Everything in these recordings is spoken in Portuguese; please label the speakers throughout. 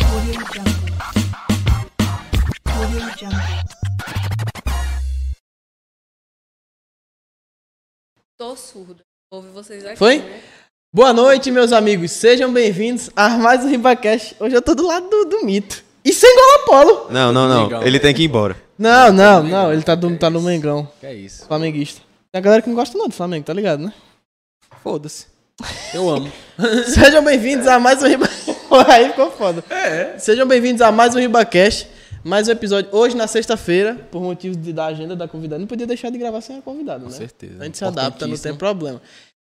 Speaker 1: jungle. Audio jungle.
Speaker 2: Tô surda. Ouve vocês aqui.
Speaker 3: Foi?
Speaker 2: né?
Speaker 3: Boa noite, meus amigos. Sejam bem-vindos a mais um Ribacast. Hoje eu tô do lado do, do mito. E sem Golapolo.
Speaker 4: Não, não, não.
Speaker 5: Legal.
Speaker 4: Ele tem que ir embora.
Speaker 3: Não, não, não. Ele tá, do, tá no Mengão.
Speaker 5: Que é isso.
Speaker 3: Flamenguista. Tem a galera que não gosta não do Flamengo, tá ligado, né?
Speaker 5: Foda-se. Eu amo.
Speaker 3: Sejam bem-vindos a mais um Riba... Aí ficou foda. É. Sejam bem-vindos a mais um Ribacast. Mais um episódio hoje na sexta-feira, por motivos de- da agenda da convidada. Não podia deixar de gravar sem a convidada,
Speaker 5: Com
Speaker 3: né?
Speaker 5: certeza.
Speaker 4: É
Speaker 3: A gente se adapta, não tem problema.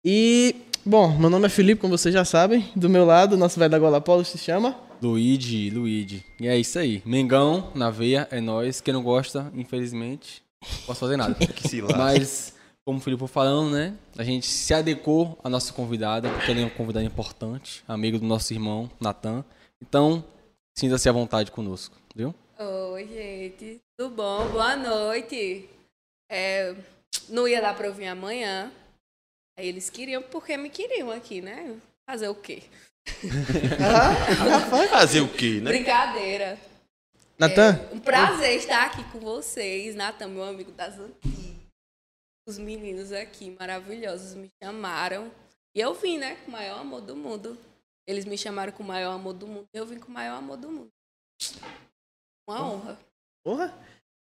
Speaker 3: E, bom, meu nome é Felipe, como vocês já sabem. Do meu lado, nosso velho da Gola Polo se chama.
Speaker 5: Luigi, Luigi. E é isso aí. Mengão, na veia, é nóis. Quem não gosta, infelizmente, não posso fazer nada.
Speaker 4: Que se lasque.
Speaker 5: Mas, como o Felipe foi falando, né? A gente se adequou à nossa convidada, porque ela é um convidado importante, amigo do nosso irmão, Natan. Então, sinta-se à vontade conosco, viu?
Speaker 2: Oi, gente. Tudo bom? Boa noite. É, não ia dar pra eu vir amanhã. Aí eles queriam porque me queriam aqui, né? Fazer o quê?
Speaker 4: Vai fazer o quê, né?
Speaker 2: Brincadeira.
Speaker 3: Natan?
Speaker 2: É um prazer estar aqui com vocês. Natan, meu amigo das antigas. Os meninos aqui maravilhosos me chamaram. E eu vim, né? Com o maior amor do mundo. Eles me chamaram com o maior amor do mundo. Eu vim com o maior amor do mundo. Uma honra.
Speaker 3: Porra.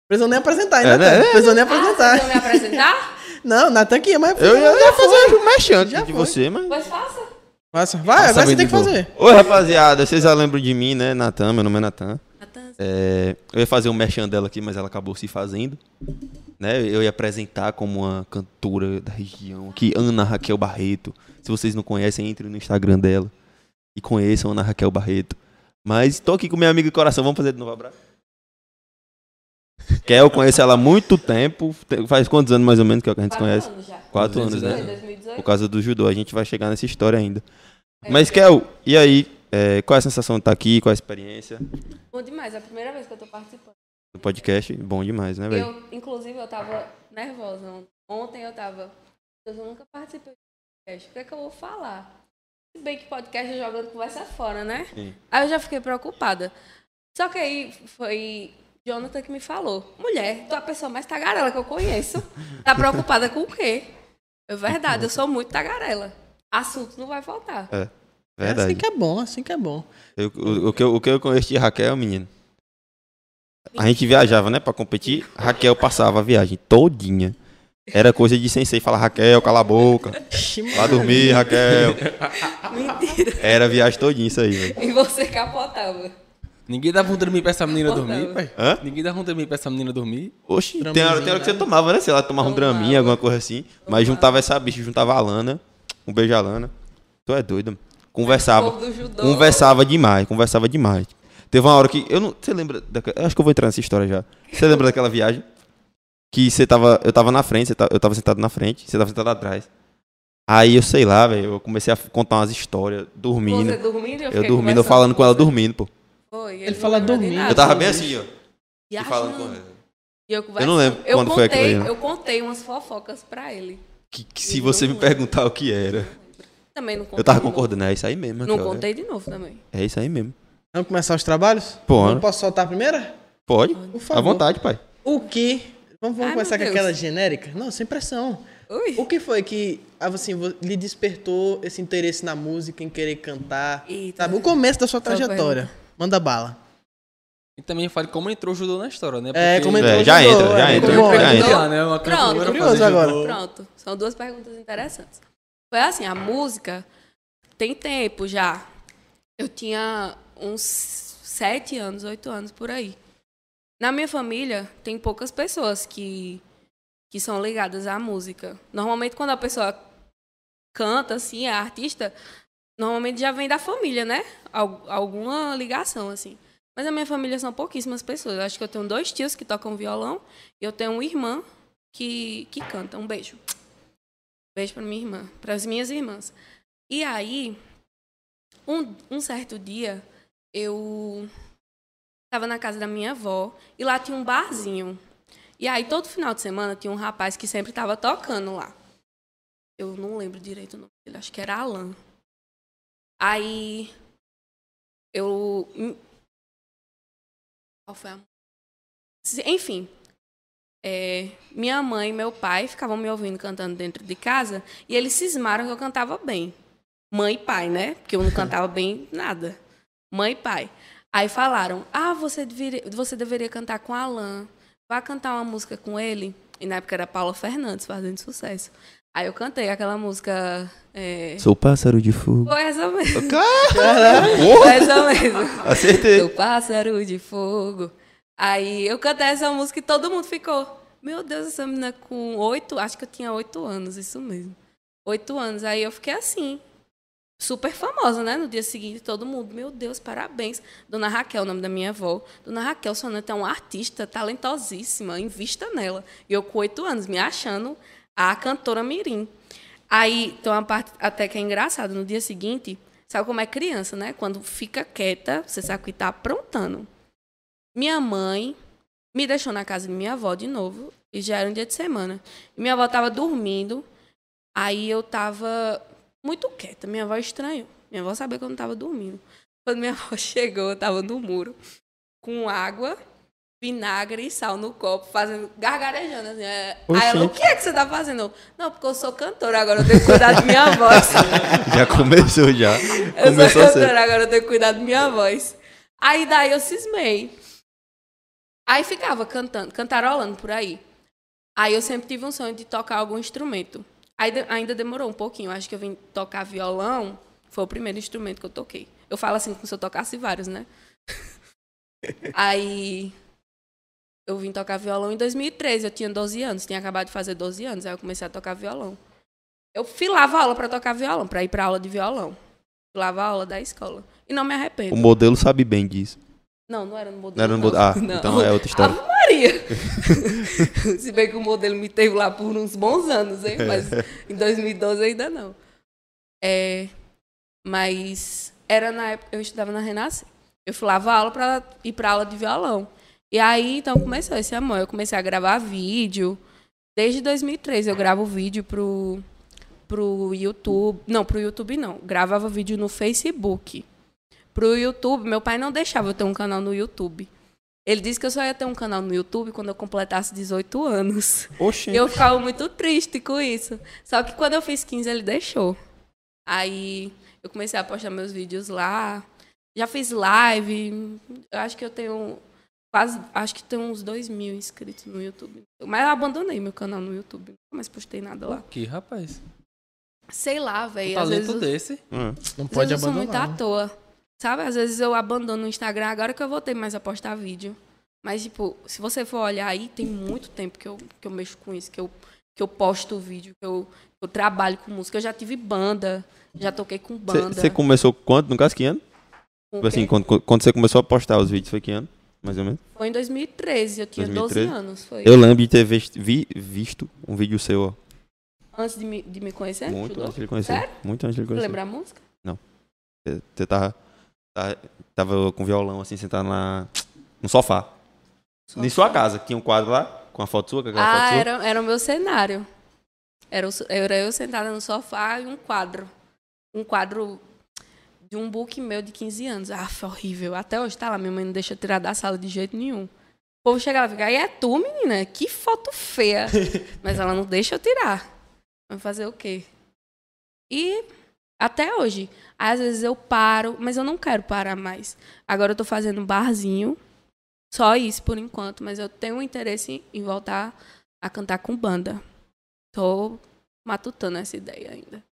Speaker 3: Precisou nem apresentar, hein,
Speaker 4: É,
Speaker 3: Natan?
Speaker 4: né?
Speaker 3: Precisou nem
Speaker 2: Ah, vocês vão
Speaker 3: apresentar.
Speaker 2: me apresentar?
Speaker 3: Não, Natan que ia, mas.
Speaker 4: Eu ia ia fazer um mexer
Speaker 3: Já
Speaker 4: antes de
Speaker 3: foi.
Speaker 4: você, mas.
Speaker 2: Pois faça.
Speaker 3: Faça. Vai,
Speaker 5: Passa
Speaker 3: agora você
Speaker 5: bem
Speaker 3: tem que
Speaker 5: de boa.
Speaker 3: fazer.
Speaker 4: Oi, rapaziada. Vocês já lembram de mim, né? Natan, meu nome é Natan.
Speaker 2: Natan,
Speaker 4: É, eu ia fazer um merchan dela aqui, mas ela acabou se fazendo. Né? Eu ia apresentar como uma cantora da região aqui, Ana Raquel Barreto. Se vocês não conhecem, entrem no Instagram dela e conheçam Ana Raquel Barreto. Mas tô aqui com meu amigo de coração, vamos fazer de novo abraço? Que eu conheço ela há muito tempo. Te- Faz quantos anos mais ou menos que a gente
Speaker 2: quatro
Speaker 4: conhece?
Speaker 2: anos um já.
Speaker 4: Quatro anos,
Speaker 5: 210
Speaker 4: né?
Speaker 2: Foi
Speaker 4: Por
Speaker 2: 2018.
Speaker 4: causa do judô, a gente vai chegar nessa história ainda.
Speaker 2: É,
Speaker 4: Mas, Kel, e aí? É, qual é a sensação de estar aqui? Qual é a experiência
Speaker 2: Bom demais, é a primeira vez que eu tô participando.
Speaker 4: do podcast? Bom demais, né, velho?
Speaker 2: Eu, inclusive, eu tava nervosa. on- Ontem eu tava. Eu nunca participei de podcast. O que é que eu vou falar? Se bem que podcast é jogando conversa fora, né?
Speaker 4: Sim.
Speaker 2: Aí eu já fiquei preocupada. Só que aí foi Jonathan que me falou. Mulher, tu é a pessoa mais tagarela que eu conheço. Tá preocupada com o quê? É verdade, eu sou muito tagarela. Assunto não vai faltar.
Speaker 3: É assim
Speaker 4: Verdade.
Speaker 3: que é bom, assim que é bom.
Speaker 4: Eu- o, o que eu, o que eu conheci de Raquel, menino. A gente viajava, né, pra competir. Raquel passava a viagem todinha. Era coisa de sensei falar, Raquel, cala a boca. Vá dormir, Raquel.
Speaker 2: Mentira.
Speaker 4: Era a viagem todinha isso aí, velho.
Speaker 2: E você capotava.
Speaker 5: Ninguém dava um dormir pra essa menina
Speaker 2: Porra,
Speaker 5: dormir, pai.
Speaker 4: Hã?
Speaker 5: Ninguém dava um dormir pra essa menina dormir.
Speaker 4: Oxi, tem hora, tem hora que você tomava, né? Sei lá, tomava um
Speaker 2: Tomava.
Speaker 4: draminha, alguma coisa assim. Mas juntava essa bicha, juntava a Lana. Um beijo a Lana. Tu é doido. mano.
Speaker 2: O
Speaker 4: Conversava.
Speaker 2: povo do judô.
Speaker 4: Conversava demais, conversava demais. Teve uma hora que. Eu não. Você lembra. daquela- eu acho que eu vou entrar nessa história já. Você lembra daquela viagem? Que você tava. Eu tava na frente, você ta- eu tava sentado na frente, você tava sentado atrás. Aí eu sei lá, velho. Eu comecei a contar umas histórias,
Speaker 2: Você dormindo
Speaker 4: dormindo.
Speaker 2: e eu
Speaker 4: Eu
Speaker 2: fiquei
Speaker 4: dormindo, eu
Speaker 2: conversando
Speaker 4: falando com ela
Speaker 2: você. Ah,
Speaker 4: dormindo, pô.
Speaker 2: Foi, ele,
Speaker 3: Ele
Speaker 2: não
Speaker 3: fala
Speaker 2: lembra de
Speaker 3: dormindo.
Speaker 2: nada.
Speaker 4: Eu tava bem assim, ó.
Speaker 2: E
Speaker 4: E falando com
Speaker 2: achando.
Speaker 4: ela.
Speaker 2: E eu, conversando.
Speaker 4: Eu não lembro
Speaker 2: eu
Speaker 4: quando
Speaker 2: contei,
Speaker 4: foi aquilo ali, né?
Speaker 2: Eu contei umas fofocas pra ele.
Speaker 4: Que, que se você me perguntar o que era.
Speaker 2: Também não contei.
Speaker 4: Eu tava
Speaker 2: de novo.
Speaker 4: concordando, é isso aí mesmo.
Speaker 2: Não
Speaker 4: Raquel, é-
Speaker 2: contei de novo também.
Speaker 4: É isso aí mesmo.
Speaker 3: Vamos começar os trabalhos?
Speaker 4: Bora.
Speaker 3: Eu posso soltar a primeira?
Speaker 4: Pode.
Speaker 3: Por favor.
Speaker 4: À vontade, pai.
Speaker 3: O que. Vamos, vamos
Speaker 2: Ai,
Speaker 3: começar com
Speaker 2: meu Deus.
Speaker 3: aquela genérica? Não, sem pressão.
Speaker 2: Ui.
Speaker 3: O que foi que assim, vo- lhe despertou esse interesse na música, em querer cantar?
Speaker 2: Eita.
Speaker 3: Sabe? O começo da sua
Speaker 2: Boa
Speaker 3: trajetória. Manda bala.
Speaker 4: É
Speaker 5: E também fale como entrou o judô na história, né?
Speaker 3: É,
Speaker 5: Porque-
Speaker 3: como entrou
Speaker 4: É, já
Speaker 3: judô,
Speaker 4: entra, já
Speaker 3: é,
Speaker 4: entra,
Speaker 3: como
Speaker 4: já
Speaker 3: entrou
Speaker 4: entra.
Speaker 3: judô.
Speaker 5: lá, né? Uma
Speaker 2: Pronto.
Speaker 5: cantora
Speaker 3: Curioso
Speaker 5: fazer
Speaker 3: agora.
Speaker 5: judô.
Speaker 2: Pronto. São duas perguntas interessantes. Foi assim, a música tem tempo já. Eu tinha uns sete anos, oito anos por aí. Na minha família tem poucas pessoas que que são ligadas à música. Normalmente quando a pessoa canta assim, é artista, normalmente já vem da família, né? Al- alguma ligação assim. Mas a minha família são pouquíssimas pessoas. Eu acho que eu tenho dois tios que tocam violão e eu tenho uma irmã que, que canta. Um beijo. Beijo pra minha irmã, para as minhas irmãs. E aí, um, um certo dia, eu estava na casa da minha avó e lá tinha um barzinho. E aí, todo final de semana, tinha um rapaz que sempre estava tocando lá. Eu não lembro direito o nome dele, acho que era Alan. Aí, eu Qual foi a. Se- Enfim. é, minha mãe e meu pai ficavam me ouvindo cantando dentro de casa e eles cismaram que eu cantava bem. Mãe e pai, né? Porque eu não cantava bem nada. Mãe e pai. Aí falaram: Ah, você deveria, você deveria cantar com Alan. Vá cantar uma música com ele. E na época era Paula Fernandes fazendo sucesso. Aí eu cantei aquela música. É...
Speaker 4: Sou pássaro de fogo.
Speaker 2: Foi essa mesmo.
Speaker 4: Caralho!
Speaker 2: Foi essa mesmo.
Speaker 4: Acertei.
Speaker 2: Do pássaro de fogo. Aí eu cantei essa música e todo mundo ficou. Meu Deus, essa menina com oito, acho que eu tinha oito anos, isso mesmo. Oito anos. Aí eu fiquei assim, super famosa, né? No dia seguinte, todo mundo, meu Deus, parabéns. Dona Raquel, o nome da minha avó. Dona Raquel Sonanta é uma artista talentosíssima, invista nela. E eu com oito anos, me achando a cantora mirim. Aí, então, a parte até que é engraçada, no dia seguinte, sabe como é criança, né? Quando fica quieta, você sabe que tá aprontando. Minha mãe me deixou na casa de minha avó de novo, e já era um dia de semana. E minha avó tava dormindo, aí eu tava muito quieta. Minha avó estranhou. Minha avó sabia que eu não tava dormindo. Quando minha avó chegou, eu tava no muro, com água, vinagre e sal no copo, fazendo, gargarejando. Assim. é. Aí ela, o
Speaker 3: Oxente.
Speaker 2: que é que você tá fazendo? Eu, Não, porque eu sou cantora, agora eu tenho que cuidar da minha voz.
Speaker 4: Já começou, já.
Speaker 2: Eu sou
Speaker 4: Começou a
Speaker 2: cantora,
Speaker 4: ser.
Speaker 2: agora eu tenho que cuidar da minha voz. Aí daí eu cismei. Aí ficava cantando, cantarolando por aí. Aí eu sempre tive um sonho de tocar algum instrumento. Aí de- ainda demorou um pouquinho. Acho que eu vim tocar violão. Foi o primeiro instrumento que eu toquei. Eu falo assim como se eu tocasse vários, né? aí eu vim tocar violão em 2013. Eu tinha 12 anos, tinha acabado de fazer 12 anos. Aí eu comecei a tocar violão. Eu filava aula pra tocar violão, pra ir pra aula de violão. Filava aula da escola. E não me arrependo.
Speaker 4: O modelo sabe bem disso.
Speaker 2: Não, não era no modelo.
Speaker 4: Não era no modelo. Ah,
Speaker 2: Não.
Speaker 4: então é outra história.
Speaker 2: Ave Maria! Se bem que o modelo me teve lá por uns bons anos,
Speaker 4: É.
Speaker 2: hein? Mas em 2012 ainda não. É, mas era na época eu estudava na Renascer. Eu falava aula pra ir pra aula de violão. E aí, então, começou esse amor. Eu comecei a gravar vídeo. Desde 2003 eu gravo vídeo pro, pro YouTube. Não, pro YouTube não. Gravava vídeo no Facebook. Pro YouTube, meu pai não deixava eu ter um canal no YouTube. Ele disse que eu só ia ter um canal no YouTube quando eu completasse 18 anos.
Speaker 3: Oxente.
Speaker 4: Ah,
Speaker 2: Eu ficava muito triste com isso. Só que quando eu fiz 15, ele deixou. Aí eu comecei a postar meus vídeos lá. Já fiz live. Eu acho que eu tenho quase. Acho que tem uns 2 mil inscritos no YouTube. Mas eu abandonei meu canal no YouTube. Nunca mais postei nada lá.
Speaker 5: Que rapaz.
Speaker 2: Sei lá, velho.
Speaker 5: Um
Speaker 2: às vezes
Speaker 5: talento
Speaker 2: eu-
Speaker 5: desse.
Speaker 4: Hum.
Speaker 3: Não
Speaker 2: às vezes
Speaker 3: pode
Speaker 2: eu sou muito
Speaker 3: abandonar.
Speaker 2: à
Speaker 3: né?
Speaker 2: toa. Sabe? Às vezes eu abandono o Instagram agora que eu voltei mais a postar vídeo. Mas, tipo, se você for olhar aí, tem muito tempo que eu, que eu mexo com isso, que eu, que eu posto vídeo, que eu, que eu trabalho com música. Eu já tive banda, já toquei com banda.
Speaker 4: Você começou quanto? No caso, que ano?
Speaker 2: com
Speaker 4: Tipo Assim,
Speaker 2: quem?
Speaker 4: quando quando você começou a postar os vídeos, foi que ano? Mais ou menos.
Speaker 2: Foi em 2013, eu tinha
Speaker 4: 2013?
Speaker 2: 12 anos. Foi
Speaker 4: Eu lembro de ter vist- vi- visto um vídeo seu, ó.
Speaker 2: antes de me, de me conhecer.
Speaker 4: Muito
Speaker 2: estudou?
Speaker 4: antes de ele conhecer.
Speaker 2: É? Sério?
Speaker 4: Muito antes de ele conhecer.
Speaker 2: Lembra a música?
Speaker 4: Você tava, tá- tava com violão, assim, sentado na, no sofá. Em sua casa, que tinha um quadro lá, com a foto sua, com aquela foto
Speaker 2: Ah,
Speaker 4: sua.
Speaker 2: era, era o meu cenário. Era, o so- era eu sentada no sofá e um quadro. Um quadro de um book meu de 15 anos. Ah, foi horrível. Até hoje tá lá. Minha mãe não deixa eu tirar da sala de jeito nenhum. O povo chega lá e fica, aí é tu, menina? Que foto feia. Mas ela não deixa eu tirar. Vai fazer o quê? E até hoje. Às vezes eu paro, mas eu não quero parar mais. Agora eu tô fazendo um barzinho. Só isso por enquanto, mas eu tenho um interesse em voltar a cantar com banda. Tô matutando essa ideia ainda.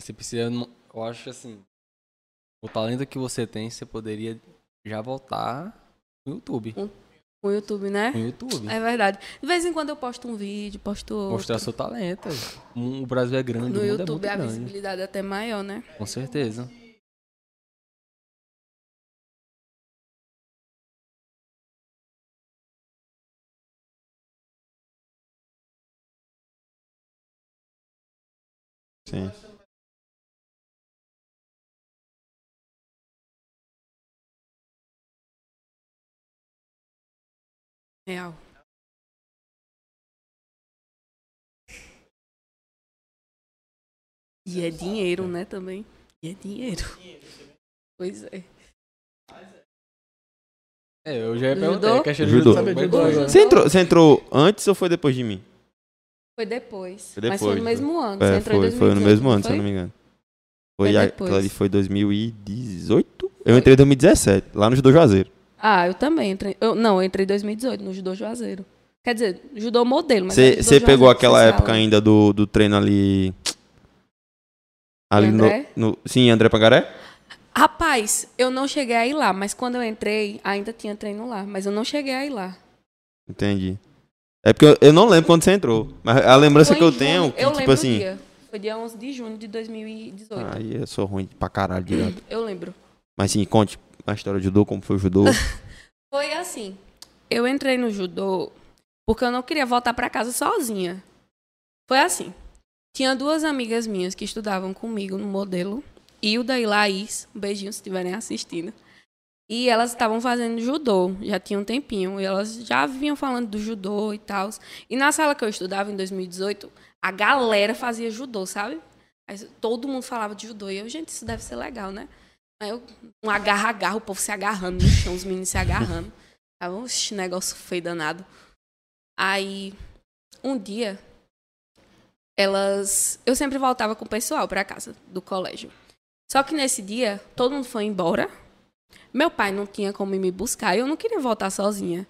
Speaker 5: Você precisa, eu acho assim, o talento que você tem, você poderia já voltar no YouTube.
Speaker 2: O YouTube, né?
Speaker 5: No YouTube.
Speaker 2: É verdade. De vez em quando eu posto um vídeo, posto outro.
Speaker 5: Mostrar seu talento. O Brasil é grande,
Speaker 2: no
Speaker 5: o mundo
Speaker 2: YouTube
Speaker 5: é
Speaker 2: a
Speaker 5: muito grande.
Speaker 2: visibilidade é até maior, né?
Speaker 5: Com certeza.
Speaker 2: um
Speaker 4: Sim.
Speaker 2: Real. E é dinheiro, né, também? E é dinheiro. Pois é.
Speaker 5: É, eu já ia
Speaker 2: Do
Speaker 5: perguntar.
Speaker 2: judô?
Speaker 5: que achei
Speaker 4: Judô.
Speaker 5: judô, mas
Speaker 3: Judô,
Speaker 5: foi.
Speaker 3: judô.
Speaker 4: Você entrou, você entrou antes ou foi depois de mim?
Speaker 2: Foi depois.
Speaker 4: Foi
Speaker 2: Mas foi
Speaker 4: depois,
Speaker 2: no mesmo ano. Você
Speaker 4: É,
Speaker 2: entrou em
Speaker 4: foi, foi no
Speaker 2: 2018,
Speaker 4: mesmo ano, se eu
Speaker 2: foi?
Speaker 4: não me engano.
Speaker 2: Foi
Speaker 4: Foi, a-
Speaker 2: depois.
Speaker 4: aquela ali foi 2018? Eu entrei em 2017, lá no Judô Juazeiro.
Speaker 2: Ah, eu também entrei. Eu, não, eu entrei em 2018 no judô Juazeiro. Quer dizer, judô modelo, mas é
Speaker 4: Você
Speaker 2: judô
Speaker 4: você pegou
Speaker 2: Juazeiro,
Speaker 4: aquela
Speaker 2: social.
Speaker 4: época ainda do, do treino ali. Ali no,
Speaker 2: André?
Speaker 4: no. Sim, André Pangaré?
Speaker 2: Rapaz, eu não cheguei a ir lá, mas quando eu entrei, ainda tinha treino lá, mas eu não cheguei a ir lá.
Speaker 4: Entendi. É porque eu, eu não lembro quando você entrou. Mas a lembrança
Speaker 2: Foi
Speaker 4: que eu
Speaker 2: em
Speaker 4: tenho,
Speaker 2: junho,
Speaker 4: que,
Speaker 2: eu
Speaker 4: tipo
Speaker 2: lembro o
Speaker 4: assim.
Speaker 2: dia. Foi dia 11 de junho de 2018.
Speaker 4: Aí eu sou ruim pra caralho direto.
Speaker 2: Eu lembro.
Speaker 4: Mas sim, conte a história do judô, como foi o judô.
Speaker 2: Foi assim. Eu entrei no judô porque eu não queria voltar pra casa sozinha. Foi assim. Tinha duas amigas minhas que estudavam comigo no modelo, Hilda e Laís. Um beijinho se estiverem assistindo. E elas estavam fazendo judô, já tinha um tempinho. E elas já vinham falando do judô e tal. E na sala que eu estudava em 2018, a galera fazia judô, sabe? Aí todo mundo falava de judô. E eu, gente, isso deve ser legal, né? Aí eu, um agarra-agarra, o povo se agarrando no chão, os meninos se agarrando. Tava um negócio feio danado. Aí, um dia, elas. Eu sempre voltava com o pessoal pra casa do colégio. Só que nesse dia, todo mundo foi embora. Meu pai não tinha como ir me buscar e eu não queria voltar sozinha.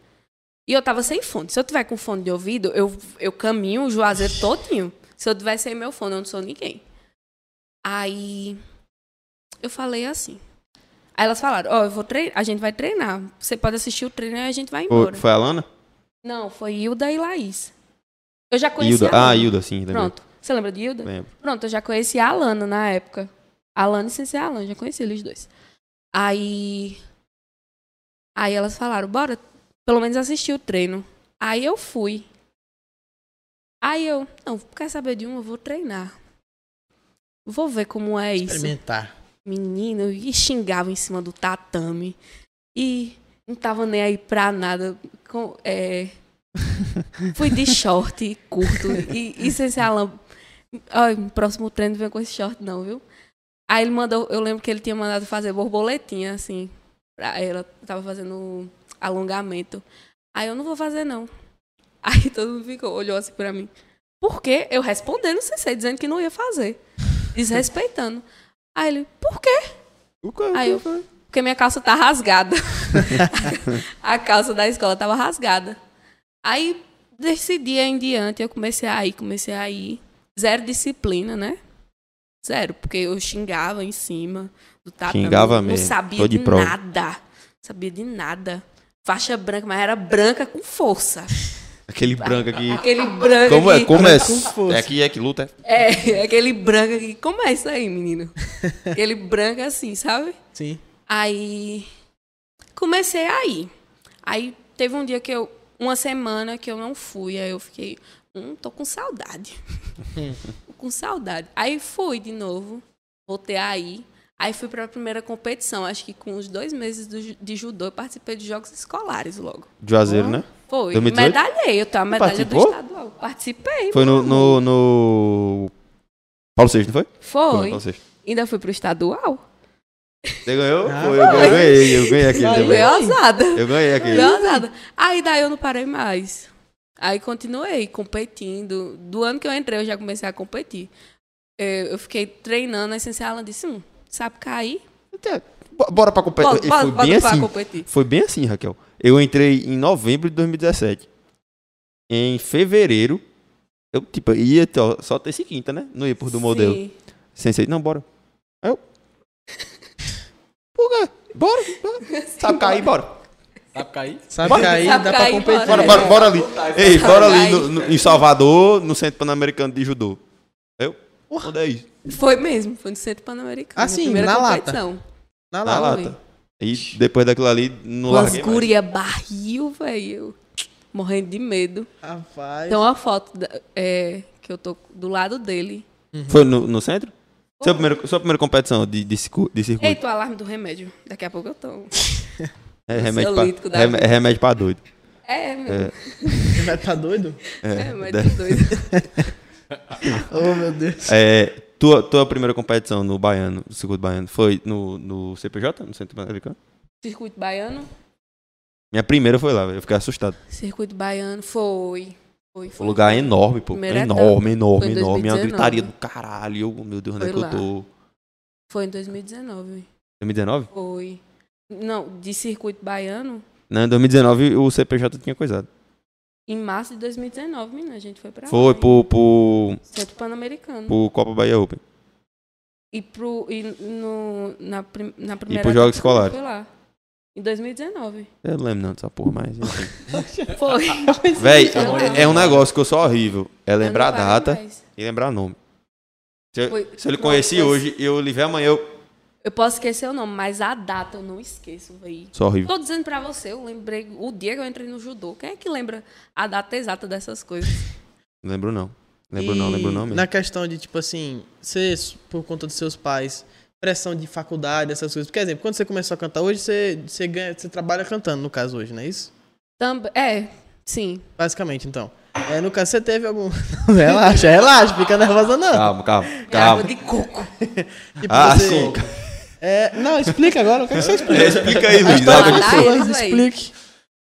Speaker 2: E eu tava sem fone. Se eu tiver com fone de ouvido, eu, eu caminho o juazeiro todinho. Se eu tiver sem meu fone, eu não sou ninguém. Aí eu falei assim. Aí elas falaram, ó, eu vou treinar, a gente vai treinar. Você pode assistir o treino e a gente vai
Speaker 4: foi,
Speaker 2: embora.
Speaker 4: foi a Lana?
Speaker 2: Não, foi Hilda e Laís. Eu já conhecia
Speaker 4: Hilda.
Speaker 2: a Lana.
Speaker 4: Ah, Hilda, sim, também.
Speaker 2: Pronto. Você lembra de Hilda?
Speaker 4: Lembro.
Speaker 2: Pronto, eu já conhecia a Alana na época. A Alana e Sensei Alana, já conhecia eles dois. Aí. Aí elas falaram, bora pelo menos assistir o treino. Aí eu fui. Aí eu, não, quer saber de um, eu vou treinar. Vou ver como é isso
Speaker 3: Experimentar.
Speaker 2: menino e xingava em cima do tatame. E não tava nem aí pra nada. Com- é, Fui de short e curto. E, e sem ser Alan. Ai, no próximo treino não vem com esse short, não, viu? Aí ele mandou. Eu lembro que ele tinha mandado fazer borboletinha, assim. Pra ela tava fazendo alongamento. Aí eu não vou fazer, não. Aí todo mundo ficou, olhou assim pra mim. Por quê? Eu respondendo, sem ser, dizendo que não ia fazer. Desrespeitando. Aí ele, por quê?
Speaker 4: O que-
Speaker 2: Aí eu- Porque minha calça tá rasgada. a calça da escola tava rasgada. Aí, desse dia em diante, eu comecei a ir, comecei a ir. Zero disciplina, né? Zero, porque eu xingava em cima do tatame.
Speaker 4: Xingava
Speaker 2: não,
Speaker 4: mesmo,
Speaker 2: Não sabia
Speaker 4: tô de
Speaker 2: de,
Speaker 4: prova.
Speaker 2: nada. Não sabia de nada. Faixa branca, mas era branca com força.
Speaker 4: Aquele branco aqui.
Speaker 2: Aquele branco
Speaker 4: Como é?
Speaker 2: que-
Speaker 4: Como é?
Speaker 3: Com força.
Speaker 4: É que é que luta, é?
Speaker 2: É, aquele branco aqui. Como é isso aí, menino? Aquele branco assim, sabe?
Speaker 3: Sim.
Speaker 2: Aí comecei a ir. Aí teve um dia que eu. Uma semana que eu não fui. Aí eu fiquei. Hum, tô com saudade. tô com saudade. Aí fui de novo. Voltei a ir. Aí fui pra primeira competição. Acho que com os dois meses do ju- de judô, eu participei de jogos escolares logo.
Speaker 4: Juazeiro, né?
Speaker 2: Foi.
Speaker 4: 2018?
Speaker 2: Medalhei. Eu tenho a medalha do
Speaker 4: participou?
Speaker 2: estadual. Participei.
Speaker 4: Foi no. no, no... Paulo VI, não foi? Foi
Speaker 2: Foi.
Speaker 4: no Paulo VI.
Speaker 2: Ainda fui pro estadual.
Speaker 4: Você ganhou?
Speaker 3: Ah,
Speaker 4: Foi, eu ganhei, eu ganhei, eu ganhei aquele
Speaker 3: Vai,
Speaker 4: também.
Speaker 2: Foi ousada.
Speaker 4: Eu ganhei aquele.
Speaker 2: Deu nada. Aí daí eu não parei mais. Aí continuei competindo. Do ano que eu entrei, eu já comecei a competir. Eh, Eu fiquei treinando, a essencial ela disse, hum, sabe cair?
Speaker 4: Até- Então, bo- Bora pra competir.
Speaker 2: Bora,
Speaker 4: E
Speaker 2: bora,
Speaker 4: Foi
Speaker 2: bora
Speaker 4: bem
Speaker 2: pra
Speaker 4: assim.
Speaker 2: competir.
Speaker 4: Foi bem assim, Raquel. Eu entrei em novembro de 2017. Em fevereiro, eu tipo, ia to- só terça e quinta, né? Não ia por do modelo.
Speaker 2: Sim.
Speaker 4: Sensei, não, bora. Aí eu. Por quê? Bora, bora. Sabe cair, bora.
Speaker 5: Sabe cair?
Speaker 3: Sabe
Speaker 4: Bora.
Speaker 3: cair,
Speaker 2: Sabe
Speaker 3: dá pra
Speaker 2: cair,
Speaker 3: competir.
Speaker 4: Bora,
Speaker 2: É.
Speaker 4: bora, bora ali. Ei, bora ali
Speaker 2: Ai.
Speaker 4: no- no- em Salvador, no Centro Pan-Americano de Judô. Eu? Onde é isso?
Speaker 2: Foi mesmo, foi no Centro Pan-Americano.
Speaker 3: Ah, sim,
Speaker 2: minha primeira
Speaker 3: na lata.
Speaker 2: competição.
Speaker 3: Na
Speaker 4: Na
Speaker 3: lata.
Speaker 4: lata. E depois daquilo ali, não
Speaker 2: Tá Umas
Speaker 4: larguei mais.
Speaker 2: guria barril, velho. eu Morrendo de medo.
Speaker 3: Rapaz.
Speaker 2: Tem uma foto da- eh, que eu tô do lado dele.
Speaker 4: Foi no, no centro? Sua primeira, sua primeira competição de, de, circu- de circuito?
Speaker 2: Eita, o alarme do remédio. Daqui a pouco eu tô.
Speaker 4: É remédio,
Speaker 2: Ansiolítico da
Speaker 4: pra, rem-
Speaker 2: vida.
Speaker 4: é remédio pra doido.
Speaker 2: É, meu.
Speaker 3: Você vai tá doido?
Speaker 2: É,
Speaker 4: de-
Speaker 2: remédio doido.
Speaker 3: Oh, meu Deus.
Speaker 4: É, tua, tua primeira competição no Baiano, no circuito baiano, foi no, no CPJ, no Centro Pan-Americano?
Speaker 2: Circuito baiano.
Speaker 4: Minha primeira foi lá, velho. Eu fiquei assustado.
Speaker 2: Circuito baiano, foi. Foi,
Speaker 4: O
Speaker 2: foi.
Speaker 4: lugar é enorme, pô.
Speaker 2: Primeira etapa.
Speaker 4: enorme, enorme,
Speaker 2: Foi em
Speaker 4: enorme. Uma
Speaker 2: 2019.
Speaker 4: gritaria do caralho. Eu, meu Deus, onde é
Speaker 2: Foi
Speaker 4: que eu
Speaker 2: lá.
Speaker 4: tô?
Speaker 2: Foi em 2019.
Speaker 4: 2019?
Speaker 2: Foi. Não, de circuito baiano,
Speaker 4: Não, em 2019 o CPJ tinha coisado.
Speaker 2: em março de 2019, menina, a gente foi pra
Speaker 4: Foi
Speaker 2: lá, hein?
Speaker 4: pro, pro,
Speaker 2: Centro Pan-Americano.
Speaker 4: pro Copa Bahia Open.
Speaker 2: E, pro, e no, na, prim- na primeira.
Speaker 4: pros
Speaker 2: etapa
Speaker 4: Jogos Escolares.
Speaker 2: Foi lá. Em 2019.
Speaker 4: Eu não lembro não dessa porra, mas... enfim.
Speaker 2: Foi.
Speaker 4: Véi,
Speaker 2: Não.
Speaker 4: é um negócio que eu sou horrível. É lembrar a
Speaker 2: Não vai
Speaker 4: data
Speaker 2: mais.
Speaker 4: e lembrar nome. Se eu,
Speaker 2: Foi-
Speaker 4: se eu lhe
Speaker 2: Não,
Speaker 4: conheci
Speaker 2: mas-
Speaker 4: hoje e eu lhe ver amanhã, eu
Speaker 2: Eu posso esquecer o nome, mas a data eu não esqueço, véi.
Speaker 4: sou horrível.
Speaker 2: Tô dizendo pra você, eu lembrei o dia que eu entrei no judô. Quem é que lembra a data exata dessas coisas?
Speaker 4: Não lembro não. Lembro não,
Speaker 3: E
Speaker 4: lembro não mesmo.
Speaker 3: Na questão de, tipo assim, você, por conta dos seus pais, pressão de faculdade, essas coisas. Por exemplo, quando você começou a cantar hoje, você, você, ganha, você trabalha cantando, no caso, hoje, não é isso?
Speaker 2: Também. É, sim.
Speaker 3: Basicamente, então. É, no caso, você teve algum. Não, relaxa, relaxa, fica nervosa não.
Speaker 4: Calma, calma,
Speaker 2: É água
Speaker 4: calma.
Speaker 2: de coco.
Speaker 3: Tipo,
Speaker 4: Ah,
Speaker 3: você-
Speaker 4: sim.
Speaker 3: É, não, explica agora, eu quero que você explique.
Speaker 4: É, explica aí, Luiz.
Speaker 2: Tá
Speaker 4: água de-
Speaker 2: lá,
Speaker 3: Pessoas,
Speaker 2: eles, véi.
Speaker 3: explique.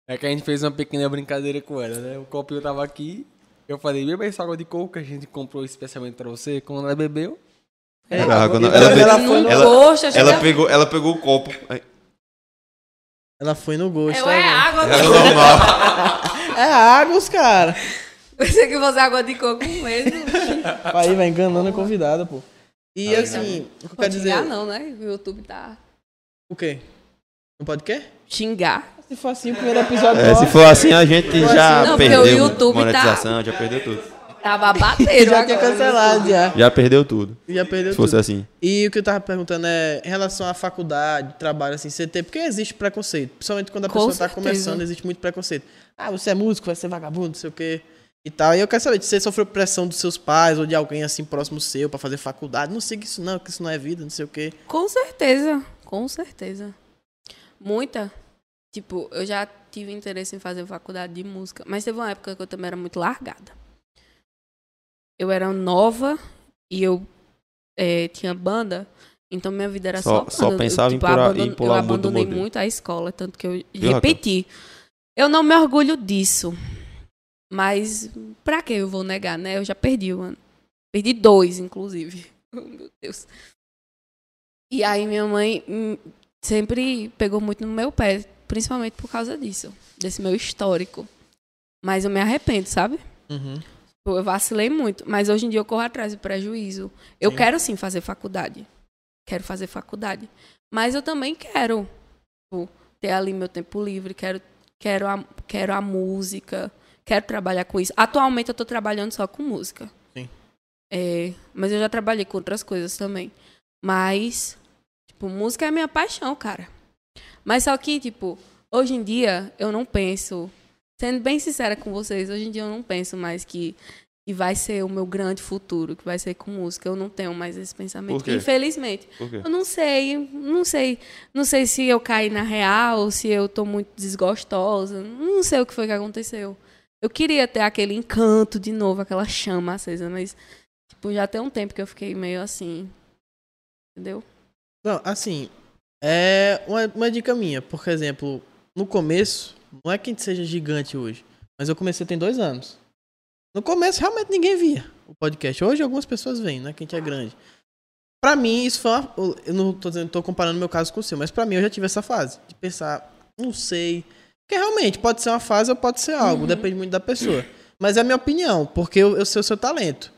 Speaker 5: É que a gente fez uma pequena brincadeira com ela, né? O copinho tava aqui, eu falei, beba essa água de coco que a gente comprou especialmente pra você. Quando ela bebeu,
Speaker 4: Era água, não.
Speaker 3: Então,
Speaker 4: É,
Speaker 3: ela
Speaker 4: Ela, ela,
Speaker 3: foi
Speaker 2: Num
Speaker 3: no,
Speaker 4: ela-
Speaker 2: gosto, eu
Speaker 4: ela
Speaker 2: já-
Speaker 4: pegou, ela pegou o copo. Ai,
Speaker 3: ela foi no gosto.
Speaker 2: Eu é
Speaker 3: tá
Speaker 2: água.
Speaker 4: Era normal.
Speaker 3: vendo? é Agus, cara.
Speaker 2: Pensei que fosse água de coco mesmo.
Speaker 3: Aí vai enganando a convidada, pô. E
Speaker 4: Tá
Speaker 3: assim, o que eu
Speaker 2: Não
Speaker 3: quero
Speaker 2: xingar,
Speaker 3: dizer.
Speaker 2: não, né? O YouTube tá.
Speaker 3: O quê? Não pode o quê?
Speaker 2: Xingar.
Speaker 3: Se for assim, o primeiro episódio.
Speaker 4: É, se
Speaker 3: nosso,
Speaker 4: for assim, a gente já
Speaker 2: Não, porque o
Speaker 4: perdeu
Speaker 2: YouTube tá-
Speaker 4: monetização, já perdeu tudo.
Speaker 2: Tá babadeiro.
Speaker 3: Já tinha
Speaker 2: agora. né?
Speaker 3: cancelado, já.
Speaker 4: Já perdeu tudo.
Speaker 3: Já perdeu
Speaker 4: Se fosse
Speaker 3: tudo.
Speaker 4: assim.
Speaker 3: E o que eu tava perguntando é, em relação à faculdade, trabalho, assim, você tem, porque existe preconceito, principalmente quando a
Speaker 2: Com
Speaker 3: pessoa tá
Speaker 2: certeza.
Speaker 3: começando, existe muito preconceito. Ah, você é músico, vai ser vagabundo, não sei o quê, e tal. E eu quero saber, você sofreu pressão dos seus pais ou de alguém, assim, próximo seu pra fazer faculdade? Não siga isso não, que isso não é vida, não sei o quê.
Speaker 2: Com certeza, com certeza. Muita. Tipo, eu já tive interesse em fazer faculdade de música, mas teve uma época que eu também era muito largada. Eu era nova e eu eh, tinha banda, então minha vida era
Speaker 4: Só-
Speaker 2: só,
Speaker 4: só
Speaker 2: banda. Eu,
Speaker 4: pensava em
Speaker 2: tipo,
Speaker 4: pular- em
Speaker 2: abandon-
Speaker 4: pular
Speaker 2: Eu
Speaker 4: o muro do
Speaker 2: abandonei
Speaker 4: modelo.
Speaker 2: muito a escola, tanto que eu
Speaker 4: Raquel?
Speaker 2: repeti. Eu não me orgulho disso, mas pra que eu vou negar, né? Eu já perdi o ano. Perdi dois, inclusive. Oh, meu Deus. E aí minha mãe hum, sempre pegou muito no meu pé, principalmente por causa disso, desse meu histórico. Mas eu me arrependo, sabe? Pô, Eu vacilei muito, mas hoje em dia eu corro atrás do prejuízo. Eu
Speaker 3: Sim.
Speaker 2: quero sim fazer faculdade. Quero fazer faculdade. Mas eu também quero tipo, ter ali meu tempo livre, quero, quero, a, quero a música, quero trabalhar com isso. Atualmente eu tô trabalhando só com música.
Speaker 3: Sim.
Speaker 2: É, mas eu já trabalhei com outras coisas também. Mas, tipo, música é a minha paixão, cara. Mas só que, tipo, hoje em dia eu não penso. Sendo bem sincera com vocês, hoje em dia eu não penso mais que, que vai ser o meu grande futuro, que vai ser com música. Eu não tenho mais esse
Speaker 4: Por
Speaker 2: pensamento.
Speaker 4: quê?
Speaker 2: Infelizmente.
Speaker 4: Por quê?
Speaker 2: Eu não sei, não sei. Não sei se eu caí na real, se eu tô muito desgostosa. Não sei o que foi que aconteceu. Eu queria ter aquele encanto de novo, aquela chama acesa, mas tipo, já tem um tempo que eu fiquei meio assim. Entendeu?
Speaker 3: Não, assim, é uma, uma dica minha, por exemplo, no começo, não é que a gente seja gigante hoje, mas eu comecei tem dois anos. No começo, realmente ninguém via o podcast. Hoje, algumas pessoas veem, né? Que a gente é grande. Pra mim, isso foi uma, Eu não tô, dizendo, tô comparando meu caso com o seu, mas pra mim, eu já tive essa fase de pensar, não sei. Porque realmente, pode ser uma fase ou pode ser
Speaker 4: Uhum.
Speaker 3: algo, depende muito da pessoa. Mas é a minha opinião, porque eu, eu sei o seu talento.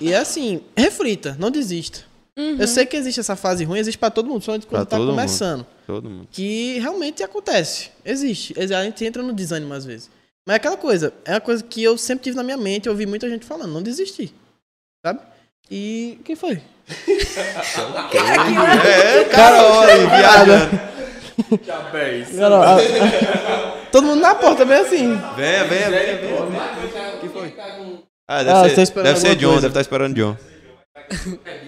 Speaker 3: E é assim, reflita, não desista. Eu sei que existe essa fase ruim, existe pra todo mundo, só quando tá
Speaker 4: Uhum. todo mundo.
Speaker 3: começando.
Speaker 4: Todo mundo.
Speaker 3: Que realmente acontece. Existe. A gente entra no desânimo às vezes. Mas é aquela coisa, é uma coisa que eu sempre tive na minha mente, eu ouvi muita gente falando, não desistir. Sabe? E quem foi?
Speaker 4: É, cara, olha aí, viajando.
Speaker 3: Cara, ó, ó, todo mundo na porta, bem assim.
Speaker 4: Vem, vem, vem. vem. tá Ah,
Speaker 3: Ah,
Speaker 4: deve
Speaker 3: tá
Speaker 4: ser,
Speaker 3: esperando
Speaker 4: deve ser
Speaker 3: alguma
Speaker 4: John,
Speaker 3: coisa.
Speaker 4: deve estar esperando John.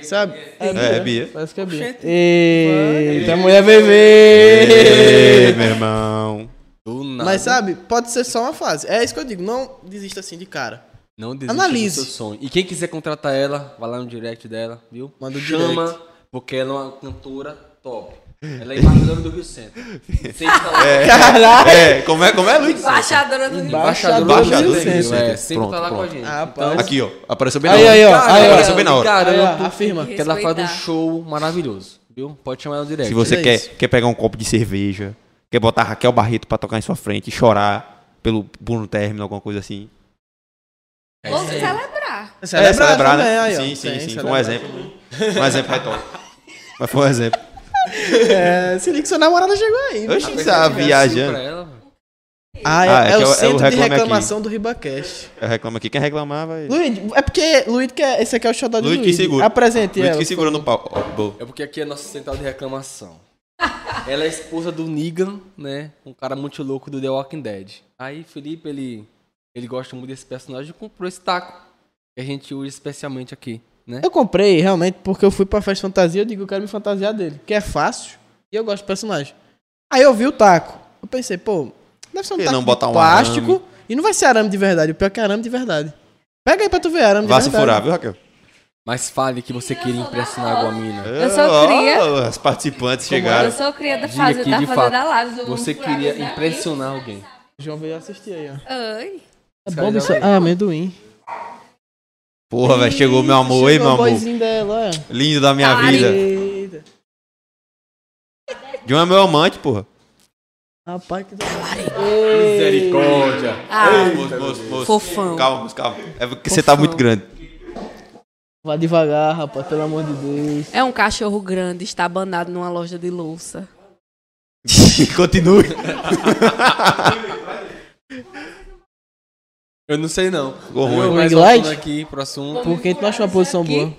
Speaker 3: Sabe?
Speaker 4: É, Bia.
Speaker 3: Parece que é Bia. Eita, a mulher veio ver.
Speaker 4: Ei, meu irmão.
Speaker 5: do nada.
Speaker 3: Mas sabe, pode ser só uma fase. É isso que eu digo, não desista assim de cara.
Speaker 5: Não desista
Speaker 3: Analise.
Speaker 5: do seu sonho. E quem quiser contratar ela, vai lá no direct dela, viu?
Speaker 3: Manda o
Speaker 5: Chama, porque ela é uma cantora top. Ela é embaixadora do Rio Centro. Sempre tá lá,
Speaker 3: Caralho!
Speaker 4: É, como é, como é, Luiz?
Speaker 2: Embaixadora do Rio.
Speaker 5: embaixadora
Speaker 4: Embaixadora
Speaker 5: do
Speaker 4: do
Speaker 5: Rio
Speaker 4: Rio
Speaker 5: Centro.
Speaker 4: Centro.
Speaker 5: É, sempre tá
Speaker 4: Pronto,
Speaker 5: lá com a
Speaker 4: pronto.
Speaker 5: gente.
Speaker 3: Rapaz.
Speaker 4: Aqui, ó. Apareceu bem
Speaker 3: Aí,
Speaker 4: na hora.
Speaker 3: aí, ó. Aí, ó.
Speaker 4: Apareceu bem na hora.
Speaker 3: Aí, ó,
Speaker 5: Garanto
Speaker 3: Afirma.
Speaker 5: que ela faz um
Speaker 2: Respeitar.
Speaker 5: show maravilhoso, viu? Pode chamar ela no direct.
Speaker 4: Se você
Speaker 3: É
Speaker 4: quer,
Speaker 3: isso.
Speaker 4: quer pegar um copo de cerveja, quer botar Raquel Barreto pra tocar em sua frente e chorar pelo Bruno Término, alguma coisa assim.
Speaker 5: É
Speaker 2: Ou
Speaker 5: isso aí.
Speaker 2: celebrar.
Speaker 4: É, celebrar,
Speaker 3: também,
Speaker 4: né?
Speaker 3: aí, ó.
Speaker 4: sim, sim,
Speaker 3: Tem,
Speaker 4: sim. Foi um
Speaker 3: celebrar.
Speaker 4: exemplo. Um exemplo retórico. Mas foi um exemplo.
Speaker 3: É, se liga que sua namorada chegou aí. né?
Speaker 4: Oxi, tá
Speaker 5: Pra
Speaker 4: viajando.
Speaker 5: ela.
Speaker 3: Ah, é,
Speaker 4: Ah,
Speaker 3: é
Speaker 4: é que é o- é
Speaker 3: o
Speaker 4: o
Speaker 3: centro de
Speaker 4: reclame aqui.
Speaker 3: reclamação do Ribacast.
Speaker 4: Eu reclamo aqui. Quem reclamar vai...
Speaker 3: Luiz, é porque Luiz que é, esse aqui é o xodó de
Speaker 4: Luiz
Speaker 3: Luiz.
Speaker 4: que segura.
Speaker 3: Apresente
Speaker 4: Luiz
Speaker 3: ela.
Speaker 4: que segurando o pau. Ó, boa.
Speaker 5: É porque aqui é a nossa central de reclamação. Ela é esposa do Negan, né? Um cara muito louco do The Walking Dead. Aí Felipe, ele, ele gosta muito desse personagem e comprou esse taco. Que a gente usa especialmente aqui, né?
Speaker 3: Eu comprei realmente porque eu fui pra festa fantasia, eu digo, eu quero me fantasiar dele, que é fácil e eu gosto do personagem. Aí eu vi o taco. Eu pensei, pô, deve ser um
Speaker 4: Por que
Speaker 3: taco
Speaker 4: não
Speaker 3: de
Speaker 4: botar um
Speaker 3: plástico
Speaker 4: arame?
Speaker 3: e não vai ser arame de verdade, o pior é que é arame de verdade. Pega aí pra tu ver arame
Speaker 4: Vá
Speaker 3: de
Speaker 4: se
Speaker 3: verdade.
Speaker 4: furar, viu, Raquel?
Speaker 5: Mas fale que você queria impressionar alguma mina.
Speaker 2: Eu só queria-
Speaker 4: Ó, As participantes
Speaker 2: Eu
Speaker 4: chegaram.
Speaker 2: sou criada da
Speaker 5: Diga
Speaker 2: fase
Speaker 5: aqui,
Speaker 2: da
Speaker 5: de
Speaker 2: fazenda
Speaker 5: fato,
Speaker 2: live. eu
Speaker 5: Você
Speaker 2: vou furar
Speaker 5: queria
Speaker 2: isso daqui.
Speaker 5: impressionar alguém.
Speaker 3: João veio assistir aí, ó.
Speaker 2: Ai.
Speaker 3: É
Speaker 5: Os
Speaker 3: bom
Speaker 5: caras
Speaker 3: isso?
Speaker 5: já-
Speaker 3: Ah, amendoim.
Speaker 4: Porra, velho, chegou meu amor,
Speaker 3: assim?
Speaker 4: hein,
Speaker 3: Chegou
Speaker 4: meu
Speaker 3: o
Speaker 4: amor.
Speaker 3: boyzinho dela, ó.
Speaker 4: Lindo da minha
Speaker 2: Cara,
Speaker 4: vida.
Speaker 3: Eita.
Speaker 4: John é meu amante, porra.
Speaker 3: Rapaz, que da
Speaker 5: Misericórdia.
Speaker 2: Ah,
Speaker 4: Moço, moço, moço.
Speaker 2: Fofão.
Speaker 4: Calma, moço, calma. É porque você tá muito grande.
Speaker 3: Vá devagar, rapaz, pelo amor de Deus.
Speaker 2: É um cachorro grande, está abanado numa loja de louça.
Speaker 4: Continue.
Speaker 5: Eu não sei não.
Speaker 4: Ficou
Speaker 5: Eu
Speaker 4: ruim.
Speaker 5: mais
Speaker 3: Ring light?
Speaker 5: voltando aqui pro assunto.
Speaker 3: Por que tu não achou uma posição boa?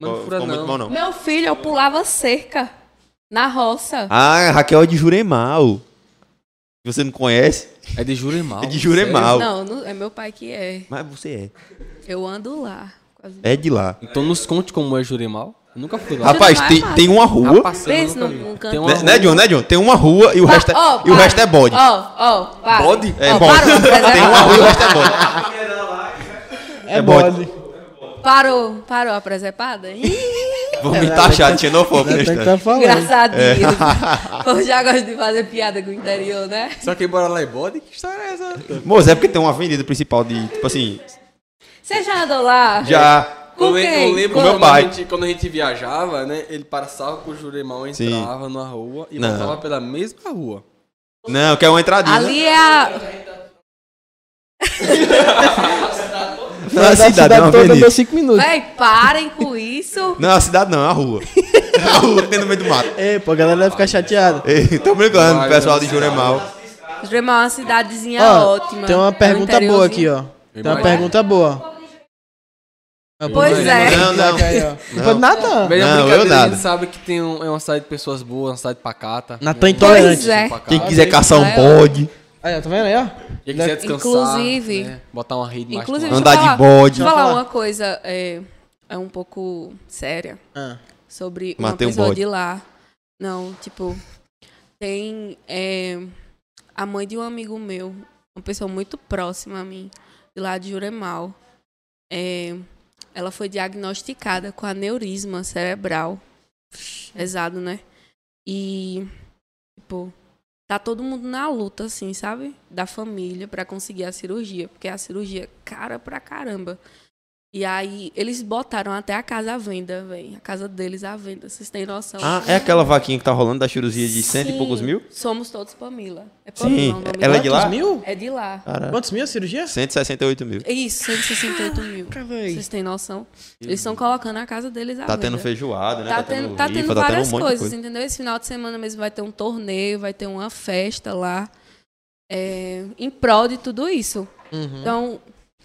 Speaker 5: Não me fura
Speaker 4: Ficou muito
Speaker 5: não.
Speaker 4: bom, não.
Speaker 2: Meu filho, eu pulava cerca na roça.
Speaker 4: Ah, Raquel é de Juremal. Se você não conhece,
Speaker 5: É de Juremal.
Speaker 4: é de Juremal.
Speaker 2: Não, não- é meu pai que é.
Speaker 4: Mas você é.
Speaker 2: Eu ando lá. Quase.
Speaker 4: É de lá.
Speaker 5: Então nos conte como é Juremal. Eu nunca fui lá.
Speaker 4: Rapaz,
Speaker 2: Juremal é
Speaker 4: tem,
Speaker 2: massa.
Speaker 4: tem uma rua.
Speaker 5: Rapaz, eu
Speaker 2: Pensa
Speaker 5: nunca
Speaker 2: num-
Speaker 5: vi.
Speaker 2: num canto.
Speaker 5: Tem uma
Speaker 4: Né,
Speaker 5: rua.
Speaker 4: né, John? Né, John? Tem uma rua e o resto é,
Speaker 2: Ó,
Speaker 4: e o
Speaker 2: para.
Speaker 4: resto é bode.
Speaker 2: Ó, ó, para.
Speaker 5: Bode?
Speaker 4: É
Speaker 2: Ó,
Speaker 4: bode.
Speaker 2: Parou,
Speaker 4: Tem uma rua e o
Speaker 2: apresentador.
Speaker 4: resto é bode.
Speaker 3: É,
Speaker 4: É bode.
Speaker 3: bode.
Speaker 2: Parou, parou a presepada? Ih,
Speaker 4: Vamos me taxar de xenofóbo.
Speaker 3: É, tem que tá falando.
Speaker 2: Engraçadinho.
Speaker 4: É.
Speaker 2: Eu já gosto de fazer piada com o interior, né?
Speaker 5: Só quem bora lá é bode? Que história é essa?
Speaker 4: Moço, é porque tem uma avenida principal de, tipo assim,
Speaker 2: Você já andou lá?
Speaker 4: já...
Speaker 2: Com
Speaker 5: eu, le-
Speaker 2: quem?
Speaker 5: eu lembro
Speaker 4: Com meu
Speaker 5: quando,
Speaker 4: pai.
Speaker 5: A gente, quando a gente viajava, né? Ele passava com o Juremal,
Speaker 4: Sim.
Speaker 5: entrava numa rua e
Speaker 4: Não.
Speaker 5: voltava pela mesma rua.
Speaker 4: Não, quer uma entradinha. né?
Speaker 2: Ali é a...
Speaker 4: Não é
Speaker 3: assim,
Speaker 4: a cidade, é uma
Speaker 3: toda
Speaker 4: avenida.
Speaker 3: deu 5 minutos.
Speaker 2: Véi, parem com isso.
Speaker 4: Não, é a cidade não, é a rua. É a rua que tem no meio do mato.
Speaker 3: É, pô, a galera vai ficar chateada.
Speaker 4: Ei, Tô brincando,
Speaker 5: Vai,
Speaker 4: pessoal de
Speaker 5: vai.
Speaker 4: Juremal.
Speaker 2: Jurema é uma cidadezinha
Speaker 3: Ó,
Speaker 2: ótima.
Speaker 3: tem
Speaker 2: É
Speaker 3: uma
Speaker 2: um
Speaker 3: pergunta boa aqui,
Speaker 2: interiorzinho.
Speaker 3: ó. Tem uma
Speaker 5: Imagina.
Speaker 3: pergunta boa.
Speaker 2: Pois é.
Speaker 4: Não, não.
Speaker 3: Foi Natan.
Speaker 5: Mas na
Speaker 4: Não, eu
Speaker 5: brincadeira, a
Speaker 4: nada.
Speaker 5: gente sabe que tem um- é uma cidade de pessoas boas, uma cidade pacata.
Speaker 3: Natan
Speaker 5: né?
Speaker 3: intolerante.
Speaker 2: Pois é.
Speaker 5: Pacata.
Speaker 4: Quem quiser caçar um
Speaker 2: É.
Speaker 4: bode,
Speaker 3: Aí, ó, tá vendo aí, ó?
Speaker 5: Quem quiser descansar,
Speaker 2: Inclusive-
Speaker 5: né? botar uma rede mais
Speaker 2: Inclusive,
Speaker 5: pro lado.
Speaker 4: Andar
Speaker 2: deixa eu
Speaker 4: de
Speaker 2: falar-
Speaker 4: bode.
Speaker 2: Deixa eu falar
Speaker 3: Pode falar.
Speaker 2: uma coisa é, é um pouco séria
Speaker 3: Ah,
Speaker 2: sobre
Speaker 4: Matei um
Speaker 2: uma pessoa
Speaker 4: bode.
Speaker 2: de lá. Não, tipo, tem é, a mãe de um amigo meu, uma pessoa muito próxima a mim, de lá de Juremal. É, ela foi diagnosticada com aneurisma cerebral. Pesado, né? E, tipo, tá todo mundo na luta, assim, sabe? Da família pra conseguir a cirurgia, porque a cirurgia é cara pra caramba. E aí, eles botaram até a casa à venda, velho. A casa deles à venda, vocês têm noção.
Speaker 4: Ah, é aquela vaquinha que tá rolando da chirurgia de cento e
Speaker 2: Sim,
Speaker 4: poucos mil?
Speaker 2: Somos todos Pamila. É Pamila
Speaker 4: Sim.
Speaker 2: o nome
Speaker 4: Ela é de
Speaker 2: dela.
Speaker 4: lá?
Speaker 3: Quantos mil?
Speaker 2: É de lá.
Speaker 4: Caralho.
Speaker 3: Quantos mil a cirurgia?
Speaker 4: 168 mil.
Speaker 2: Isso, 168 mil. Vocês têm noção? Eles estão colocando a casa deles à
Speaker 4: Tá
Speaker 2: venda.
Speaker 4: tendo feijoada, né?
Speaker 2: Tá tendo, tá
Speaker 4: rifa,
Speaker 2: tendo várias
Speaker 4: um monte de
Speaker 2: coisas,
Speaker 4: coisa.
Speaker 2: entendeu? Esse final de semana mesmo vai ter um torneio, vai ter uma festa lá. é, em prol de tudo isso.
Speaker 3: Uhum.
Speaker 2: Então,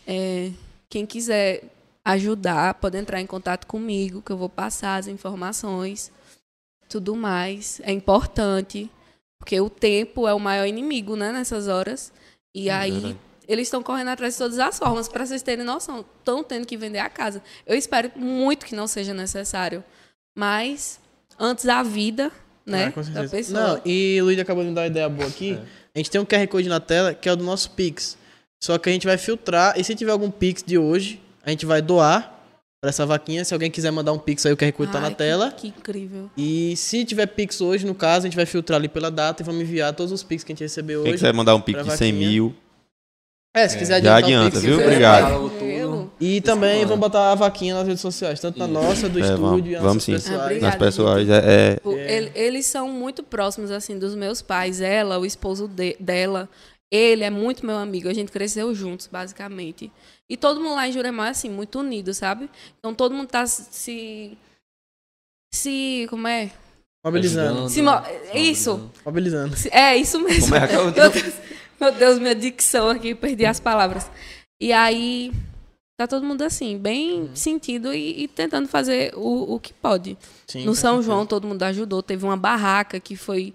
Speaker 2: é, quem quiser ajudar, pode entrar em contato comigo, que eu vou passar as informações, tudo mais. É importante, porque o tempo é o maior inimigo, né, nessas horas.
Speaker 3: É
Speaker 2: E aí, eles estão correndo atrás de todas as formas, para vocês terem noção. Estão tendo que vender a casa. Eu espero muito que não seja necessário, mas antes a vida, né,
Speaker 3: Ah, com
Speaker 2: da
Speaker 3: certeza.
Speaker 2: pessoa.
Speaker 3: Não, e o Luiz acabou de me dar uma ideia boa
Speaker 4: É.
Speaker 3: aqui. A gente tem um QR Code na tela, que é o do nosso Pix. Só que a gente vai filtrar, e se tiver algum Pix de hoje, a gente vai doar pra essa vaquinha. Se alguém quiser mandar um pix aí, o QR Code tá
Speaker 2: Ai,
Speaker 3: na
Speaker 2: que-
Speaker 3: tela.
Speaker 2: Que incrível.
Speaker 3: E se tiver pix hoje, no caso, a gente vai filtrar ali pela data e vamos enviar todos os pix que a gente recebeu
Speaker 4: Quem
Speaker 3: hoje.
Speaker 4: quiser mandar um pique
Speaker 3: pra
Speaker 4: de 100
Speaker 3: vaquinha.
Speaker 4: mil,
Speaker 3: É, se quiser
Speaker 4: Já
Speaker 3: adiantar o
Speaker 4: adianta,
Speaker 3: pix,
Speaker 4: viu?
Speaker 3: se quiser.
Speaker 4: Obrigado.
Speaker 2: Eu?
Speaker 3: E também
Speaker 5: semana.
Speaker 3: vamos botar a vaquinha nas redes sociais, tanto na
Speaker 5: Isso.
Speaker 3: nossa, do
Speaker 4: É,
Speaker 3: estúdio
Speaker 4: vamos-
Speaker 3: e nas
Speaker 4: vamos
Speaker 3: nossas
Speaker 4: sim.
Speaker 3: pessoais. né?
Speaker 4: nas
Speaker 2: Obrigada,
Speaker 4: pessoas, é, é-
Speaker 2: Tipo,
Speaker 3: É.
Speaker 2: ele- eles são muito próximos, assim, dos meus pais. Ela, o esposo de- dela. Ele é muito meu amigo. A gente cresceu juntos, basicamente. E todo mundo lá em Juremar, assim, muito unido, sabe? Então todo mundo tá se. Se. Como é?
Speaker 3: Mobilizando,
Speaker 5: Ajudando,
Speaker 2: Se mo-
Speaker 5: né?
Speaker 2: isso.
Speaker 3: mobilizando.
Speaker 2: Se- É, isso mesmo.
Speaker 4: Como é que eu-
Speaker 2: Meu Deus, meu Deus, minha dicção aqui, perdi as palavras. E aí, tá todo mundo assim, bem
Speaker 4: Uhum.
Speaker 2: sentido e, e tentando fazer o, o que pode.
Speaker 3: Sim,
Speaker 2: no
Speaker 3: com
Speaker 2: São
Speaker 3: certeza.
Speaker 2: João, todo mundo ajudou. Teve uma barraca que foi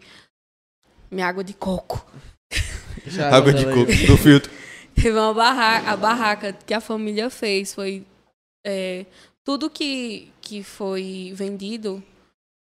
Speaker 2: minha água de coco.
Speaker 3: Já,
Speaker 4: água
Speaker 3: já
Speaker 4: de
Speaker 3: vai.
Speaker 4: coco do filtro.
Speaker 2: Teve uma barraca, a barraca que a família fez. Foi. é, tudo que, que foi vendido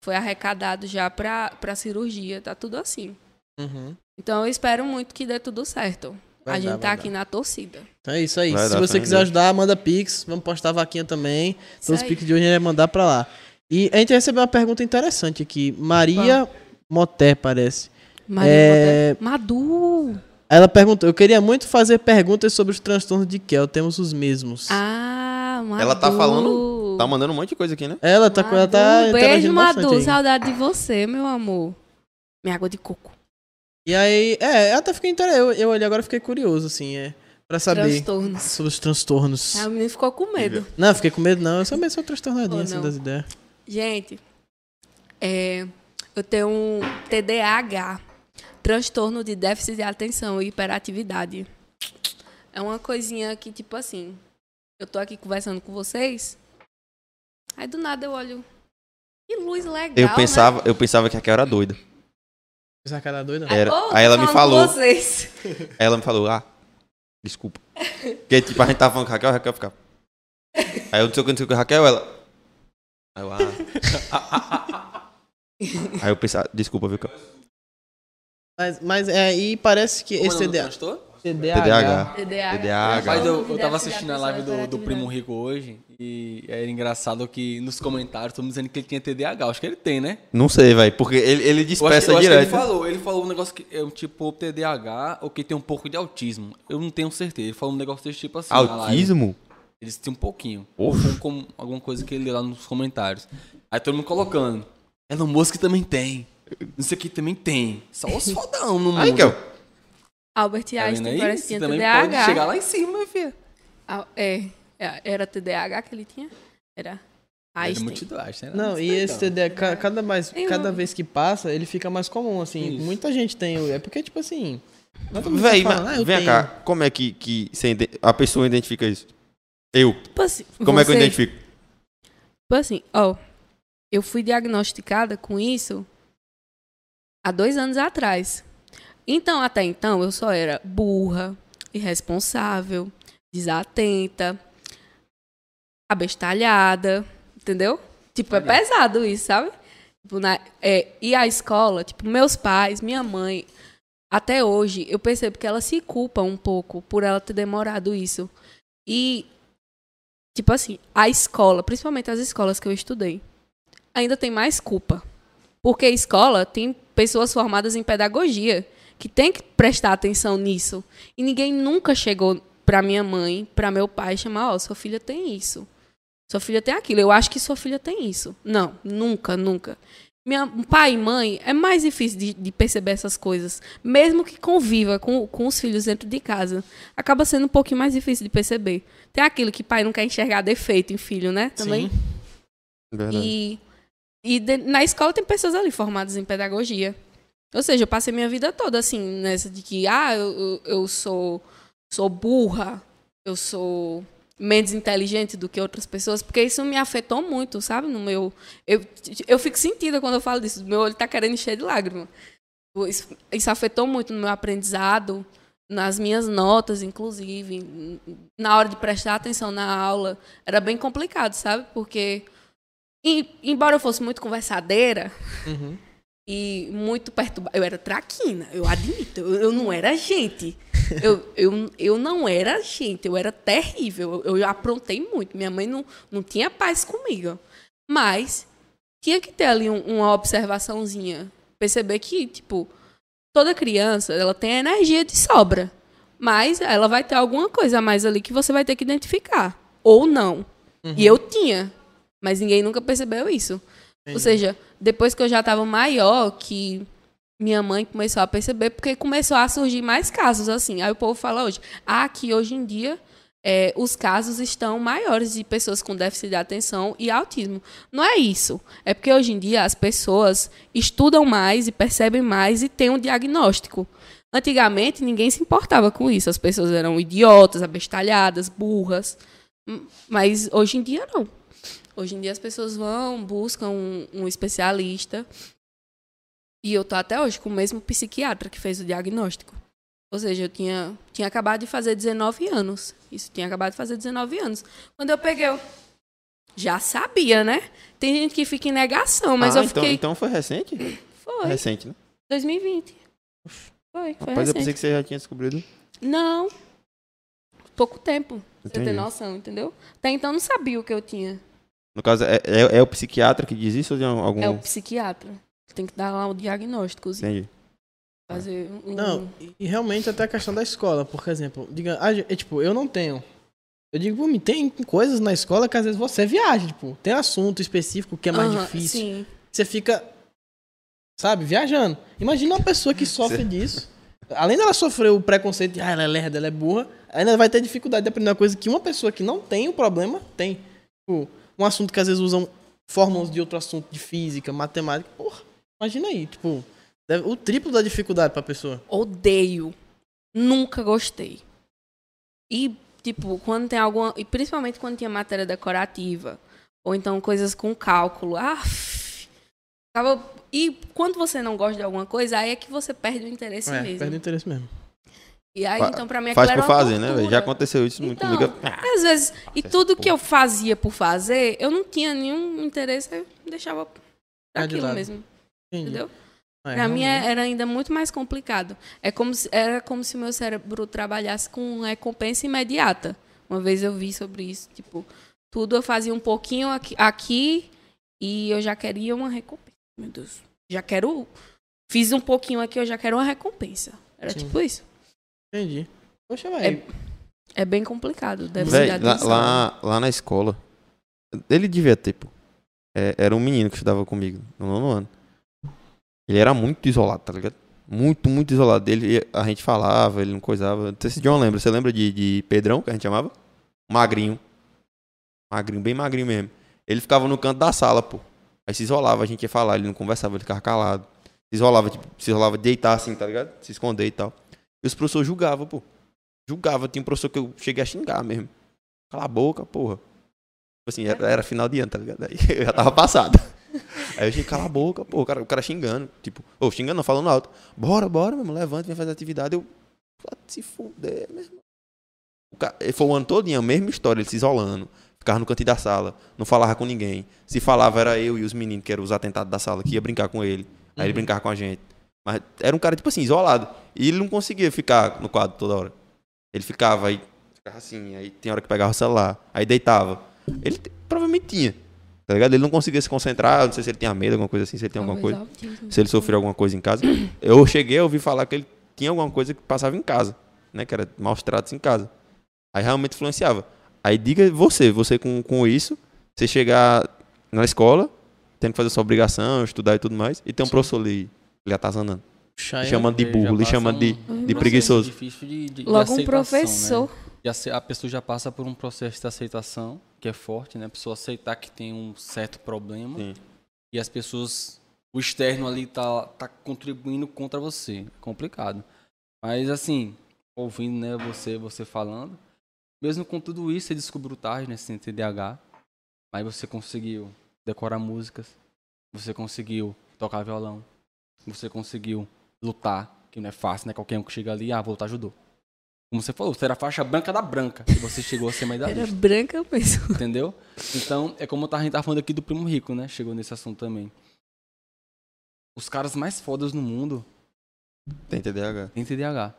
Speaker 2: foi arrecadado já pra, pra cirurgia. Tá tudo assim.
Speaker 3: Uhum.
Speaker 2: Então eu espero muito que dê tudo certo.
Speaker 3: Vai
Speaker 2: a
Speaker 3: dar,
Speaker 2: gente tá
Speaker 3: vai
Speaker 2: aqui
Speaker 3: dar.
Speaker 2: na torcida.
Speaker 3: Então é isso aí.
Speaker 4: Vai
Speaker 3: Se
Speaker 4: dar,
Speaker 3: você
Speaker 4: vai
Speaker 3: quiser
Speaker 4: dar.
Speaker 3: ajudar, manda pix. Vamos postar a vaquinha também.
Speaker 2: Isso
Speaker 3: Todos os
Speaker 2: aí.
Speaker 3: pix de hoje a gente vai mandar pra lá. E a gente recebeu uma pergunta interessante aqui. Maria Moté, parece.
Speaker 2: Maria
Speaker 3: É-
Speaker 2: Monteiro. Madu!
Speaker 3: Ela perguntou: Eu queria muito fazer perguntas sobre os transtornos de Kell. Temos os mesmos.
Speaker 2: Ah, Madu.
Speaker 4: Ela tá falando- Tá mandando um monte de coisa aqui, né?
Speaker 3: Ela tá, ela tá
Speaker 2: Madu, Beijo,
Speaker 3: interagindo
Speaker 2: Madu.
Speaker 3: bastante. aí.
Speaker 2: Saudade de você, meu amor. Minha água de coco.
Speaker 3: E aí, é, eu até fiquei inter... eu, eu olhei agora e fiquei curioso, assim, é. Pra saber
Speaker 2: Transtornos.
Speaker 3: sobre os transtornos.
Speaker 2: Aí É o menino ficou com medo.
Speaker 3: Não, eu fiquei com medo, não. Eu sou meio sou
Speaker 2: Ou
Speaker 3: transtornadinho, assim,
Speaker 2: não.
Speaker 3: das ideias.
Speaker 2: Gente, é, eu tenho um TDAH. Transtorno de déficit de atenção e hiperatividade. É uma coisinha que, tipo assim, eu tô aqui conversando com vocês, aí do nada eu olho. Que luz legal,
Speaker 4: Eu
Speaker 2: né?
Speaker 4: pensava, eu pensava que a Kel era doida.
Speaker 3: Essa cara doida?
Speaker 4: Era.
Speaker 2: Ô, tô
Speaker 4: Aí ela me
Speaker 2: falando
Speaker 4: falou.
Speaker 2: com vocês.
Speaker 4: Aí ela me falou, ah, desculpa. Porque, tipo, a gente tava falando com a Raquel, a Raquel ficava. Aí eu não sei o que, não sei o que, Raquel, ela. Aí eu, ah. Aí eu pensava, desculpa, viu, Raquel?
Speaker 3: Mas, mas é, e parece que
Speaker 5: Como
Speaker 3: esse
Speaker 5: é o nome do
Speaker 3: TDA
Speaker 5: transtorno?
Speaker 3: TDAH.
Speaker 4: TDAH.
Speaker 2: TDAH.
Speaker 5: Rapaz,
Speaker 4: TDAH.
Speaker 5: eu, eu
Speaker 2: Deve
Speaker 5: tava
Speaker 2: ser
Speaker 5: assistindo
Speaker 2: da
Speaker 5: a live do, do
Speaker 2: personalidade.
Speaker 5: Primo Rico hoje e era engraçado que nos comentários todo mundo dizendo que ele tinha TDAH. Acho que ele tem, né?
Speaker 4: Não sei, velho, porque ele, ele
Speaker 5: Eu acho, que-
Speaker 4: dispersa
Speaker 5: eu acho que ele
Speaker 4: direto.
Speaker 5: falou. Ele falou um negócio que é um tipo TDAH ou que tem um pouco de autismo. Eu não tenho certeza. Ele falou um negócio desse tipo assim. na live.
Speaker 4: Autismo?
Speaker 5: Eles tinham um pouquinho. Ou
Speaker 4: Oxe.
Speaker 5: foi com alguma coisa que ele leu lá nos comentários. Aí todo mundo colocando. Elon Musk também tem. Isso aqui também tem. Só os fodão no mundo.
Speaker 4: Aí, Kel.
Speaker 2: Albert
Speaker 5: Tá vendo
Speaker 2: Einstein
Speaker 5: aí?
Speaker 2: parece que
Speaker 5: Você
Speaker 2: tinha
Speaker 5: também
Speaker 2: TDAH.
Speaker 5: pode chegar lá em cima, minha filha.
Speaker 2: Ah, é, é, era TDAH que ele tinha? Era
Speaker 5: Era
Speaker 2: Einstein.
Speaker 5: multidão, Einstein, né?
Speaker 3: Não,
Speaker 5: Isso
Speaker 3: e
Speaker 5: aí,
Speaker 3: esse
Speaker 5: então.
Speaker 3: TDA, ca- cada, mais,
Speaker 2: Tem
Speaker 3: cada
Speaker 2: um.
Speaker 3: vez que passa, ele fica mais comum, assim.
Speaker 5: Isso.
Speaker 3: Muita gente tem. o- É porque, tipo assim. não todo mundo
Speaker 4: Véi,
Speaker 3: fala,
Speaker 4: mas
Speaker 3: "Ah, eu
Speaker 4: vem
Speaker 3: tenho."
Speaker 4: cá, como é que, que você ide- a pessoa identifica isso? Eu,
Speaker 2: Tipo assim,
Speaker 4: como é que eu
Speaker 2: você-
Speaker 4: identifico?
Speaker 2: Tipo assim, ó, eu fui diagnosticada com isso há dois anos atrás. Então, até então, eu só era burra, irresponsável, desatenta, abestalhada, entendeu? Tipo, é pesado isso, sabe? Tipo, na- é, e a escola, tipo, meus pais, minha mãe, até hoje, eu percebo que ela se culpa um pouco por ela ter demorado isso. E, tipo assim, a escola, principalmente as escolas que eu estudei, ainda tem mais culpa. Porque a escola tem pessoas formadas em pedagogia que tem que prestar atenção nisso. E ninguém nunca chegou pra minha mãe, pra meu pai, chamar, ó, sua filha tem isso. Sua filha tem aquilo. Eu acho que sua filha tem isso. Não, nunca, nunca. Minha pai e mãe é mais difícil de, de perceber essas coisas. Mesmo que conviva com, com os filhos dentro de casa. Acaba sendo um pouquinho mais difícil de perceber. Tem aquilo que pai não quer enxergar defeito em filho, né? Também.
Speaker 3: Sim.
Speaker 4: Verdade.
Speaker 2: E, e de- na escola tem pessoas ali formadas em pedagogia. Ou seja, eu passei minha vida toda assim, nessa de que, ah, eu, eu- eu sou, sou burra, eu sou menos inteligente do que outras pessoas, porque isso me afetou muito, sabe? No meu. Eu, eu fico sentida quando eu falo disso, meu olho tá querendo encher de lágrima. Isso, isso afetou muito no meu aprendizado, nas minhas notas, inclusive, na hora de prestar atenção na aula. Era bem complicado, sabe? Porque e, embora eu fosse muito conversadeira,
Speaker 3: Uhum.
Speaker 2: e muito perturbada. Eu era traquina, eu admito. Eu, eu não era gente. Eu, eu, eu não era gente, eu era terrível. Eu, eu aprontei muito. Minha mãe não, não tinha paz comigo. Mas tinha que ter ali um- uma observaçãozinha. Perceber que, tipo, toda criança, ela tem energia de sobra. Mas ela vai ter alguma coisa a mais ali que você vai ter que identificar. Ou não. E eu tinha. Mas ninguém nunca percebeu isso. Ou seja, depois que eu já estava maior, que minha mãe começou a perceber, porque começou a surgir mais casos assim. Aí o povo fala hoje, ah, que hoje em dia é, os casos estão maiores de pessoas com déficit de atenção e autismo. Não é isso. É porque hoje em dia as pessoas estudam mais e percebem mais e têm um diagnóstico. Antigamente ninguém se importava com isso. As pessoas eram idiotas, abestalhadas, burras. Hum, Mas hoje em dia não. Hoje em dia as pessoas vão, buscam um, um especialista. E eu tô até hoje com o mesmo psiquiatra que fez o diagnóstico. Ou seja, eu tinha, tinha acabado de fazer 19 anos. Isso, tinha acabado de fazer 19 anos. Quando eu peguei, eu já sabia, né? Tem gente que fica em negação, mas
Speaker 4: Ah,
Speaker 2: eu
Speaker 4: então,
Speaker 2: fiquei.
Speaker 4: então foi recente?
Speaker 2: Foi,
Speaker 4: Recente, né?
Speaker 2: 2020. Foi, foi
Speaker 4: Rapaz, eu
Speaker 2: recente.
Speaker 4: pensei que você já tinha descobrido.
Speaker 2: Não. Pouco tempo. Pra Você
Speaker 4: Entendi.
Speaker 2: ter noção, entendeu? Até então não sabia o que eu tinha.
Speaker 4: No caso, é, é- é o psiquiatra que diz isso ou de algum.
Speaker 2: É o psiquiatra. Tem que dar lá o diagnóstico.
Speaker 4: Entendi.
Speaker 2: Fazer um.
Speaker 3: Não, e- e realmente até a questão da escola, por exemplo, diga, a gen- é, tipo, eu não tenho. Eu digo, por mim, tem coisas na escola que às vezes você viaja, tipo, tem assunto específico que é mais
Speaker 2: Aham,
Speaker 3: difícil.
Speaker 2: Sim.
Speaker 3: Você fica, sabe, viajando. Imagina uma pessoa que sofre disso. Além dela sofrer o preconceito de, ah, ela é lerda, ela é burra, ainda vai ter dificuldade de aprender uma coisa que uma pessoa que não tem o problema tem. Tipo, um assunto que às vezes usam fórmulas de outro assunto, de física, matemática. Porra, imagina aí, tipo, deve- o triplo da dificuldade pra pessoa.
Speaker 2: Odeio. Nunca gostei. E, tipo, quando tem alguma. E principalmente quando tinha matéria decorativa. Ou então coisas com cálculo. Ah, E quando você não gosta de alguma coisa, aí é que você perde o interesse
Speaker 3: é,
Speaker 2: mesmo.
Speaker 3: perde o interesse mesmo.
Speaker 2: E aí,
Speaker 4: Fa-
Speaker 2: então, pra mim,
Speaker 4: Faz
Speaker 2: aquilo
Speaker 4: por
Speaker 2: era uma
Speaker 4: fazer, né, velho? Já
Speaker 2: tortura.
Speaker 4: aconteceu isso muito
Speaker 2: Então,
Speaker 4: comigo.
Speaker 2: Às vezes, e
Speaker 4: Certo,
Speaker 2: tudo que
Speaker 4: pô.
Speaker 2: eu fazia por fazer, eu não tinha nenhum interesse, eu deixava
Speaker 3: Tá de
Speaker 2: aquilo
Speaker 3: lado.
Speaker 2: mesmo,
Speaker 3: Entendi.
Speaker 2: entendeu?
Speaker 3: É,
Speaker 2: Pra mim
Speaker 3: realmente.
Speaker 2: é- era ainda muito mais complicado. É como se, era como se meu cérebro trabalhasse com recompensa imediata. Uma vez eu vi sobre isso, tipo, tudo eu fazia um pouquinho aqui, aqui e eu já queria uma recompensa. Meu Deus, já quero fiz um pouquinho aqui, eu já quero uma recompensa. Era
Speaker 3: Sim.
Speaker 2: tipo isso.
Speaker 3: Entendi. Poxa, velho.
Speaker 2: É bem complicado, deve
Speaker 4: Véi,
Speaker 2: ser de
Speaker 4: lá,
Speaker 2: atenção.
Speaker 4: lá, lá na escola, ele devia ter, pô. É, era um menino que estudava comigo no nono ano. Ele era muito isolado, tá ligado? Muito, muito isolado. Ele, a gente falava, ele não coisava. Não sei se John lembra. Você lembra de, de Pedrão, que a gente chamava? Magrinho. Magrinho, bem magrinho mesmo. Ele ficava no canto da sala, pô. Aí se isolava, a gente ia falar, ele não conversava, ele ficava calado. Se isolava, tipo, se isolava de deitar assim, tá ligado? Se esconder e tal. E os professores julgavam, pô. Julgava, tinha um professor que eu cheguei a xingar mesmo. Cala a boca, porra. Tipo assim, era, era final de ano, tá ligado? Aí eu já tava passado. Aí eu cheguei, cala a boca, porra. O cara, o cara xingando. Tipo, ô, xingando, não, falando alto. Bora, bora, meu irmão, levanta, vem fazer atividade. Eu, "Vai se fuder, meu irmão. O ca- e Foi o ano todinho, a mesma história, ele se isolando. Ficava no cantinho da sala, não falava com ninguém. Se falava, era eu e os meninos, que eram os atentados da sala, que ia brincar com ele. Aí ele
Speaker 3: Uhum.
Speaker 4: brincava com a gente. Mas era um cara, tipo assim, isolado. E ele não conseguia ficar no quadro toda hora. Ele ficava aí, ficava assim, aí tem hora que pegava o celular, aí deitava. Ele te- provavelmente tinha, tá ligado? Ele não conseguia se concentrar, não sei se ele tinha medo, alguma coisa assim, se ele tem alguma
Speaker 2: Talvez
Speaker 4: coisa,
Speaker 2: autismo.
Speaker 5: é
Speaker 4: se ele sofreu alguma coisa em casa. Eu cheguei a ouvir falar que ele tinha alguma coisa que passava em casa, né? Que era maus tratos em casa. Aí realmente influenciava. Aí diga você, você com, com isso, você chegar na escola, tendo que fazer sua obrigação, estudar e tudo mais, e tem um professor ali, ele atazanando,
Speaker 3: Puxa, é
Speaker 4: lhe
Speaker 3: aí,
Speaker 4: chamando de
Speaker 5: É, Já
Speaker 4: burro, lhe
Speaker 5: passa
Speaker 4: chamando de,
Speaker 5: um
Speaker 2: Ai,
Speaker 4: de
Speaker 5: processo
Speaker 4: preguiçoso.
Speaker 5: difícil de- de- de
Speaker 2: Logo um
Speaker 5: aceitação,
Speaker 2: professor.
Speaker 5: né? De ace- A pessoa já passa por um processo de aceitação, que é forte, né? A pessoa aceitar que tem um certo problema.
Speaker 4: Sim.
Speaker 5: E as pessoas. O externo ali tá, tá contribuindo contra você. É complicado. Mas assim, ouvindo, né, você, você falando. Mesmo com tudo isso, você descobriu tarde, né? Sem TDAH. Aí você conseguiu decorar músicas. Você conseguiu tocar violão. Você conseguiu lutar, que não é fácil, né? Qualquer um que chega ali, ah, vou lutar judô. Como você falou, você era a faixa branca da branca. E você chegou a ser medalhista
Speaker 2: Era branca mesmo.
Speaker 5: entendeu? tá Então, é como a gente tá falando aqui do primo rico, né? Chegou nesse assunto também. O os caras mais fodas no mundo
Speaker 4: Tem TDAH.
Speaker 5: têm TDAH.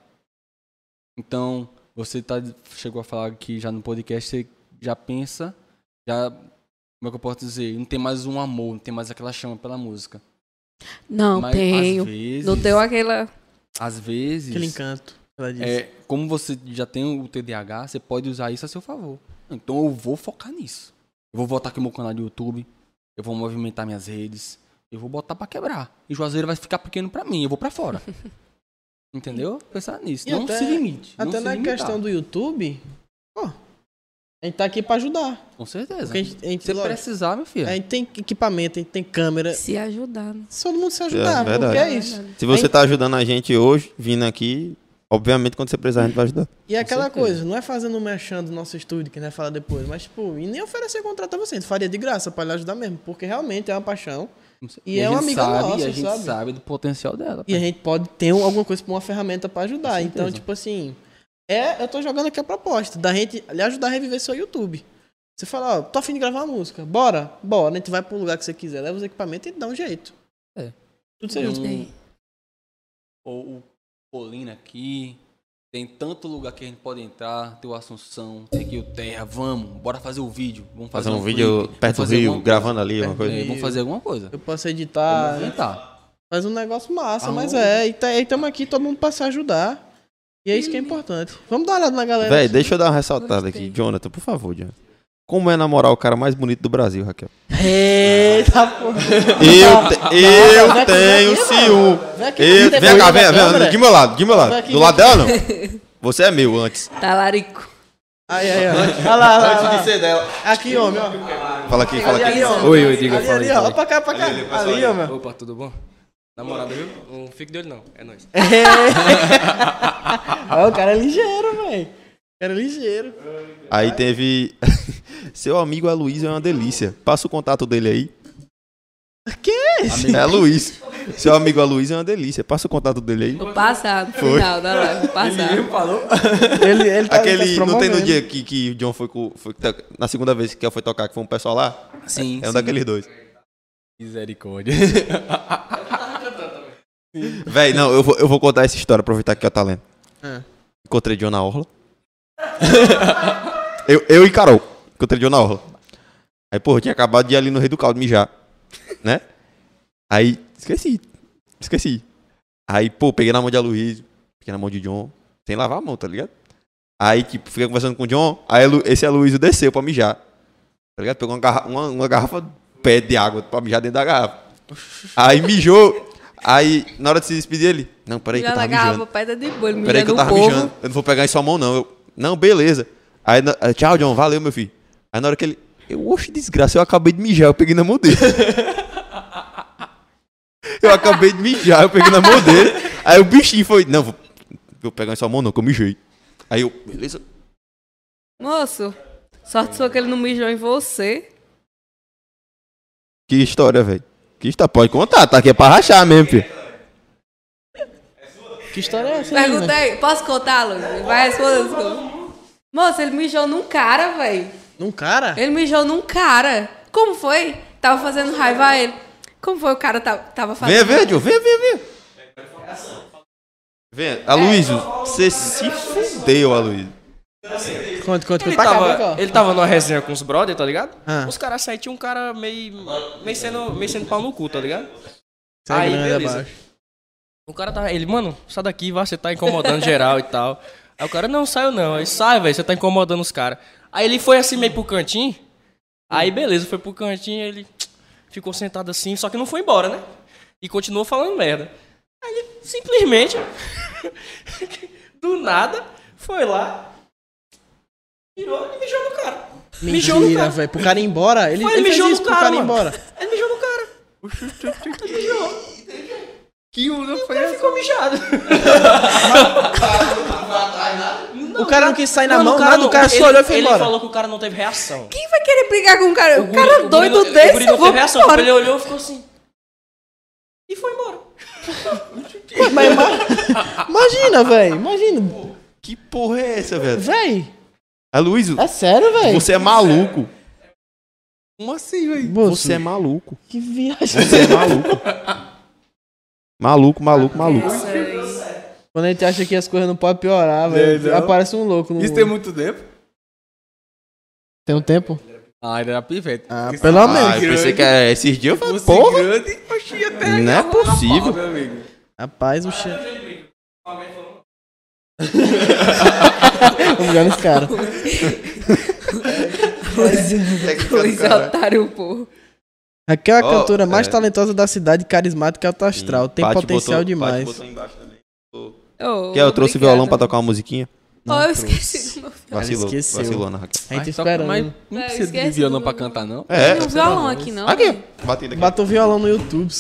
Speaker 5: Então, você tá, chegou a falar que já no podcast você já pensa, já. Como é que eu posso dizer? Não tem mais um amor, não tem mais aquela chama pela música.
Speaker 2: Não
Speaker 5: Mas,
Speaker 2: tenho.
Speaker 5: Às vezes,
Speaker 2: Não tenho aquela.
Speaker 5: às vezes
Speaker 3: Aquele encanto. Ela disse.
Speaker 5: É, como você já tem o TDAH, você pode usar isso a seu favor. Então eu vou focar nisso. Eu vou voltar aqui no meu canal do YouTube, eu vou movimentar minhas redes, eu vou botar pra quebrar. E Juazeiro vai ficar pequeno pra mim, eu vou pra fora. Entendeu? Pensar nisso.
Speaker 3: E
Speaker 5: não
Speaker 3: até-
Speaker 5: se limite. não
Speaker 3: Até
Speaker 5: se
Speaker 3: na
Speaker 5: limitar.
Speaker 3: questão do YouTube, pô, a gente tá aqui pra ajudar.
Speaker 5: Com certeza.
Speaker 3: Porque a gente, a gente-
Speaker 5: Se
Speaker 3: lógico, É,
Speaker 5: precisar, meu filho.
Speaker 3: a gente tem equipamento, a gente tem câmera.
Speaker 2: Se ajudar. né?
Speaker 3: Se todo mundo se ajudar,
Speaker 4: É,
Speaker 3: porque
Speaker 4: verdade.
Speaker 3: é isso.
Speaker 4: Se você tá ajudando a gente hoje, vindo aqui, obviamente quando você precisar a gente vai ajudar.
Speaker 3: E é aquela
Speaker 5: certeza.
Speaker 3: coisa, não é fazendo um merchan do nosso estúdio, que não é falar depois, mas, tipo, e nem oferecer contrato a você, a gente faria de graça pra lhe ajudar mesmo, porque realmente é uma paixão. e é
Speaker 5: a
Speaker 3: uma
Speaker 5: gente
Speaker 3: amiga
Speaker 5: sabe,
Speaker 3: nossa,
Speaker 5: E a gente
Speaker 3: sabe?
Speaker 5: sabe, do potencial dela. tá?
Speaker 3: E a gente pode ter um- alguma coisa, uma ferramenta pra
Speaker 5: Com
Speaker 3: ajudar.
Speaker 5: certeza.
Speaker 3: Então, tipo assim, é, eu tô jogando aqui a proposta da gente lhe ajudar a reviver seu YouTube. Você fala, ó, tô afim de gravar uma música, bora, bora, a gente vai pro lugar que você quiser, leva os equipamentos e dá um jeito.
Speaker 5: É.
Speaker 3: Tudo
Speaker 5: Tem
Speaker 3: seja.
Speaker 5: um-
Speaker 2: Tem.
Speaker 5: ou o Colina aqui. Tem tanto lugar que a gente pode entrar. Tem o Assunção, tem aqui o Terra. Vamos, bora fazer o vídeo. Vamos fazer,
Speaker 4: Fazer um vídeo
Speaker 5: clipe,
Speaker 4: perto do
Speaker 5: vamos fazer
Speaker 4: rio,
Speaker 5: alguma
Speaker 4: gravando ali, uma
Speaker 3: Perto
Speaker 4: coisa.
Speaker 5: coisa. É, vamos fazer alguma coisa.
Speaker 3: Eu posso
Speaker 5: Vamos
Speaker 3: editar,
Speaker 5: tentar.
Speaker 3: faz um negócio massa,
Speaker 5: Ah,
Speaker 3: mas
Speaker 5: não.
Speaker 3: é, e tá- e tamo aqui todo mundo pra se ajudar. E é isso que é importante. Vamos dar uma olhada na galera.
Speaker 4: Véi, deixa eu dar uma ressaltada
Speaker 2: Gostei.
Speaker 4: aqui. Jonathan, por favor, Jonathan. Como é namorar o cara mais bonito do Brasil, Raquel?
Speaker 3: Eita,
Speaker 5: Ah.
Speaker 3: porra.
Speaker 4: Eu, te- eu
Speaker 3: Não, não é que- não
Speaker 4: tenho
Speaker 3: é que-
Speaker 4: ciúme.
Speaker 3: não é que-
Speaker 4: Eu,
Speaker 3: não tem
Speaker 4: vem cá,
Speaker 3: problema
Speaker 4: vem,
Speaker 3: da câmera.
Speaker 4: vem, de meu lado, de meu
Speaker 3: Não é
Speaker 4: lado.
Speaker 3: que-
Speaker 4: Do lado dela, não. Você é meu antes.
Speaker 2: Talarico.
Speaker 3: Ai, ai, ai. Olha lá, olha lá, olha lá. Aqui, homem, ó.
Speaker 4: Fala aqui, fala
Speaker 3: Ali,
Speaker 4: aqui.
Speaker 3: ó.
Speaker 5: Oi, oi, diga,
Speaker 3: ali,
Speaker 5: fala
Speaker 3: ali,
Speaker 5: aí,
Speaker 3: ó.
Speaker 5: fala aí.
Speaker 3: Pra cá, pra cá. Ali, ó, meu.
Speaker 5: Opa, tudo bom? Namorada, viu?
Speaker 1: Não fique de olho, não. É nóis.
Speaker 3: Ó, o cara é ligeiro, velho. O cara é ligeiro.
Speaker 4: Aí teve. Seu amigo Aloysio é uma delícia. Passa o contato dele aí.
Speaker 3: Esse.
Speaker 4: É Luiz. Seu amigo Aloysio é uma delícia. Passa o contato dele aí.
Speaker 2: O passado, final da live. O passado.
Speaker 3: Ele, ele tá
Speaker 4: Aquele.
Speaker 3: se
Speaker 4: Não tem no
Speaker 3: promovendo.
Speaker 4: dia que, que o John foi com. foi- na segunda vez que ele foi tocar, que foi um pessoal lá?
Speaker 5: Sim.
Speaker 4: É um
Speaker 5: sim.
Speaker 4: daqueles dois.
Speaker 5: Misericórdia.
Speaker 4: Véi, não, eu vou, eu vou contar essa história, aproveitar que é o talento.
Speaker 3: Ah.
Speaker 4: Encontrei John na Orla. eu, eu e Carol. Encontrei John na Orla. Aí, porra, eu tinha acabado de ir ali no Rei do Caldo mijar. Né? Aí, esqueci. Esqueci. Aí, pô, peguei na mão de Aloysio, peguei na mão de John, sem lavar a mão, tá ligado? Aí, tipo, fiquei conversando com o John, aí Alo- esse Aloysio desceu pra mijar. Tá ligado? Pegou uma, garra- uma, uma garrafa pé de água pra mijar dentro da garrafa. Aí mijou. Aí, na hora de se despedir, ele. Não, peraí que eu
Speaker 2: Milhão na
Speaker 4: tava mijando.
Speaker 2: garrafa, pedra de boi, milhão
Speaker 4: Peraí que eu
Speaker 2: no
Speaker 4: tava
Speaker 2: povo.
Speaker 4: mijando. Eu não vou pegar em sua mão, não. Eu, não, beleza. Aí, na- aí, tchau, John. Valeu, meu filho. Aí na hora que ele. Eu, oxe, desgraça, eu acabei de mijar, eu peguei na mão dele. eu acabei de mijar, eu peguei na mão dele. Aí o bichinho foi. Não, vou, vou pegar em sua mão, não, que eu mijei. Aí eu, beleza.
Speaker 2: Moço, sorte sua que ele não mijou em você.
Speaker 4: Que história, velho. Que história? Pode contar, tá aqui é pra rachar mesmo, filho.
Speaker 3: Que história é essa, menina?
Speaker 2: Perguntei, posso contar, Luiz? Ele Vai responder. desculpa. Moço, ele mijou num cara, velho.
Speaker 3: Num cara?
Speaker 2: Ele mijou num cara. Como foi? Tava fazendo raiva a ele. Como foi o cara ta- tava fazendo?
Speaker 4: Vem, vem, John, vem, vem, vem. Vem, Aloysio, você se fudeu, Aloysio.
Speaker 3: Conta, conta, conta. Pra cá,
Speaker 1: Ele
Speaker 3: pra cá,
Speaker 1: tava,
Speaker 3: ó.
Speaker 1: ele tava numa resenha com os brother, tá ligado?
Speaker 3: Ah.
Speaker 1: Os caras saíram, tinha um cara meio, meio, sendo, meio sendo pau no cu, tá ligado?
Speaker 3: Sai
Speaker 1: aí,
Speaker 3: grande
Speaker 1: beleza.
Speaker 3: abaixo.
Speaker 1: O cara tava, ele, mano, sai daqui, vai, você tá incomodando geral e tal. Aí o cara, não, saiu não. Aí sai, velho, você tá incomodando os caras. Aí ele foi assim meio pro cantinho. Aí beleza, foi pro cantinho, ele ficou sentado assim, só que não foi embora, né? E continuou falando merda. Aí ele simplesmente, do nada, foi lá, virou e mijou no cara. mijou no
Speaker 3: Mentira,
Speaker 1: cara.
Speaker 3: velho. Pro cara ir embora, ele,
Speaker 1: Foi,
Speaker 3: ele fez
Speaker 1: mijou
Speaker 3: isso
Speaker 1: no
Speaker 3: pro
Speaker 1: cara,
Speaker 3: cara ir
Speaker 1: mano.
Speaker 3: embora.
Speaker 1: Ele mijou no cara. Ele mijou. Que o cara ficou mijado.
Speaker 3: O cara não quis sair na
Speaker 1: Mano,
Speaker 3: mão, nada, o cara só olhou e foi
Speaker 1: ele
Speaker 3: embora.
Speaker 1: Ele falou que o cara não teve reação.
Speaker 2: Quem vai querer brigar com um cara? O,
Speaker 1: guri-
Speaker 2: cara
Speaker 1: guri
Speaker 2: doido
Speaker 1: não- O
Speaker 2: desse,
Speaker 1: guri
Speaker 2: eu
Speaker 1: não
Speaker 2: vou
Speaker 1: teve reação,
Speaker 2: embora.
Speaker 1: ele olhou e ficou assim. E foi embora.
Speaker 3: Mas ima- imagina, velho. Imagina.
Speaker 4: Que porra é essa, velho?
Speaker 3: Véi,
Speaker 4: Aloysio,
Speaker 3: é sério, velho.
Speaker 4: você é maluco.
Speaker 5: Como assim, velho?
Speaker 3: Moço,
Speaker 4: Você é maluco.
Speaker 3: que viagem.
Speaker 4: Você é maluco. Maluco, maluco, maluco.
Speaker 3: Quando a gente acha que as coisas não podem piorar, velho,
Speaker 5: Entendeu?
Speaker 3: aparece um louco no
Speaker 5: Isso
Speaker 3: mundo.
Speaker 5: tem muito tempo?
Speaker 3: Tem um tempo?
Speaker 5: Ah, ele era pivete. é
Speaker 3: Ah, pelo menos.
Speaker 4: Ah, eu pensei que era esses dias eu falei,
Speaker 5: Você é
Speaker 4: porra,
Speaker 5: grande, oxi, até
Speaker 4: Não é
Speaker 5: agarrou na pau,
Speaker 4: possível.
Speaker 5: meu amigo.
Speaker 3: Rapaz, o cheiro. Vamos jogar nesse cara.
Speaker 2: Coisa otário, pô.
Speaker 3: Raquel é a
Speaker 4: Ó,
Speaker 3: cantora mais
Speaker 4: é.
Speaker 3: talentosa da cidade, carismática e alto astral. Tem
Speaker 4: Paty
Speaker 3: potencial
Speaker 4: botou- Paty
Speaker 3: demais.
Speaker 4: botou embaixo também.
Speaker 2: Oh,
Speaker 4: Que eu trouxe o
Speaker 2: obrigada.
Speaker 4: violão pra tocar um uma musiquinha.
Speaker 2: Oh, eu esqueci do meu violão.
Speaker 4: Vacilou,
Speaker 3: esqueceu.
Speaker 4: vacilou na Raquel.
Speaker 3: A gente
Speaker 5: Mas toca-
Speaker 3: esperando.
Speaker 5: Mas não
Speaker 2: É,
Speaker 5: precisa de
Speaker 2: esquece
Speaker 5: violão
Speaker 2: do-
Speaker 5: pra cantar, não.
Speaker 4: É.
Speaker 2: Tem um violão aqui, não? velho?
Speaker 4: Aqui, batendo aqui.
Speaker 3: Bateu violão no YouTube.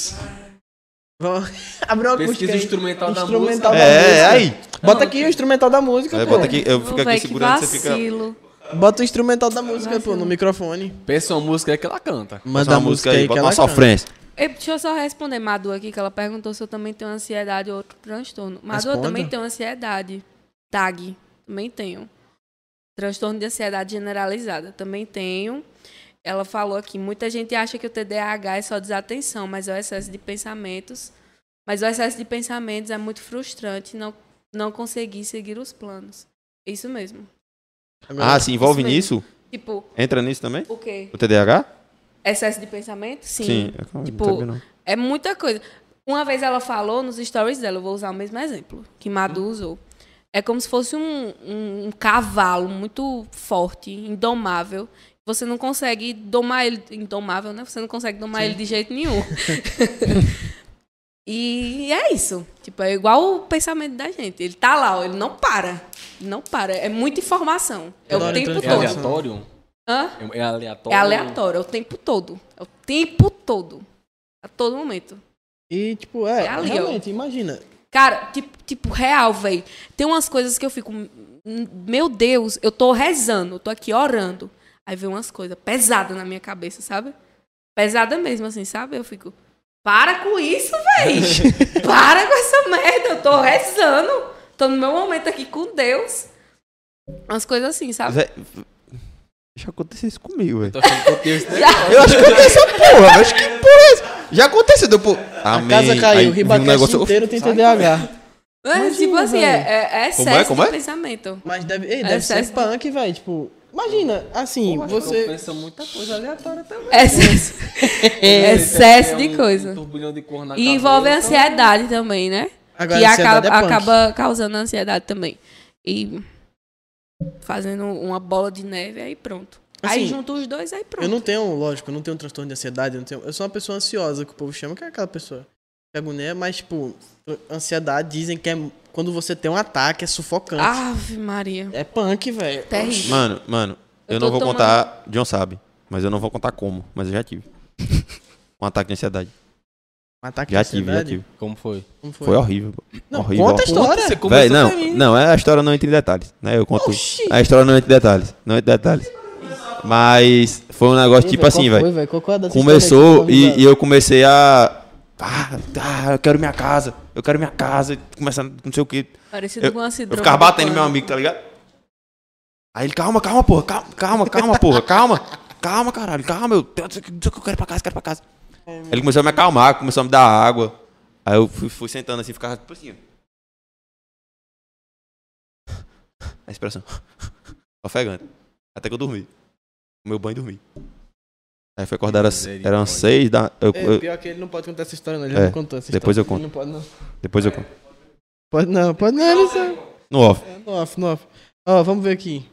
Speaker 3: Vamos abrir uma acústica
Speaker 5: Pesquisa
Speaker 3: aí.
Speaker 5: instrumental da música.
Speaker 3: Instrumental da
Speaker 4: É,
Speaker 3: música.
Speaker 4: aí.
Speaker 3: Bota aqui o instrumental da música,
Speaker 4: É,
Speaker 3: pô.
Speaker 4: bota aqui, eu
Speaker 2: Ô,
Speaker 4: fico aqui
Speaker 2: véi, que
Speaker 4: segurando, você fica.
Speaker 2: vacilo.
Speaker 3: Bota o instrumental da música, pô, no microfone.
Speaker 5: Pensa uma música aí que ela canta.
Speaker 4: Bota
Speaker 3: Manda
Speaker 4: uma
Speaker 3: a música aí, que é
Speaker 4: bota
Speaker 3: ela
Speaker 4: uma
Speaker 3: canta.
Speaker 4: sofrência.
Speaker 2: Ei, Deixa eu só responder Madu aqui, que ela perguntou se eu também tenho ansiedade ou outro transtorno. Madu, eu
Speaker 3: Responda.
Speaker 2: também tenho ansiedade. Tag, também tenho. Transtorno de ansiedade generalizada, também tenho. Ela falou aqui, muita gente acha que o TDAH é só desatenção, mas é o excesso de pensamentos. Mas o excesso de pensamentos é muito frustrante não, não conseguir seguir os planos. Isso mesmo.
Speaker 3: Agora-
Speaker 4: Ah, se envolve
Speaker 2: Isso mesmo.
Speaker 4: nisso?
Speaker 2: Tipo,
Speaker 4: Entra nisso também?
Speaker 2: o quê?
Speaker 4: O TDAH?
Speaker 2: Excesso de pensamento?
Speaker 4: Eu não
Speaker 2: Tipo,
Speaker 4: sabia, não.
Speaker 2: É muita coisa. Uma vez ela falou nos stories dela, eu vou usar o mesmo exemplo que Madu usou. É como se fosse um, um- um cavalo muito forte, indomável. Você não consegue domar ele. Indomável, né? Você não consegue domar ele de jeito nenhum. e é isso. Tipo, é igual o pensamento da gente. Ele tá lá, ó, ele não para. Ele não para. É muita informação. É
Speaker 3: Adoro
Speaker 2: o tempo
Speaker 5: É
Speaker 3: entrar em
Speaker 2: todo.
Speaker 3: Nossa. relação.
Speaker 5: aleatório?
Speaker 2: Hã?
Speaker 5: É aleatório.
Speaker 2: É aleatório, é o tempo todo. É o tempo todo. A todo momento.
Speaker 3: E, tipo, é,
Speaker 2: É ali, ó.
Speaker 3: realmente, imagina.
Speaker 2: Cara, tipo, tipo real, velho. Tem umas coisas que eu fico. "M- Meu Deus, eu tô rezando, eu tô aqui orando. Aí vem umas coisas pesadas na minha cabeça, sabe? Pesada mesmo, assim, sabe? Eu fico. Para com isso, velho! Para com essa merda! Eu tô rezando! Tô no meu momento aqui com Deus. Umas coisas assim,
Speaker 3: Ah.
Speaker 2: sabe?
Speaker 4: Zé, Já aconteceu isso comigo, velho.
Speaker 5: Tô achando que eu tenho esse negócio.
Speaker 4: Eu acho que aconteceu, porra. Eu acho que porra é essa? Já aconteceu, deu por.
Speaker 3: A casa caiu, o
Speaker 4: o
Speaker 3: Ribacast inteiro tem TDAH.
Speaker 2: É, tipo assim, é, é, é excesso
Speaker 4: Como é, como
Speaker 2: de
Speaker 4: é?
Speaker 2: pensamento.
Speaker 3: Mas deve, ei,
Speaker 2: É
Speaker 3: deve ser
Speaker 2: excesso de-
Speaker 3: punk, velho. Tipo, imagina, assim,
Speaker 5: Eu
Speaker 3: você...
Speaker 5: penso muita coisa aleatória também.
Speaker 2: Excesso, É excesso
Speaker 5: É
Speaker 2: de
Speaker 5: um-
Speaker 2: coisa.
Speaker 5: Um turbilhão de cor na
Speaker 2: E envolve
Speaker 5: cabeça.
Speaker 2: ansiedade também, né?
Speaker 3: Agora,
Speaker 2: que acaba,
Speaker 3: ansiedade é punk.
Speaker 2: acaba causando ansiedade também. E fazendo uma bola de neve, aí pronto. aí
Speaker 3: Assim,
Speaker 2: junta os dois, aí pronto.
Speaker 3: Eu não tenho, lógico, eu não tenho um transtorno de ansiedade. Eu, não tenho, eu sou uma pessoa ansiosa, que o povo chama, que é aquela pessoa que agonia, mas, tipo, ansiedade dizem que é quando você tem um ataque, é sufocante.
Speaker 2: Ave Maria.
Speaker 3: É punk, velho.
Speaker 2: Terrível.
Speaker 4: Mano, mano, eu,
Speaker 2: Eu
Speaker 4: não
Speaker 2: tô
Speaker 4: vou
Speaker 2: tomando-
Speaker 4: contar. John sabe, mas eu não vou contar como, mas eu já tive. Um ataque de ansiedade.
Speaker 3: Um ataque
Speaker 4: Já
Speaker 3: de
Speaker 4: tive, já
Speaker 3: ansiedade?
Speaker 4: tive.
Speaker 5: Como foi?
Speaker 3: Como foi?
Speaker 4: Foi horrível. pô.
Speaker 3: Não,
Speaker 4: horrível.
Speaker 3: conta a história.
Speaker 5: Você
Speaker 4: Véi,
Speaker 5: começou pra
Speaker 4: não,
Speaker 5: mim.
Speaker 4: não, é a história não entra em detalhes, né? Eu conto.
Speaker 3: Oxi.
Speaker 4: A história não entra em detalhes, não entra em detalhes. Mas foi um negócio tipo assim, velho. Começou e, e eu comecei a. Ah, ah, eu quero minha casa, eu quero minha casa, começando não sei o que.
Speaker 2: Parecido com uma
Speaker 4: Eu
Speaker 2: síndrome.
Speaker 4: ficava
Speaker 2: do
Speaker 4: batendo em meu
Speaker 2: pânico.
Speaker 4: amigo, tá ligado? Aí ele, calma, calma, porra, calma, calma, calma, porra, calma, calma, caralho, calma, eu tenho que eu quero pra casa, quero pra casa.
Speaker 3: É,
Speaker 4: Ele começou a me acalmar, começou a me dar água. Aí eu fui, fui sentando assim, ficava tipo assim. ó. A expressão. Ofegante. Até que eu dormi. Meu banho e dormi. Aí foi acordar, às- eram seis da. Eu, eu-
Speaker 3: É, pior que ele não pode contar essa história, não. Ele
Speaker 4: É,
Speaker 3: já me contou essa
Speaker 4: depois
Speaker 3: história.
Speaker 4: eu
Speaker 3: Ele não pode, não.
Speaker 4: depois eu conto.
Speaker 3: Pode não, pode não, ele sabe.
Speaker 4: No off.
Speaker 3: É, no off, no off. Ó, vamos ver aqui.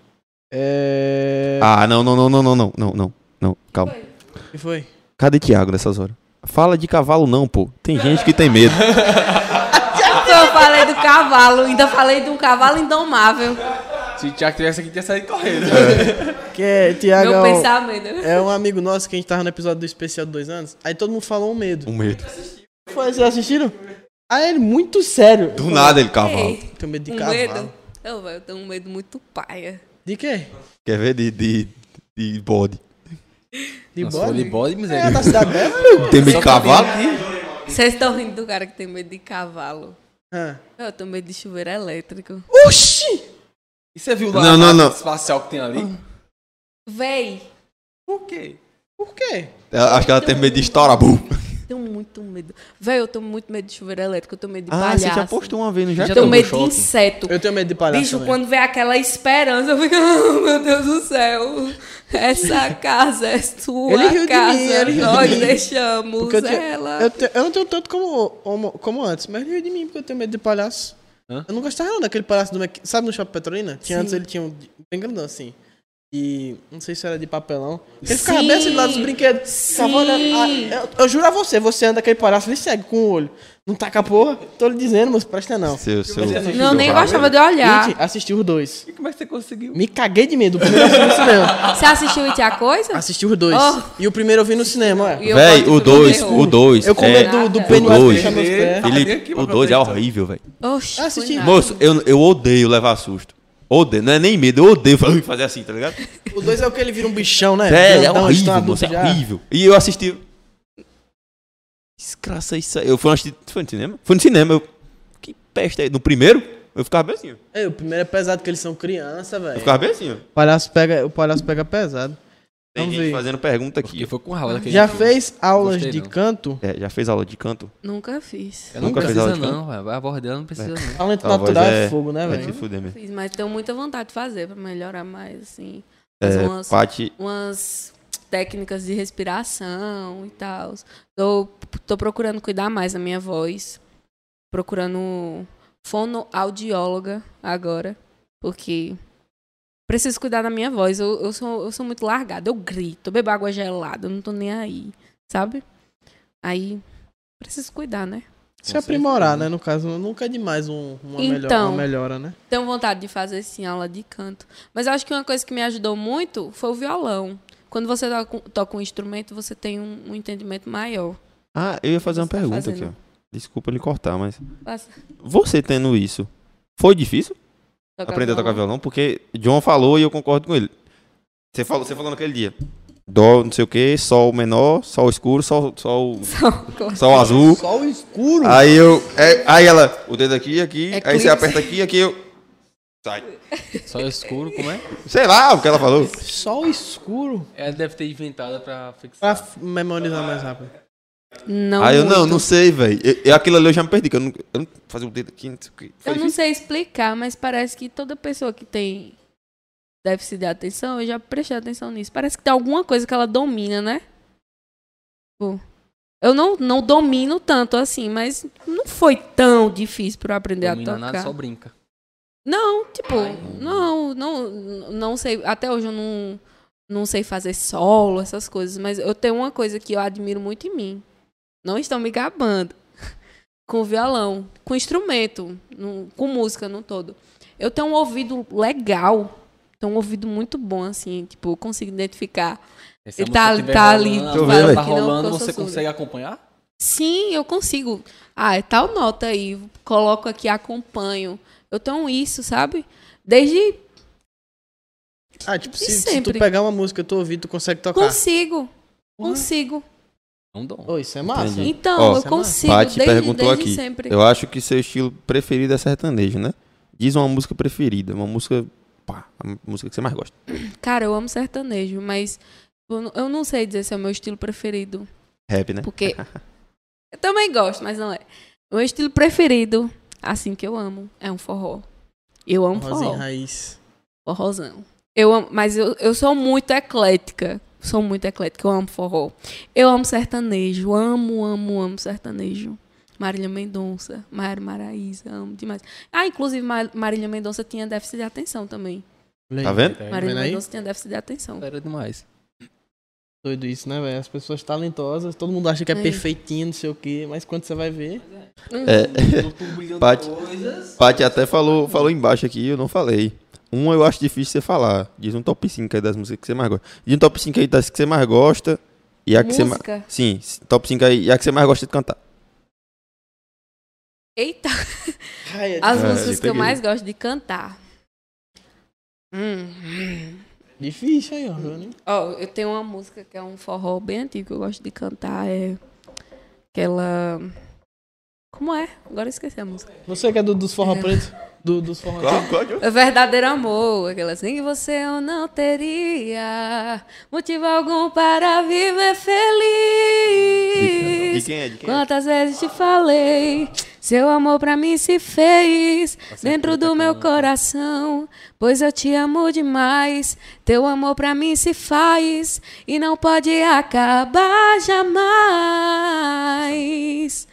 Speaker 3: É...
Speaker 4: Ah, não, não, não, não, não, não, não, não, não, calma.
Speaker 3: O que foi?
Speaker 4: Cadê Thiago nessas horas? Fala de cavalo não, pô. Tem gente que tem medo.
Speaker 2: Eu falei do cavalo, ainda falei de um cavalo indomável.
Speaker 5: Se o Thiago tivesse aqui, tinha saído correndo.
Speaker 3: Que é, Tiago
Speaker 2: meu
Speaker 3: é, um-
Speaker 2: pensamento.
Speaker 3: é um amigo nosso que a gente tava no episódio do especial de dois anos. Aí todo mundo falou um medo.
Speaker 4: Um medo.
Speaker 3: Foi, vocês assistiram? Ah, ele muito sério.
Speaker 4: Do nada ele cavalo.
Speaker 2: Ei,
Speaker 3: Tenho medo de
Speaker 2: um
Speaker 3: cavalo.
Speaker 2: medo. Eu, velho, eu tenho um medo muito paia.
Speaker 3: De quê?
Speaker 4: Quer ver de, de, de bode?
Speaker 3: De
Speaker 5: Nossa, foi de
Speaker 3: bode?
Speaker 5: bode,
Speaker 3: É,
Speaker 2: tá
Speaker 3: da
Speaker 5: miséria.
Speaker 3: cidade dela? meu.
Speaker 4: Tem medo de cavalo?
Speaker 2: Vocês estão rindo do cara que tem medo de cavalo.
Speaker 3: Ah.
Speaker 2: Eu tenho medo de chuveiro elétrico.
Speaker 3: Oxi!
Speaker 5: E você viu lá
Speaker 4: Não,
Speaker 5: a
Speaker 4: não,
Speaker 5: nave
Speaker 4: não.
Speaker 5: espacial que tem ali?
Speaker 2: Véi,
Speaker 5: Por quê?
Speaker 3: Por quê?
Speaker 4: Ela- acho que ela tem medo de estourar. Bum.
Speaker 2: tenho muito medo. Velho, eu tenho muito medo de chuveiro elétrico, eu tenho medo de
Speaker 4: Ah,
Speaker 2: palhaço.
Speaker 4: você já
Speaker 3: um,
Speaker 4: postou uma vez, não já?
Speaker 2: Eu
Speaker 1: Já
Speaker 2: tenho
Speaker 1: tomou
Speaker 2: medo
Speaker 1: choque?
Speaker 2: de inseto.
Speaker 3: Eu tenho medo de palhaço.
Speaker 2: Bicho,
Speaker 3: também.
Speaker 2: quando vê aquela esperança, eu fico, oh, meu Deus do céu, essa casa é sua
Speaker 3: Ele riu de
Speaker 2: casa,
Speaker 3: mim, ele riu de
Speaker 2: nós
Speaker 3: mim.
Speaker 2: deixamos
Speaker 3: Porque eu, tenho-
Speaker 2: ela.
Speaker 3: eu tenho- eu não tenho tanto como, como, como antes, mas riu de mim porque eu tenho medo de palhaço.
Speaker 5: Hã?
Speaker 3: Eu não gostava não daquele palhaço do Mac... Sabe no Shopping Petrolina? Tinha
Speaker 2: Sim.
Speaker 3: antes ele tinha um de- bem grandão assim. E não sei se era de papelão. Ele ficava
Speaker 2: Sim.
Speaker 3: bem assim do lado dos brinquedos. Ficava olhando. Ah, eu, eu juro a você, você anda aquele palhaço, ele segue com o olho. Não taca a porra. Tô lhe dizendo, moço, presta não.
Speaker 4: Seu, seu.
Speaker 2: Não, nem gostava de olhar.
Speaker 3: né? Gente, assisti os dois.
Speaker 5: E como é que você conseguiu?
Speaker 3: Me caguei de medo. O primeiro eu assisti no cinema.
Speaker 2: Você assistiu e tinha coisa?
Speaker 3: Assisti os dois.
Speaker 2: Oh.
Speaker 3: E o primeiro eu vi no cinema, olha.
Speaker 2: E É. eu gosto de
Speaker 4: Véi, o
Speaker 2: filme de
Speaker 4: 2,
Speaker 2: terror.
Speaker 4: o 2.
Speaker 3: Eu com medo do, do
Speaker 2: Nada.
Speaker 3: Pennywise
Speaker 4: dois.
Speaker 3: puxar meus pés.
Speaker 5: Cadê aqui,
Speaker 4: Ele, o
Speaker 5: mano?
Speaker 4: 2 é horrível, velho.
Speaker 2: Oxi,
Speaker 3: Assisti.
Speaker 2: foi nada.
Speaker 4: Moço, eu, eu odeio levar susto. Odeio, não é nem medo, eu odeio fa- fazer assim, tá ligado?
Speaker 3: O 2 é o que ele vira um bichão, né?
Speaker 4: É, é
Speaker 3: Grandão,
Speaker 4: horrível,
Speaker 3: estado,
Speaker 4: moço, é
Speaker 3: já.
Speaker 4: horrível. E eu assisti. Desgraça é isso aí. Eu fui assistir. Foi no cinema? Foi no cinema. Eu... Que peste aí. No primeiro, eu ficava bem assim. ó.
Speaker 3: É, o primeiro é pesado, porque eles são criança,
Speaker 4: Eu
Speaker 3: velho.
Speaker 4: ficava bem assim, ó.
Speaker 3: O palhaço pega, o palhaço pega pesado.
Speaker 4: Tem
Speaker 3: Vamos
Speaker 4: gente
Speaker 3: ver.
Speaker 4: fazendo pergunta
Speaker 5: Porque
Speaker 4: aqui.
Speaker 5: foi com raiva daquele
Speaker 3: Já
Speaker 5: filme.
Speaker 3: fez aulas
Speaker 5: Gostei,
Speaker 3: de
Speaker 5: não.
Speaker 3: canto?
Speaker 4: É, já fez aula de canto?
Speaker 2: Nunca fiz.
Speaker 5: Ela não
Speaker 4: Nunca fez
Speaker 5: precisa
Speaker 4: aula de
Speaker 5: não, velho. A voz dela não precisa não.
Speaker 3: Talento
Speaker 4: A voz
Speaker 3: natural é...
Speaker 4: é-
Speaker 3: fogo, né,
Speaker 4: Vai se
Speaker 3: velho?
Speaker 4: fuder mesmo.
Speaker 2: Fiz, mas tenho muita vontade de fazer pra melhorar mais, assim. Mas
Speaker 4: É,
Speaker 2: umas-
Speaker 4: Paty.
Speaker 2: umas técnicas de respiração e tal. Tô, tô procurando cuidar mais da minha voz. Procurando fonoaudióloga agora. Porque preciso cuidar da minha voz. Eu, eu, sou, eu sou muito largada. Eu grito, eu bebo água gelada, eu não tô nem aí, sabe? Aí preciso cuidar, né?
Speaker 3: Se aprimorar, né? No caso, nunca é demais um, uma, melhor,
Speaker 2: Então.
Speaker 3: uma melhora, né?
Speaker 2: Tenho vontade de fazer, sim, aula de canto. Mas eu acho que uma coisa que me ajudou muito foi o violão. Quando você toca, toca um instrumento, você tem um, um entendimento maior.
Speaker 4: Ah, eu ia fazer uma
Speaker 2: Você tá
Speaker 4: pergunta aqui,
Speaker 2: fazendo.
Speaker 4: ó. Desculpa lhe cortar, mas.
Speaker 2: Passa-
Speaker 4: Você tendo isso, foi difícil
Speaker 2: tocar
Speaker 4: aprender a tocar violão? Porque John falou e eu concordo com ele. Você falou, você falou naquele dia. Dó, não sei o que, sol menor, sol escuro, sol, sol, sol azul.
Speaker 3: Sol escuro.
Speaker 4: Aí eu. é, aí ela, o dedo aqui, aqui, aí
Speaker 2: Eclipse.
Speaker 4: você aperta aqui, aqui eu. Sai.
Speaker 5: Só escuro, como é?
Speaker 4: Sei lá o que ela falou.
Speaker 3: Sol escuro.
Speaker 5: Ela É, deve ter inventado pra
Speaker 3: Pra
Speaker 5: fixar.
Speaker 3: f- memorizar mais rápido.
Speaker 2: Não,
Speaker 4: aí Ah, eu, não,
Speaker 2: muito.
Speaker 4: não sei, velho. Eu- eu- Aquilo ali eu já me perdi, que eu não. Eu não fazer o dedo aqui, não sei o que.
Speaker 2: Eu não sei explicar, mas parece que toda pessoa que tem déficit de atenção, eu já prestei atenção nisso. Parece que tem alguma coisa que ela domina, né? Tipo, Eu não, não domino tanto assim, mas não foi tão difícil pra eu aprender
Speaker 5: Não domina
Speaker 2: a tocar.
Speaker 5: nada, só brinca.
Speaker 2: Não, tipo, não, não, não sei. Até hoje eu não, não sei fazer solo, essas coisas, mas eu tenho uma coisa que eu admiro muito em mim. Não estão me gabando. Com violão, com instrumento, num- com música no todo. Eu tenho um ouvido legal. Tenho um ouvido muito bom, assim, tipo, eu consigo identificar.
Speaker 5: E se a
Speaker 2: Ele tá-
Speaker 5: música tiver
Speaker 2: tá ali,
Speaker 4: Deixa
Speaker 5: rolando, a
Speaker 4: eu
Speaker 5: música
Speaker 4: ver,
Speaker 5: tá
Speaker 2: velho. Que não,
Speaker 5: rolando,
Speaker 2: porque eu
Speaker 5: você
Speaker 2: sou surda.
Speaker 5: consegue acompanhar?
Speaker 2: Sim, eu consigo. Ah, é tal nota aí. Coloco aqui, acompanho. Eu tenho isso, sabe? Desde
Speaker 3: Ah, tipo,
Speaker 2: E
Speaker 3: se, se tu
Speaker 2: sempre?
Speaker 3: pegar uma música, tu ouvir, tu consegue tocar.
Speaker 2: Consigo. Consigo.
Speaker 5: Não dom.
Speaker 3: Ô, isso é massa.
Speaker 4: Entendi.
Speaker 3: hein?
Speaker 2: Então,
Speaker 4: Ó,
Speaker 2: eu consigo.
Speaker 4: Paty
Speaker 2: desde,
Speaker 4: perguntou
Speaker 2: desde
Speaker 4: aqui.
Speaker 2: sempre.
Speaker 4: Eu acho que seu estilo preferido é sertanejo, né? Diz uma música preferida, uma música. Pá, a música que você mais gosta.
Speaker 2: Cara, eu amo sertanejo, mas eu não- eu não sei dizer se é o meu estilo preferido.
Speaker 4: Rap, né?
Speaker 2: Porque eu também gosto, mas não é. O meu estilo preferido, assim que eu amo, é um forró. Eu amo
Speaker 3: Rosinha
Speaker 2: forró.
Speaker 3: Raiz.
Speaker 2: Forrozão. Eu amo, mas eu, eu sou muito eclética. Sou muito eclética, eu amo forró. Eu amo sertanejo, amo, amo, amo sertanejo. Marília Mendonça, Maiara Maraíza, amo demais. Ah, inclusive Ma- Marília Mendonça tinha déficit de atenção também.
Speaker 3: Olha aí.
Speaker 4: Tá vendo?
Speaker 2: Marília
Speaker 3: vendo aí?
Speaker 2: Mendonça tinha déficit de
Speaker 4: É.
Speaker 2: atenção.
Speaker 5: Era demais.
Speaker 3: Doido isso, né, velho? As pessoas talentosas, todo mundo acha que é,
Speaker 2: É.
Speaker 3: perfeitinho, não sei o quê, mas quando você vai ver.
Speaker 2: Hum,
Speaker 4: É. Paty, Paty até falou, falou embaixo aqui, eu não falei. Um eu acho difícil você falar. Diz um top 5 aí das músicas que você mais gosta. Diz um top 5 aí das que você mais gosta. E a que você mais.
Speaker 2: Música.
Speaker 4: Sim, s- top 5 aí. E a que você mais gosta de cantar.
Speaker 2: Eita,
Speaker 3: Ai, é
Speaker 2: as
Speaker 4: É,
Speaker 2: músicas que eu
Speaker 4: peguei.
Speaker 2: mais gosto de cantar. Hum, hum.
Speaker 3: É difícil aí, ó. Júnior.
Speaker 2: Ó, eu tenho uma música que é um forró bem antigo que eu gosto de cantar. É aquela. Como é? Agora eu esqueci a música.
Speaker 3: Você que é do, dos forró
Speaker 2: É.
Speaker 3: preto. do, dos forrozeiros.
Speaker 4: Qual, qual que eu-
Speaker 2: O verdadeiro amor, aquela assim que você eu não teria motivo algum para viver
Speaker 4: De
Speaker 2: feliz.
Speaker 4: quem é? De quem é?
Speaker 2: Quantas vezes te falei, seu amor pra mim se fez dentro do meu coração, pois eu te amo demais. Teu amor pra mim se faz e não pode acabar jamais.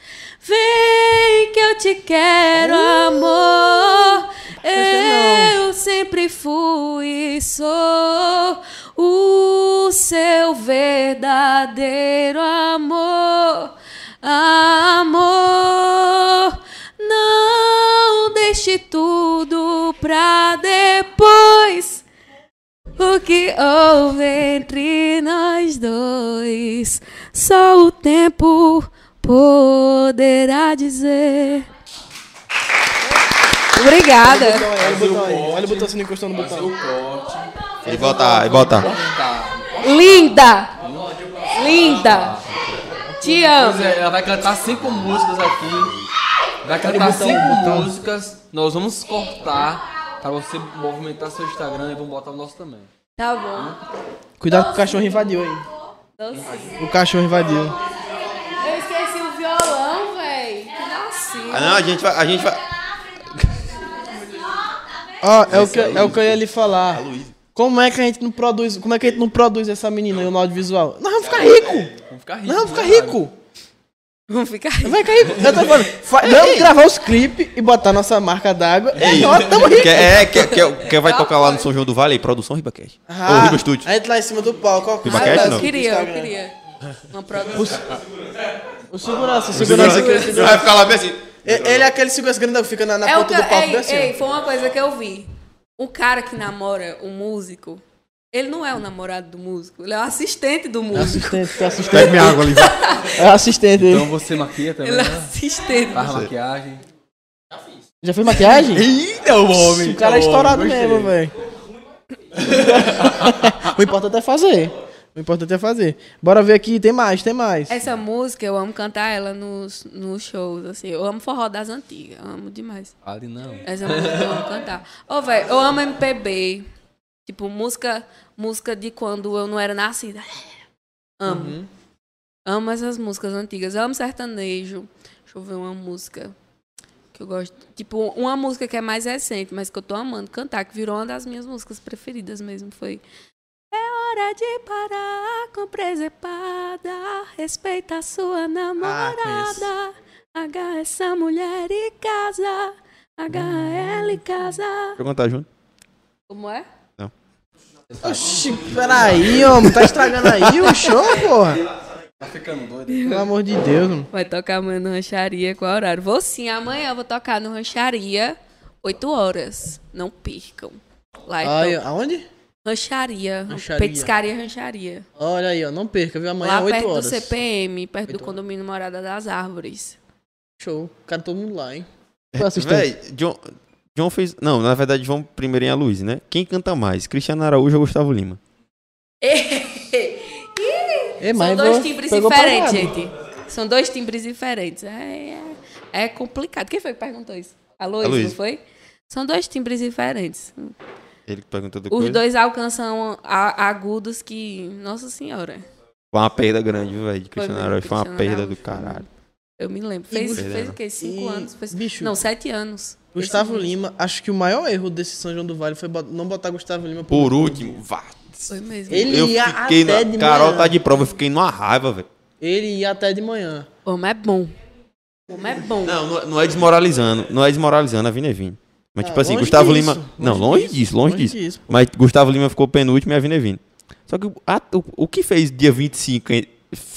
Speaker 2: Vem que eu te quero, amor. Eu sempre fui e sou o seu verdadeiro amor. Amor, não deixe tudo pra depois. O que houve entre nós dois, só o tempo poderá dizer. Obrigada.
Speaker 3: Olha o botão aí. Olha o botão se não encostou no botão.
Speaker 4: E voltar, e voltar.
Speaker 2: Linda! Linda! Te
Speaker 5: Pois
Speaker 2: amo.
Speaker 5: é, ela vai cantar cinco músicas aqui. Vai cantar cinco músicas. Nós vamos cortar pra você movimentar seu Instagram e vamos botar o nosso também.
Speaker 2: Tá bom.
Speaker 3: Cuidado que o cachorro invadiu aí.
Speaker 2: Docinho.
Speaker 3: O cachorro invadiu.
Speaker 2: Eu esqueci o violão, véi. Que
Speaker 4: Ah,
Speaker 2: vacilo.
Speaker 4: não, a gente vai. A gente vai...
Speaker 3: Ó, é, o que, é o que eu ia lhe falar. Como é que a gente não produz, como é que a gente não produz essa menina aí no audiovisual? Nós vamos ficar rico.
Speaker 5: Vamos ficar rico.
Speaker 3: Nós vamos ficar
Speaker 5: né,
Speaker 3: rico.
Speaker 2: Vamos ficar aí.
Speaker 3: Vai ficar rico. Eu tô falando, fa- vamos gravar os clipes e botar nossa marca d'água.
Speaker 2: É,
Speaker 3: E nós estamos ricos.
Speaker 4: Quer, é, quer, quer, quer vai tocar lá no São João do Vale aí, produção Ribacast.
Speaker 2: Ah.
Speaker 4: Ou Riba Studio.
Speaker 2: É,
Speaker 3: A gente Ah, lá em cima do palco. ó, com
Speaker 4: Riba
Speaker 3: os
Speaker 4: Cat,
Speaker 3: caras
Speaker 4: não?
Speaker 2: eu
Speaker 3: aqui do
Speaker 2: queria, eu
Speaker 3: Instagram.
Speaker 2: queria. Uma produção.
Speaker 3: O segurança, o segurança.
Speaker 4: Segurança
Speaker 3: que-
Speaker 4: aqui. Vai ficar lá bem assim.
Speaker 3: Ele ele é aquele segurança grandão que fica na, na
Speaker 2: É o
Speaker 3: ponta
Speaker 2: que,
Speaker 3: do palco.
Speaker 2: ei,
Speaker 3: bem assim, ó.
Speaker 2: ei, foi uma coisa que eu vi. O cara que namora o músico, ele não é o namorado do músico, ele é o assistente do músico.
Speaker 3: Assistente,
Speaker 6: Pega
Speaker 3: assistente.
Speaker 6: minha água ali.
Speaker 3: É assistente aí.
Speaker 5: Então você maquia também,
Speaker 2: Ele é
Speaker 3: assim.
Speaker 5: né?
Speaker 2: assistente.
Speaker 5: Faz maquiagem.
Speaker 3: Já fez maquiagem?
Speaker 5: Ih, o homem.
Speaker 3: o cara é
Speaker 5: Não,
Speaker 3: estourado
Speaker 5: gostei.
Speaker 3: mesmo, velho. o importante é fazer. O importante é fazer. Bora ver aqui, tem mais, tem mais.
Speaker 2: Essa música eu amo cantar ela nos, nos shows, assim. Eu amo forró das antigas, amo demais.
Speaker 5: Fale não.
Speaker 2: Essa música eu amo cantar. Ô, velho, eu amo MPB. Tipo, música, música de quando eu não era nascida. Amo. Amo essas músicas antigas. Amo sertanejo. Deixa eu ver uma música que eu gosto. Tipo, uma música que é mais recente, mas que eu tô amando cantar, que virou uma das minhas músicas preferidas mesmo. Foi. É hora de parar com presepada. Respeita a sua namorada. agarra essa mulher e casa. Agarra ela e casa.
Speaker 4: Perguntar junto.
Speaker 2: Como é?
Speaker 3: Oxi, peraí, homem. Tá estragando aí o show, porra.
Speaker 5: Tá ficando doido.
Speaker 3: Pelo amor de Deus, mano.
Speaker 2: Vai tocar amanhã no Rancharia, qual horário? Vou sim, amanhã eu vou tocar no Rancharia, 8 horas. Não percam. Lá
Speaker 3: Aí,
Speaker 2: é top.
Speaker 3: aonde?
Speaker 2: Rancharia,
Speaker 3: Rancharia.
Speaker 2: Petiscaria Rancharia.
Speaker 3: Olha aí, ó. Não perca, viu? Amanhã
Speaker 2: Lá
Speaker 3: às 8
Speaker 2: perto
Speaker 3: horas.
Speaker 2: do CPM, perto
Speaker 3: Oito
Speaker 2: do condomínio Morada das Árvores.
Speaker 3: Show. Cara, todo mundo lá, hein? Qual é assistente?
Speaker 4: Véi, John, John fez. Não, na verdade, vamos primeiro em a Luiz, né? Quem canta mais? Cristiano Araújo ou Gustavo Lima?
Speaker 3: É,
Speaker 2: São
Speaker 3: mas
Speaker 2: dois
Speaker 3: vou-
Speaker 2: timbres
Speaker 3: pegou
Speaker 2: diferentes,
Speaker 3: pesado.
Speaker 2: gente. São dois timbres diferentes. É, é- é complicado. Quem foi que perguntou isso? A Luiz, não
Speaker 4: Aloysio.
Speaker 2: foi? São dois timbres diferentes.
Speaker 4: Ele que perguntou do
Speaker 2: Os dois alcançam a- agudos que. Nossa Senhora.
Speaker 4: Foi uma perda grande, viu, velho? De
Speaker 2: Foi
Speaker 4: Cristiano
Speaker 2: mesmo,
Speaker 4: Araújo. Foi uma
Speaker 2: Cristiano
Speaker 4: perda do
Speaker 2: Araújo.
Speaker 4: caralho.
Speaker 2: Eu me lembro.
Speaker 3: E
Speaker 2: Fez,
Speaker 3: Gustavo-
Speaker 2: fez o quê? Cinco
Speaker 3: e-
Speaker 2: anos? Fez...
Speaker 3: bicho.
Speaker 2: Não, sete anos.
Speaker 3: Gustavo
Speaker 2: Esse-
Speaker 3: Lima, acho que o maior erro desse São João do Vale foi bot- não botar Gustavo Lima
Speaker 4: Por último, vá.
Speaker 2: Foi mesmo.
Speaker 3: Ele
Speaker 4: eu
Speaker 3: ia
Speaker 4: fiquei.
Speaker 3: até
Speaker 4: na-
Speaker 3: de
Speaker 4: Carol
Speaker 3: manhã.
Speaker 4: tá de prova, eu fiquei numa raiva, velho.
Speaker 3: Ele ia até de manhã.
Speaker 2: O homem é bom. O homem é bom.
Speaker 4: Não, não- não é desmoralizando. Não é desmoralizando, a Vina é Vina. Mas,
Speaker 3: Ah,
Speaker 4: tipo assim,
Speaker 3: longe
Speaker 4: Gustavo
Speaker 3: disso,
Speaker 4: Lima.
Speaker 3: longe
Speaker 4: não, longe disso, longe, disso.
Speaker 3: pô.
Speaker 4: Mas Gustavo Lima ficou penúltimo e a Vina é Vina. Só que o- a- o, o que fez dia 25 hein,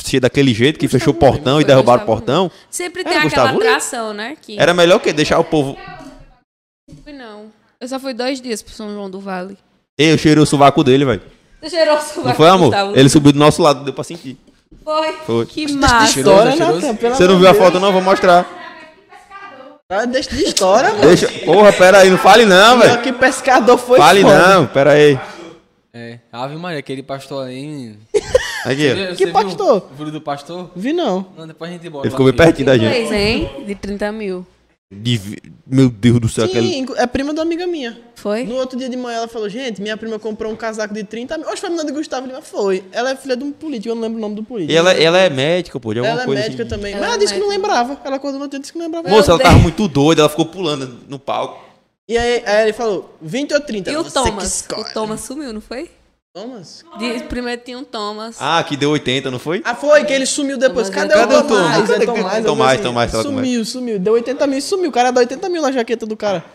Speaker 4: ser daquele jeito, que fechou o portão
Speaker 2: foi
Speaker 4: e derrubaram o
Speaker 2: Gustavo
Speaker 4: portão,
Speaker 2: Sempre
Speaker 4: Era
Speaker 2: tem aquela
Speaker 4: Gustavo Lima?
Speaker 2: atração, né? Que...
Speaker 4: era melhor que deixar o povo.
Speaker 2: Fui não. Eu só fui dois dias pro São João do Vale.
Speaker 4: Ei, eu cheirei o sovaco dele, velho.
Speaker 2: Você cheirou o sovaco,
Speaker 4: Não foi, amor?
Speaker 2: Gustavo?
Speaker 4: Ele subiu do nosso lado, deu pra sentir.
Speaker 2: Foi.
Speaker 4: Foi.
Speaker 2: Que massa.
Speaker 3: História,
Speaker 5: Cheiroso,
Speaker 3: Natan,
Speaker 5: cheiroso.
Speaker 3: pelo
Speaker 4: é Você não
Speaker 3: amor
Speaker 4: viu a
Speaker 3: de Deus.
Speaker 4: foto, não? Vou mostrar.
Speaker 3: Ah, Deixa de história, mano.
Speaker 4: Deixa. Porra, pera aí, não fale não,
Speaker 3: Pior
Speaker 4: velho.
Speaker 3: que pescador foi
Speaker 4: Fale
Speaker 3: foda.
Speaker 4: não, pera aí.
Speaker 5: É. Ave Maria, aquele pastor aí. menino.
Speaker 4: Aqui, ó.
Speaker 5: Você viu
Speaker 3: pastor?
Speaker 5: O vídeo do pastor?
Speaker 3: Vi não.
Speaker 5: Não, depois a gente bota.
Speaker 4: Ele ficou bem pertinho da gente.
Speaker 2: Fez, hein? De 30 mil.
Speaker 4: de vi- Meu Deus do céu, aquele.
Speaker 3: Sim, é prima da amiga minha.
Speaker 2: Foi?
Speaker 3: No outro dia de manhã ela falou, gente, minha prima comprou um casaco de 30 mil. Acho que foi a menina de Gustavo Lima. Foi. Ela é filha de um político, eu não lembro o nome do político.
Speaker 4: E ela, ela é médica, pô, de alguma
Speaker 3: Ela é
Speaker 4: coisa.
Speaker 3: médica é
Speaker 4: assim.
Speaker 3: também.
Speaker 2: Ela
Speaker 3: Mas ela
Speaker 2: é
Speaker 3: disse que não
Speaker 2: médica.
Speaker 3: lembrava. Ela acordou no outro dia e disse que não lembrava.
Speaker 4: Moça, ela
Speaker 2: Meu
Speaker 4: tava
Speaker 2: Deus.
Speaker 4: muito doida, ela ficou pulando no palco.
Speaker 3: E aí, aí ele falou, 20 ou 30?
Speaker 2: E o
Speaker 3: Você
Speaker 2: Thomas?
Speaker 3: que escolhe.
Speaker 2: O Thomas sumiu, não foi?
Speaker 3: Thomas?
Speaker 2: De- primeiro tinha um Thomas.
Speaker 4: Ah, que deu 80, não foi?
Speaker 3: Ah, foi, que ele sumiu depois.
Speaker 2: Thomas, né?
Speaker 3: Cadê, o
Speaker 4: Cadê o
Speaker 3: Thomas?
Speaker 4: Thomas?
Speaker 3: É
Speaker 4: Cadê-
Speaker 3: alguma
Speaker 4: Tomás,
Speaker 3: coisa
Speaker 4: Tomás, sei lá como é.
Speaker 3: Sumiu, sumiu. Deu 80 mil e sumiu. O cara dá 80 mil na jaqueta do cara.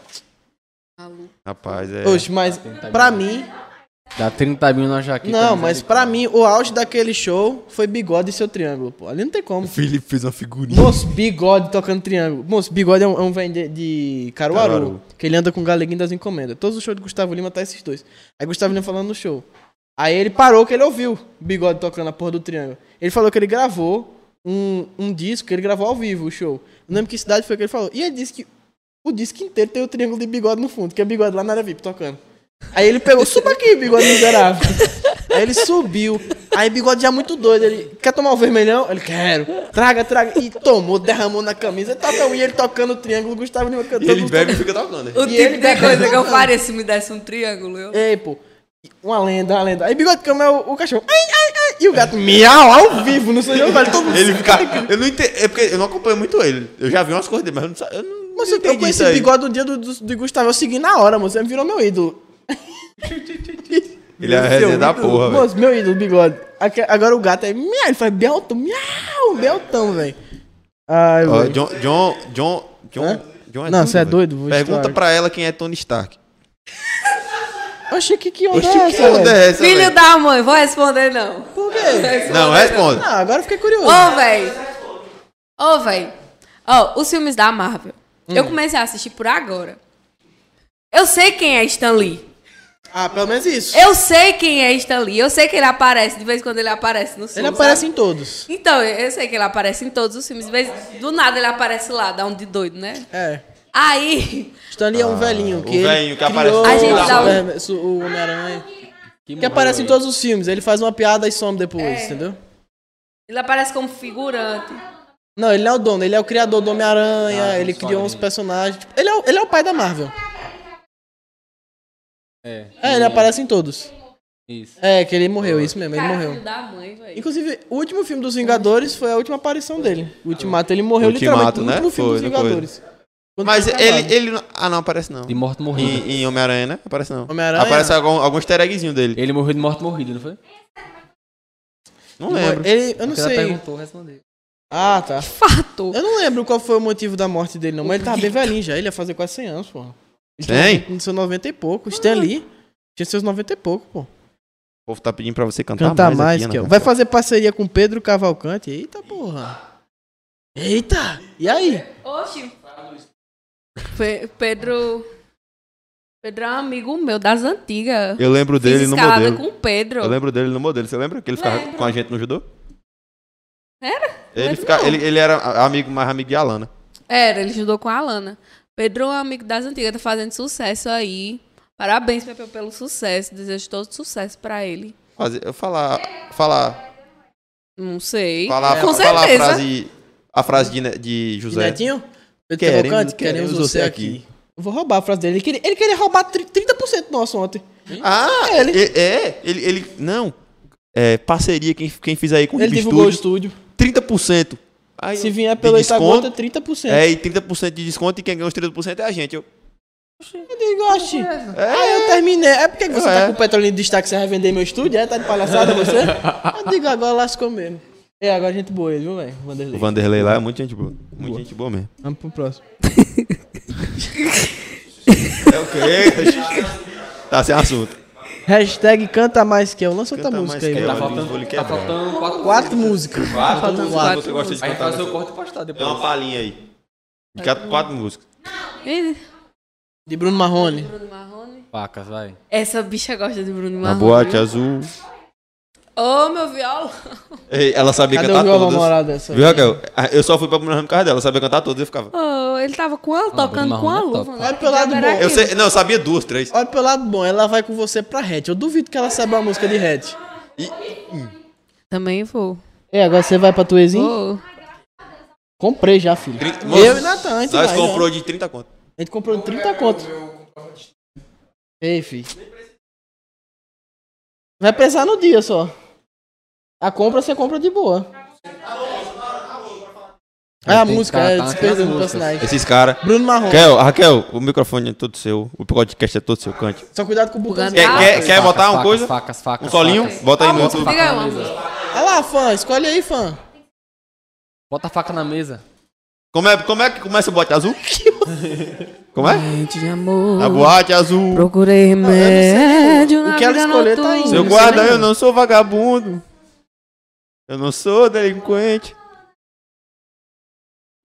Speaker 2: Maluco.
Speaker 4: Rapaz, é.
Speaker 3: Oxe, mas
Speaker 5: 80
Speaker 3: pra
Speaker 5: mil.
Speaker 3: mim...
Speaker 5: Dá 30 mil na jaqueta.
Speaker 3: Não,
Speaker 5: misericórdia.
Speaker 3: mas pra mim, o auge daquele show foi Bigode e seu Triângulo, pô. Ali não tem como.
Speaker 4: Felipe fez uma figurinha.
Speaker 3: Moço, Bigode tocando Triângulo. Moço, Bigode é um, é um vende de Caruaru,
Speaker 4: Caruaru.
Speaker 3: que ele anda com o Galeguinho das Encomendas. Todos os shows de Gustavo Lima tá esses dois. Aí Gustavo Lima falando no show. Aí ele parou que ele ouviu Bigode tocando a porra do Triângulo. Ele falou que ele gravou um, um disco, que ele gravou ao vivo o show. Não lembro que cidade foi que ele falou. E ele disse que o disco inteiro tem o Triângulo de Bigode no fundo, que é Bigode lá na área VIP tocando. Aí ele pegou, suba aqui, bigode miserável. Aí ele subiu. Aí bigode já muito doido. Ele quer tomar o vermelhão? Ele quero. Traga, traga. E tomou, derramou na camisa. Ele toca um e ele tocando o triângulo, Gustavo Lima cantando.
Speaker 4: E ele bebe e fica tocando.
Speaker 2: O
Speaker 4: né?
Speaker 3: E ele tá
Speaker 2: tipo de coisa que eu
Speaker 3: pegando-
Speaker 2: faria se me desse um triângulo. Eu...
Speaker 3: Ei, pô. Uma lenda, uma lenda. Aí bigode cama é o, o cachorro. Ai, ai, ai. E o gato miau ao vivo no seu jogo, velho. Todo mundo.
Speaker 4: Ele fica. Eu não entendo. É porque eu não acompanho muito ele. Eu já vi umas coisas dele, mas eu não sei. Eu não,
Speaker 3: Mas
Speaker 4: não
Speaker 3: eu, eu
Speaker 4: entendi
Speaker 3: conheci
Speaker 4: isso aí.
Speaker 3: bigode no dia do, do, do Gustavo. Eu segui na hora, moço. Ele virou meu ídolo.
Speaker 4: Ele é a
Speaker 3: Meu
Speaker 4: resenha da
Speaker 3: ídolo.
Speaker 4: porra, velho.
Speaker 3: Moço, meu ídolo, bigode. Aque- Agora o gato é miau, ele faz beltão, miau, beltão, velho. Ai,
Speaker 4: Ó,
Speaker 3: velho.
Speaker 4: John. John. John. John.
Speaker 3: Hã?
Speaker 4: John
Speaker 3: Não, você é
Speaker 4: velho.
Speaker 3: doido, vou
Speaker 4: Pergunta
Speaker 3: estourar.
Speaker 4: pra ela quem é Tony Stark.
Speaker 3: Oxi, que que onda
Speaker 4: Oxe,
Speaker 3: é
Speaker 4: que
Speaker 3: essa,
Speaker 4: onda
Speaker 3: velho?
Speaker 4: é essa?
Speaker 2: Filho
Speaker 4: velho?
Speaker 2: da mãe, vou responder não.
Speaker 3: Por quê?
Speaker 4: Não, responde.
Speaker 3: Ah, agora eu fiquei
Speaker 2: Ô,
Speaker 3: curioso.
Speaker 2: véi. Ô, véi. Ô, os filmes da Marvel.
Speaker 3: Hum.
Speaker 2: Eu comecei a assistir por agora. Eu sei quem é Stan Lee.
Speaker 3: Ah, pelo menos isso.
Speaker 2: Eu sei quem é Stan Lee. Eu sei que ele aparece, de vez em quando ele aparece no
Speaker 3: Ele aparece em todos.
Speaker 2: Então, eu sei que ele aparece em todos os filmes. De vez... Do nada ele aparece lá, dá um de doido, né?
Speaker 3: É.
Speaker 2: Aí,
Speaker 3: Stanley é um velhinho que
Speaker 4: Ah, o
Speaker 3: ele
Speaker 4: velhinho que
Speaker 3: criou
Speaker 2: no
Speaker 4: aparece
Speaker 3: o
Speaker 2: A gente dá um-
Speaker 3: Superman- su- o Homem-Aranha.
Speaker 5: Que,
Speaker 3: Que aparece em todos os filmes. Ele faz uma piada e some depois,
Speaker 2: É.
Speaker 3: entendeu?
Speaker 2: ele aparece como figurante.
Speaker 3: Não, ele não é o dono. Ele é o criador do Homem-Aranha.
Speaker 4: Ah,
Speaker 3: ele criou uns personagens. Tipo, Ele é, o, ele é o pai da Marvel.
Speaker 5: É.
Speaker 3: É, ele aparece em todos.
Speaker 5: Isso.
Speaker 3: É, que ele morreu. Isso mesmo, ele
Speaker 2: Cara,
Speaker 3: morreu.
Speaker 2: filho da mãe, véi.
Speaker 3: Inclusive, o último filme dos Vingadores foi a última aparição dele. O Ultimato, ele morreu
Speaker 4: Ultimato,
Speaker 3: literalmente no
Speaker 4: né?
Speaker 3: último filme
Speaker 4: Foi,
Speaker 3: dos
Speaker 4: não foi.
Speaker 3: Vingadores. Quando
Speaker 4: Mas
Speaker 3: foi tá acabado.
Speaker 4: ele, ele. não- Ah, não, aparece não.
Speaker 5: De morto morrido.
Speaker 4: Em, em Homem-Aranha, né? Aparece não.
Speaker 3: Homem-Aranha?
Speaker 4: Aparece algum, algum easter eggzinho dele.
Speaker 5: Ele morreu de morto morrido, não foi?
Speaker 4: Não lembro.
Speaker 3: Ele, eu não
Speaker 5: Porque ela
Speaker 3: sei.
Speaker 5: perguntou, respondeu.
Speaker 3: Ah, tá.
Speaker 2: Fato.
Speaker 3: Eu não lembro qual foi o motivo da morte dele, não. Mas ele tava bem velhinho já. Ele ia fazer quase 100 anos, pô. Ele
Speaker 4: Tem?
Speaker 3: Tinha seus 90 e pouco. O Stan Lee tinha seus 90 e pouco, pô.
Speaker 4: O povo tá pedindo pra você cantar,
Speaker 3: Cantar mais,
Speaker 4: aqui,
Speaker 3: que
Speaker 4: Ana.
Speaker 3: Vai fazer parceria com Pedro Cavalcante. Eita, porra. Eita! E aí?
Speaker 2: Oxi. Pe- Pedro. Pedro é um amigo meu das antigas.
Speaker 4: Eu lembro
Speaker 2: Fiz
Speaker 4: dele no
Speaker 2: escalada
Speaker 4: modelo.
Speaker 2: com o Pedro.
Speaker 4: Eu lembro dele no modelo. Você lembra que ele ficava
Speaker 2: Lembro.
Speaker 4: com a gente no judô?
Speaker 2: Era?
Speaker 4: Ele,
Speaker 2: Lembro
Speaker 4: fica,
Speaker 2: não.
Speaker 4: ele, ele era a- amigo, mais amigo de Alana.
Speaker 2: Era, ele ajudou com a Alana. Pedro é um amigo das antigas, tá fazendo sucesso aí. Parabéns, Pepe, pelo sucesso. Desejo todo sucesso pra ele.
Speaker 4: Fazer, eu falar, falar,
Speaker 2: Não sei.
Speaker 4: falar,
Speaker 2: com
Speaker 4: falar a
Speaker 2: certeza.
Speaker 4: frase, a frase de, Ne- de
Speaker 3: E
Speaker 4: José.
Speaker 3: Netinho? Pedro
Speaker 4: Queremos-
Speaker 3: Cavalcante,
Speaker 4: queremos
Speaker 3: queremos você
Speaker 4: você
Speaker 3: aqui. Eu vou roubar a frase dele. Ele queria, ele queria roubar tri- 30% nosso ontem.
Speaker 4: Ah,
Speaker 3: É ele.
Speaker 4: ele. é, ele, ele não, é, parceria quem, quem fizer aí com
Speaker 3: Ele
Speaker 4: o
Speaker 3: divulgou o
Speaker 4: estúdio,
Speaker 3: estúdio.
Speaker 4: 30%. Aí,
Speaker 3: Se
Speaker 4: eu-
Speaker 3: vier
Speaker 4: de
Speaker 3: pelo
Speaker 4: desconto,
Speaker 3: Itagota, 30%.
Speaker 4: É, e 30% de desconto e quem ganha os 30% é a gente. Eu,
Speaker 3: Eu digo, oxi.
Speaker 4: é,
Speaker 3: Aí eu terminei. É porque você
Speaker 4: É.
Speaker 3: tá com o petróleo de destaque, você vai vender meu estúdio? É? Tá de palhaçada você? eu digo, agora lascou mesmo. É, agora a gente boa ele, viu, velho?
Speaker 4: O
Speaker 3: Vanderlei.
Speaker 4: Vanderlei lá é muito gente boa. Muito gente boa mesmo.
Speaker 3: Vamos pro próximo.
Speaker 4: É o quê? tá sem assunto.
Speaker 3: Hashtag canta mais que eu. Lança outra
Speaker 4: Canta mais
Speaker 3: música aí,
Speaker 4: que eu.
Speaker 5: Tá
Speaker 3: velho.
Speaker 4: Olha, o
Speaker 5: faltando,
Speaker 4: bolo
Speaker 5: tá
Speaker 4: quebra.
Speaker 5: faltando quatro.
Speaker 3: Quatro músicas.
Speaker 4: Quatro,
Speaker 3: Faltando quatro.
Speaker 4: Você gosta de
Speaker 5: Aí
Speaker 4: cantar
Speaker 5: faz
Speaker 4: música?
Speaker 5: o corte e postar
Speaker 4: Dá
Speaker 5: depois.
Speaker 4: uma palhinha aí. De quatro, quatro músicas.
Speaker 2: Ih,
Speaker 3: De Bruno Marrone.
Speaker 2: Bruno Marrone.
Speaker 5: Facas, vai.
Speaker 2: Essa bicha gosta de Bruno
Speaker 4: Na
Speaker 2: Marrone.
Speaker 4: boate
Speaker 2: viu?
Speaker 4: azul.
Speaker 2: Ô, meu violão.
Speaker 4: Ei, Ela sabia
Speaker 3: Cadê o
Speaker 4: cantar
Speaker 3: violão
Speaker 4: tá todas.
Speaker 3: moral dessa?
Speaker 4: Viu, Raquel? Ah, Eu só fui pra primeira por causa dela. Ela sabia cantar todas. Eu ficava.
Speaker 2: Ô, ele tava com a, tocando
Speaker 5: Bruno
Speaker 2: com a
Speaker 5: Marrone é
Speaker 2: luva.
Speaker 5: top.
Speaker 2: né?
Speaker 3: Olha pelo lado
Speaker 2: Era
Speaker 3: bom.
Speaker 4: Eu
Speaker 2: aquilo.
Speaker 4: sei, não, eu sabia duas, três.
Speaker 3: Olha pelo lado bom, ela vai com você pra Red. Eu duvido que ela saiba a música de Red.
Speaker 2: Também vou.
Speaker 3: É, agora você vai pra Tuezinho?
Speaker 2: Vou.
Speaker 3: Comprei já, filho.
Speaker 4: Trinta-
Speaker 3: Eu e Natan, antes
Speaker 4: Nós
Speaker 3: mais,
Speaker 4: comprou de 30 conto.
Speaker 3: né? A gente comprou 30 conto. Ei, filho. Vai pesar no dia só. A compra você compra de boa. É a
Speaker 5: Tem que
Speaker 3: música,
Speaker 5: tá-
Speaker 3: é
Speaker 5: tá naquelas
Speaker 3: despesa do
Speaker 5: músicas.
Speaker 3: personagem.
Speaker 4: Esses caras.
Speaker 3: Bruno Marrom.
Speaker 4: Raquel, Raquel, o microfone é todo seu. O podcast é todo seu, cante.
Speaker 3: Só cuidado com o botãozinho.
Speaker 4: Quer,
Speaker 2: Ah,
Speaker 4: quer,
Speaker 5: Facas,
Speaker 4: quer
Speaker 5: facas,
Speaker 4: botar uma
Speaker 5: facas,
Speaker 4: coisa?
Speaker 5: Facas, facas,
Speaker 4: Um solinho?
Speaker 5: facas.
Speaker 4: Bota aí no
Speaker 5: Bota a
Speaker 4: YouTube.
Speaker 5: faca
Speaker 2: Diga
Speaker 5: na
Speaker 2: uma.
Speaker 5: mesa.
Speaker 3: Olha lá, fã, escolhe aí, fã.
Speaker 5: Bota a faca na mesa.
Speaker 4: Como é, como é que começa o bote azul? Como é?
Speaker 2: Gente de amor.
Speaker 4: A boate azul.
Speaker 2: Procurei remédio
Speaker 3: O
Speaker 2: na
Speaker 3: que ela
Speaker 2: vida
Speaker 3: escolher tá
Speaker 2: noturna.
Speaker 3: aí.
Speaker 4: Seu
Speaker 3: não sei
Speaker 4: guarda,
Speaker 3: nem.
Speaker 4: eu não sou vagabundo. Eu não sou delinquente.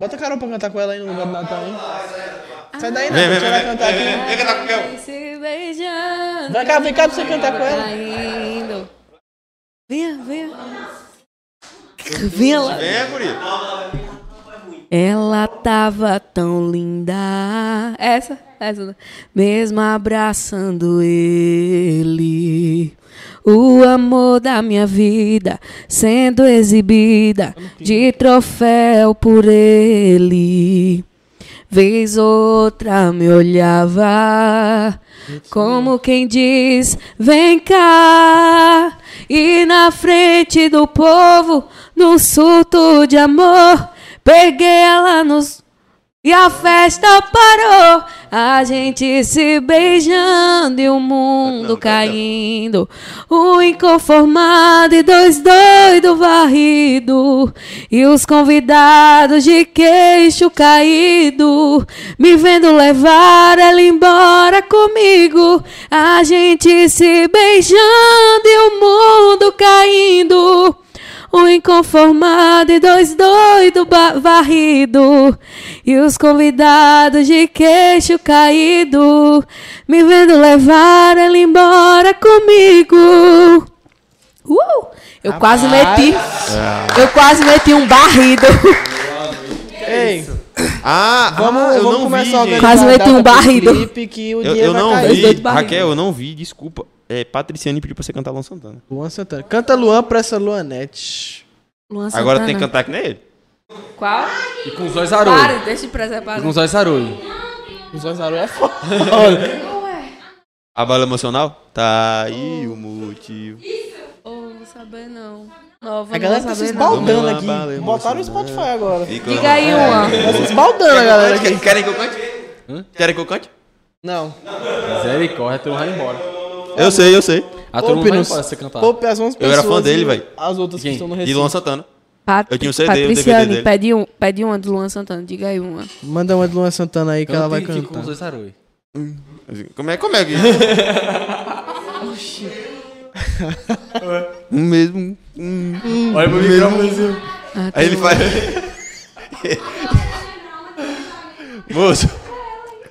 Speaker 3: Bota a Carol pra cantar com ela aí no lugar do Natal, hein? Sai daí, Natal.
Speaker 4: Vem, vem,
Speaker 3: Deixa ela
Speaker 4: vem.
Speaker 3: cantar aqui.
Speaker 4: Vem, vem, Raquel.
Speaker 2: Se beijando.
Speaker 3: Vem cá, vem cá pra você cantar com ela.
Speaker 2: Caindo. Venha, venha. Venha lá.
Speaker 4: Vem, guria.
Speaker 2: Ela tava tão linda. Essa, essa. né? Mesmo abraçando ele. O amor da minha vida sendo exibida de troféu por ele. Vez outra me olhava, como quem diz: vem cá. E na frente do povo, num surto de amor, peguei ela nos. E a festa parou, a gente se beijando e o mundo caindo. Um inconformado e dois doidos varrido. E os convidados de queixo caído. Me vendo levar ela embora comigo. A gente se beijando e o mundo caindo. Um inconformado e dois doido ba- varrido E os convidados de queixo caído Me vendo levar ela embora comigo Uh! Eu quase meti Eu quase meti um barrido
Speaker 4: É
Speaker 3: Ei,
Speaker 4: Ah,
Speaker 3: vamos,
Speaker 4: ah, eu
Speaker 3: vamos
Speaker 4: não
Speaker 3: começar
Speaker 4: vi,
Speaker 3: a
Speaker 4: gente.
Speaker 3: organizar
Speaker 2: Quase
Speaker 3: a
Speaker 2: meti um
Speaker 3: data pro
Speaker 2: barrido.
Speaker 3: clipe que o
Speaker 4: Eu,
Speaker 3: dinheiro
Speaker 4: eu
Speaker 3: vai
Speaker 4: não
Speaker 3: cair.
Speaker 4: vi.
Speaker 2: Os dois de barriga.
Speaker 4: Raquel, eu não vi, desculpa. É, Patriciane pediu pra você cantar Luan Santana.
Speaker 3: Luan Santana. Canta Luan pra essa Luanete.
Speaker 2: Luan
Speaker 4: Agora
Speaker 2: Santana.
Speaker 4: tem que cantar que nem ele.
Speaker 2: Qual?
Speaker 5: E com os olhos aroios.
Speaker 2: deixa de preservar
Speaker 5: E com os olhos aroios.
Speaker 3: Os dois Zaru é foda.
Speaker 4: A bala emocional? Tá aí o motivo.
Speaker 2: Oh, não saber não Nova,
Speaker 3: A galera tá se
Speaker 4: Vamos
Speaker 3: esbaldando
Speaker 4: lá,
Speaker 3: aqui.
Speaker 4: bala,
Speaker 3: Botaram o
Speaker 4: emocional.
Speaker 3: Spotify agora.
Speaker 4: Fica-
Speaker 2: Diga aí uma
Speaker 3: é. Tá se esbaldando a galera aqui.
Speaker 4: Querem- Querem que eu cante? Querem que eu cante?
Speaker 3: Não.
Speaker 5: Misericórdia, a turma vai embora.
Speaker 4: Eu sei, eu sei.
Speaker 5: A turma vai
Speaker 3: Poupe,
Speaker 5: embora
Speaker 3: nos,
Speaker 5: se você cantar.
Speaker 3: poupe as 11
Speaker 4: Eu
Speaker 3: pessoas.
Speaker 4: era fã dele,
Speaker 3: e
Speaker 4: velho.
Speaker 3: As outras que
Speaker 5: Quem?
Speaker 3: estão no
Speaker 4: De Luan
Speaker 3: Recife.
Speaker 4: Santana.
Speaker 2: Pat
Speaker 4: Eu tinha um CD, o DVD
Speaker 2: Patriciane,
Speaker 4: dele.
Speaker 2: pede, um, pede uma do Luan Santana Diga aí uma
Speaker 3: Manda uma de Luan Santana aí que ela vai
Speaker 5: Canta e fica com os
Speaker 3: cantar.
Speaker 5: olhos aroios.
Speaker 4: Como é, como é que... Um mesmo... um-
Speaker 5: Olha pro
Speaker 4: um mesmo... Aí ele faz... Moço,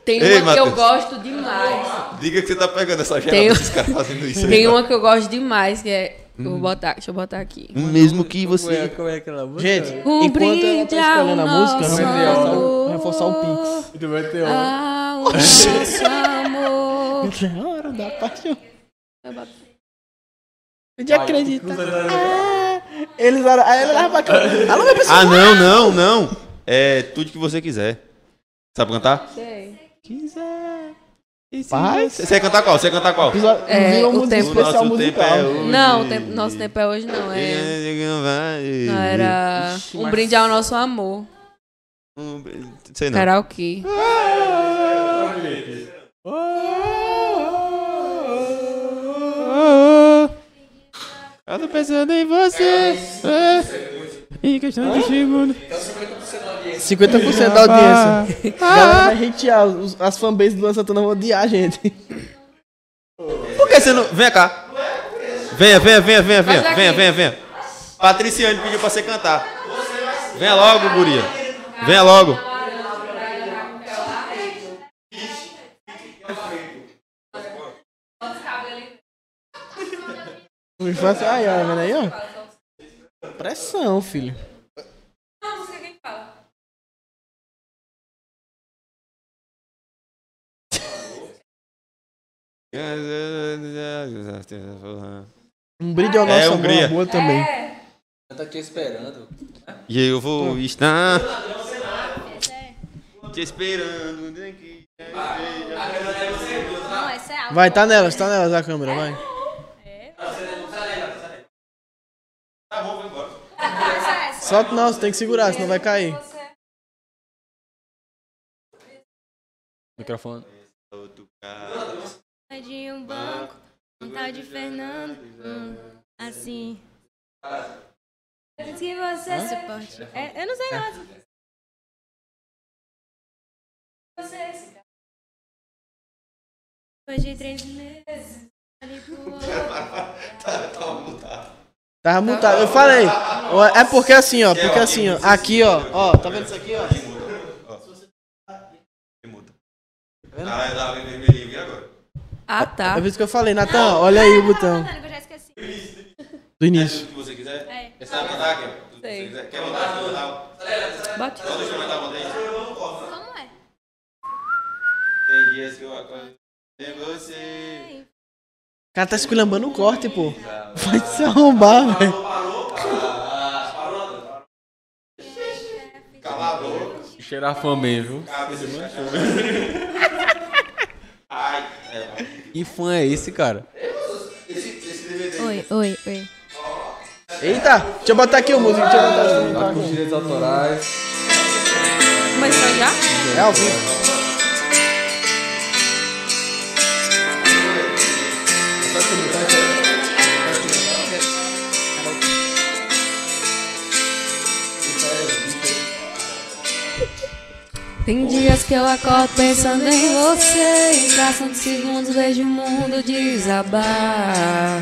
Speaker 2: Tem
Speaker 4: Ei,
Speaker 2: uma que eu
Speaker 4: Matheus.
Speaker 2: gosto demais.
Speaker 4: diga que você tá pegando essa geral
Speaker 2: Tem- um-
Speaker 4: desses caras fazendo isso. aí,
Speaker 2: Tem
Speaker 4: velho.
Speaker 2: uma que eu gosto demais, que é. Eu vou botar, deixa eu botar aqui.
Speaker 4: Um mesmo que você...
Speaker 5: Como é aquela música?
Speaker 3: Gente,
Speaker 2: Um
Speaker 3: enquanto ela
Speaker 2: brinde
Speaker 3: tá
Speaker 2: ao
Speaker 3: escolhendo a música,
Speaker 2: nosso
Speaker 3: vamos reforçar o-
Speaker 2: amor.
Speaker 3: reforçar o Pix.
Speaker 5: Tu vai ter
Speaker 2: Ah, o nosso amor.
Speaker 3: É a hora da paixão. De
Speaker 5: Vai,
Speaker 3: acreditar. Ah, eles eram. Aí ela dava pra cá. Alô, meu pessoal.
Speaker 4: Ah, não, não, não. É tudo que você quiser. Sabe cantar?
Speaker 2: Sei.
Speaker 3: Quiser.
Speaker 4: Você você ia cantar qual? Você ia cantar qual?
Speaker 3: Episódio,
Speaker 2: É,
Speaker 3: virou
Speaker 2: o
Speaker 3: música
Speaker 2: tempo.
Speaker 3: especial musical.
Speaker 4: é hoje.
Speaker 2: Não, o tempo- nosso tempo é hoje, não. É, não era. Um brinde ao nosso amor.
Speaker 4: Um br- Sei não.
Speaker 2: Karaokê.
Speaker 4: Eu tô pensando em você. É. Em questão de segundo.
Speaker 2: é
Speaker 3: 50% da audiência. A galera vai hatear. os- As fanbases do Luan Santana vão odiar a gente.
Speaker 4: Por que você não. Vem cá. Venha, venha, venha, venha, venha.
Speaker 2: aqui.
Speaker 4: Venha, venha, venha. Patriciane pediu pra você cantar. Venha logo, Guria. Venha logo.
Speaker 3: Me faça. Aí, ó, vendo aí, ó. Pressão, filho. Um brinde ao
Speaker 4: É,
Speaker 3: nosso amor,
Speaker 4: Hungria.
Speaker 3: Um
Speaker 2: É,
Speaker 3: amor também.
Speaker 5: Tá te esperando.
Speaker 4: E eu vou
Speaker 2: Hum.
Speaker 4: estar. Te esperando. né, que-
Speaker 6: Não, essa é a
Speaker 3: Vai, tá nelas, tá nelas a câmera, vai.
Speaker 6: Essa é essa.
Speaker 3: Solta não, você tem que segurar, senão vai cair.
Speaker 5: Microfone.
Speaker 6: Sai de um banco, um tal de Fernando. hum, assim. Diz que você suporte. É, eu não sei nada. Você se dá. Depois de três meses, ali pro outro.
Speaker 3: Tava mutado. Eu falei. Ó, É porque assim, ó. Porque assim, ó. Aqui, ó. Ó, tá vendo isso aqui, ó?
Speaker 4: Ah, lá, vem vermelhinho, vem agora.
Speaker 2: Ah, tá.
Speaker 3: É por isso que eu falei, Natan, olha aí o botão.
Speaker 6: Mano, que Ah, eu já esqueci.
Speaker 3: Do início.
Speaker 4: que você quiser.
Speaker 6: É.
Speaker 4: Sabe cantar, Kel? Se
Speaker 2: Sei.
Speaker 4: quiser. é- Quer mandar? Quer mandar?
Speaker 2: Bate.
Speaker 4: Deixa eu mandar uma dez.
Speaker 6: Como é?
Speaker 4: Tem dias que eu acordo sem você.
Speaker 3: O cara tá esculhambando o corte, pô. Vai se arrombar, velho.
Speaker 4: Cala a boca.
Speaker 5: Cheirar fome, viu?
Speaker 4: Cabeça de cachorro. Ai, é, vai.
Speaker 5: Que fã é esse, cara?
Speaker 6: Oi, oi, oi.
Speaker 3: Eita, deixa eu botar aqui o músico. Deixa eu botar aqui.
Speaker 5: Tá com os direitos autorais.
Speaker 2: Começou já?
Speaker 3: É ao vivo.
Speaker 6: Tem dias que eu acordo pensando em você. Em fração de segundos vejo o mundo desabar.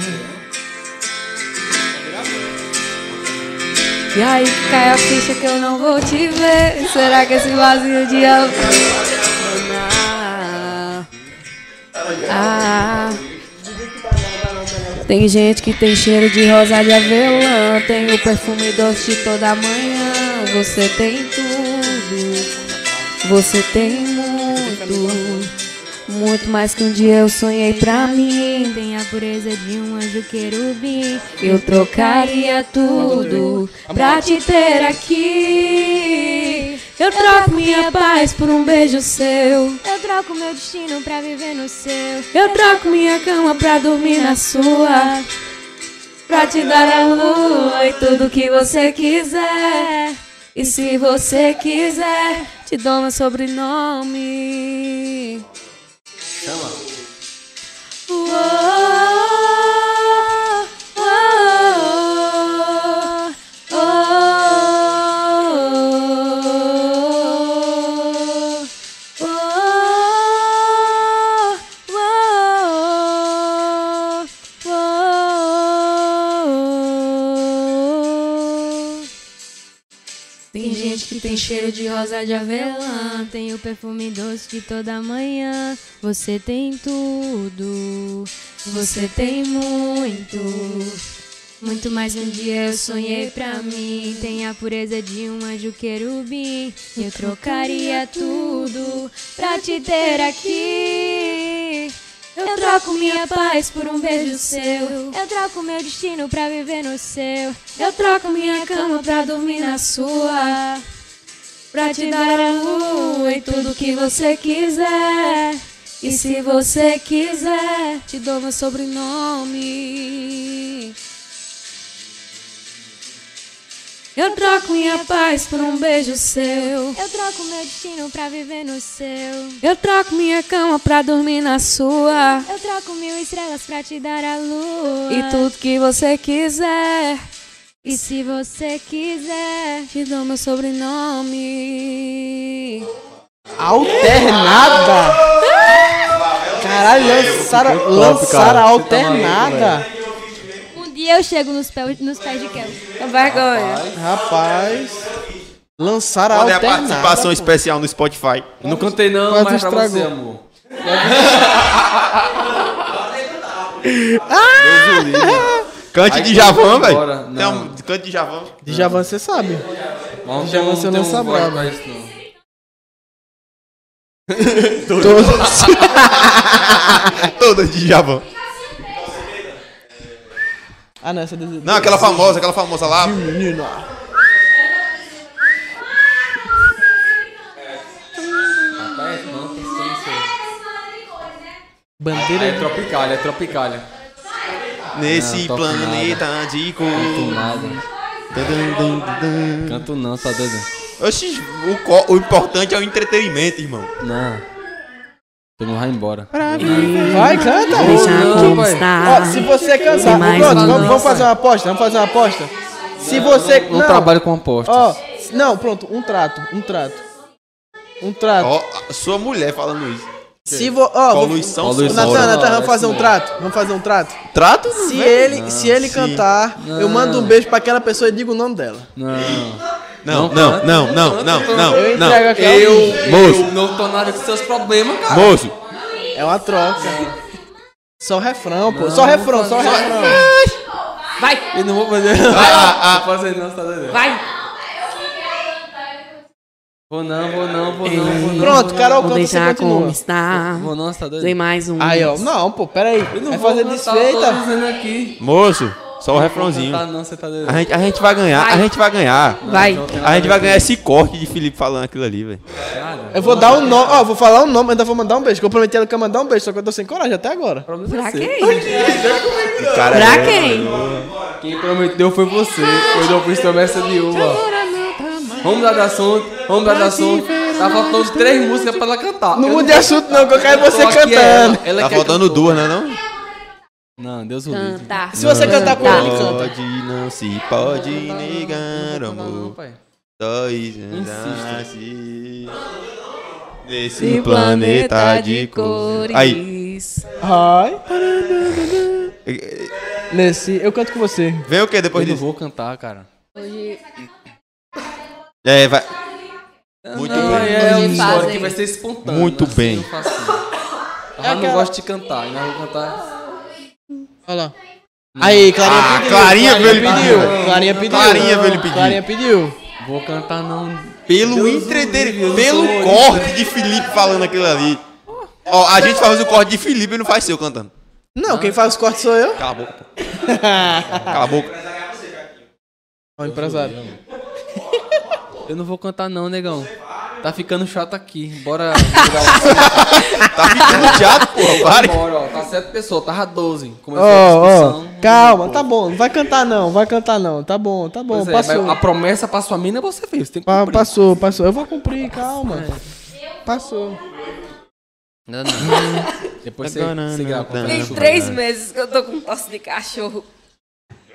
Speaker 6: E aí cai a ficha que eu não vou te ver. Será que esse vazio de amor vai funcionar? Ah. Tem gente que tem cheiro de rosa de avelã. Tem o perfume doce de toda manhã. Você tem tudo. Você tem muito, muito mais que um dia eu sonhei pra mim. Tem a pureza de um anjo querubim. Eu trocaria tudo pra te ter aqui. Eu troco minha paz por um beijo seu. Eu troco meu destino pra viver no seu. Eu troco minha cama pra dormir na sua. Pra te dar a lua e tudo que você quiser. E se você quiser, te dou meu sobrenome. Chama. Tem gente que tem cheiro de rosa de avelã, tem o perfume doce de toda manhã. Você tem tudo, você tem muito. Muito mais que um dia eu sonhei pra mim. Tem a pureza de um anjo querubim. Eu trocaria tudo pra te ter aqui. Eu troco minha paz por um beijo seu. Eu troco meu destino pra viver no seu. Eu troco minha cama pra dormir na sua. Pra te dar a lua e tudo que você quiser. E se você quiser, te dou meu sobrenome. Eu troco minha paz por um beijo seu. Eu troco meu destino pra viver no seu. Eu troco minha cama pra dormir na sua. Eu troco mil estrelas pra te dar a lua. E tudo que você quiser. E se você quiser, te dou meu sobrenome.
Speaker 3: Alternada. Caralho, lançaram, lançaram a
Speaker 5: Você tá maluco,
Speaker 3: alternada.
Speaker 6: Um dia eu chego nos, pé- nos pés de Kelly.
Speaker 2: É vergonha.
Speaker 3: Rapaz. Lançaram a
Speaker 4: Quando é a
Speaker 3: alternada.
Speaker 4: participação especial no Spotify?
Speaker 5: Não cantei não,
Speaker 3: Quase
Speaker 5: mas pra
Speaker 3: estragou.
Speaker 5: você, amor.
Speaker 4: Cante
Speaker 5: Aí
Speaker 4: de Javan,
Speaker 5: quando vai
Speaker 4: velho.
Speaker 5: embora, não.
Speaker 4: Não, cante de Javan.
Speaker 3: Djavan, você sabe.
Speaker 5: Mas
Speaker 3: um- Já
Speaker 5: tem um-
Speaker 3: você não
Speaker 5: tem um
Speaker 3: sabe
Speaker 5: voz
Speaker 3: nada.
Speaker 5: pra isso, não.
Speaker 3: Todos.
Speaker 4: Todas de Javan.
Speaker 3: Ah, não, essa é do-
Speaker 4: Não, aquela famosa, aquela famosa lá.
Speaker 3: Menina.
Speaker 5: Rapaz, não, Tá tem isso aí.
Speaker 3: Bandeira.
Speaker 5: Aí é Tropicália, é Tropicália.
Speaker 4: Nesse
Speaker 5: Não, toco nada.
Speaker 4: planeta de cor.
Speaker 5: Canto nada.
Speaker 4: Dun, dun, dun.
Speaker 5: Canto não, tá doido?
Speaker 4: Oxi, o, co- o importante é o entretenimento, irmão.
Speaker 5: Não. Todo mundo vai embora.
Speaker 3: Vai, canta.
Speaker 5: Não, pai.
Speaker 3: Ó, se você cansar,
Speaker 2: mais
Speaker 3: pronto, vamos,
Speaker 2: balança.
Speaker 3: vamos fazer uma aposta, vamos fazer uma aposta. Se você
Speaker 5: Não trabalho com apostas.
Speaker 3: Ó, se- não, pronto, um trato, um trato. Um trato.
Speaker 4: Ó, a sua mulher falando isso.
Speaker 3: Se vo, ó, vamos,
Speaker 4: Poluição
Speaker 5: Poluição.
Speaker 4: sonora.
Speaker 3: Natan, Natan,
Speaker 5: Não,
Speaker 3: vamos fazer um
Speaker 5: esse não.
Speaker 3: trato, vamos fazer um trato.
Speaker 4: Trato? não
Speaker 3: Se
Speaker 4: velho?
Speaker 3: ele, se ele
Speaker 4: sim.
Speaker 3: cantar, eu mando um beijo pra aquela pessoa e digo o nome dela.
Speaker 5: Não.
Speaker 4: Não, não, não, não, não,
Speaker 3: Eu
Speaker 4: não,
Speaker 3: entrego
Speaker 4: não.
Speaker 3: aquela.
Speaker 4: Moço.
Speaker 5: eu não tô nada com seus problemas, cara.
Speaker 4: Moço,
Speaker 3: É uma troca. Só refrão, pô. Só refrão, só refrão.
Speaker 2: Vai,
Speaker 5: Eu não vou fazer.
Speaker 4: ah, ah.
Speaker 5: Não vou fazer não, tá doido?
Speaker 2: vai.
Speaker 5: Vou não, vou não, vou não, vou não.
Speaker 3: Pronto,
Speaker 5: vou
Speaker 3: Carol
Speaker 2: Vou
Speaker 3: canta, você
Speaker 2: deixar como
Speaker 3: continua.
Speaker 2: está.
Speaker 5: não. Vou não, tá doido?
Speaker 2: Tem mais um.
Speaker 3: Aí, ó. Não, pô, peraí.
Speaker 5: Eu não
Speaker 3: Vai
Speaker 5: vou
Speaker 3: fazer
Speaker 5: cantar, eu tô
Speaker 3: desfeita.
Speaker 5: dizendo aqui.
Speaker 4: moço, só o refrãozinho.
Speaker 5: Não, não, você tá
Speaker 3: Ah.
Speaker 5: doido?
Speaker 4: A gente, a gente vai ganhar, a gente vai ganhar.
Speaker 2: Vai.
Speaker 4: A gente vai ganhar esse corte de Felipe falando aquilo ali, velho.
Speaker 3: Eu vou dar um
Speaker 5: É.
Speaker 3: nome, ó, vou falar um nome, ainda vou mandar um beijo. que Eu prometi ela que ia mandar um beijo, só que eu tô sem coragem até agora.
Speaker 2: Pra quem?
Speaker 4: O cara
Speaker 2: Pra
Speaker 4: é-
Speaker 2: quem?
Speaker 5: Quem prometeu foi você. Eu não fiz promessa nenhuma. Vamos dar de assunto, vamos dar de assunto. Tá faltando três músicas pra ela cantar.
Speaker 3: Não
Speaker 5: Eu
Speaker 3: mude de assunto não, que eu quero você
Speaker 5: tô aqui,
Speaker 3: cantando.
Speaker 5: Ela, ela
Speaker 4: Tá
Speaker 5: quer-
Speaker 4: faltando duas, né não?
Speaker 5: Não, Deus o livre.
Speaker 2: Cantar.
Speaker 3: Se você cantar Tá com ele, canta.
Speaker 4: Pode, não se pode negar,
Speaker 5: Não,
Speaker 4: amor.
Speaker 5: pai.
Speaker 4: Dois
Speaker 5: Insista.
Speaker 4: nasce nesse planeta de cores. Aí,
Speaker 3: Ai. Nesse, eu canto com você.
Speaker 4: vem o que depois
Speaker 5: Eu não
Speaker 4: disso?
Speaker 5: vou cantar, cara.
Speaker 2: Hoje
Speaker 4: É, vai. Muito
Speaker 5: não,
Speaker 4: bem.
Speaker 5: É
Speaker 2: Hoje
Speaker 5: uma história
Speaker 2: fazem.
Speaker 5: que vai ser espontânea.
Speaker 4: Muito
Speaker 5: assim,
Speaker 4: bem.
Speaker 5: Eu faço isso. Ah, não
Speaker 3: aquela-
Speaker 5: gosto de cantar, ainda vou cantar.
Speaker 3: Olha lá. Aí, Clarinha
Speaker 4: Ah,
Speaker 3: pediu.
Speaker 4: Clarinha veio ele
Speaker 3: pediu.
Speaker 4: pedir.
Speaker 3: Clarinha pediu.
Speaker 4: Clarinha veio ele pedir.
Speaker 3: Clarinha pediu.
Speaker 5: Vou cantar não.
Speaker 4: Pelo
Speaker 5: Deus
Speaker 4: entretenimento,
Speaker 5: do
Speaker 4: pelo
Speaker 5: livre, eu sou
Speaker 4: corte de Felipe falando aquilo ali. Ó, a gente faz o corte de Felipe e não faz seu cantando.
Speaker 3: Não, quem faz os cortes sou eu.
Speaker 4: Cala a boca, pô. Cala a boca.
Speaker 3: Ó, o empresário.
Speaker 5: Eu não vou cantar não, negão. Tá ficando chato aqui. Bora. virar
Speaker 4: Tá ficando chato, porra.
Speaker 5: um-
Speaker 4: Pare.
Speaker 5: Bora, ó. Tá sete pessoas, tava 12.
Speaker 3: Ó,
Speaker 5: Começou a
Speaker 3: ó.
Speaker 5: discussão.
Speaker 3: Calma, tá bom. Não vai cantar não, vai cantar não. Tá bom, tá bom.
Speaker 5: Pois é,
Speaker 3: Passou.
Speaker 5: mas a promessa pra sua mina você fez. Tem que
Speaker 3: Pa-
Speaker 5: cumprir.
Speaker 3: Passou, passou. Eu vou cumprir, calma. É. Passou.
Speaker 5: Não, não. Depois você,
Speaker 4: Agora
Speaker 5: você
Speaker 4: não
Speaker 5: grava.
Speaker 4: dá.
Speaker 5: Tem
Speaker 2: tem
Speaker 5: chuva.
Speaker 2: três meses que eu tô com tosse de cachorro.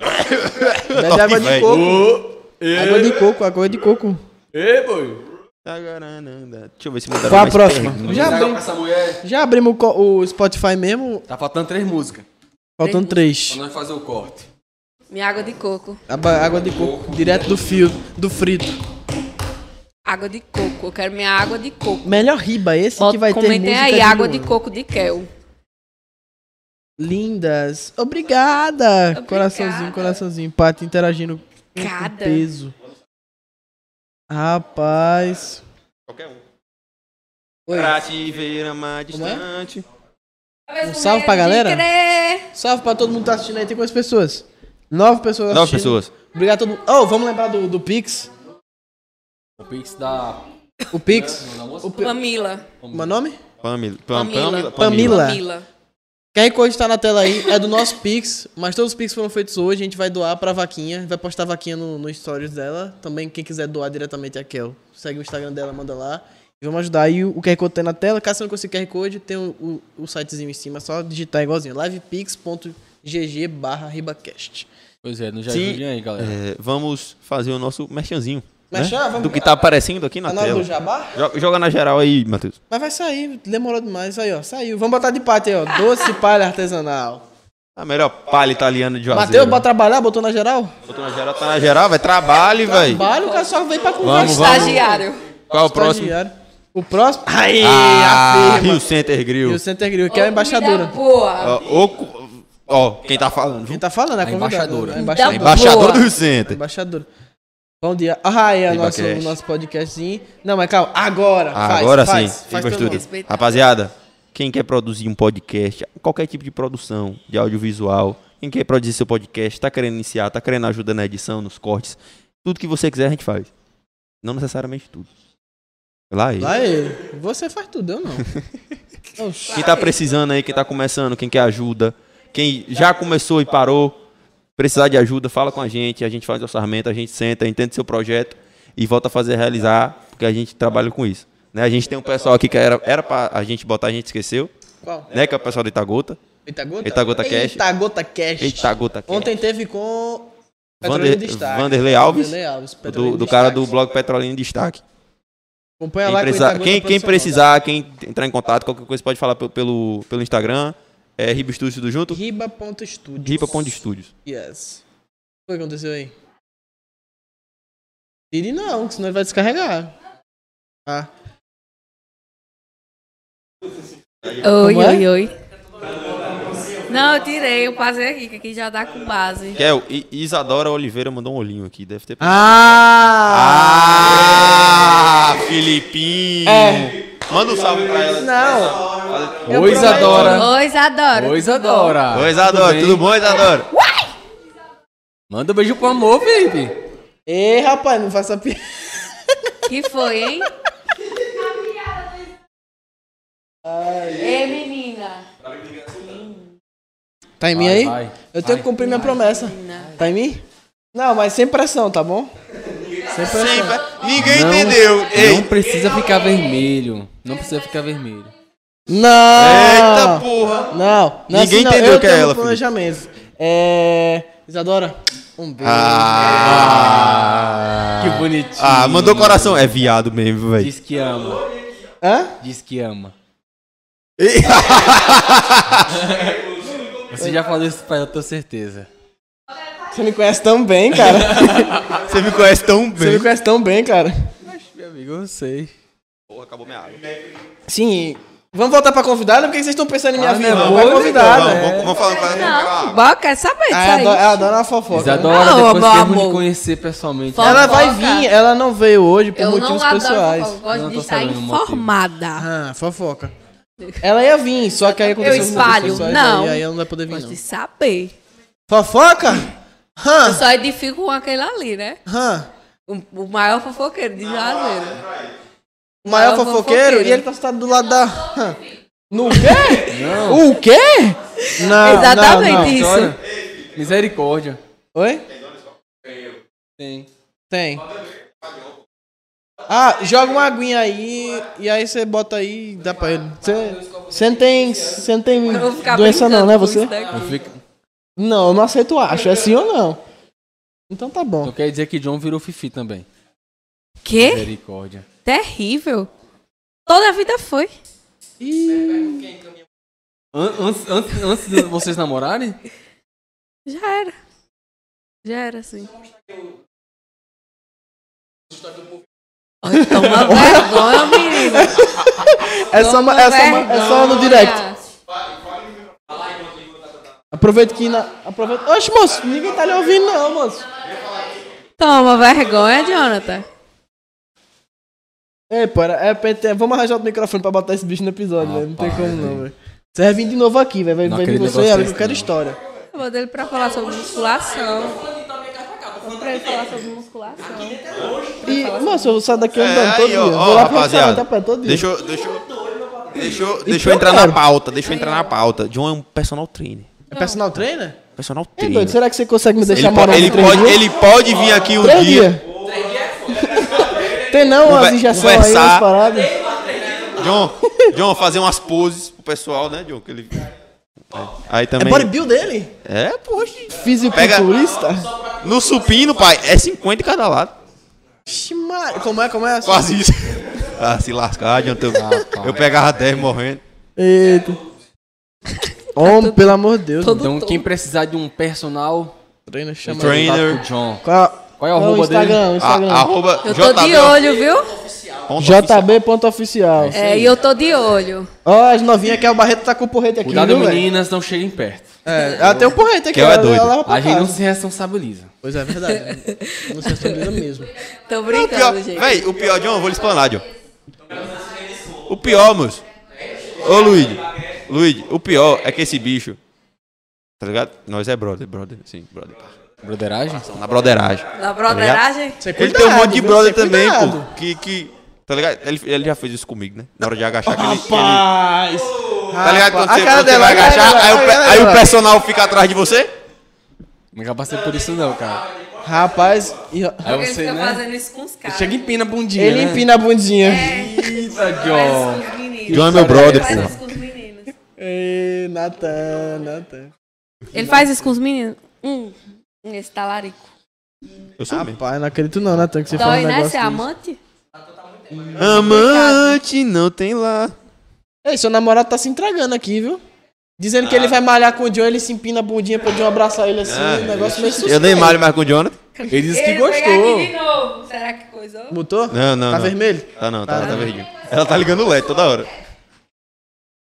Speaker 3: Bebe água de
Speaker 4: velho.
Speaker 3: coco. Água de coco, água de coco.
Speaker 4: Agora não dá. Deixa eu ver se mudaram
Speaker 3: Qual a
Speaker 4: mais
Speaker 3: próxima?
Speaker 4: perguntas.
Speaker 3: Já, abri-
Speaker 5: Tá Essa mulher.
Speaker 3: já abrimos o co- o Spotify mesmo,
Speaker 5: Tá faltando três músicas.
Speaker 3: faltando
Speaker 5: Pra
Speaker 3: três.
Speaker 5: nós fazer o corte.
Speaker 2: Minha água de coco.
Speaker 3: A ba- água de coco, direto do fio, do frito.
Speaker 2: Água de coco. Eu quero minha água de coco.
Speaker 3: Melhor riba esse que vai ter
Speaker 2: Comentem
Speaker 3: música
Speaker 2: aí,
Speaker 3: de
Speaker 2: água
Speaker 3: Luan.
Speaker 2: de coco de Kel.
Speaker 3: Lindas. Obrigada.
Speaker 2: Obrigada.
Speaker 3: Coraçãozinho, coraçãozinho. Pato interagindo com- com
Speaker 2: Obrigada.
Speaker 3: peso. Rapaz.
Speaker 4: Qualquer um.
Speaker 3: Oi.
Speaker 4: Pra te ver amar
Speaker 3: Como é?
Speaker 4: distante.
Speaker 3: Um salve pra galera? Salve pra todo mundo que tá assistindo aí. Tem quantas pessoas? Nove pessoas
Speaker 4: Nove
Speaker 3: assistindo.
Speaker 4: pessoas.
Speaker 3: Obrigado a todo mundo. Oh, vamos lembrar do, do Pix.
Speaker 5: O Pix da.
Speaker 3: O Pix.
Speaker 5: moça?
Speaker 3: O P...
Speaker 2: Pamila.
Speaker 3: Meu nome?
Speaker 4: Pamela.
Speaker 2: Pamela.
Speaker 4: Pamela.
Speaker 3: Pamila. Lá.
Speaker 2: Pamila.
Speaker 3: Quem coisa tá na tela aí é do nosso Pix, mas todos os Pix foram feitos hoje, a gente vai doar pra vaquinha, vai postar a vaquinha no, no stories dela. Também quem quiser doar diretamente é a Kel. Segue o Instagram dela, manda lá. E vamos ajudar aí o o QR Code tem na tela. Caso você não consiga o QR Code, tem o, o, o sitezinho em cima, é só digitar igualzinho. livepix.gg barra ribacast.
Speaker 5: Pois é, não já
Speaker 4: Sim.
Speaker 5: ajudem aí, galera.
Speaker 4: É, vamos fazer o nosso merchanzinho. né?
Speaker 3: Merchan, vamos-
Speaker 4: Do que tá aparecendo aqui na
Speaker 3: Tá na hora
Speaker 4: tela.
Speaker 3: do jabá?
Speaker 4: Joga, joga na geral aí, Matheus.
Speaker 3: Mas vai sair, demorou demais. Aí, ó, saiu. Vamos botar de parte aí, ó. Doce palha artesanal.
Speaker 4: A Tá melhor palha italiana de Juazeiro.
Speaker 3: Matheus, bota trabalhar, botou na geral?
Speaker 4: Botou na geral, tá na geral, vai. Trabalhe, velho.
Speaker 3: Vale, o cara só veio pra
Speaker 4: Vamos,
Speaker 3: conversar.
Speaker 2: Estagiário.
Speaker 4: Qual é o próximo?
Speaker 3: Estagiário. O próximo. Aí,
Speaker 4: Ah,
Speaker 3: afirma.
Speaker 4: Rio Center
Speaker 3: E o
Speaker 4: Grill.
Speaker 3: Center Grill, que é a
Speaker 2: Comida
Speaker 3: embaixadora.
Speaker 2: Boa.
Speaker 4: Ó, o cu- ó, quem tá falando?
Speaker 3: Quem
Speaker 4: viu?
Speaker 3: tá falando é a
Speaker 5: A
Speaker 3: convidada,
Speaker 5: embaixadora.
Speaker 3: né? A
Speaker 4: Então-
Speaker 2: Tá
Speaker 3: embaixadora.
Speaker 2: bom.
Speaker 4: Embaixador
Speaker 2: Boa.
Speaker 4: do Rio Center.
Speaker 3: Embaixadora. Bom dia. Ah, é o nosso,
Speaker 4: Ribacast.
Speaker 3: o nosso podcastzinho. Não, mas calma. Agora.
Speaker 4: Ah,
Speaker 3: faz,
Speaker 4: Agora
Speaker 3: faz,
Speaker 4: sim,
Speaker 3: Faz,
Speaker 4: fez
Speaker 3: todo
Speaker 4: tudo.
Speaker 3: mundo.
Speaker 2: mundo.
Speaker 4: Rapaziada, quem quer produzir um podcast, qualquer tipo de produção, de audiovisual, Quem quer produzir seu podcast, tá querendo iniciar, tá querendo ajuda na edição, nos cortes. Tudo que você quiser, a gente faz. Não necessariamente tudo. Lá ele.
Speaker 3: Lá ele. Você faz tudo, eu não. Oxi.
Speaker 4: Quem tá precisando aí, quem tá começando, quem quer ajuda, quem já começou e parou, precisar de ajuda, fala com a gente, a gente faz orçamento, a gente senta, entende seu projeto e volta a fazer realizar, porque a gente trabalha com isso. Né? A gente tem um pessoal aqui que era, era pra a gente botar, a gente esqueceu,
Speaker 3: Qual?
Speaker 4: né? Que é o pessoal do Itagota.
Speaker 3: Itagota?
Speaker 4: Itagota Cash.
Speaker 3: Itagota Cash.
Speaker 4: Itagota. que é
Speaker 3: Ontem teve com...
Speaker 4: Vander- Vanderlei Alves?
Speaker 3: Vanderlei Alves. Petrolina
Speaker 4: Do, do cara do
Speaker 3: Destaques.
Speaker 4: blog Petrolina em Destaque.
Speaker 3: Acompanha
Speaker 4: Quem
Speaker 3: lá com
Speaker 4: precisar,
Speaker 3: Itagota
Speaker 4: quem, quem
Speaker 3: Produção,
Speaker 4: precisar, quem t- entrar em contato, qualquer coisa pode falar pe- pelo, pelo Instagram. É Riba Studios tudo
Speaker 3: tá?
Speaker 4: junto?
Speaker 3: Riba.studios.
Speaker 4: Riba.studios.
Speaker 3: Yes. O que aconteceu aí? Tire não, que senão ele vai descarregar. Ah.
Speaker 2: Oi,
Speaker 3: Como é?
Speaker 2: oi, oi. Não, eu tirei, eu passei aqui, que aqui já dá com base.
Speaker 4: Que é, o I- Isadora Oliveira mandou um olhinho aqui, deve ter. Ah, Filipinho! Manda um salve pra ela.
Speaker 3: Não.
Speaker 5: Oi, Isadora.
Speaker 2: Oi, Isadora.
Speaker 5: Oi, Isadora.
Speaker 4: Oi, Isadora,
Speaker 5: bem?
Speaker 4: tudo bom, Isadora?
Speaker 5: Manda um beijo pro amor, Felipe.
Speaker 3: Ei, rapaz, não faça piada.
Speaker 2: Que foi, hein? Ei, menina.
Speaker 3: Tá em mim aí?
Speaker 5: vai,
Speaker 3: Eu tenho que cumprir minha promessa. Tá em mim? Não, mas sem pressão, tá bom? Sem pressão.
Speaker 4: Ninguém entendeu.
Speaker 5: Não precisa ficar vermelho. Não precisa ficar vermelho.
Speaker 3: Não!
Speaker 4: Eita porra!
Speaker 3: Não, não é
Speaker 4: Ninguém
Speaker 3: assim, não.
Speaker 4: entendeu
Speaker 3: eu
Speaker 4: o que é
Speaker 3: tenho
Speaker 4: ela, Felipe.
Speaker 3: planejamento. É. Isadora, um beijo.
Speaker 5: Que bonitinho.
Speaker 4: Ah, mandou coração. É viado mesmo, velho.
Speaker 5: Diz que ama.
Speaker 3: Hã?
Speaker 5: Diz que ama.
Speaker 4: Ih.
Speaker 5: Você já falou isso pra ela, eu tenho certeza.
Speaker 3: Você me conhece tão bem, cara.
Speaker 4: Você me conhece tão
Speaker 3: Você me
Speaker 4: bem.
Speaker 3: conhece tão bem, cara.
Speaker 5: Meu amigo, eu sei.
Speaker 4: Porra, acabou minha água.
Speaker 3: Sim. Vamos voltar pra convidada? Por que vocês estão pensando em minha
Speaker 5: Ah,
Speaker 3: vida? Vai
Speaker 5: não,
Speaker 3: né?
Speaker 5: vamos,
Speaker 3: convidada.
Speaker 4: Vamos, vamos, vamos falar com ela.
Speaker 2: Não, Boca, quer saber disso
Speaker 3: Ah, ela
Speaker 2: aí.
Speaker 3: adora- ela adora uma fofoca. né?
Speaker 5: Isadora,
Speaker 2: Não,
Speaker 5: depois
Speaker 2: meu
Speaker 5: queremos
Speaker 2: amor.
Speaker 5: te conhecer pessoalmente.
Speaker 2: Fala.
Speaker 3: Ela vai
Speaker 2: Fofoca.
Speaker 3: vir, ela não veio hoje por
Speaker 2: Eu não
Speaker 3: motivos
Speaker 2: adoro,
Speaker 3: pessoais.
Speaker 2: fofoca, eu gosto
Speaker 5: Não
Speaker 2: de
Speaker 5: tô
Speaker 2: estar
Speaker 5: sabendo o motivo.
Speaker 2: informada.
Speaker 3: Ah, fofoca. Ela ia vir, só que aí aconteceu
Speaker 2: Eu
Speaker 3: com
Speaker 2: espalho,
Speaker 3: pessoas, aí-
Speaker 2: não.
Speaker 3: Aí, ela não vai poder vir,
Speaker 2: Gosto de
Speaker 3: não.
Speaker 2: saber.
Speaker 3: Fofoca?
Speaker 2: Eu
Speaker 3: Hã?
Speaker 2: só edifico com aquele ali, né?
Speaker 3: Hã?
Speaker 2: O, o maior fofoqueiro de Juazeiro.
Speaker 3: O maior
Speaker 2: Maior
Speaker 3: fofoqueiro,
Speaker 2: fofoqueiro.
Speaker 3: e ele tá sentado do lado da. Hã? No quê? O quê? Não,
Speaker 2: Exatamente
Speaker 3: não, não.
Speaker 2: isso.
Speaker 5: Isadora, Misericórdia.
Speaker 3: Oi?
Speaker 5: Tem.
Speaker 3: Tem. Ah, joga uma aguinha aí e aí você bota aí e dá pra ele. Você, você não tem, você não tem
Speaker 2: Eu vou ficar
Speaker 3: doença não,
Speaker 2: brincando
Speaker 3: né
Speaker 2: com
Speaker 3: você?
Speaker 2: isso daqui.
Speaker 5: Eu fico-
Speaker 3: Não, eu não aceito acho. É sim ou não? Então tá bom.
Speaker 5: Então quer dizer que John virou Fifi também.
Speaker 2: Quê?
Speaker 5: Misericórdia.
Speaker 2: Terrível. Toda a vida foi.
Speaker 5: An- Antes, antes, antes de vocês namorarem?
Speaker 2: Já era. Já era, assim. Olha, Toma vergonha, menino.
Speaker 3: É só, uma- é, só uma- é só no direct. Aproveita que. Na, aproveita. Oxe, moço, ninguém tá lhe ouvindo, não, moço.
Speaker 2: Toma vergonha, Jonathan.
Speaker 3: Ei, para, é, pra ter- vamos arranjar outro microfone pra botar esse bicho no episódio, velho. Não tem como não, velho. Você vai vir de novo aqui, velho. Vai,
Speaker 5: Não,
Speaker 3: vai vir
Speaker 5: aquele
Speaker 3: você e
Speaker 5: negócio
Speaker 3: ela,
Speaker 5: desse
Speaker 3: que eu quero
Speaker 5: não.
Speaker 3: história.
Speaker 2: Eu vou dele pra falar sobre musculação. Vamos pra ele falar sobre musculação.
Speaker 3: E, moço, eu saio daqui andando
Speaker 4: É,
Speaker 3: todo
Speaker 4: aí,
Speaker 3: dia.
Speaker 4: ó,
Speaker 3: Vou
Speaker 4: ó,
Speaker 3: lá pra
Speaker 4: rapaziada.
Speaker 3: Tá pé todo dia.
Speaker 4: Deixa eu. Deixa eu. Deixa eu, deixa eu
Speaker 3: eu
Speaker 4: entrar na
Speaker 3: quero.
Speaker 4: pauta, deixa eu entrar na pauta. John é um personal trainer.
Speaker 3: É personal trainer?
Speaker 4: Personal
Speaker 3: É
Speaker 4: trainer.
Speaker 3: doido, será que você consegue me
Speaker 4: Ele,
Speaker 3: deixar
Speaker 4: po-
Speaker 3: morar
Speaker 4: ele
Speaker 3: uns três
Speaker 4: pode,
Speaker 3: dias?
Speaker 4: ele pode vir aqui um
Speaker 3: Três
Speaker 4: dia.
Speaker 3: dias. Tem não umas
Speaker 4: Conver-
Speaker 3: injeções aí,
Speaker 4: conversar. É
Speaker 3: umas paradas?
Speaker 4: John, John, fazer umas poses pro pessoal, né, John? Que ele... Aí
Speaker 3: É
Speaker 4: também.
Speaker 3: bodybuild dele?
Speaker 4: É, poxa.
Speaker 3: Fisiculturista?
Speaker 4: No supino, pai, é 50 cada lado.
Speaker 3: Ixi, Maria. Como é, como é?
Speaker 4: Quase isso. Ah, se lascar, John. tu- eu pegava 10 morrendo.
Speaker 3: Eita. Homem, pelo amor de Deus.
Speaker 2: Todo
Speaker 5: Então
Speaker 2: tom.
Speaker 5: quem precisar de um personal,
Speaker 3: Treino chama
Speaker 4: Trainer.
Speaker 5: um contato com o John.
Speaker 3: Qual,
Speaker 5: Qual é o
Speaker 3: qual
Speaker 5: arroba
Speaker 3: Instagram, o
Speaker 5: dele?
Speaker 3: Instagram.
Speaker 4: A, arroba
Speaker 2: Eu tô de olho, viu?
Speaker 3: Tá JB.oficial.
Speaker 2: É, e eu tô de olho.
Speaker 3: Ó, as novinhas que é o Barreto tá com o porrete aqui,
Speaker 5: Cuidado,
Speaker 3: viu, velho?
Speaker 5: meninas, não cheguem perto.
Speaker 3: É, ela tem um porrete aqui,
Speaker 4: Kel é
Speaker 3: ela,
Speaker 4: doido.
Speaker 3: ela leva pra
Speaker 5: A gente
Speaker 3: casa.
Speaker 5: não se responsabiliza.
Speaker 3: Pois é, verdade. Não se assumiram mesmo.
Speaker 2: Tô
Speaker 4: Não, o pior,
Speaker 2: brincando, gente.
Speaker 4: véi, o pior, John, eu vou lhe explanar, John. O pior, moço. Ô, Luigi. Luigi, o pior é que esse bicho Tá ligado? Nós é brother, brother. Sim, brother.
Speaker 5: Broderagem?
Speaker 4: Na broderagem.
Speaker 2: Na broderagem?
Speaker 3: Você
Speaker 4: Ele tem um monte de
Speaker 3: viu?
Speaker 4: brother
Speaker 3: Você
Speaker 4: também,
Speaker 3: cuidado.
Speaker 4: pô. Que, que. Tá ligado? Ele, ele já fez isso comigo, né? Na hora de agachar. que ele- que ele-
Speaker 3: Rapaz!
Speaker 4: tá ligado? Quando
Speaker 3: Ah, a
Speaker 4: você,
Speaker 3: cara
Speaker 4: você
Speaker 3: dela,
Speaker 4: vai
Speaker 3: a cara
Speaker 4: agachar,
Speaker 3: dela,
Speaker 4: aí, o,
Speaker 3: a
Speaker 4: pe-
Speaker 3: cara
Speaker 4: aí o
Speaker 3: dela.
Speaker 4: personal fica atrás de você?
Speaker 5: Nunca passei por isso não, é cara.
Speaker 3: Rapaz, e-
Speaker 5: Aí
Speaker 2: Porque ele
Speaker 5: você,
Speaker 2: fica
Speaker 5: né?
Speaker 2: fazendo isso com os caras.
Speaker 5: Chega e empina a bundinha,
Speaker 3: ele
Speaker 5: né?
Speaker 3: empina a bundinha.
Speaker 5: Eita,
Speaker 2: Faz
Speaker 5: John.
Speaker 2: isso com os meninos.
Speaker 4: John é meu brother,
Speaker 2: Faz isso
Speaker 4: porra.
Speaker 2: com os meninos.
Speaker 3: Ei, Natan, Natan.
Speaker 2: Ele faz isso com os meninos? Hum, esse talarico.
Speaker 4: Eu sou mesmo.
Speaker 3: Pai, não acredito não, Natan, que você falou um
Speaker 2: Dói, né?
Speaker 3: negócio
Speaker 2: Você é
Speaker 3: desse.
Speaker 2: amante?
Speaker 4: Amante não tem lá.
Speaker 3: Ei, seu namorado tá se entregando aqui, viu? Dizendo que ele vai malhar com o John, ele se empina a bundinha pra John abraçar ele assim,
Speaker 4: Ah,
Speaker 3: um negócio meio
Speaker 4: Eu
Speaker 3: suspeito.
Speaker 4: nem malho mais com o Jonathan.
Speaker 5: Ele disse que
Speaker 2: Ele vai pegar
Speaker 5: gostou.
Speaker 2: aqui de novo. Será que coisou?
Speaker 3: Mutou?
Speaker 4: Não, não,
Speaker 3: Tá
Speaker 4: não.
Speaker 3: vermelho?
Speaker 4: Tá não, tá, tá verdinho. Ela tá ligando o LED toda hora.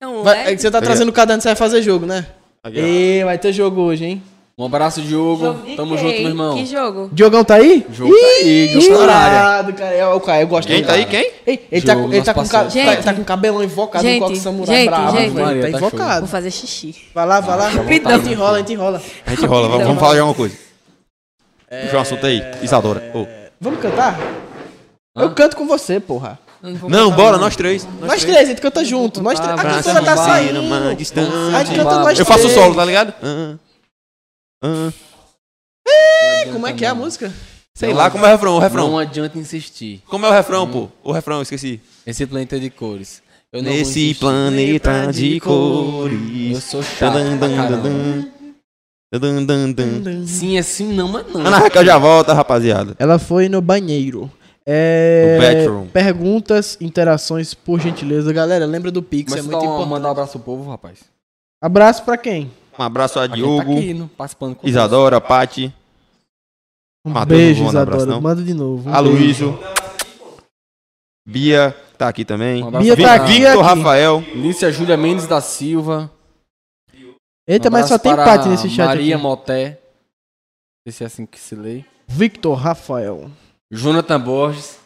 Speaker 2: Não,
Speaker 3: Vai- é
Speaker 2: né?
Speaker 3: que você tá
Speaker 4: Tá
Speaker 3: trazendo o caderno, você vai fazer jogo, né? Ei, vai ter jogo hoje, hein?
Speaker 5: Um abraço, Diogo.
Speaker 2: Jogo de
Speaker 5: Tamo
Speaker 2: quem?
Speaker 5: junto, meu irmão.
Speaker 2: Que jogo?
Speaker 3: Diogão tá aí?
Speaker 5: Jogo tá aí, Diogo tá na área.
Speaker 3: Estourado, cara. Eu, cara, eu gosto
Speaker 4: Quem
Speaker 3: do
Speaker 4: tá aí?
Speaker 3: cara.
Speaker 4: Quem?
Speaker 3: Ei, ele, tá,
Speaker 5: Diogo,
Speaker 3: com- ele tá,
Speaker 5: nosso
Speaker 3: com, ca-
Speaker 5: parceiro.
Speaker 3: tá-
Speaker 2: Gente.
Speaker 3: tá com cabelão invocado, um
Speaker 2: Gente,
Speaker 3: coque samurai
Speaker 2: gente,
Speaker 3: bravo,
Speaker 2: gente.
Speaker 3: velho.
Speaker 5: Maria,
Speaker 3: Tá
Speaker 5: tá show.
Speaker 3: invocado.
Speaker 2: Vou fazer xixi.
Speaker 3: Vai lá, vai lá.
Speaker 2: Rapidão.
Speaker 3: A gente enrola, a gente enrola.
Speaker 4: A gente rola, vamos, vamos falar de alguma coisa. Puxa um assunto aí, Isadora.
Speaker 3: É,
Speaker 4: Ô.
Speaker 3: Vamos cantar? Eu canto com você, porra.
Speaker 4: Não, bora, nós três.
Speaker 3: Nós três, a gente canta junto. Nós três. A cantora tá saindo.
Speaker 4: mano,
Speaker 3: A
Speaker 4: distante.
Speaker 3: gente canta nós
Speaker 4: Eu faço
Speaker 3: três.
Speaker 4: solo, tá ligado? Ah, ah.
Speaker 3: Como é que é a música?
Speaker 4: Sei lá como é o refrão, o refrão.
Speaker 5: Não adianta insistir.
Speaker 4: Como é o refrão, pô? O refrão, eu esqueci.
Speaker 5: Esse planeta é de cores. Eu não vou
Speaker 4: Nesse
Speaker 5: insistir.
Speaker 4: planeta de
Speaker 5: Eu
Speaker 4: cores.
Speaker 5: sou chato. pra caramba.
Speaker 4: Dun, dun, dun.
Speaker 5: Sim, assim não, mas não.
Speaker 4: Ana Raquel já volta, rapaziada.
Speaker 3: Ela foi no banheiro.
Speaker 4: No
Speaker 3: É...
Speaker 4: bathroom.
Speaker 3: Perguntas, interações, por gentileza. Galera, lembra do Pix,
Speaker 5: Mas
Speaker 3: é muito importante.
Speaker 5: mandar um abraço pro povo, rapaz.
Speaker 3: Abraço pra quem?
Speaker 4: Um abraço a
Speaker 5: Quem Tá
Speaker 4: Diogo,
Speaker 5: aqui, não, participando com
Speaker 4: Isadora, Pati,
Speaker 3: Um
Speaker 4: Matheus,
Speaker 3: beijo,
Speaker 4: não vou mandar abraço,
Speaker 3: Isadora.
Speaker 4: não.
Speaker 3: Manda de novo.
Speaker 5: Uhum.
Speaker 3: Um beijo.
Speaker 4: Aloysio, Bia, tá aqui também.
Speaker 5: Um abraço
Speaker 3: Bia tá
Speaker 5: pra
Speaker 3: aqui,
Speaker 4: Victor
Speaker 3: aqui.
Speaker 4: Rafael,
Speaker 5: Lícia Júlia Mendes da Silva.
Speaker 3: Eita,
Speaker 5: Um
Speaker 3: mas só
Speaker 5: abraço
Speaker 3: tem
Speaker 5: para
Speaker 3: Pati nesse chat
Speaker 5: Maria
Speaker 3: aqui.
Speaker 5: Moté. Não sei se é assim que se lê.
Speaker 3: Victor Rafael.
Speaker 5: Jonathan Borges.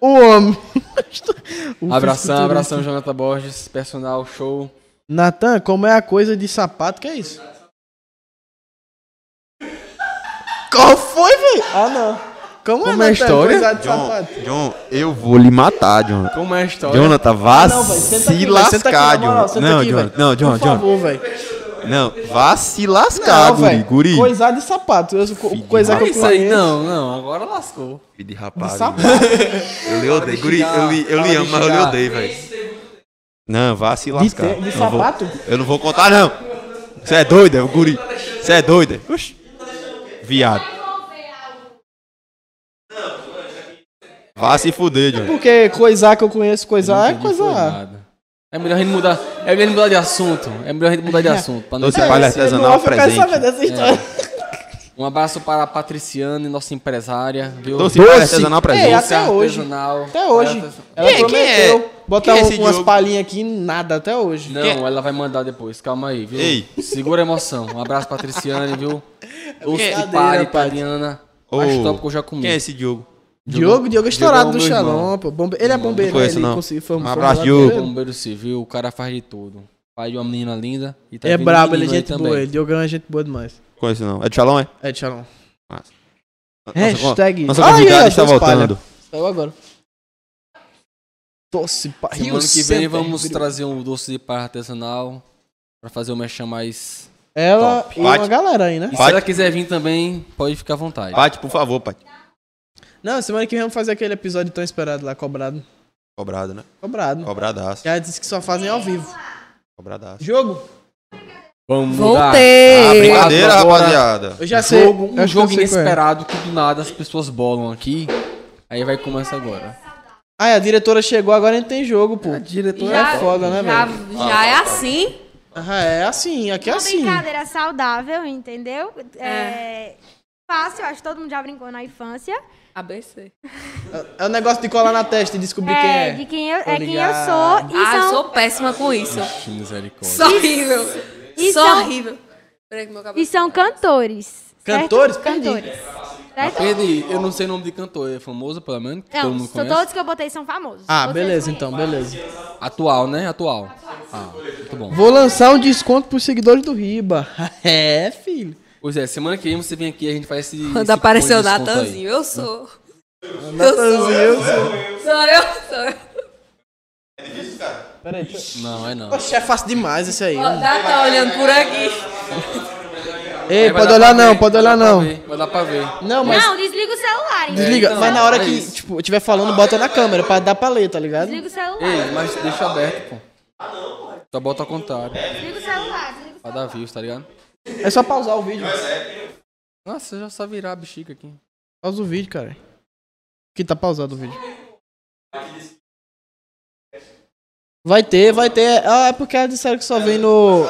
Speaker 3: O homem. O
Speaker 5: abração,
Speaker 3: fisiculturista.
Speaker 5: abração, Jonathan Borges. Personal show.
Speaker 3: Natan, como é a coisa de sapato? Que é isso? Qual foi, velho? Ah, não. Como,
Speaker 5: Como é a
Speaker 3: Natan,
Speaker 5: história?
Speaker 3: coisa de
Speaker 4: John,
Speaker 3: sapato?
Speaker 4: John, eu vou lhe matar, John.
Speaker 5: Como é a história?
Speaker 4: Jonathan,
Speaker 3: Ah,
Speaker 4: vá
Speaker 3: não, velho. Senta aqui,
Speaker 4: se
Speaker 3: velho. Senta aqui,
Speaker 4: lascar,
Speaker 3: na moral,
Speaker 4: John.
Speaker 3: senta
Speaker 4: Não,
Speaker 3: aqui,
Speaker 4: John,
Speaker 3: velho.
Speaker 4: não, John,
Speaker 3: Por
Speaker 4: John.
Speaker 3: favor, velho.
Speaker 4: Não, vá se lascar,
Speaker 3: Não,
Speaker 4: guri,
Speaker 3: velho.
Speaker 4: guri.
Speaker 3: Coisar de sapato. Eu, co- coisar
Speaker 5: Não
Speaker 3: que
Speaker 5: é
Speaker 3: eu
Speaker 5: isso aí,
Speaker 3: conheço.
Speaker 5: não, não. Agora lascou.
Speaker 4: Filho de rapaz.
Speaker 3: sapato.
Speaker 4: Eu lhe odeio, guri, eu lhe, eu lhe amo, mas eu lhe odeio, velho. Não, vá se
Speaker 3: De,
Speaker 4: lascar.
Speaker 3: te- de
Speaker 4: Eu não vou-
Speaker 3: sapato?
Speaker 4: Eu não vou contar, não. Você é doido, é o guri. Você é doido. é? Oxi. Viado. Vá se fuder, John.
Speaker 3: Porque coisar que eu conheço, coisar é
Speaker 5: Não entendi, foi
Speaker 3: coisar.
Speaker 5: nada. É melhor a gente mudar. É melhor a gente mudar de assunto. É melhor a gente mudar de assunto. pra não
Speaker 4: Doce
Speaker 5: ter-
Speaker 4: palha artesanal
Speaker 3: é eu quero saber
Speaker 4: presente. É.
Speaker 3: dessa história.
Speaker 5: Um abraço para a Patriciane, nossa empresária. Viu?
Speaker 4: Doce palha artesanal
Speaker 3: É,
Speaker 4: presente.
Speaker 3: até hoje.
Speaker 5: artesanal. tá-
Speaker 3: Até hoje. Ela
Speaker 4: Quem é- quem é-
Speaker 3: prometeu botar
Speaker 4: quem é
Speaker 3: um-
Speaker 4: esse
Speaker 3: umas
Speaker 4: Diogo?
Speaker 3: palhinhas aqui, nada até hoje.
Speaker 5: Não, ela vai mandar depois. Calma aí, viu?
Speaker 4: Ei.
Speaker 5: Segura a emoção. Um abraço, Patriciane, viu? Doce de
Speaker 3: É Brincadeira,
Speaker 5: palha
Speaker 3: Paty.
Speaker 5: italiana.
Speaker 4: Ô,
Speaker 5: Mais top que eu já comi.
Speaker 4: Quem é esse Diogo?
Speaker 3: Diogo, Diogo é estourado
Speaker 5: Diogo é
Speaker 3: do
Speaker 5: meu
Speaker 3: Xalão,
Speaker 5: irmão.
Speaker 3: pô. Bombe- Ele é bombeiro,
Speaker 4: Não conheço,
Speaker 3: ele
Speaker 4: não.
Speaker 3: conseguiu formar.
Speaker 4: Um abraço,
Speaker 5: É
Speaker 4: Diogo.
Speaker 5: Bombeiro civil, o cara faz de tudo. Pai de uma menina linda. E tá
Speaker 3: É
Speaker 5: vindo
Speaker 3: brabo, ele é
Speaker 5: menino aí
Speaker 3: gente boa. Ele. Diogo é uma gente boa demais.
Speaker 4: Conheço não. É de Shalom, é?
Speaker 3: É, de Xalão.
Speaker 4: Nossa, é?
Speaker 3: Hashtag.
Speaker 4: Nossa
Speaker 3: Ai,
Speaker 4: convidada
Speaker 3: ai,
Speaker 4: está
Speaker 3: dois palha.
Speaker 4: tá voltando.
Speaker 3: Saiu agora. Doce, pá.
Speaker 5: Semana que vem vamos trazer um doce de palha artesanal pra fazer o mexer mais.
Speaker 3: Ela e uma
Speaker 4: Pode.
Speaker 3: galera aí, né?
Speaker 5: E se
Speaker 4: Pode.
Speaker 5: ela quiser vir também, pode ficar à vontade.
Speaker 4: Pati, por favor, Pati.
Speaker 3: Não, semana que vem vamos fazer aquele episódio tão esperado lá, cobrado.
Speaker 4: Cobrado, né?
Speaker 3: Cobrado.
Speaker 4: Cobradaço.
Speaker 3: Já disse que só fazem ao vivo.
Speaker 4: Cobradaço.
Speaker 3: Jogo?
Speaker 5: Vamos
Speaker 4: Ah,
Speaker 2: Voltei.
Speaker 4: brincadeira,
Speaker 5: Agora-
Speaker 4: rapaziada.
Speaker 3: Eu já sei.
Speaker 5: Jogo,
Speaker 3: eu
Speaker 5: um
Speaker 3: acho que eu
Speaker 5: jogo
Speaker 3: sei qual é.
Speaker 5: inesperado que do nada as pessoas bolam aqui. Aí vai começar agora.
Speaker 3: Ah, a diretora chegou, agora a gente tem jogo, pô.
Speaker 5: Diretor
Speaker 3: é foda, né,
Speaker 2: já, já é assim.
Speaker 3: Ah, é assim, aqui é
Speaker 7: uma
Speaker 3: assim.
Speaker 7: brincadeira saudável, entendeu? É. Fácil, acho que todo mundo já brincou na infância.
Speaker 2: ABC.
Speaker 3: É o negócio de colar na testa e descobrir quem
Speaker 7: é,
Speaker 3: é.
Speaker 7: de quem eu,
Speaker 3: Tô
Speaker 7: é quem eu
Speaker 3: ligado.
Speaker 7: sou. E
Speaker 2: Ah, eu
Speaker 6: é
Speaker 7: são,
Speaker 2: sou péssima com isso.
Speaker 5: misericórdia.
Speaker 2: Sou horrível.
Speaker 7: e
Speaker 2: Sou
Speaker 7: são-
Speaker 2: horrível. Peraí que meu cabelo...
Speaker 6: é um-
Speaker 7: e são cantores. certo?
Speaker 3: Cantores? Perdi.
Speaker 7: Cantores. Certo?
Speaker 5: Ele, eu não sei o nome de cantor, é famoso pelo menos, que todo
Speaker 7: Não,
Speaker 5: mundo
Speaker 7: são
Speaker 5: conhece.
Speaker 7: todos que eu botei são famosos.
Speaker 3: Ah,
Speaker 7: Vocês
Speaker 3: beleza
Speaker 7: conhecem.
Speaker 3: então, beleza.
Speaker 5: Atual, né? Atual. Ah, muito bom.
Speaker 3: Vou lançar um desconto pros seguidores do Riba. é, filho.
Speaker 5: Pois é, semana que vem você vem aqui e a gente faz esse.
Speaker 2: Quando
Speaker 5: esse
Speaker 2: apareceu o
Speaker 5: cupom de desconto aí.
Speaker 2: Natanzinho, eu sou. Natanzinho, eu sou. Sou eu, sou eu.
Speaker 5: Não, é não.
Speaker 3: Poxa, é fácil demais isso aí.
Speaker 2: O Natan tá olhando por aqui.
Speaker 3: Ei,
Speaker 5: Vai
Speaker 3: pode
Speaker 5: dar
Speaker 3: olhar
Speaker 5: pra
Speaker 3: não,
Speaker 5: ver,
Speaker 3: pode
Speaker 5: vai
Speaker 3: olhar
Speaker 5: dar pra
Speaker 3: não.
Speaker 5: ver, Vai dar pra ver.
Speaker 3: Não, mas
Speaker 7: Não, desliga o celular, hein?
Speaker 3: desliga.
Speaker 5: então,
Speaker 3: mas na hora
Speaker 5: é
Speaker 3: que,
Speaker 5: isso.
Speaker 3: tipo, eu tiver falando, bota na câmera pra dar pra ler, tá ligado?
Speaker 7: Desliga o celular,
Speaker 5: Ei, mas deixa aberto, pô. Só bota ao contrário.
Speaker 7: desliga o celular. desliga o
Speaker 5: Pra dar views, tá ligado?
Speaker 3: É só pausar o vídeo.
Speaker 5: Nossa, já só virar a bexiga aqui.
Speaker 3: Pausa o vídeo, cara. Que tá pausado o vídeo. Vai ter, vai ter. Ah, é porque elas disseram que só vem no.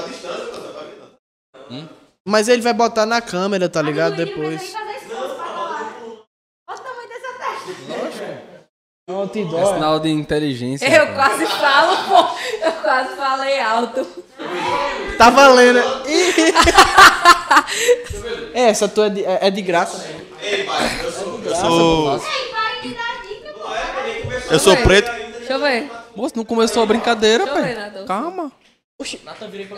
Speaker 3: Mas ele vai botar na câmera, tá ligado? Depois.
Speaker 7: Olha o tamanho dessa testa.
Speaker 5: É sinal de inteligência.
Speaker 2: Eu quase falo, pô. Eu quase falei alto.
Speaker 3: Tá valendo. Ih! é, essa tua é de, é é de graça.
Speaker 4: Eu sou,
Speaker 7: Ei, parem de dar dica, pô.
Speaker 4: eu sou preto.
Speaker 2: Deixa eu ver.
Speaker 5: Moço, não começou a brincadeira,
Speaker 2: Deixa eu
Speaker 5: pai.
Speaker 2: ver, Natan.
Speaker 5: Calma.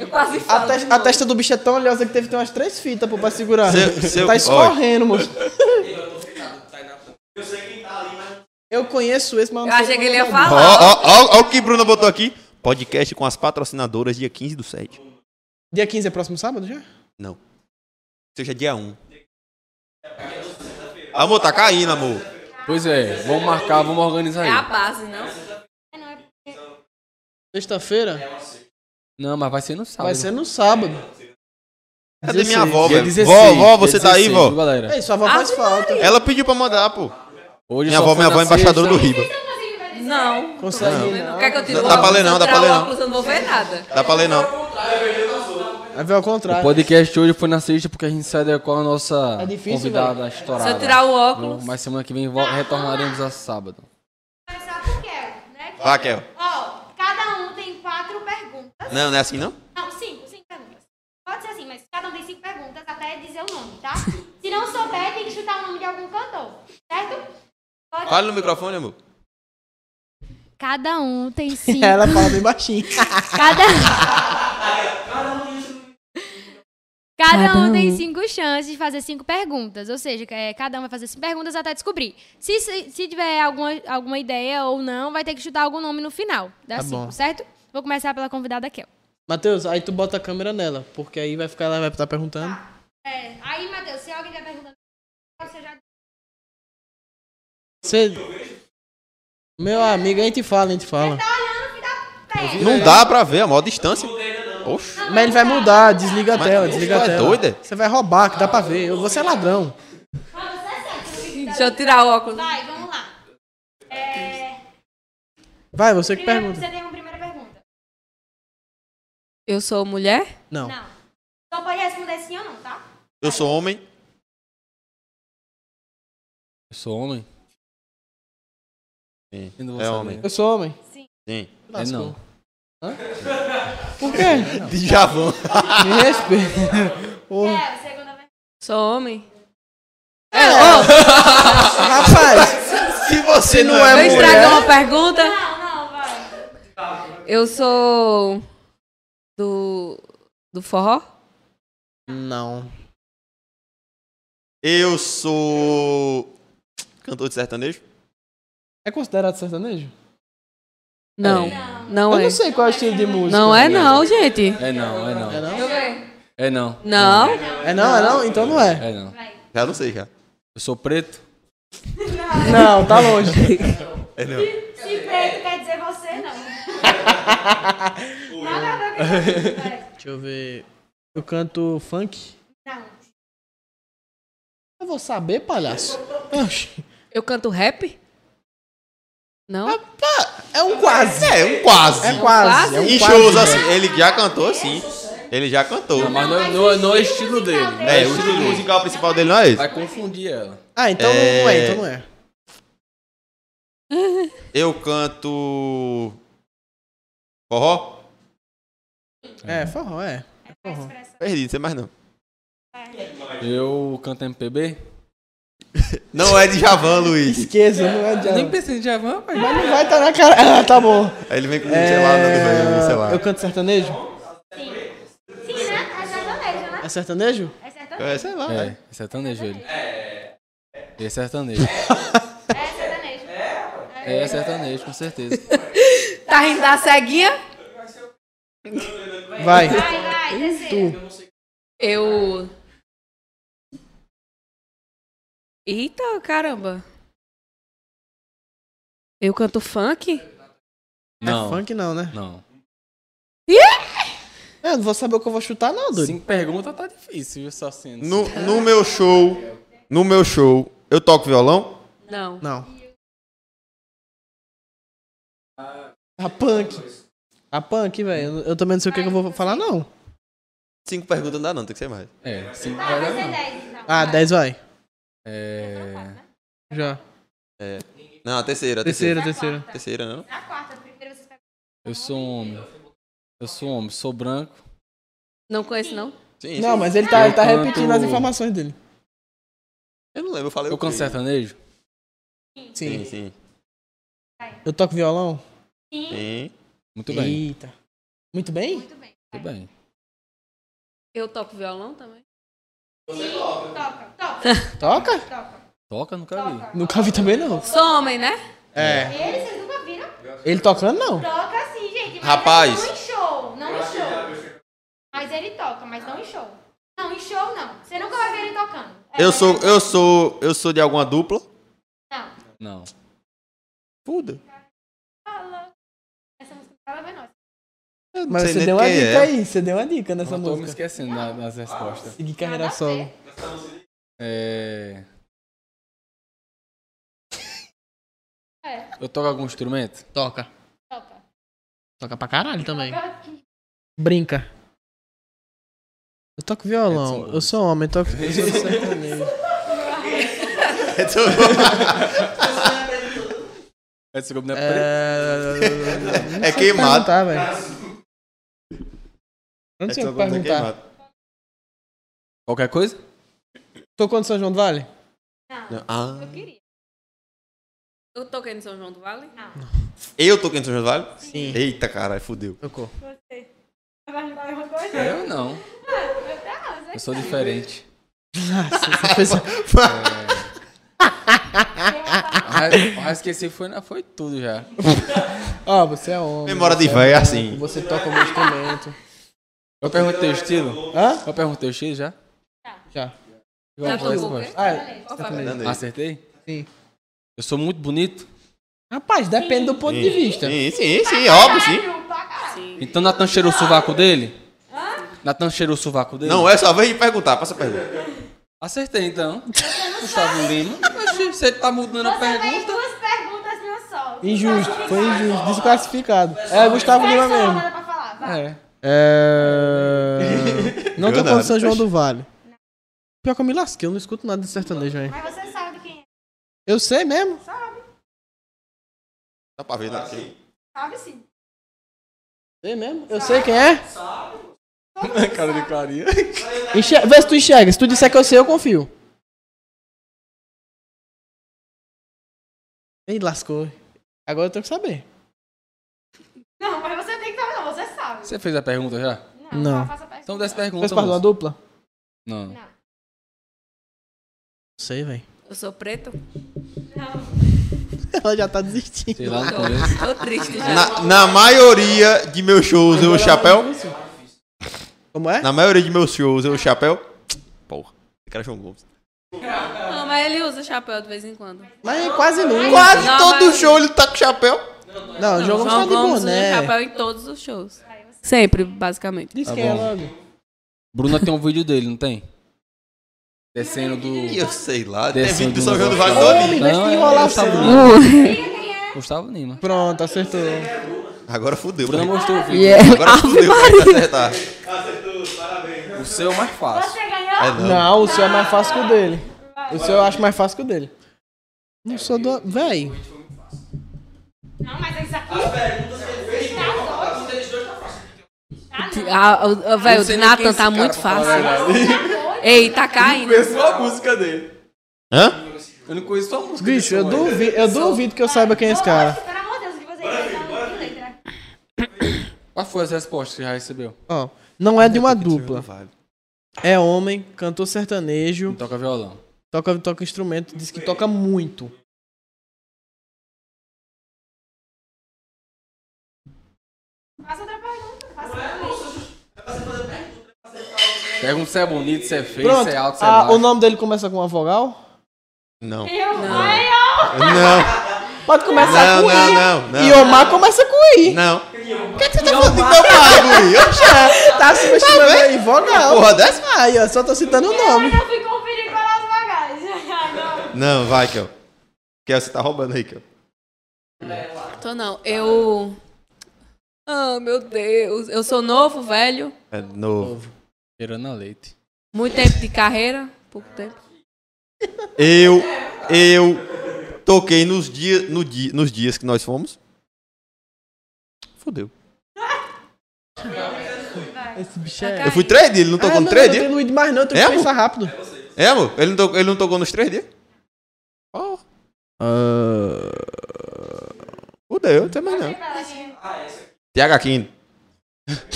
Speaker 2: Eu quase
Speaker 3: A,
Speaker 2: falo.
Speaker 3: tes- a testa do bicho é tão oleosa que teve que ter umas três fitas pô, pra segurar.
Speaker 4: Seu- seu-
Speaker 3: tá escorrendo, moço. Eu conheço esse, mas não
Speaker 2: Eu
Speaker 3: sei
Speaker 2: achei que
Speaker 3: como
Speaker 2: ele
Speaker 3: é
Speaker 2: ia
Speaker 3: o nome.
Speaker 5: Ah.
Speaker 4: Ó,
Speaker 2: falar.
Speaker 4: ó, ó, ó o que Bruna botou aqui. Podcast com as patrocinadoras dia 15 do 7.
Speaker 3: Dia 15 é próximo sábado já?
Speaker 4: Não. Seja dia 1. Amor, tá caindo, amor.
Speaker 5: Pois é, vamos marcar, vamos organizar
Speaker 2: É a
Speaker 5: aí.
Speaker 2: base, não?
Speaker 3: Sexta-feira?
Speaker 5: Não, mas vai ser no sábado.
Speaker 3: Vai ser no sábado.
Speaker 4: Cadê minha avó,
Speaker 5: Dia
Speaker 4: velho?
Speaker 5: 16,
Speaker 4: Vó, vó,
Speaker 5: dia
Speaker 4: você tá aí,
Speaker 5: 16, viu,
Speaker 4: vó?
Speaker 5: galera?
Speaker 3: É, sua avó
Speaker 2: Ah,
Speaker 3: faz falta.
Speaker 4: Ela pediu pra mandar, pô.
Speaker 5: Hoje
Speaker 4: Minha
Speaker 5: só
Speaker 4: avó,
Speaker 5: foi
Speaker 4: minha avó
Speaker 5: na
Speaker 4: é embaixadora do
Speaker 5: sexta.
Speaker 4: Riba.
Speaker 2: Não.
Speaker 3: Consegue, né?
Speaker 2: Não.
Speaker 3: não.
Speaker 2: Quer que eu tire
Speaker 4: Dá pra ler não, dá pra ler não.
Speaker 2: óculos, eu não vou ver nada.
Speaker 4: Dá pra ler, não.
Speaker 3: Vai ver ao
Speaker 5: O
Speaker 3: contrário.
Speaker 5: podcast hoje foi na sexta porque a gente se adequou a nossa
Speaker 3: É difícil,
Speaker 5: convidada estourada.
Speaker 2: Se
Speaker 4: Ah,
Speaker 2: eu tirar o óculos.
Speaker 5: Mas semana que vem vol- retornaremos a sábado.
Speaker 7: Começar com o Kel, né?
Speaker 4: Raquel.
Speaker 7: Ó, cada um tem quatro perguntas.
Speaker 4: Não, não é assim, não?
Speaker 7: Não, cinco, cinco perguntas. Pode ser assim, mas cada um tem cinco perguntas até dizer o nome, tá? Se não souber, tem que chutar o nome de algum cantor, certo? Pode...
Speaker 4: Fala no microfone, amor.
Speaker 6: Cada um tem cinco.
Speaker 3: Ela fala bem baixinho.
Speaker 6: Cada... um. Cada
Speaker 2: Cada
Speaker 6: um tem
Speaker 2: um.
Speaker 6: cinco chances de fazer cinco perguntas. Ou seja, é, cada um vai fazer cinco perguntas até descobrir. Se, se, se tiver alguma, alguma ideia ou não, vai ter que chutar algum nome no final. Dá
Speaker 3: Tá
Speaker 6: cinco,
Speaker 3: bom.
Speaker 6: certo? Vou começar pela convidada Kel.
Speaker 3: Matheus, aí tu bota a câmera nela, porque aí vai ficar, ela vai estar perguntando.
Speaker 7: É, aí, Matheus, se alguém quer perguntar, você já...
Speaker 3: Você. Meu amigo, a gente fala, a gente fala.
Speaker 7: Tá
Speaker 4: Não dá pra ver, a maior distância. Oxe.
Speaker 3: Mas ele vai mudar, desliga a
Speaker 4: Mas-
Speaker 3: tela, desliga a
Speaker 4: Tu é
Speaker 3: tela.
Speaker 4: doido, é?
Speaker 3: Você vai roubar, que dá pra ver. Eu- Você é ladrão.
Speaker 7: é
Speaker 2: Deixa eu tirar o óculos.
Speaker 7: Vai, vamos lá. É...
Speaker 3: Vai, você que
Speaker 7: Primeiro,
Speaker 3: pergunta.
Speaker 7: você tem uma primeira pergunta.
Speaker 2: Eu sou mulher?
Speaker 3: Não.
Speaker 7: Não. Só pode responder sim ou não, tá?
Speaker 4: Eu sou homem.
Speaker 5: Eu sou homem?
Speaker 4: Sim.
Speaker 5: Eu não vou
Speaker 4: É
Speaker 5: saber.
Speaker 4: homem.
Speaker 3: Eu sou homem.
Speaker 4: Sim.
Speaker 5: É não.
Speaker 3: Por quê?
Speaker 4: Djavan.
Speaker 3: Me respeita. Ô,
Speaker 7: É, segunda pergunta.
Speaker 2: Sou homem?
Speaker 3: É, Rapaz,
Speaker 4: Se você não
Speaker 3: não é
Speaker 2: Eu
Speaker 4: é mulher...
Speaker 2: estrago uma pergunta?
Speaker 7: Não, não, vai.
Speaker 2: Eu sou do do forró?
Speaker 3: não.
Speaker 4: Eu sou... Cantor de sertanejo?
Speaker 3: É considerado sertanejo?
Speaker 2: Não. Não
Speaker 3: Eu
Speaker 2: é.
Speaker 3: não sei qual é o estilo de música.
Speaker 2: Não é não, gente.
Speaker 5: É não, é
Speaker 3: É
Speaker 5: não.
Speaker 3: não?
Speaker 5: É não.
Speaker 2: Não.
Speaker 3: É não, é não? Então não é.
Speaker 5: É não.
Speaker 4: Já não sei, já.
Speaker 5: Eu sou preto?
Speaker 3: Não, tá longe.
Speaker 4: É não.
Speaker 7: Se preto quer dizer você, não. não, não, não, não.
Speaker 3: Deixa eu ver. Eu canto funk.
Speaker 7: Não.
Speaker 3: Eu vou saber, palhaço. Oxi.
Speaker 2: Eu canto rap? Não.
Speaker 3: É um quase.
Speaker 4: É, um quase.
Speaker 3: É quase. É um
Speaker 4: Em
Speaker 3: quase.
Speaker 4: shows assim. Ele já cantou, sim. Ele já cantou.
Speaker 5: Mas não, não, é- não é estilo dele.
Speaker 4: É, o estilo musical principal dele não é esse.
Speaker 5: Vai confundir ela.
Speaker 3: Ah, então não é, então não é.
Speaker 4: Eu canto... Forró?
Speaker 3: É, forró, é.
Speaker 7: Expressão.
Speaker 4: Perdi, não sei mais não.
Speaker 5: Eu canto MPB?
Speaker 4: Não é de Javan, Luiz.
Speaker 3: Esqueça, não é Djavan.
Speaker 5: Nem pensei em Javan, rapaz.
Speaker 3: Mas não vai estar na cara. Ah, tá bom.
Speaker 4: Aí ele vem com, sei lá,
Speaker 3: É,
Speaker 4: não, sei lá.
Speaker 3: Eu canto sertanejo?
Speaker 7: Sim, né? É sertanejo, né?
Speaker 3: É sertanejo?
Speaker 7: É sertanejo.
Speaker 4: É, sei lá.
Speaker 5: É,
Speaker 4: É.
Speaker 5: é sertanejo ele. É sertanejo.
Speaker 7: É sertanejo.
Speaker 5: É sertanejo, com certeza.
Speaker 2: Tá rindo da ceguinha?
Speaker 3: Vai.
Speaker 7: Vai, vai, descer.
Speaker 2: Eu. Eita, caramba. Eu canto funk?
Speaker 3: É
Speaker 5: Não,
Speaker 3: funk não, né?
Speaker 5: não.
Speaker 3: Eu É, não vou saber o que eu vou chutar, não, doido.
Speaker 5: Cinco perguntas tá difícil, viu, só sendo.
Speaker 4: No, no meu show, no meu show, eu toco violão?
Speaker 2: Não.
Speaker 3: Não. A punk. A punk, velho. Eu- Eu também não sei o que, que eu vou falar, não.
Speaker 4: Cinco perguntas não dá não, tem que ser mais.
Speaker 5: É, cinco
Speaker 7: Vai,
Speaker 5: vai dar
Speaker 7: vai ser
Speaker 5: não.
Speaker 7: 10, então.
Speaker 3: Ah, 10 vai.
Speaker 5: É...
Speaker 3: Já.
Speaker 4: Não, a terceira, a
Speaker 3: Terceira,
Speaker 4: terceira.
Speaker 3: terceira.
Speaker 4: Terceira, não?
Speaker 7: Na quarta, primeiro vocês pegam.
Speaker 5: Eu sou um homem. Eu sou um homem, sou branco.
Speaker 2: Não conheço, não?
Speaker 4: Sim,
Speaker 3: Não,
Speaker 4: sim.
Speaker 3: mas ele tá,
Speaker 5: Eu
Speaker 3: ele tá
Speaker 5: canto-
Speaker 3: repetindo as informações dele.
Speaker 4: Eu não lembro, eu falei
Speaker 5: Eu
Speaker 4: o quê?
Speaker 5: canto sertanejo?
Speaker 3: Sim.
Speaker 4: Sim, sim.
Speaker 3: Eu toco violão?
Speaker 7: Sim,
Speaker 4: Sim.
Speaker 5: Muito bem,
Speaker 3: Eita. Muito bem?
Speaker 7: muito bem.
Speaker 5: muito bem.
Speaker 2: Eu toco violão também?
Speaker 7: Sim, toca, toca,
Speaker 3: Toca?
Speaker 7: toca,
Speaker 5: Toca, nunca vi.
Speaker 7: toca.
Speaker 3: Nunca vi também, não.
Speaker 2: Sou homem, né?
Speaker 3: É.
Speaker 7: Ele, vocês nunca viram?
Speaker 3: Ele tocando, não.
Speaker 7: Toca sim, gente. Mas é
Speaker 4: Rapaz.
Speaker 7: Não em show, não em show. Mas ele toca, mas não em show. Não, em show não. Você nunca vai ver ele tocando. É,
Speaker 4: Eu
Speaker 7: mas
Speaker 4: sou,
Speaker 7: ele-
Speaker 4: eu sou, eu sou de alguma dupla?
Speaker 7: Não.
Speaker 5: Não.
Speaker 4: Puda.
Speaker 7: Fala. Essa música fala é nossa.
Speaker 4: Eu não
Speaker 3: Mas
Speaker 4: sei
Speaker 3: você
Speaker 4: nem
Speaker 3: deu uma
Speaker 4: quem
Speaker 3: dica
Speaker 4: é.
Speaker 3: aí. Você deu uma dica nessa
Speaker 5: Eu tô me
Speaker 3: música.
Speaker 5: esquecendo da- das respostas.
Speaker 3: Seguir carreira
Speaker 7: Nada a
Speaker 3: solo.
Speaker 7: ver.
Speaker 5: É...
Speaker 7: É,
Speaker 5: Eu toco algum instrumento?
Speaker 3: Toca.
Speaker 7: toca.
Speaker 3: Toca pra caralho também.
Speaker 7: Toca.
Speaker 3: Brinca. Eu toco violão. Eu sou homem, toco eu sou sertanejo.
Speaker 5: Esse grupo não é preto?
Speaker 3: É,
Speaker 4: É queimado.
Speaker 3: Tá, velho. Eu Não sei o
Speaker 4: tá
Speaker 3: que perguntar.
Speaker 5: Qualquer coisa?
Speaker 3: Tocou no São João do Vale?
Speaker 7: Não,
Speaker 4: Não, Ah,
Speaker 7: eu queria.
Speaker 2: Eu toquei no São João do Vale?
Speaker 7: Não,
Speaker 4: eu toquei no São João do Vale?
Speaker 3: Sim.
Speaker 4: Eita, caralho, fudeu.
Speaker 3: Tocou.
Speaker 7: você. Vai perguntar alguma coisa?
Speaker 5: Eu não. É, Eu sou diferente.
Speaker 3: Nossa, essa pessoa...
Speaker 5: Ah, esqueci, foi, na- foi tudo já.
Speaker 3: Ó, você é homem.
Speaker 4: Memória de
Speaker 3: você é
Speaker 4: véia,
Speaker 3: branco,
Speaker 4: assim.
Speaker 3: Você toca um instrumento.
Speaker 5: Eu perguntei o estilo?
Speaker 3: Hã?
Speaker 5: Eu perguntei o estilo já?
Speaker 3: Já.
Speaker 5: Qual
Speaker 2: Já tocou o
Speaker 5: foi a
Speaker 2: quê?
Speaker 5: resposta?
Speaker 3: Ah,
Speaker 2: Qual foi a
Speaker 3: sertanejo.
Speaker 4: Não, não.
Speaker 5: Acertei?
Speaker 3: Sim.
Speaker 5: Eu sou muito bonito?
Speaker 3: Rapaz, depende do ponto de vista.
Speaker 4: Sim, sim, sim, óbvio, sim.
Speaker 7: Não, pra caralho.
Speaker 5: Então Natan cheirou o sovaco dele? Natan cheirou o sovaco dele?
Speaker 4: Não, é só vez de perguntar, passa a pergunta.
Speaker 5: Acertei então. Gustavo Lima. Oxi, você tá mudando a
Speaker 7: Você fez
Speaker 5: pergunta.
Speaker 7: duas perguntas no sol.
Speaker 3: Injusto, foi injusto. Desclassificado. É, Gustavo
Speaker 7: Vai,
Speaker 3: Lima
Speaker 7: só
Speaker 3: mesmo.
Speaker 7: nada pra falar, vai.
Speaker 5: É.
Speaker 3: É... Não
Speaker 4: Eu
Speaker 3: tocou no
Speaker 4: nada.
Speaker 3: São João do Vale. Pior que eu me lasquei, eu não escuto nada de sertanejo, velho.
Speaker 7: Mas você sabe quem é.
Speaker 3: Eu sei mesmo.
Speaker 4: Dá pra ver, né? Sim.
Speaker 7: Sabe sim.
Speaker 3: Sei mesmo. Eu sei quem é.
Speaker 5: Cara de clarinha.
Speaker 3: Enxer... Vê se tu enxerga. Se tu disser que eu sei, eu confio. Ih, lascou. Agora eu tenho que saber.
Speaker 7: Não, mas você tem que saber, não. Você sabe.
Speaker 5: Você fez a pergunta já?
Speaker 7: Não,
Speaker 3: Não.
Speaker 7: só faça a pergunta.
Speaker 5: Então dez
Speaker 3: Fez
Speaker 5: perguntas.
Speaker 3: parte de uma
Speaker 5: moço.
Speaker 3: dupla?
Speaker 5: Não.
Speaker 7: Não.
Speaker 3: Sei, velho.
Speaker 2: Eu sou preto?
Speaker 7: Não.
Speaker 3: Ela já tá desistindo.
Speaker 5: Sei lá, não
Speaker 2: Tô,
Speaker 5: conheço.
Speaker 2: tô triste já.
Speaker 4: Na, na maioria de meus shows, eu uso chapéu.
Speaker 3: Como é?
Speaker 4: Na maioria de meus shows, eu uso chapéu. Porra, esse cara é João Gomes.
Speaker 2: Não, mas ele usa chapéu de vez em quando.
Speaker 3: Mas quase nunca.
Speaker 4: Quase
Speaker 2: Na
Speaker 4: todo
Speaker 2: maioria.
Speaker 4: show ele tá com chapéu.
Speaker 3: Não, o
Speaker 2: João
Speaker 3: jogo não tá de
Speaker 2: Gomes usa
Speaker 3: boné.
Speaker 2: chapéu em todos os shows. Sempre, basicamente.
Speaker 3: Diz
Speaker 5: Tá
Speaker 3: quem é
Speaker 5: bom.
Speaker 3: logo.
Speaker 5: Bruna tem um vídeo dele, não tem? Descendo do.
Speaker 4: Ih, eu sei lá, tem
Speaker 5: Descendo
Speaker 4: vídeo do
Speaker 5: do
Speaker 4: São João do Vale
Speaker 5: negócio.
Speaker 4: todinho.
Speaker 3: Homem, deixa
Speaker 5: Não,
Speaker 3: de
Speaker 5: é
Speaker 3: enrolação.
Speaker 5: Gustavo Lima. Gustavo Lima.
Speaker 3: Pronto, acertou.
Speaker 4: Agora fudeu.
Speaker 5: Bruna mostrou o vídeo.
Speaker 4: Agora fudeu, vai acertar.
Speaker 5: O seu é o mais fácil.
Speaker 7: Você ganhou?
Speaker 4: É não.
Speaker 3: Não, o seu é mais fácil que o dele. O seu eu acho mais fácil que o dele. Não sou do. Véi.
Speaker 7: Não, mas isso aqui. Tá doido.
Speaker 2: Ah, o- o- Velho,
Speaker 5: Eu sei
Speaker 2: o
Speaker 5: nem quem é
Speaker 2: Nathan
Speaker 5: esse
Speaker 2: tá
Speaker 5: cara,
Speaker 2: muito
Speaker 5: pra falar a
Speaker 2: fácil.
Speaker 5: verdade.
Speaker 7: Tá doido.
Speaker 2: Ei, tá caindo.
Speaker 5: Só a música dele.
Speaker 4: Hã?
Speaker 5: Eu não conheço só a música.
Speaker 3: Bicho, eu
Speaker 5: desse homem.
Speaker 3: duvido, eu duvido que eu saiba quem é esse cara.
Speaker 6: Pelo amor de Deus, que você vai de letra.
Speaker 5: Qual foi as respostas que já recebeu?
Speaker 3: Ó, não é de uma
Speaker 4: Porque isso
Speaker 3: dupla.
Speaker 4: não vale.
Speaker 3: É homem, cantor sertanejo,
Speaker 5: Não toca violão.
Speaker 3: toca, toca instrumento, diz que toca muito.
Speaker 6: Faça outra pergunta. Faça
Speaker 5: Pergunta se é bonito, se é feio,
Speaker 3: Pronto,
Speaker 5: se é alto, se é
Speaker 3: ah,
Speaker 5: baixo.
Speaker 3: o nome dele começa com uma vogal?
Speaker 4: Não.
Speaker 6: Eu, ai,
Speaker 4: Não,
Speaker 3: Pode começar
Speaker 4: não,
Speaker 3: com I.
Speaker 4: não, não. não.
Speaker 3: Iomar começa com I.
Speaker 4: Não.
Speaker 3: Por que, que você tá falando de
Speaker 4: um.
Speaker 3: Iomar, guri? Oxê, tá subestimando aí, vogal.
Speaker 4: Porra dessa?
Speaker 3: Aí, ó, só tô citando o nome.
Speaker 6: eu fui conferir qual era as bagagens. Agora.
Speaker 4: Não, vai, Kel. Kel, você tá roubando aí, Kel.
Speaker 2: Tô não. Eu. Ah, meu Deus. Eu sou novo, velho.
Speaker 4: É novo.
Speaker 5: Cheirando a leite.
Speaker 2: Muito tempo de carreira. Pouco tempo.
Speaker 4: Eu, eu toquei nos, dia, no dia, nos dias que nós fomos. Fudeu.
Speaker 3: Esse bicho
Speaker 2: Tá
Speaker 3: é...
Speaker 4: Eu fui três dias, ele não tocou
Speaker 3: Ah,
Speaker 4: nos
Speaker 3: não,
Speaker 4: três
Speaker 3: não
Speaker 4: dias?
Speaker 3: tem Luiz mais não, tem
Speaker 4: É,
Speaker 3: que
Speaker 4: amor?
Speaker 3: pensar rápido.
Speaker 4: É, amor? Ele não, tocou, ele não tocou nos três dias? Oh. Fudeu, não tem mais
Speaker 3: é-
Speaker 4: não. TH Quino.
Speaker 6: Mas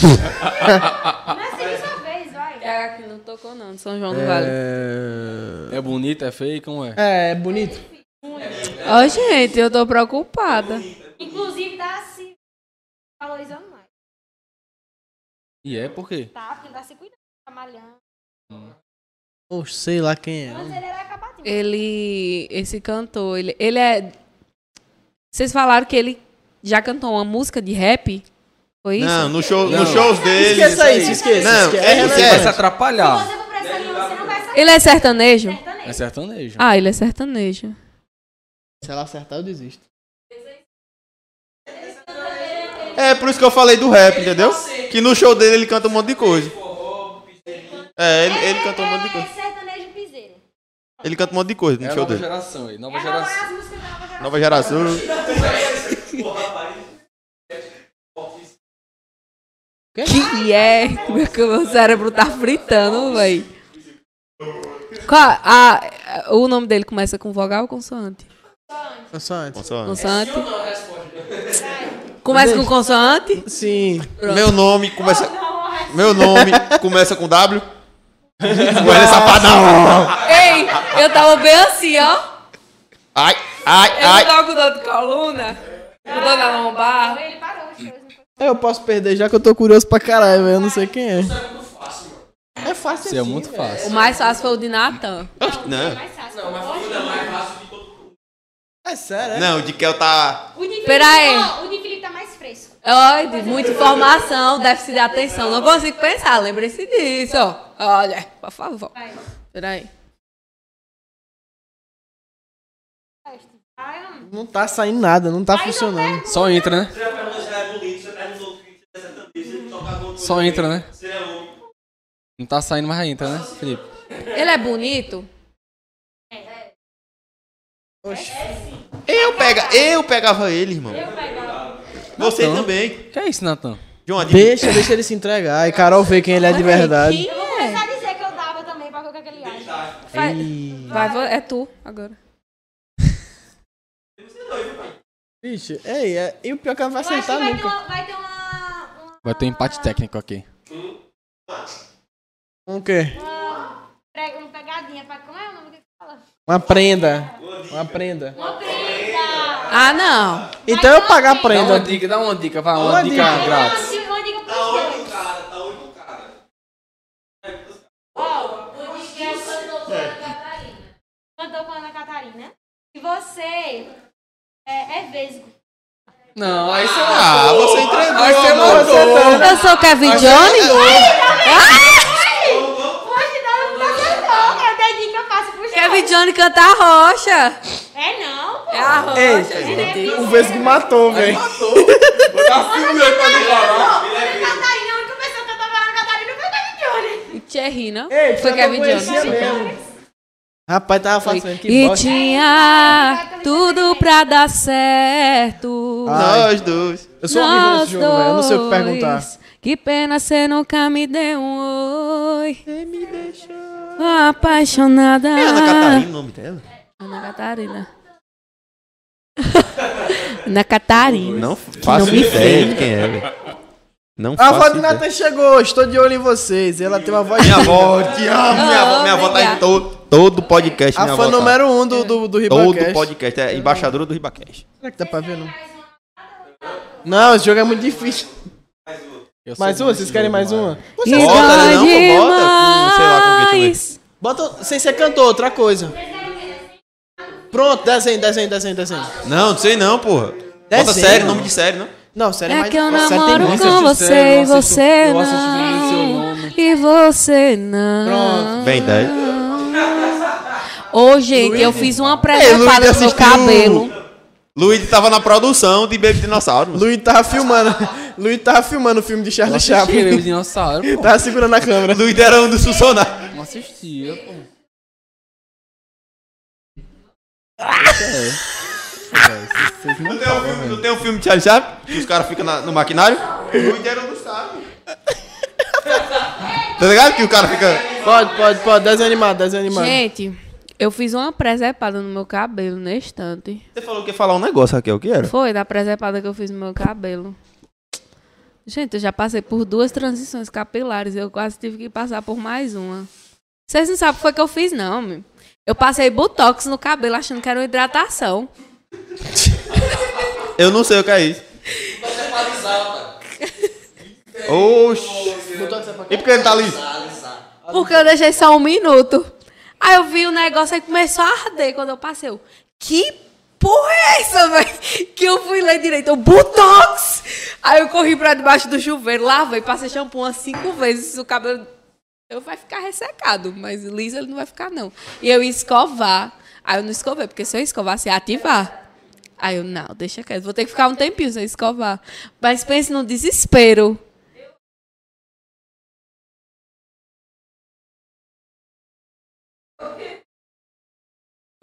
Speaker 6: seria sua é assim vez, vai.
Speaker 2: É que não tocou, não. de São João do Vale.
Speaker 5: É bonito, é feio, como é?
Speaker 3: É, bonito.
Speaker 2: Ó, gente, eu tô preocupada.
Speaker 6: Inclusive, tá se valorizando mais,
Speaker 5: E é por quê?
Speaker 6: tá? Porque tá se cuidando, tá malhando.
Speaker 3: Ou sei lá quem é.
Speaker 6: Antes ele era acabadinho.
Speaker 2: Ele. Esse cantor, ele, ele é. Vocês falaram que ele já cantou uma música de rap? Foi isso?
Speaker 4: Não, no show,
Speaker 5: Não.
Speaker 4: nos shows dele.
Speaker 3: Esqueça isso, esqueça.
Speaker 4: Não,
Speaker 3: esqueça.
Speaker 4: é
Speaker 5: Você
Speaker 4: relevante.
Speaker 5: vai se
Speaker 6: Se
Speaker 5: atrapalhar.
Speaker 6: você for pra essa linha, você não vai sair
Speaker 2: Ele é sertanejo?
Speaker 5: É
Speaker 6: sertanejo.
Speaker 5: sertanejo.
Speaker 2: Ah, ele é sertanejo.
Speaker 3: Se ela acertar, eu desisto.
Speaker 4: É, por isso que eu falei do rap, entendeu? Que no show dele ele canta um monte de coisa. É, ele, ele canta um monte de
Speaker 6: É
Speaker 4: coisa.
Speaker 6: sertanejo piseiro.
Speaker 4: Ele canta um monte de coisa
Speaker 5: É
Speaker 4: no
Speaker 5: a
Speaker 4: show
Speaker 5: nova
Speaker 4: dele.
Speaker 5: geração aí,
Speaker 6: É
Speaker 5: nova
Speaker 6: nova,
Speaker 5: geração.
Speaker 6: é as músicas da nova geração.
Speaker 4: Nova geração.
Speaker 2: Que é? Porque o meu cérebro tá fritando, véi. Qual, a, a- o nome dele começa com vogal ou consoante?
Speaker 3: Não, só antes.
Speaker 4: Consoante.
Speaker 2: Consoante. Começa com consoante?
Speaker 3: Sim.
Speaker 4: Meu nome começa. Meu nome começa com W. Wesley Safadão.
Speaker 2: Ei, eu tava bem assim, ó.
Speaker 4: Ai, ai,
Speaker 2: Eu
Speaker 4: ai.
Speaker 2: tava com dor de coluna, com dor na lombar.
Speaker 6: Ele parou os shows. não foi?
Speaker 3: É, Eu posso perder já que eu tô curioso pra caralho, velho. Eu não sei quem é. É fácil
Speaker 5: Isso é muito fácil.
Speaker 2: O mais fácil foi o de Natan.
Speaker 4: Não,
Speaker 6: tá Mais fácil. Hoje,
Speaker 3: É sério, é?
Speaker 4: não, o de Kel tá.
Speaker 6: O de
Speaker 2: Pera aí.
Speaker 6: Felipe- ó, O de Felipe tá mais fresco.
Speaker 2: Olha, de muita informação, déficit de atenção. Não consigo pensar, lembre-se disso. ó. Olha, por favor.
Speaker 6: Vai.
Speaker 2: Peraí.
Speaker 6: Vai, homem.
Speaker 3: Não tá saindo nada, não tá funcionando.
Speaker 5: Só entra, né? Só entra, né? Não tá saindo, mas entra, né, Felipe?
Speaker 2: Ele é bonito?
Speaker 4: Eu pega, eu pegava ele, irmão. Você também.
Speaker 5: Que é isso, Natan?
Speaker 4: João, adivinha.
Speaker 3: Deixa, deixa ele se entregar. E Carol vê quem ele é de verdade.
Speaker 2: Quem
Speaker 6: Eu vou
Speaker 2: é?
Speaker 6: começar a dizer que eu dava também pra qualquer que ele acha.
Speaker 2: Vai,
Speaker 3: Ih.
Speaker 2: vai, vo- é tu agora.
Speaker 3: Bicho, ei, é, e o pior que ela não vai
Speaker 6: Eu acho que
Speaker 3: aceitar
Speaker 6: vai ter
Speaker 3: nunca.
Speaker 6: uma- vai ter uma... uma-
Speaker 5: Vai ter um empate técnico aqui.
Speaker 3: Um quê?
Speaker 6: uma prega- Uma pegadinha pra... Como é o nome que ele fala?
Speaker 3: Uma prenda. Uma prenda.
Speaker 6: Uma prenda!
Speaker 2: Ah, não.
Speaker 3: Então eu pagar a
Speaker 5: Dá uma
Speaker 3: prenda.
Speaker 5: dica, dá uma dica, vai,
Speaker 3: Uma
Speaker 5: uma dica
Speaker 3: dica.
Speaker 5: grátis.
Speaker 6: Uma dica- Uma dica
Speaker 7: Tá
Speaker 6: pros dois. Ó, o Miguel cantou com a Ana Catarina. Cantou com a Ana Catarina. E você é, é vesgo.
Speaker 5: Não, aí você
Speaker 4: Ah, você entregou.
Speaker 5: Tá
Speaker 4: amor.
Speaker 2: Eu sou o Kevin Johnny?
Speaker 6: Poxa, então não, não cantou. Eu dei dica fácil pros
Speaker 2: Kevin
Speaker 6: dois.
Speaker 2: Johnny canta a rocha.
Speaker 6: É não, pô.
Speaker 2: É a rocha.
Speaker 3: Ei,
Speaker 6: Ele é
Speaker 3: o Vesgo matou, velho.
Speaker 6: Ana Catarina, a única pessoa que cantou com a Ana Catarina foi o Kevin Johnny.
Speaker 2: E Thierry, não?
Speaker 3: Ei,
Speaker 2: Foi
Speaker 3: pior que eu
Speaker 2: Kevin
Speaker 3: conhecia
Speaker 2: Johnny.
Speaker 3: mesmo. Rapaz, tava fazendo que
Speaker 2: E
Speaker 3: bosta.
Speaker 2: tinha tudo pra dar certo.
Speaker 4: Nós dois.
Speaker 3: Eu Ah, sou horrível
Speaker 2: Nós
Speaker 3: nesse jogo, velho. Eu não sei o que
Speaker 2: dois.
Speaker 3: perguntar.
Speaker 2: Que pena cê nunca me deu um oi. Apaixonada.
Speaker 4: Ah. É Ana Catarina o nome dela?
Speaker 2: Ana Catarina. Ana Catarina.
Speaker 4: Não faço
Speaker 2: não me vê.
Speaker 4: ideia de quem é, velho. Não
Speaker 3: A avó
Speaker 4: faço
Speaker 3: de
Speaker 4: ideia.
Speaker 3: Natan chegou, estou de olho em vocês. Ela tem uma voz.
Speaker 4: Minha avó, te amo, minha avó. Minha avó tá em
Speaker 2: Obrigada.
Speaker 4: todo, todo podcast,
Speaker 3: A
Speaker 4: minha
Speaker 3: fã
Speaker 4: avó tá.
Speaker 3: número um do, do, do
Speaker 4: Todo
Speaker 3: Ribacast.
Speaker 4: podcast, é embaixadora do Ribacast.
Speaker 3: Será que dá pra ver, não? Não, esse jogo é muito difícil.
Speaker 5: Eu sou
Speaker 3: Mais uma?
Speaker 5: muito
Speaker 3: Vocês querem mais
Speaker 5: doido,
Speaker 3: uma?
Speaker 5: mano.
Speaker 3: Você-
Speaker 2: E
Speaker 4: Bota, né, não?
Speaker 2: dói
Speaker 4: Bota com, sei lá, com quem
Speaker 2: demais.
Speaker 3: Bota, sem ser cantor, outra coisa. Pronto, desenho, desenho, desenho, desenho.
Speaker 4: Não, não sei não, porra. Bota
Speaker 3: Desenho.
Speaker 4: série, nome de série, né? não?
Speaker 3: Não, sério,
Speaker 2: É
Speaker 3: mas...
Speaker 2: que eu
Speaker 3: Nossa, sério
Speaker 2: namoro
Speaker 3: tem muito.
Speaker 2: com
Speaker 5: assisto
Speaker 2: você
Speaker 5: sério,
Speaker 2: e
Speaker 5: eu assisto-
Speaker 2: você
Speaker 5: eu assisto muito seu
Speaker 2: não.
Speaker 5: nome.
Speaker 2: E você não.
Speaker 4: Vem, ideia.
Speaker 2: Ô, gente, eu fiz uma
Speaker 4: Ei, Luiz
Speaker 2: preservada no meu
Speaker 4: assistiu-
Speaker 5: um,
Speaker 2: cabelo.
Speaker 4: Luiz tava na produção de Baby Dinossauro. mano.
Speaker 3: Luiz tava filmando. Luiz tava tá filmando o filme de Charlie
Speaker 5: Cheirei o
Speaker 3: Chaplin.
Speaker 5: dinossauro, pô.
Speaker 3: Tava tá segurando a câmera.
Speaker 4: Luiz era um dos funcionários.
Speaker 5: Não assistia, pô.
Speaker 4: Não tem um filme, não tem um filme de Charlie Chaplin? Que os caras ficam na- no maquinário? Luiz era um dos sábios. Tá ligado? Que o cara fica...
Speaker 3: Pode, pode, pode. Desenho animado, desenho animado.
Speaker 2: Gente, eu fiz uma presepada no meu cabelo na estante.
Speaker 4: Você falou que ia falar um negócio, Raquel, o que era?
Speaker 2: Foi da presepada que eu fiz no meu cabelo. Gente, eu já passei por duas transições capilares. Eu quase tive que passar por mais uma. Vocês não sabem o que foi que eu fiz, não, meu. Eu passei botox no cabelo achando que era uma hidratação.
Speaker 4: Eu não sei o que é isso. Oxi. E por que ele tá ali?
Speaker 2: Porque eu deixei só um minuto. Aí eu vi o negócio e começou a arder quando eu passei. Eu, que porra é essa, velho? Que eu fui ler direito. Eu, Botox! Aí eu corri pra debaixo do chuveiro, lavei, passei shampoo umas cinco vezes. O cabelo eu vai ficar ressecado, mas liso ele não vai ficar, não. E eu ia escovar. Aí eu não escovei, porque se eu escovasse, ia ativar. Aí eu, não, deixa quieto. Vou ter que ficar um tempinho sem escovar. Mas pense no desespero.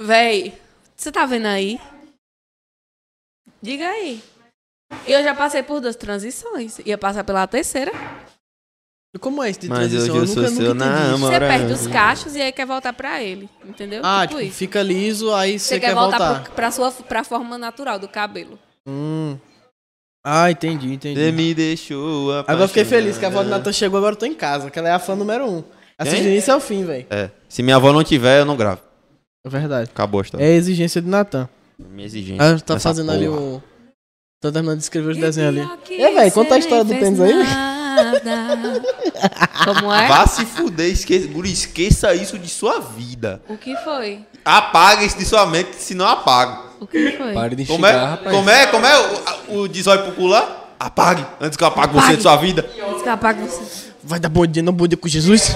Speaker 2: Véi, você tá vendo aí? Diga aí. E eu já passei por duas transições. Ia passar pela terceira.
Speaker 3: Como é esse de
Speaker 4: Mas
Speaker 3: transição?
Speaker 4: hoje eu
Speaker 3: nunca,
Speaker 4: sou
Speaker 3: nunca
Speaker 4: seu
Speaker 3: entendi.
Speaker 4: na ama.
Speaker 2: Você é
Speaker 4: Bora.
Speaker 2: perde os cachos e aí quer voltar pra ele. Entendeu?
Speaker 3: é. Ah,
Speaker 2: Tipo
Speaker 3: tipo,
Speaker 2: isso.
Speaker 3: fica liso, aí você,
Speaker 2: Você
Speaker 3: quer voltar.
Speaker 2: Pro, pra, sua, pra forma natural do cabelo.
Speaker 3: Hum. Ah, entendi,
Speaker 4: Você
Speaker 3: entendi.
Speaker 4: me deixou
Speaker 3: Agora eu fiquei
Speaker 4: apaixonado.
Speaker 3: feliz que a avó do Natan chegou, agora eu tô em casa, que ela é a fã número um. Assiste do
Speaker 4: É. Quem?
Speaker 3: início ao fim, velho.
Speaker 4: É, se minha avó não tiver, eu não gravo.
Speaker 3: É verdade.
Speaker 4: Acabou a história.
Speaker 3: É a exigência do Natan.
Speaker 4: Minha exigência.
Speaker 3: Ela tá
Speaker 4: nessa
Speaker 3: fazendo ali
Speaker 4: porra.
Speaker 3: o. Tá terminando de escrever os
Speaker 2: E
Speaker 3: desenhos ali.
Speaker 2: pior que
Speaker 3: É, velho, conta a
Speaker 2: você
Speaker 3: história do
Speaker 2: nem
Speaker 3: tênis
Speaker 2: fez
Speaker 3: aí.
Speaker 2: nada. Como é?
Speaker 4: Vá se fuder, esqueça, guri, esqueça isso de sua vida.
Speaker 2: O que foi?
Speaker 4: Apaga isso de sua mente, se não apaga.
Speaker 2: O que foi?
Speaker 5: Pare de
Speaker 4: Como é,
Speaker 5: enxergar, rapaz.
Speaker 4: como é, como é o, a- o de zóio pro cu lá? Apague, antes que eu apague, você
Speaker 2: Apague.
Speaker 4: de sua vida.
Speaker 2: Escapar com você.
Speaker 3: Vai dar bom dia, não bom dia com Jesus?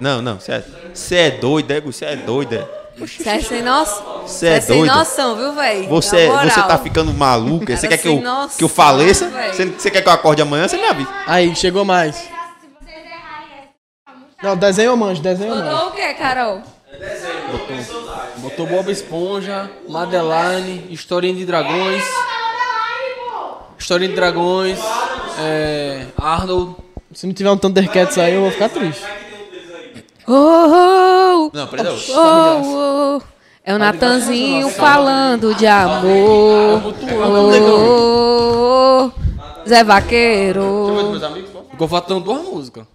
Speaker 4: Não, não, sério. Você é doido, é, Gu? você é doido, é.
Speaker 2: Você é sem noção.
Speaker 4: Você é
Speaker 2: sem
Speaker 4: doido.
Speaker 2: noção, viu, velho?
Speaker 3: é-
Speaker 4: Você, você tá ficando maluco, você
Speaker 2: Cara,
Speaker 4: quer que
Speaker 2: sem
Speaker 4: eu,
Speaker 2: noção,
Speaker 4: que eu faleça?
Speaker 2: velho.
Speaker 4: Você, você quer que eu acorde amanhã? Você é me avisa.
Speaker 3: Aí, chegou mais.
Speaker 7: Se vocês errarem essa, tá muito
Speaker 3: Não, desenho eu manjo, desenho eu manjo.
Speaker 2: Mudou o quê, Carol?
Speaker 5: Botou Bob Esponja, Madeline, Historinha de Dragões. Historinha de Dragões, é, Arnold.
Speaker 3: Se não tiver um Thundercats aí, eu vou ficar triste.
Speaker 2: Oh, oh,
Speaker 4: Não, perdão.
Speaker 2: oh, oh, oh. É o Natanzinho falando de amor. Oh, oh, Zé Vaqueiro.
Speaker 5: Ficou faltando duas músicas. um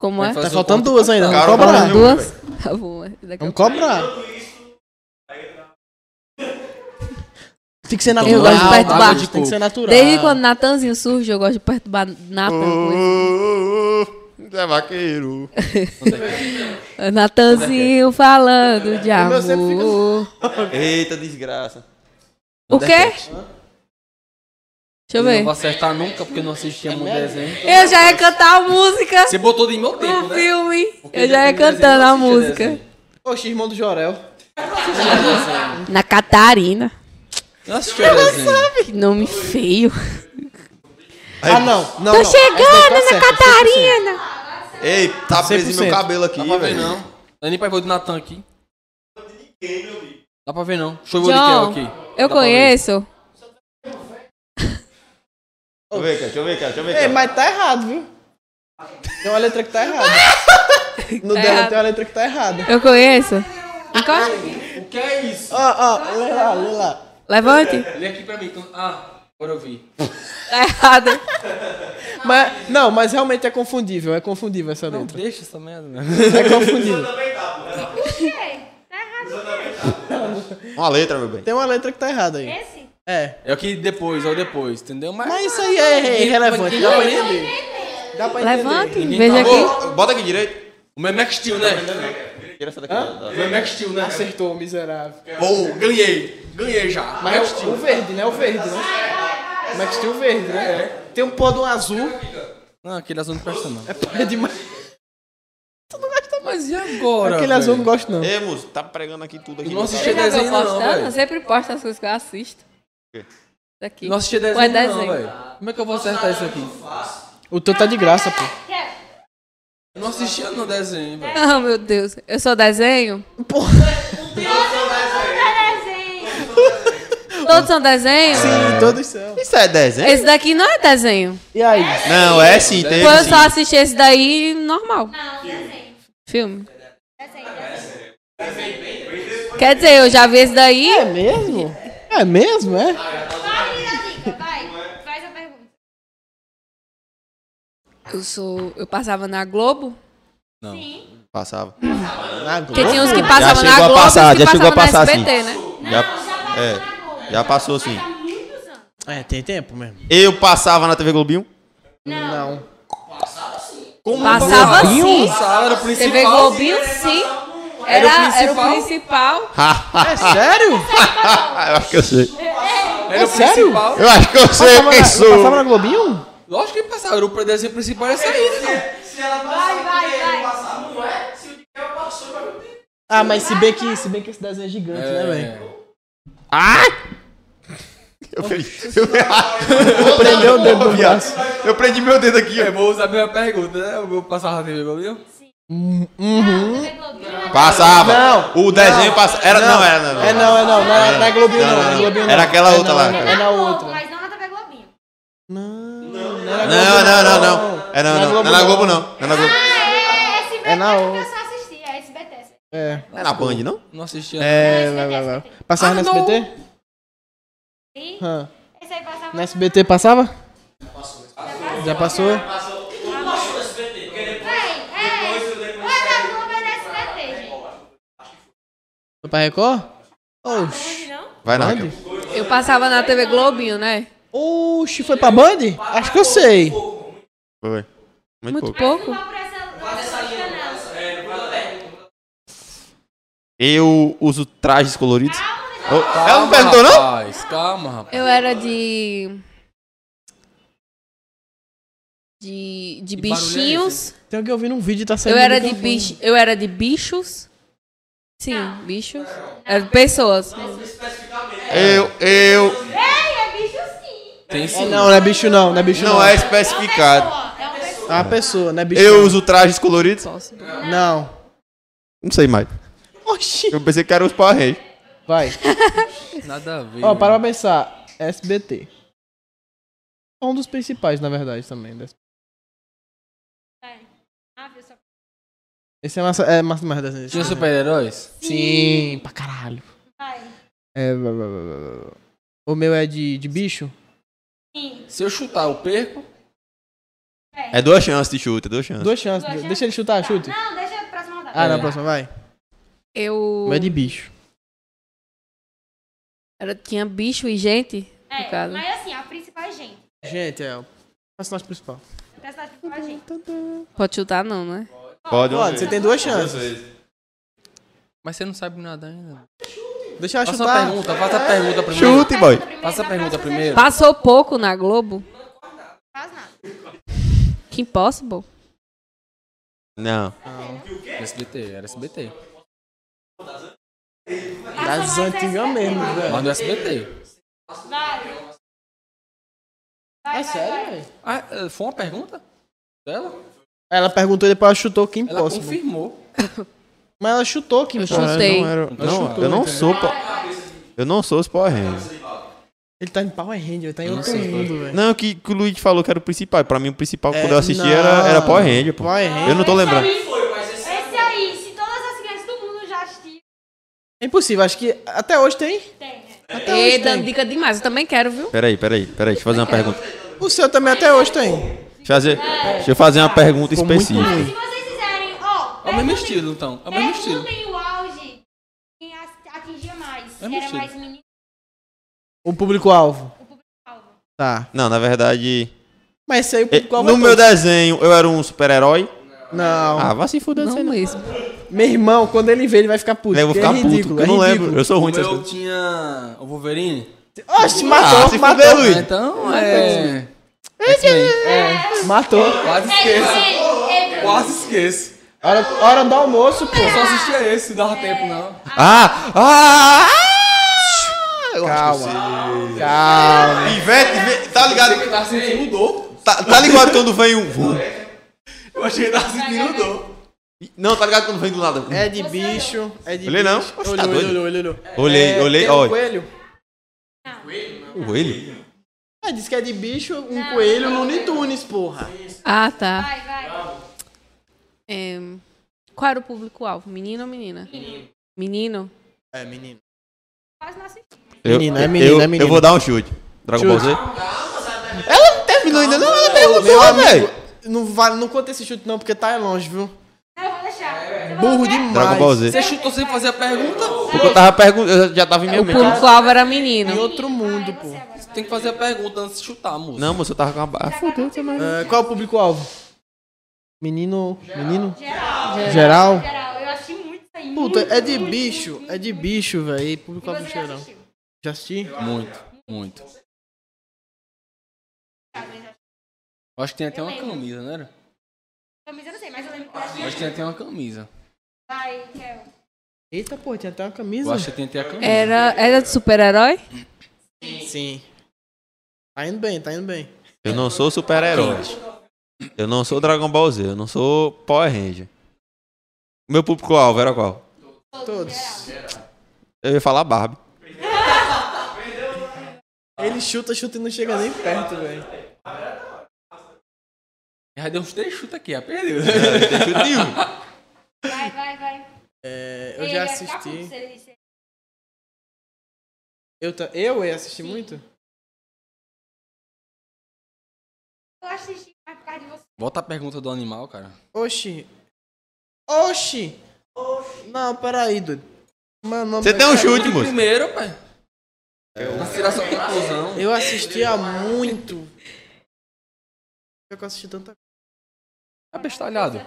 Speaker 2: Como é?
Speaker 3: Tá faltando duas ainda, vamos
Speaker 4: Cara,
Speaker 3: cobrar.
Speaker 4: mano.
Speaker 2: Faltam duas? Tá bom. é. Daqui a
Speaker 3: Vamos cobrar. Tem que ser natural.
Speaker 2: Eu gosto de perturbar.
Speaker 3: Tem que ser natural.
Speaker 2: Desde quando Natanzinho surge, eu gosto de perturbar Natan. com
Speaker 4: Zé é Vaqueiro.
Speaker 2: isso. Natanzinho falando de
Speaker 3: meu sempre fica
Speaker 2: amor.
Speaker 4: Eita desgraça.
Speaker 2: O quê? Deixa eu
Speaker 5: Eu não
Speaker 2: ver.
Speaker 5: vou acertar nunca porque eu não assistia muito desenho.
Speaker 2: Eu já ia cantar a música
Speaker 5: Você botou de meu tempo,
Speaker 2: do
Speaker 5: né?
Speaker 2: filme.
Speaker 5: Porque
Speaker 2: Eu já ia
Speaker 5: teve desenho,
Speaker 2: cantando
Speaker 5: eu
Speaker 2: a
Speaker 5: assistia
Speaker 2: música.
Speaker 5: desenho.
Speaker 3: Oxe, irmão do Jorel.
Speaker 2: Na Catarina.
Speaker 5: Eu assistia desenho.
Speaker 2: Que nome feio.
Speaker 3: Ah, não. não
Speaker 2: Tô
Speaker 3: não.
Speaker 2: chegando
Speaker 3: Essa
Speaker 2: na
Speaker 3: daí tá certa,
Speaker 2: Catarina.
Speaker 4: Ei, tá preso em
Speaker 3: 100%.
Speaker 4: meu cabelo aqui,
Speaker 5: Dá pra ver
Speaker 4: velho.
Speaker 5: não. Não é nem pra ver o do Natan aqui. Dá pra ver não. Deixa eu ver o
Speaker 2: John,
Speaker 5: de Kel aqui.
Speaker 2: eu
Speaker 5: Dá pra ver.
Speaker 2: conheço.
Speaker 4: Deixa eu ver, cara, deixa eu ver, cara, deixa eu ver.
Speaker 3: Ei,
Speaker 4: Cara.
Speaker 3: mas tá errado, viu? Tem uma letra que tá errada. No
Speaker 2: Tá
Speaker 3: dela
Speaker 2: errado.
Speaker 3: tem uma letra que tá errada.
Speaker 2: Eu conheço. Encosta.
Speaker 5: Que é isso?
Speaker 3: Ó, ó, lê lá, lê lá.
Speaker 2: Levante.
Speaker 5: Lê aqui pra mim. então- Ah, agora eu vi.
Speaker 2: Tá errado.
Speaker 3: Mas, não, mas realmente é confundível, é confundível essa
Speaker 5: Não
Speaker 3: letra.
Speaker 5: deixa essa merda, né?
Speaker 3: É confundível.
Speaker 7: Tá errado.
Speaker 4: Uma letra, meu bem.
Speaker 3: Tem uma letra que tá errada aí.
Speaker 7: Esse?
Speaker 3: É.
Speaker 5: É o que depois, ou depois, entendeu? Mas,
Speaker 3: Mas isso aí é irrelevante. Dá pra entender. Dá pra entender.
Speaker 6: Levante, veja aqui.
Speaker 4: Ô, bota aqui direito.
Speaker 5: o meu é Max Steel, né?
Speaker 4: Tira essa daqui.
Speaker 5: O meu é Max Steel, né?
Speaker 3: Acertou, miserável.
Speaker 5: Ou, ganhei. Ganhei já.
Speaker 3: Mas é o, o verde, né? O verde, né? Max Steel verde,
Speaker 5: É.
Speaker 3: né? Tem um pó de um azul.
Speaker 5: Não, aquele azul não presta não.
Speaker 3: É pó demais.
Speaker 5: Mas e agora,
Speaker 3: Aquele azul eu não gosto, não.
Speaker 4: É, moço, tá pregando aqui tudo aqui.
Speaker 5: Não assistia
Speaker 2: Você já viu
Speaker 5: desenho
Speaker 2: eu
Speaker 5: assim, não,
Speaker 2: postando? Eu
Speaker 5: velho.
Speaker 2: sempre posto as coisas que eu assisto.
Speaker 4: quê?
Speaker 2: Daqui.
Speaker 5: Não assistia
Speaker 2: Ou é
Speaker 5: desenho não,
Speaker 2: desenho.
Speaker 5: velho. Como é que eu vou acertar isso aqui?
Speaker 3: O teu tá de graça, pô.
Speaker 7: Quer?
Speaker 5: Eu não assistia no desenho, velho.
Speaker 2: Ah, meu Deus. Eu sou desenho?
Speaker 7: Tá desenho.
Speaker 2: Todos são desenho?
Speaker 3: Em todos são.
Speaker 4: Isso é desenho?
Speaker 2: Esse daqui não é desenho.
Speaker 3: E aí?
Speaker 4: Não, é sim, tem
Speaker 2: Ou eu
Speaker 4: sim.
Speaker 2: só assisti esse daí normal.
Speaker 7: Não, desenho.
Speaker 2: Filme.
Speaker 7: Desenho, desenho.
Speaker 2: Quer dizer, eu já vi esse daí.
Speaker 3: É mesmo? É mesmo,
Speaker 7: Vai,
Speaker 3: é?
Speaker 7: me dá dica, vai. Faz a pergunta.
Speaker 2: Eu sou. Eu passava na Globo.
Speaker 7: Sim.
Speaker 4: Passava.
Speaker 2: Porque tinha uns que passavam
Speaker 4: chegou
Speaker 2: na
Speaker 4: a
Speaker 2: Globo e os
Speaker 4: passar,
Speaker 2: que
Speaker 4: já chegou a
Speaker 2: passavam
Speaker 4: passar,
Speaker 2: na SBT, né?
Speaker 7: Não, já
Speaker 4: Já-
Speaker 7: passou
Speaker 4: é,
Speaker 7: na Globo.
Speaker 4: já passou, sim.
Speaker 7: Mas há muitos anos.
Speaker 3: É, tem tempo mesmo.
Speaker 4: Eu passava na TV Globinho.
Speaker 7: Não.
Speaker 3: Não.
Speaker 2: Passava sim.
Speaker 5: Passava, era o principal.
Speaker 2: TV Globinho, sim. Era, era o principal.
Speaker 3: É sério?
Speaker 4: Ah, eu acho que eu sei.
Speaker 5: Era o
Speaker 3: sério?
Speaker 5: principal.
Speaker 4: Eu acho que eu sei
Speaker 3: Ah, Passava
Speaker 4: quem
Speaker 3: na,
Speaker 4: sou.
Speaker 3: passava na Globinho?
Speaker 5: Lógico que passava. Era o desenho principal, era essa aí, né?
Speaker 7: Vai, vai, vai.
Speaker 3: Ah, mas se bem que, se bem que esse desenho é gigante, né, velho?
Speaker 5: É.
Speaker 4: Eu prendi, eu,
Speaker 3: Prendeu o dedo do braço.
Speaker 4: eu prendi meu dedo aqui,
Speaker 5: Eu
Speaker 4: ó.
Speaker 5: vou usar a mesma pergunta, né? Eu vou passar na TV Globinho.
Speaker 7: Não, TV Globinho não é
Speaker 4: Passava.
Speaker 3: Não,
Speaker 4: O desenho passava. Era, não, era, não.
Speaker 3: É não, é não. Não é, não é Globinho, não. não é Globinho, não.
Speaker 4: Era aquela
Speaker 3: É
Speaker 4: outra
Speaker 3: não,
Speaker 4: lá.
Speaker 3: É,
Speaker 7: na
Speaker 3: não, é na
Speaker 7: Globo,
Speaker 3: outra.
Speaker 7: Mas não na TV Globinho.
Speaker 4: é Não, não, não, não. É não,
Speaker 3: é
Speaker 4: não. Não é na Globo, não. Não é na Globo.
Speaker 7: Ah, é SBT
Speaker 3: É na
Speaker 7: que
Speaker 3: outra.
Speaker 7: eu só assisti. É SBT.
Speaker 3: É.
Speaker 4: Não é na Band, não?
Speaker 5: Não assistia. não.
Speaker 3: É,
Speaker 7: Não,
Speaker 3: lá,
Speaker 7: SBT,
Speaker 3: lá, lá.
Speaker 7: SBT.
Speaker 3: Passava no SBT?
Speaker 7: Sim.
Speaker 3: Hã.
Speaker 7: Esse aí passava
Speaker 3: No SBT passava? Já passou?
Speaker 7: Vem, é. Ou é da Globo ou é da SBT, gente.
Speaker 3: Foi pra Record? Oxi.
Speaker 7: Onde não?
Speaker 4: Vai na
Speaker 3: Band?
Speaker 4: Raquel.
Speaker 2: Eu passava na TV Globinho, né?
Speaker 3: Oxi, foi pra Band? Acho que eu sei.
Speaker 4: Foi. Muito
Speaker 2: Muito
Speaker 4: pouco.
Speaker 2: pouco.
Speaker 7: Vá pra essa pra essa canal.
Speaker 4: Eu uso trajes coloridos. Oh, ela não
Speaker 5: Calma,
Speaker 4: perguntou, não?
Speaker 5: rapaz, Calma, rapaz.
Speaker 2: Eu era de. De, de
Speaker 5: barulho é
Speaker 2: bichinhos.
Speaker 3: Tem alguém ouvindo um vídeo e tá saindo
Speaker 2: Eu
Speaker 3: do
Speaker 2: era de
Speaker 3: microfone.
Speaker 2: bicho, eu era de bichos. Sim,
Speaker 7: Ah.
Speaker 2: bichos. Era de pessoas.
Speaker 4: Eu, eu.
Speaker 7: Ei, é bicho sim.
Speaker 5: Tem
Speaker 3: É,
Speaker 5: sim.
Speaker 3: não, não é bicho não, não é bicho não.
Speaker 4: Não
Speaker 7: É uma
Speaker 4: é especificado.
Speaker 7: pessoa. É uma pessoa.
Speaker 3: É uma pessoa, não é bicho
Speaker 4: Eu uso trajes coloridos.
Speaker 2: Posso.
Speaker 3: não. Não.
Speaker 4: Não sei mais.
Speaker 3: Oxi.
Speaker 4: Eu pensei que era os Power Rangers.
Speaker 3: Vai.
Speaker 5: Nada a ver.
Speaker 3: Ó, para pra pensar. SBT. É um dos principais, na verdade, também. da SBT.
Speaker 7: É. Ah, viu só.
Speaker 3: Esse é massa, é massa mais das
Speaker 5: Tinha super-heróis?
Speaker 3: Sim, pra caralho.
Speaker 7: Vai.
Speaker 3: É, blá, blá, blá, blá, blá. O meu é de, de bicho?
Speaker 7: Sim.
Speaker 5: Se eu chutar, eu perco.
Speaker 4: É duas chances de chute, é duas chances.
Speaker 3: Duas chances.
Speaker 7: Duas chances.
Speaker 3: Deixa ele chutar, chute.
Speaker 7: Não, deixa a próxima rodada. É,
Speaker 3: Ah,
Speaker 6: É.
Speaker 3: não, próxima, vai. O
Speaker 2: Eu
Speaker 3: meu é de bicho.
Speaker 2: era, tinha bicho e gente. no
Speaker 7: É,
Speaker 2: caso.
Speaker 7: mas assim, a principal é gente.
Speaker 3: Gente, é o personagem principal.
Speaker 7: A personagem principal é gente.
Speaker 2: Pode chutar não, né?
Speaker 4: Pode, uma
Speaker 3: Pode,
Speaker 4: vez.
Speaker 3: você tem duas chances.
Speaker 5: Mas você não sabe nada ainda.
Speaker 3: Deixa ela
Speaker 5: Faça
Speaker 3: chutar.
Speaker 5: a pergunta, faça a pergunta primeiro.
Speaker 4: Chute, boy.
Speaker 7: Primeiro,
Speaker 5: Faça a
Speaker 7: na
Speaker 5: pergunta
Speaker 7: próxima,
Speaker 5: primeiro.
Speaker 2: Passou pouco na Globo.
Speaker 7: você Faz nada.
Speaker 2: Que impossible.
Speaker 4: Não.
Speaker 5: SBT, era SBT.
Speaker 3: Das
Speaker 7: Passa mais
Speaker 3: antigas
Speaker 7: SBT.
Speaker 3: mesmo, velho.
Speaker 5: Mas é do SBT.
Speaker 7: Vai. Vai, vai,
Speaker 3: É sério,
Speaker 7: vai.
Speaker 3: velho?
Speaker 5: Ah, eh, foi uma pergunta? Dela?
Speaker 3: Ela perguntou e depois ela chutou Kim
Speaker 5: Ela
Speaker 3: Possible.
Speaker 5: confirmou.
Speaker 3: Mas ela é chutou Kim
Speaker 2: Eu
Speaker 3: Possible.
Speaker 2: chutei.
Speaker 4: Não era- não,
Speaker 3: chutou,
Speaker 4: eu não
Speaker 3: entendeu?
Speaker 4: sou. po- Eu não sou os Power Rangers.
Speaker 3: Ele tá em Power Ranger, ele tá em outro
Speaker 5: sei.
Speaker 3: mundo, velho.
Speaker 4: Não, que, que o Luigi falou que era o principal. Pra mim, o principal
Speaker 3: É,
Speaker 4: quando eu assisti
Speaker 3: não.
Speaker 4: era, era Power Ranger,
Speaker 3: Tipo,
Speaker 4: pô.
Speaker 3: Power Ranger.
Speaker 4: Eu não tô lembrando.
Speaker 7: Esse aí, se todas as crianças do mundo já assistiram,
Speaker 3: É impossível, acho que até hoje tem.
Speaker 7: Tem, né?
Speaker 3: Até
Speaker 2: Ei,
Speaker 3: hoje
Speaker 2: dando
Speaker 3: tem.
Speaker 2: dica demais. Eu também quero, viu?
Speaker 4: Peraí, peraí, peraí. Deixa eu fazer uma pergunta.
Speaker 3: O seu também até hoje tem.
Speaker 4: Deixa eu fazer, deixa eu fazer uma pergunta específica.
Speaker 7: Mas se vocês fizerem, ó,
Speaker 5: É o mesmo estilo, então. É o mesmo estilo.
Speaker 7: perguntem o auge, quem as- atingia mais,
Speaker 5: É o
Speaker 7: era
Speaker 5: mesmo estilo.
Speaker 7: mais menino
Speaker 3: O público-alvo.
Speaker 7: ou público-alvo.
Speaker 3: Tá.
Speaker 4: Não, na verdade.
Speaker 3: Mas esse aí o
Speaker 4: eh,
Speaker 3: público-alvo. é
Speaker 4: No meu
Speaker 3: todo.
Speaker 4: desenho, eu era um super-herói.
Speaker 3: Não.
Speaker 4: Ah, vai se fuder,
Speaker 2: Não
Speaker 4: sei não.
Speaker 2: mesmo.
Speaker 3: Meu irmão, quando ele vê, ele vai ficar puto.
Speaker 4: Ah. Eu vou
Speaker 3: porque
Speaker 4: ficar
Speaker 3: é
Speaker 4: puto,
Speaker 3: ridículo,
Speaker 4: porque eu não
Speaker 3: é
Speaker 4: lembro.
Speaker 3: ridículo.
Speaker 4: Eu sou ruim
Speaker 5: O
Speaker 4: dessas
Speaker 5: meu
Speaker 4: coisas.
Speaker 5: tinha o Wolverine.
Speaker 3: Oxe,
Speaker 4: Ah,
Speaker 3: matou,
Speaker 4: se fuder,
Speaker 3: matou. né,
Speaker 4: Luiz.
Speaker 5: Ah, Então, é... X-Men.
Speaker 3: É. Matou.
Speaker 5: Quase
Speaker 7: Pedro,
Speaker 5: esqueço.
Speaker 7: ele, Pedro.
Speaker 5: Quase esqueço.
Speaker 3: Hora, hora do almoço, pô.
Speaker 5: Eu só assistia esse, não dava tempo, não.
Speaker 4: Ah! Ah! ah, Eu acho que eu
Speaker 3: Calma. Calma.
Speaker 4: sei. Ivete, Ivete, tá ligado?
Speaker 5: que tá sentindo mudou.
Speaker 4: Tá, tá ligado quando vem um.
Speaker 5: Eu achei que tá sentindo mudou.
Speaker 4: Não, tá ligado quando vem do nada.
Speaker 3: É de bicho. É de
Speaker 4: Olhei
Speaker 3: bicho.
Speaker 4: não. Oxe, tá
Speaker 3: Olhou,
Speaker 4: doido?
Speaker 3: olhou, olhou, olhou.
Speaker 4: Olhei,
Speaker 3: É,
Speaker 4: olhei,
Speaker 3: tem um
Speaker 4: olha.
Speaker 3: coelho.
Speaker 4: O ele?
Speaker 3: Ah, diz que é de bicho, um coelho, Looney Tunes, porra.
Speaker 2: Ah, tá.
Speaker 7: Vai, vai.
Speaker 2: É, Qual era o público-alvo? Menino ou menina? Menino. Menino?
Speaker 3: É, menino.
Speaker 7: Quase não assisti.
Speaker 4: Eu-
Speaker 3: Menino, é menino,
Speaker 4: eu,
Speaker 3: é menino.
Speaker 4: Eu vou dar um chute. Dragon Ball Z?
Speaker 3: Chute.
Speaker 4: Ela não terminou ainda, não. Ela
Speaker 3: Meu
Speaker 4: perguntou,
Speaker 3: amigo,
Speaker 4: velho.
Speaker 3: não, vale, não conta esse chute não, porque tá longe, viu?
Speaker 7: Não, eu vou
Speaker 5: É,
Speaker 7: deixar. Eu vou
Speaker 3: Burro
Speaker 7: ver.
Speaker 3: demais.
Speaker 4: Dragon Ball Z.
Speaker 5: Você chutou sem fazer a pergunta?
Speaker 4: Porque eu tava perguntando, eu já tava em minha
Speaker 2: O
Speaker 4: mente.
Speaker 2: público-alvo era
Speaker 3: Em
Speaker 2: menino.
Speaker 3: outro mundo, pô.
Speaker 7: Você agora.
Speaker 5: Tem que fazer a pergunta antes de chutar, moço.
Speaker 4: Não, moço, eu tava com a barra. Fudeu, você mais.
Speaker 3: Ah, qual é o público-alvo? Menino. Menino?
Speaker 7: Geral.
Speaker 3: Geral?
Speaker 7: Geral, eu assisti muito isso aí.
Speaker 3: Puta,
Speaker 7: muito,
Speaker 3: é de
Speaker 7: muito,
Speaker 3: bicho.
Speaker 7: muito,
Speaker 3: É de
Speaker 7: muito.
Speaker 3: bicho, velho. E
Speaker 7: E
Speaker 3: público-alvo
Speaker 7: você já
Speaker 3: geral.
Speaker 7: assistiu?
Speaker 3: Já assisti?
Speaker 5: Muito, muito. Eu acho que tem até uma camisa, não era?
Speaker 7: Camisa eu não sei, mas eu lembro que eu assisti.
Speaker 5: Eu acho que tem até uma camisa.
Speaker 7: Vai, Kel.
Speaker 3: Eita, pô, tinha até uma camisa.
Speaker 5: Eu acho que tem até a camisa.
Speaker 2: Era, era de super-herói?
Speaker 3: Sim. Tá indo bem, tá indo bem.
Speaker 4: Eu não sou super-herói. Eu não sou Dragon Ball Z. Eu não sou Power Ranger. Meu público-alvo era qual?
Speaker 3: Todos.
Speaker 4: Eu ia falar Barbie.
Speaker 3: Ele chuta, chuta e não chega nem perto, velho.
Speaker 5: Já deu uns três chutes aqui, já perdeu.
Speaker 7: Vai, vai, vai.
Speaker 3: É, eu
Speaker 7: Ele
Speaker 3: já
Speaker 7: vai ficar puto se
Speaker 3: assisti.
Speaker 7: ele- se ele-
Speaker 3: Eu, ta- eu ia assistir muito?
Speaker 7: Eu assisti mas por causa de você.
Speaker 5: Volta a pergunta do animal, cara.
Speaker 3: Oxi. Oxi! Não, peraí, doido. Mano, não-
Speaker 4: Você tem um chute, moço.
Speaker 5: Primeiro, pai. Vamos tirar sua conclusão.
Speaker 3: Eu assistia muito. Eu que assisti tanta coisa.
Speaker 5: Tá Abestalhado.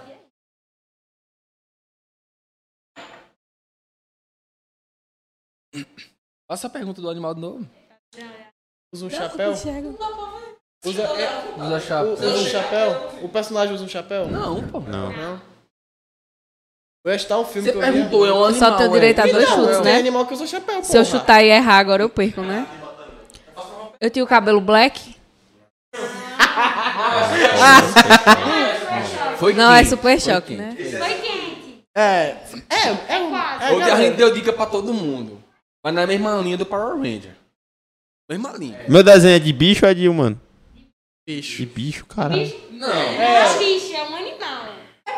Speaker 5: Faça a pergunta do animal de novo.
Speaker 3: Usa um chapéu? Usa, é,
Speaker 5: Usa a chapa.
Speaker 3: u- usa um chapéu? O personagem usa um chapéu?
Speaker 5: Não, pô.
Speaker 4: Não.
Speaker 3: Eu ia estar um filme
Speaker 5: Você
Speaker 3: que eu
Speaker 5: perguntou, é um animal.
Speaker 2: Só tenho direito a
Speaker 5: é.
Speaker 2: dois
Speaker 5: Não,
Speaker 2: chutes,
Speaker 5: é um-
Speaker 3: Tem
Speaker 2: né?
Speaker 3: animal que usa chapéu,
Speaker 2: Se eu
Speaker 3: porra.
Speaker 2: chutar e errar agora, eu perco, né? Eu tinha o cabelo black?
Speaker 5: Foi
Speaker 2: Não, é
Speaker 5: quente,
Speaker 2: super
Speaker 5: foi
Speaker 2: choque,
Speaker 5: quente.
Speaker 2: né?
Speaker 7: Foi quente.
Speaker 3: É. É, é um.
Speaker 7: Quase.
Speaker 3: É,
Speaker 5: Hoje a gente
Speaker 3: galera.
Speaker 5: deu dica pra todo mundo. Mas na mesma linha do Power Ranger. Mesma linha.
Speaker 4: Meu desenho é de bicho ou é de humano?
Speaker 3: Bicho.
Speaker 4: De bicho, caralho.
Speaker 5: Não.
Speaker 7: É um bicho, é um animal.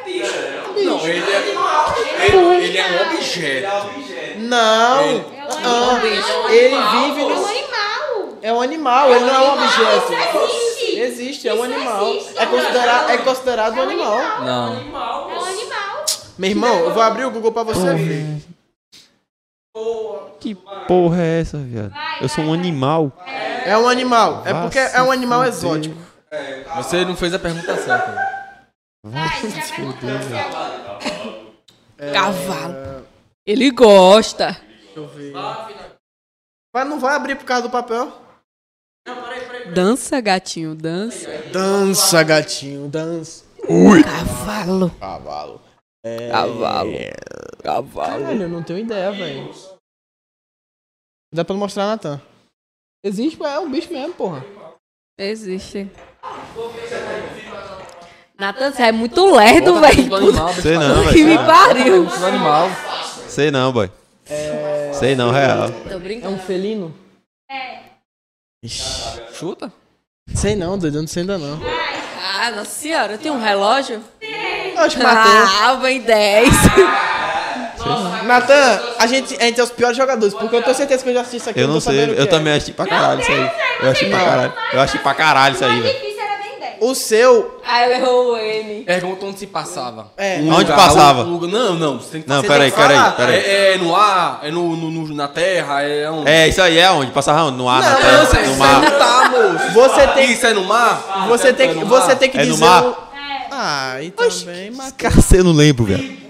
Speaker 5: Não, ele é. Ele, ele é um objeto.
Speaker 3: Não!
Speaker 7: É um animal.
Speaker 3: Ah, ele vive
Speaker 7: É um
Speaker 3: no.
Speaker 7: animal.
Speaker 3: É um animal, ele não é um objeto.
Speaker 7: Isso existe.
Speaker 3: Existe, é um
Speaker 7: Isso
Speaker 3: animal.
Speaker 7: existe,
Speaker 3: É considerado, é considerado um
Speaker 7: É um
Speaker 3: animal.
Speaker 7: animal.
Speaker 5: Não.
Speaker 7: É um animal.
Speaker 3: Meu irmão, eu vou abrir o Google pra você ver.
Speaker 4: Que porra é essa, viado? Eu sou um animal.
Speaker 3: É um animal. É
Speaker 4: Vá
Speaker 3: porque é
Speaker 4: se
Speaker 3: um animal
Speaker 4: fuder.
Speaker 3: exótico.
Speaker 5: Você não fez a pergunta certa.
Speaker 7: Vai, já perguntou você agora.
Speaker 2: É, Cavalo. Ele gosta.
Speaker 3: Deixa eu ver. Mas não vai abrir por causa do papel?
Speaker 2: Dança, gatinho, dança.
Speaker 3: Dança, gatinho, dança.
Speaker 2: Cavalo.
Speaker 3: Cavalo.
Speaker 2: Cavalo. Cavalo.
Speaker 3: Caralho, eu não tenho ideia, velho. Dá pra mostrar, Natan. Existe, mas é um bicho mesmo, porra.
Speaker 2: Existe. Natan, você é muito lerdo, velho.
Speaker 5: Do animal,
Speaker 4: Sei
Speaker 5: abestalhado.
Speaker 4: não,
Speaker 2: Que me
Speaker 4: né, velho.
Speaker 2: pariu.
Speaker 5: Do animal.
Speaker 4: Sei não, boy. Sei não, real.
Speaker 2: Tô
Speaker 3: É um
Speaker 2: brincando.
Speaker 3: felino?
Speaker 7: É.
Speaker 5: Chuta.
Speaker 3: Sei não, doido, eu não sei ainda não.
Speaker 2: Ah, nossa senhora, eu tenho um relógio?
Speaker 3: Acho que matou.
Speaker 2: Ah, vem 10.
Speaker 3: Natan, a gente, a gente é os piores jogadores, porque eu tenho certeza que eu já assisti isso aqui.
Speaker 4: Eu não
Speaker 3: tô
Speaker 4: sei,
Speaker 3: sabendo o
Speaker 4: eu
Speaker 3: que é.
Speaker 4: também achei pra caralho isso aí. Eu achei pra caralho. Eu achei pra caralho isso aí,
Speaker 7: mais
Speaker 4: velho.
Speaker 7: É difícil era bem 10.
Speaker 3: O seu.
Speaker 2: Ah, ela errou o N.
Speaker 5: Pergunta onde se passava.
Speaker 3: É.
Speaker 5: Um
Speaker 4: Onde passava?
Speaker 5: um lugar- não, não. Você tem que
Speaker 4: Não,
Speaker 5: você
Speaker 4: peraí,
Speaker 5: tem que
Speaker 4: peraí,
Speaker 5: falar.
Speaker 4: peraí.
Speaker 5: É, é no ar, é no, no- no- na terra, é onde?
Speaker 4: É, isso aí é onde? Passava onde? No ar, na
Speaker 3: Não,
Speaker 4: terra,
Speaker 3: não sei,
Speaker 4: no
Speaker 5: Isso aí
Speaker 4: mar.
Speaker 5: não tá, moço.
Speaker 3: Você tem-
Speaker 5: Isso é no mar?
Speaker 3: Você tem que,
Speaker 5: no
Speaker 3: você
Speaker 5: mar?
Speaker 3: tem que
Speaker 4: É no
Speaker 3: dizer.
Speaker 4: mar?
Speaker 3: o- Ah, e também, mas.
Speaker 4: Cacete, eu não lembro, velho.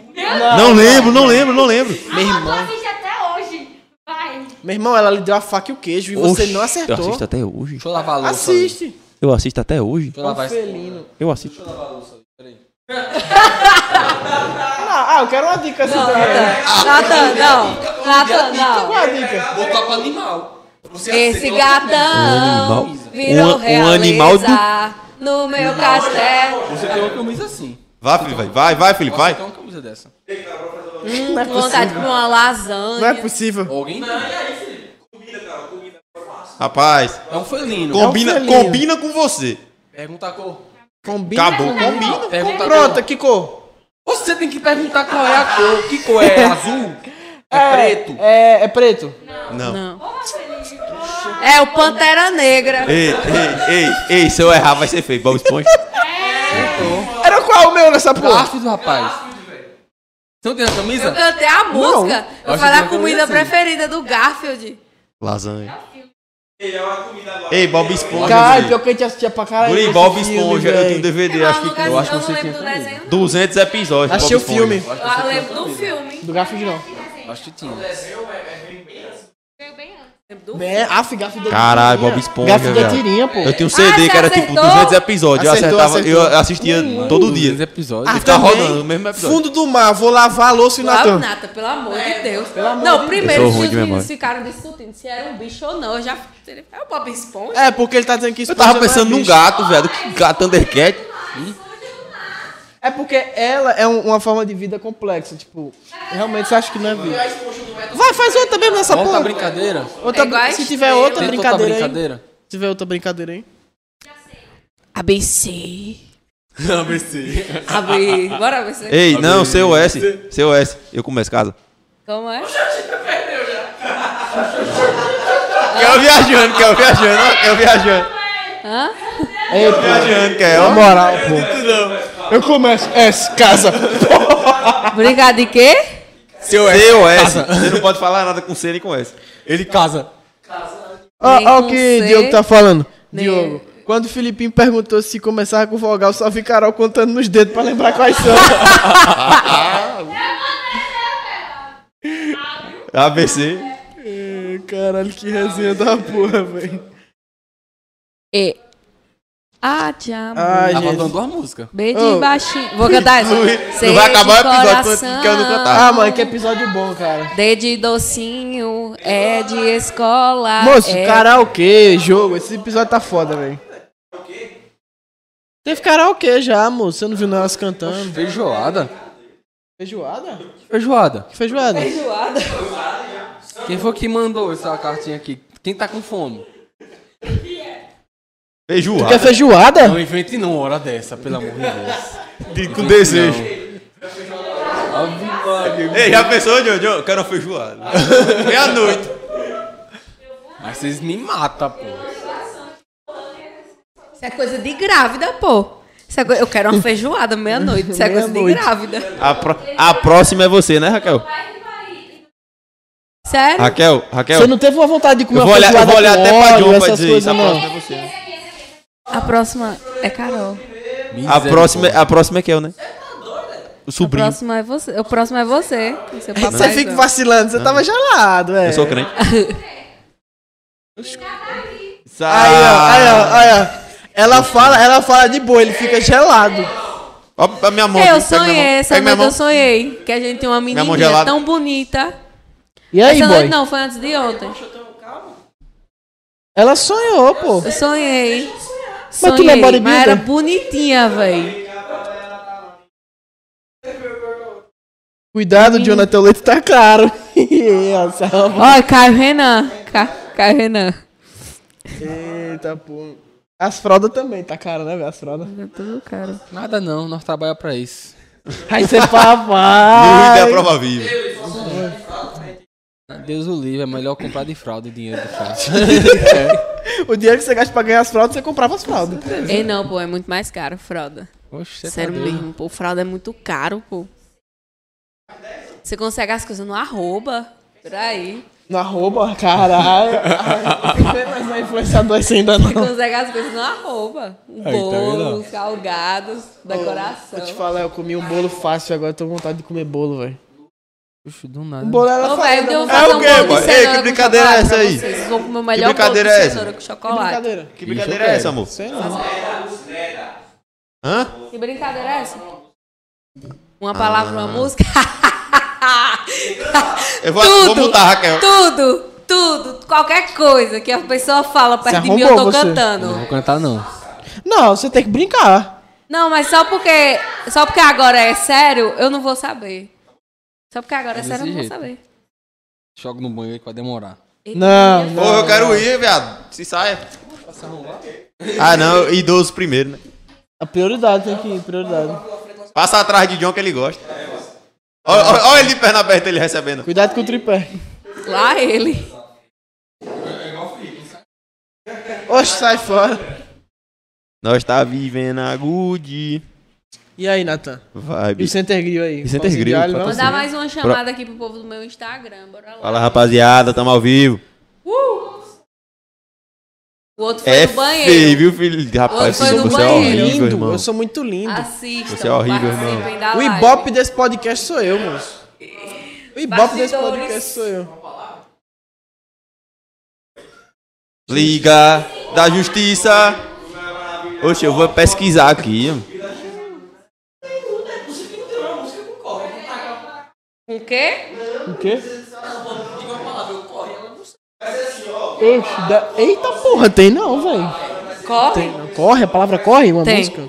Speaker 4: Não lembro, não lembro, não lembro.
Speaker 7: Meu irmão. assiste até hoje. Vai.
Speaker 3: Meu irmão, ela lhe deu a faca e o queijo e você
Speaker 4: Oxi,
Speaker 3: não
Speaker 4: Eu
Speaker 3: acertou.
Speaker 4: assisto até hoje.
Speaker 5: Deixa eu lavar a louça. ali.
Speaker 3: Assiste.
Speaker 4: Eu assisto até hoje.
Speaker 5: Deixa eu lavar esse-
Speaker 3: Felino.
Speaker 4: Eu assisto.
Speaker 3: Ah, ah, eu quero uma dica assim
Speaker 2: Não,
Speaker 3: também.
Speaker 2: Natan. Natan, não. Natan, não.
Speaker 3: Uma dica.
Speaker 5: Botar pra animal. Você
Speaker 2: Esse
Speaker 5: aceita-
Speaker 2: gatão
Speaker 4: animal-
Speaker 2: virou
Speaker 4: um- um animal do-
Speaker 2: realeza no meu castelo.
Speaker 5: Você tem uma camisa assim.
Speaker 4: Vai, Felipe, vai, vai, vai, Felipe,
Speaker 5: Você
Speaker 4: vai.
Speaker 5: tem uma camisa dessa.
Speaker 3: Não
Speaker 2: Vontade
Speaker 3: é
Speaker 2: de
Speaker 3: possível.
Speaker 2: comer uma
Speaker 3: Não é
Speaker 2: lasanha.
Speaker 3: possível.
Speaker 5: Alguém tem.
Speaker 4: Rapaz,
Speaker 5: É um felino.
Speaker 4: combina,
Speaker 3: felino.
Speaker 4: combina com você.
Speaker 5: Pergunta a cor.
Speaker 3: Combina.
Speaker 4: Acabou, combina.
Speaker 5: Pergunta a
Speaker 3: Pronto,
Speaker 5: cor.
Speaker 3: Kiko.
Speaker 5: Você tem que perguntar qual é a cor. Que cor é? Azul? É, preto?
Speaker 3: É, é preto?
Speaker 4: Não.
Speaker 2: Não. É o Pantera Negra.
Speaker 4: Ei, ei, ei, ei, se eu errar vai ser feio. Bob Esponja.
Speaker 3: Era qual o meu
Speaker 5: É.
Speaker 3: nessa porra?
Speaker 5: Garfield, rapaz. Você não tem a
Speaker 2: Eu
Speaker 5: camisa?
Speaker 2: cantei a música.
Speaker 5: Eu
Speaker 2: Eu falei
Speaker 5: acho que
Speaker 2: a
Speaker 5: eu vou
Speaker 2: comida
Speaker 5: fazer assim.
Speaker 2: preferida do Garfield.
Speaker 4: Lasanha. Ei, Bob Esponja.
Speaker 3: Ah, Caralho,
Speaker 4: guri.
Speaker 3: pior que a gente assistia pra caralho.
Speaker 4: Guri,
Speaker 3: esse
Speaker 4: Bob
Speaker 3: filme,
Speaker 4: Esponja. Eu tenho um
Speaker 3: velho.
Speaker 4: DVD,
Speaker 2: Eu
Speaker 4: acho que
Speaker 2: nunca-
Speaker 4: eu acho
Speaker 2: eu não lembro do desenho,
Speaker 4: 200 episódios. de
Speaker 3: Achei o
Speaker 4: Bob Esponja.
Speaker 3: filme.
Speaker 2: não. Eu lembro do filme.
Speaker 3: Do Garfield não.
Speaker 5: Acho que tinha.
Speaker 7: Veio bem antes.
Speaker 2: Lembro do
Speaker 3: É, af, Garfield é
Speaker 4: Caralho,
Speaker 3: tirinha.
Speaker 4: Bob Esponja,
Speaker 3: Garfield é
Speaker 4: velho.
Speaker 3: tirinha, pô.
Speaker 4: Eu tinha um CD
Speaker 2: Ah,
Speaker 4: que era
Speaker 2: você
Speaker 4: tipo
Speaker 2: acertou?
Speaker 4: 200 episódios. Eu
Speaker 3: Acertou,
Speaker 4: acertava, eu
Speaker 3: acertou.
Speaker 4: assistia todo dia.
Speaker 5: episódios.
Speaker 4: Ah, tá rodando o mesmo episódio.
Speaker 3: Fundo do mar, vou lavar a louça e o
Speaker 2: Natan.
Speaker 3: Natan.
Speaker 2: Nata, pelo amor de Deus. não, primeiro
Speaker 4: Eu
Speaker 2: os
Speaker 4: sou ruim de
Speaker 2: meninos
Speaker 4: memória.
Speaker 2: ficaram discutindo se era um bicho ou não. Eu já é o Bob Esponja.
Speaker 3: É, porque ele tá dizendo que isso
Speaker 4: Eu tava pensando num gato, velho. Que gato Thundercat.
Speaker 3: É porque ela é um- uma forma de vida complexa, tipo, realmente você acha que não é vida. Vai, faz outra mesmo nessa
Speaker 4: tá
Speaker 5: Vamos pra
Speaker 3: porra.
Speaker 5: brincadeira?
Speaker 3: Outra,
Speaker 2: É igual a
Speaker 3: se tiver
Speaker 2: estrela.
Speaker 3: outra
Speaker 5: Tem
Speaker 3: brincadeira,
Speaker 5: outra
Speaker 3: aí.
Speaker 5: brincadeira?
Speaker 3: Se tiver outra brincadeira aí.
Speaker 2: ABC.
Speaker 5: Não, BC.
Speaker 2: AB. Bora ABC.
Speaker 4: Ei, não, seu S. Seu S. Eu começo casa.
Speaker 2: Como é?
Speaker 4: Quer viajando, quer viajando, ó, quer viajando.
Speaker 2: Hã?
Speaker 3: Ei, pô,
Speaker 4: Viajando, quer,
Speaker 3: na
Speaker 4: ó.
Speaker 3: moral, pô. Eu começo. S, casa.
Speaker 2: Obrigada e quê?
Speaker 4: Seu S. Seu S. Você não pode falar nada com C nem com S.
Speaker 5: Ele casa.
Speaker 2: Nem
Speaker 3: Olha o
Speaker 2: com
Speaker 3: que
Speaker 2: C,
Speaker 3: Diogo tá falando.
Speaker 2: nem-
Speaker 3: Diogo. Quando o Filipinho perguntou se começava com vogal, só vi Carol contando nos dedos pra lembrar quais são.
Speaker 4: ABC.
Speaker 3: Ai, Caralho, que resenha da porra, velho.
Speaker 2: E. Ah, te amo.
Speaker 3: Ai,
Speaker 5: Tá faltando
Speaker 3: gente.
Speaker 5: duas músicas.
Speaker 2: Beijo
Speaker 3: Oh.
Speaker 2: baixinho. Vou cantar essa.
Speaker 4: Não vai acabar o episódio quando- que eu não cantar.
Speaker 3: Ah, mano, que episódio bom, cara.
Speaker 2: D de docinho, é de escola.
Speaker 3: Moço,
Speaker 2: é...
Speaker 3: karaokê, jogo. Esse episódio tá foda, velho. Teve karaokê já, moço. Você não viu nós cantando.
Speaker 5: Feijoada?
Speaker 3: Feijoada?
Speaker 5: Feijoada.
Speaker 3: Que feijoada?
Speaker 2: Feijoada.
Speaker 5: Quem foi que mandou essa cartinha aqui? Quem tá com fome?
Speaker 3: Quer
Speaker 4: Feijoada.
Speaker 3: feijoada?
Speaker 5: Não invente não, hora dessa, pelo amor de Deus.
Speaker 4: Com desejo.
Speaker 5: Não.
Speaker 4: Ei, já pensou, Jojo? Eu quero uma feijoada. É Meia-noite.
Speaker 5: Mas vocês me matam, pô.
Speaker 2: Isso é coisa de grávida, pô. Isso é coi- Eu quero uma feijoada meia-noite. Isso é coisa de
Speaker 3: Meia-noite.
Speaker 2: grávida.
Speaker 4: A, pró- a próxima é você, né, Raquel?
Speaker 2: Sério?
Speaker 4: Raquel, Raquel.
Speaker 3: Você não teve uma vontade de comer
Speaker 4: Eu
Speaker 3: uma
Speaker 4: vou olhar, eu
Speaker 3: feijoada
Speaker 4: vou olhar
Speaker 3: com
Speaker 4: até pra
Speaker 3: óleo,
Speaker 4: John pra
Speaker 3: essas
Speaker 4: dizer isso.
Speaker 3: coisas,
Speaker 4: A
Speaker 3: não?
Speaker 4: próxima é você.
Speaker 2: A próxima é Carol.
Speaker 4: A próxima, a próxima é Kel, né? O
Speaker 2: O
Speaker 4: sobrinho.
Speaker 2: próximo é você. O próximo é você. com seu tá-
Speaker 3: Você
Speaker 2: papaizão.
Speaker 3: fica vacilando. Você tava gelado, é.
Speaker 4: Eu sou crente.
Speaker 3: Aí, ó,
Speaker 4: Ah.
Speaker 3: aí, ó, aí, ó. Ela fala, ela fala de boa, ele fica gelado.
Speaker 4: ó. a minha mão.
Speaker 2: Eu
Speaker 4: aqui, pega minha mão,
Speaker 2: sonhei, essa
Speaker 4: pega minha
Speaker 2: noite
Speaker 4: mão.
Speaker 2: eu sonhei que a gente tem uma menininha
Speaker 4: gelada.
Speaker 2: tão bonita.
Speaker 3: E aí,
Speaker 2: essa
Speaker 3: boy?
Speaker 2: noite não, foi antes de ontem.
Speaker 3: Ela sonhou, pô.
Speaker 2: Eu sonhei.
Speaker 3: Mas tu não é bodybuilder?
Speaker 2: mas era bonitinha, véi.
Speaker 3: Cuidado, Jonathan, o leite tá caro. Essa roupa.
Speaker 2: Olha, Caio Renan. Ca- Caio Renan.
Speaker 3: Eita, pô. As fraldas também, tá caro, né, velho? As fraldas.
Speaker 2: É tudo caro.
Speaker 5: Nada não, nós trabalhamos pra é isso.
Speaker 3: Aí você
Speaker 4: Luiz é a
Speaker 3: papai.
Speaker 4: prova viva.
Speaker 5: Deus o livre, é melhor comprar de fralda o dinheiro de fralda. É.
Speaker 3: O dinheiro que você gasta pra ganhar as fraldas, você comprava as fraldas.
Speaker 2: Ei, não, pô, é muito mais caro, fralda.
Speaker 5: Oxe, você tá
Speaker 2: Sério
Speaker 5: doido.
Speaker 2: mesmo, pô, fralda é muito caro, pô. Você consegue as coisas no arroba, por aí.
Speaker 3: No arroba, caralho. Ai, Mas não é influenciador esse ainda
Speaker 2: Você
Speaker 3: não.
Speaker 2: consegue as coisas no arroba. Um
Speaker 4: tá
Speaker 2: bolo, salgados, decoração.
Speaker 3: Vou te falar, eu comi um bolo fácil agora, eu tô com vontade de comer bolo, velho.
Speaker 5: Oxe, do nada.
Speaker 3: O bolo era
Speaker 2: Ô, velho, eu vou
Speaker 3: não
Speaker 2: fazer
Speaker 4: É o
Speaker 2: um
Speaker 4: quê,
Speaker 2: bolo de
Speaker 4: pô? Ei,
Speaker 2: cenoura
Speaker 4: que
Speaker 2: com
Speaker 4: brincadeira
Speaker 2: chocolate
Speaker 4: é essa
Speaker 2: pra
Speaker 4: aí?
Speaker 2: Vocês Vocês vão comer o melhor bolo
Speaker 4: brincadeira
Speaker 2: de
Speaker 4: é essa?
Speaker 2: cenoura com chocolate.
Speaker 3: brincadeira.
Speaker 4: Que brincadeira é essa, amor?
Speaker 3: Sei lá.
Speaker 4: Hã?
Speaker 2: Que brincadeira é essa? Uma palavra, uma música?
Speaker 4: Ah. Eu vou, vou mutar, Raquel.
Speaker 2: Tudo, tudo, qualquer coisa que a pessoa fala perto de mim, eu
Speaker 3: arrombou
Speaker 2: tô
Speaker 3: você.
Speaker 4: É.
Speaker 5: Não
Speaker 2: cantando.
Speaker 5: vou cantar, não.
Speaker 3: Não, você tem que brincar.
Speaker 2: Não, mas só porque, só porque agora é sério, eu não vou saber. Só porque agora é,
Speaker 5: desse
Speaker 2: sério, eu não vou
Speaker 5: jeito.
Speaker 2: saber.
Speaker 5: Jogo no banheiro que vai demorar.
Speaker 3: Não,
Speaker 4: Pô,
Speaker 3: não.
Speaker 4: eu quero ir, viado. Se saia. Ah, não, idoso primeiro, né?
Speaker 3: A prioridade tem que ir, prioridade.
Speaker 4: Passa atrás de John que ele gosta. Olha olha ele de perna aberta, ele recebendo.
Speaker 3: Cuidado com o tripé.
Speaker 2: Lá ele.
Speaker 3: Oxe, sai fora.
Speaker 4: Nós tá vivendo a good
Speaker 3: E aí, Natan? E
Speaker 4: vibe.
Speaker 3: o Center Grill aí?
Speaker 4: E Center
Speaker 3: Pãozinho de
Speaker 4: Grill,
Speaker 3: alho, vamos?
Speaker 4: patrocínio.
Speaker 2: Mandar mais uma chamada aqui pro povo do meu Instagram, bora lá.
Speaker 4: Fala, rapaziada, tamo ao vivo.
Speaker 2: O outro foi
Speaker 4: É
Speaker 2: no
Speaker 4: feio,
Speaker 2: banheiro.
Speaker 4: viu, filho? Rapaz,
Speaker 2: Foi no
Speaker 4: você é
Speaker 2: banheiro.
Speaker 4: horrível,
Speaker 3: Lindo,
Speaker 4: irmão.
Speaker 3: eu sou muito lindo.
Speaker 2: Assistam,
Speaker 4: Você é horrível, irmão.
Speaker 2: participem da
Speaker 3: O
Speaker 2: live.
Speaker 3: ibope desse podcast sou eu, moço. O ibope desse
Speaker 2: Bastidores.
Speaker 3: podcast sou eu.
Speaker 4: Liga da Justiça. Oxe, eu vou pesquisar aqui.
Speaker 2: O quê?
Speaker 3: O quê? Oxe, da- Eita porra, tem não, velho.
Speaker 2: Corre?
Speaker 3: Corre, a palavra corre, uma
Speaker 2: Tem.
Speaker 3: música.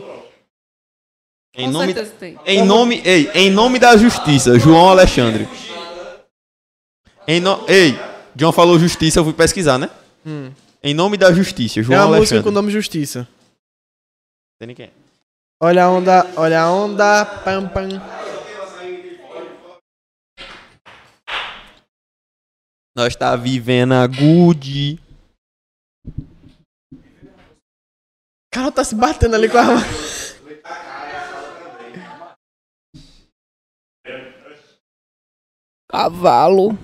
Speaker 4: Em
Speaker 2: Com
Speaker 4: nome,
Speaker 2: certeza tem.
Speaker 4: em nome, ei, em nome da Justiça, João Alexandre. Em no, ei, João falou Justiça, eu fui pesquisar, né? Em nome da Justiça,
Speaker 3: Hum. É
Speaker 4: João
Speaker 3: uma música com
Speaker 4: Alexandre.
Speaker 3: o nome Justiça.
Speaker 4: Tem ninguém.
Speaker 3: Olha a onda, olha a onda, pam pam.
Speaker 4: Nós tá vivendo a good.
Speaker 3: Carol tá se batendo ali com a arma.
Speaker 2: Cavalo.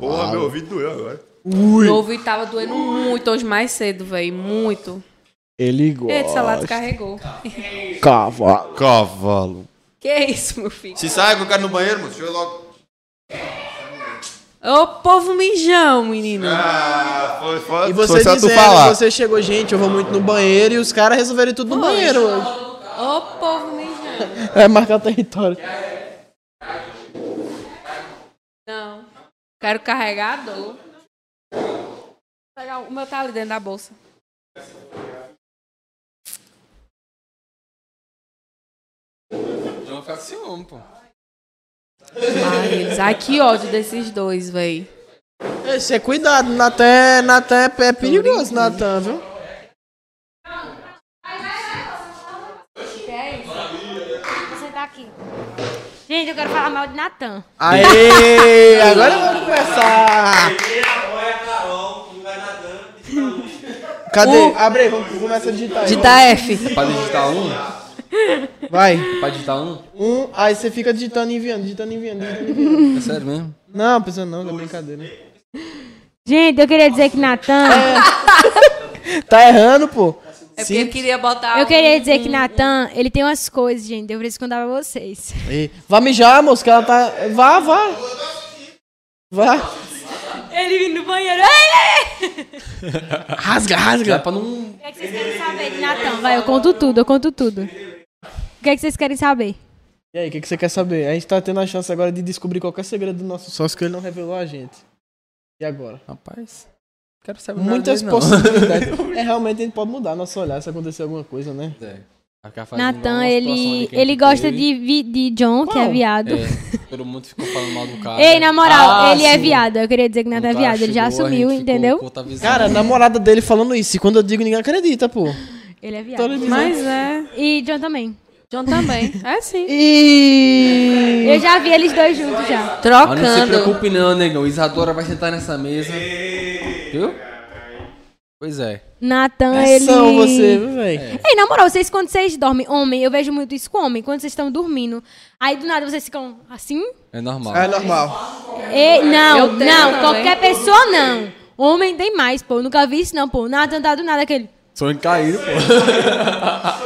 Speaker 4: Porra, meu ouvido doeu agora.
Speaker 2: Meu ouvido tava doendo muito hoje mais cedo, velho. Muito.
Speaker 3: Ele gosta.
Speaker 2: Eita, o celular descarregou.
Speaker 3: Cavalo.
Speaker 4: Cavalo.
Speaker 2: Que é isso, meu filho?
Speaker 4: Se sai, que eu quero ir no banheiro, moço. Deixa eu logo.
Speaker 2: Ô, povo mijão, menino.
Speaker 4: Ah, foi foda.
Speaker 3: E você
Speaker 4: foi só
Speaker 3: dizendo,
Speaker 4: tu falar.
Speaker 3: você chegou, gente, eu vou muito no banheiro e os caras resolveram tudo no banheiro hoje.
Speaker 2: Ô, povo mijão.
Speaker 3: É marcar o território.
Speaker 2: Não. Quero carregar a dor. Pegar o- O meu tá ali dentro da bolsa.
Speaker 5: João fica com ciúme, pô.
Speaker 2: Ai, eles- Ai, que ódio desses dois, velho.
Speaker 3: Ei, Você É, cuidado, Natan é, Natan é- é perigoso, Natan, viu?
Speaker 7: Que é isso? Vou sentar tá aqui. Gente, eu quero falar mal de Natan.
Speaker 3: Aê! Agora vamos começar! Cadê?
Speaker 2: O-
Speaker 3: Abre aí, vamos começar a digitar aí.
Speaker 2: De da F.
Speaker 5: Pra digitar um?
Speaker 3: Vai.
Speaker 5: Pra digitar um?
Speaker 3: Um, aí você fica digitando e enviando, digitando e enviando, digitando e enviando.
Speaker 5: É sério mesmo?
Speaker 3: Não, pessoal, não, é brincadeira.
Speaker 6: Gente, eu queria dizer que Natan.
Speaker 3: Tá errando, pô.
Speaker 2: É porque eu queria botar.
Speaker 6: Eu
Speaker 2: um-
Speaker 6: queria dizer que Natan, ele tem umas coisas, gente. Eu preciso contar pra vocês.
Speaker 3: Ei, Vá mijar, moço, que ela tá. Vá, vá. Vá.
Speaker 2: Ele indo no banheiro. Ai, ai, ai.
Speaker 3: Rasga, rasga.
Speaker 5: Dá pra não.
Speaker 7: O que, é que vocês querem saber de Natan?
Speaker 6: Vai, eu conto tudo, eu conto tudo. O que é que vocês querem saber?
Speaker 3: E aí, o que, que você quer saber? A gente tá tendo a chance agora de descobrir qualquer segredo do nosso sócio que ele não revelou a gente. E agora?
Speaker 5: Rapaz. Quero saber nada
Speaker 3: Muitas
Speaker 5: dele, não.
Speaker 3: possibilidades. é, realmente a gente pode mudar nosso olhar se acontecer alguma coisa, né?
Speaker 5: É. Ficar fazendo igual
Speaker 6: Natan,
Speaker 5: uma situação
Speaker 6: ele,
Speaker 5: ali que a
Speaker 6: ele
Speaker 5: gente
Speaker 6: gosta
Speaker 5: teve.
Speaker 6: de, vi- de John, que é
Speaker 3: Qual?
Speaker 6: viado.
Speaker 5: É, todo mundo ficou falando mal do cara.
Speaker 6: Ei, na moral,
Speaker 5: Ah,
Speaker 6: ele é
Speaker 5: sim.
Speaker 6: viado. Eu queria dizer que Natan é
Speaker 5: Quando o cara
Speaker 6: viado. Ele já
Speaker 5: chegou, a
Speaker 6: assumiu,
Speaker 5: gente ficou
Speaker 6: entendeu?
Speaker 5: com outra visão.
Speaker 3: Cara, a namorada dele falando isso, e quando eu digo ninguém acredita, pô.
Speaker 6: Ele é viado. né?
Speaker 3: Televisão.
Speaker 2: Mas é.
Speaker 6: E John também.
Speaker 2: John também. É sim.
Speaker 3: E...
Speaker 6: Eu
Speaker 7: Eu já vi eles dois juntos já.
Speaker 5: Mas Ah, não se
Speaker 2: Trocando.
Speaker 5: preocupe não, negão. Isadora vai sentar nessa mesa. Viu? Pois é.
Speaker 6: Natan,
Speaker 3: É
Speaker 6: ele...
Speaker 3: são você, viu, velho?
Speaker 6: Ei, na moral, vocês quando vocês dormem, homem, eu vejo muito isso com homem, quando vocês estão dormindo, aí do nada vocês ficam assim?
Speaker 5: É normal.
Speaker 3: É normal.
Speaker 6: Ei, não,
Speaker 2: Eu tenho
Speaker 6: não,
Speaker 2: também.
Speaker 6: qualquer pessoa não. Homem tem mais, pô, eu nunca vi isso não, pô. Natan tá do nada aquele...
Speaker 5: Sonho caído, pô.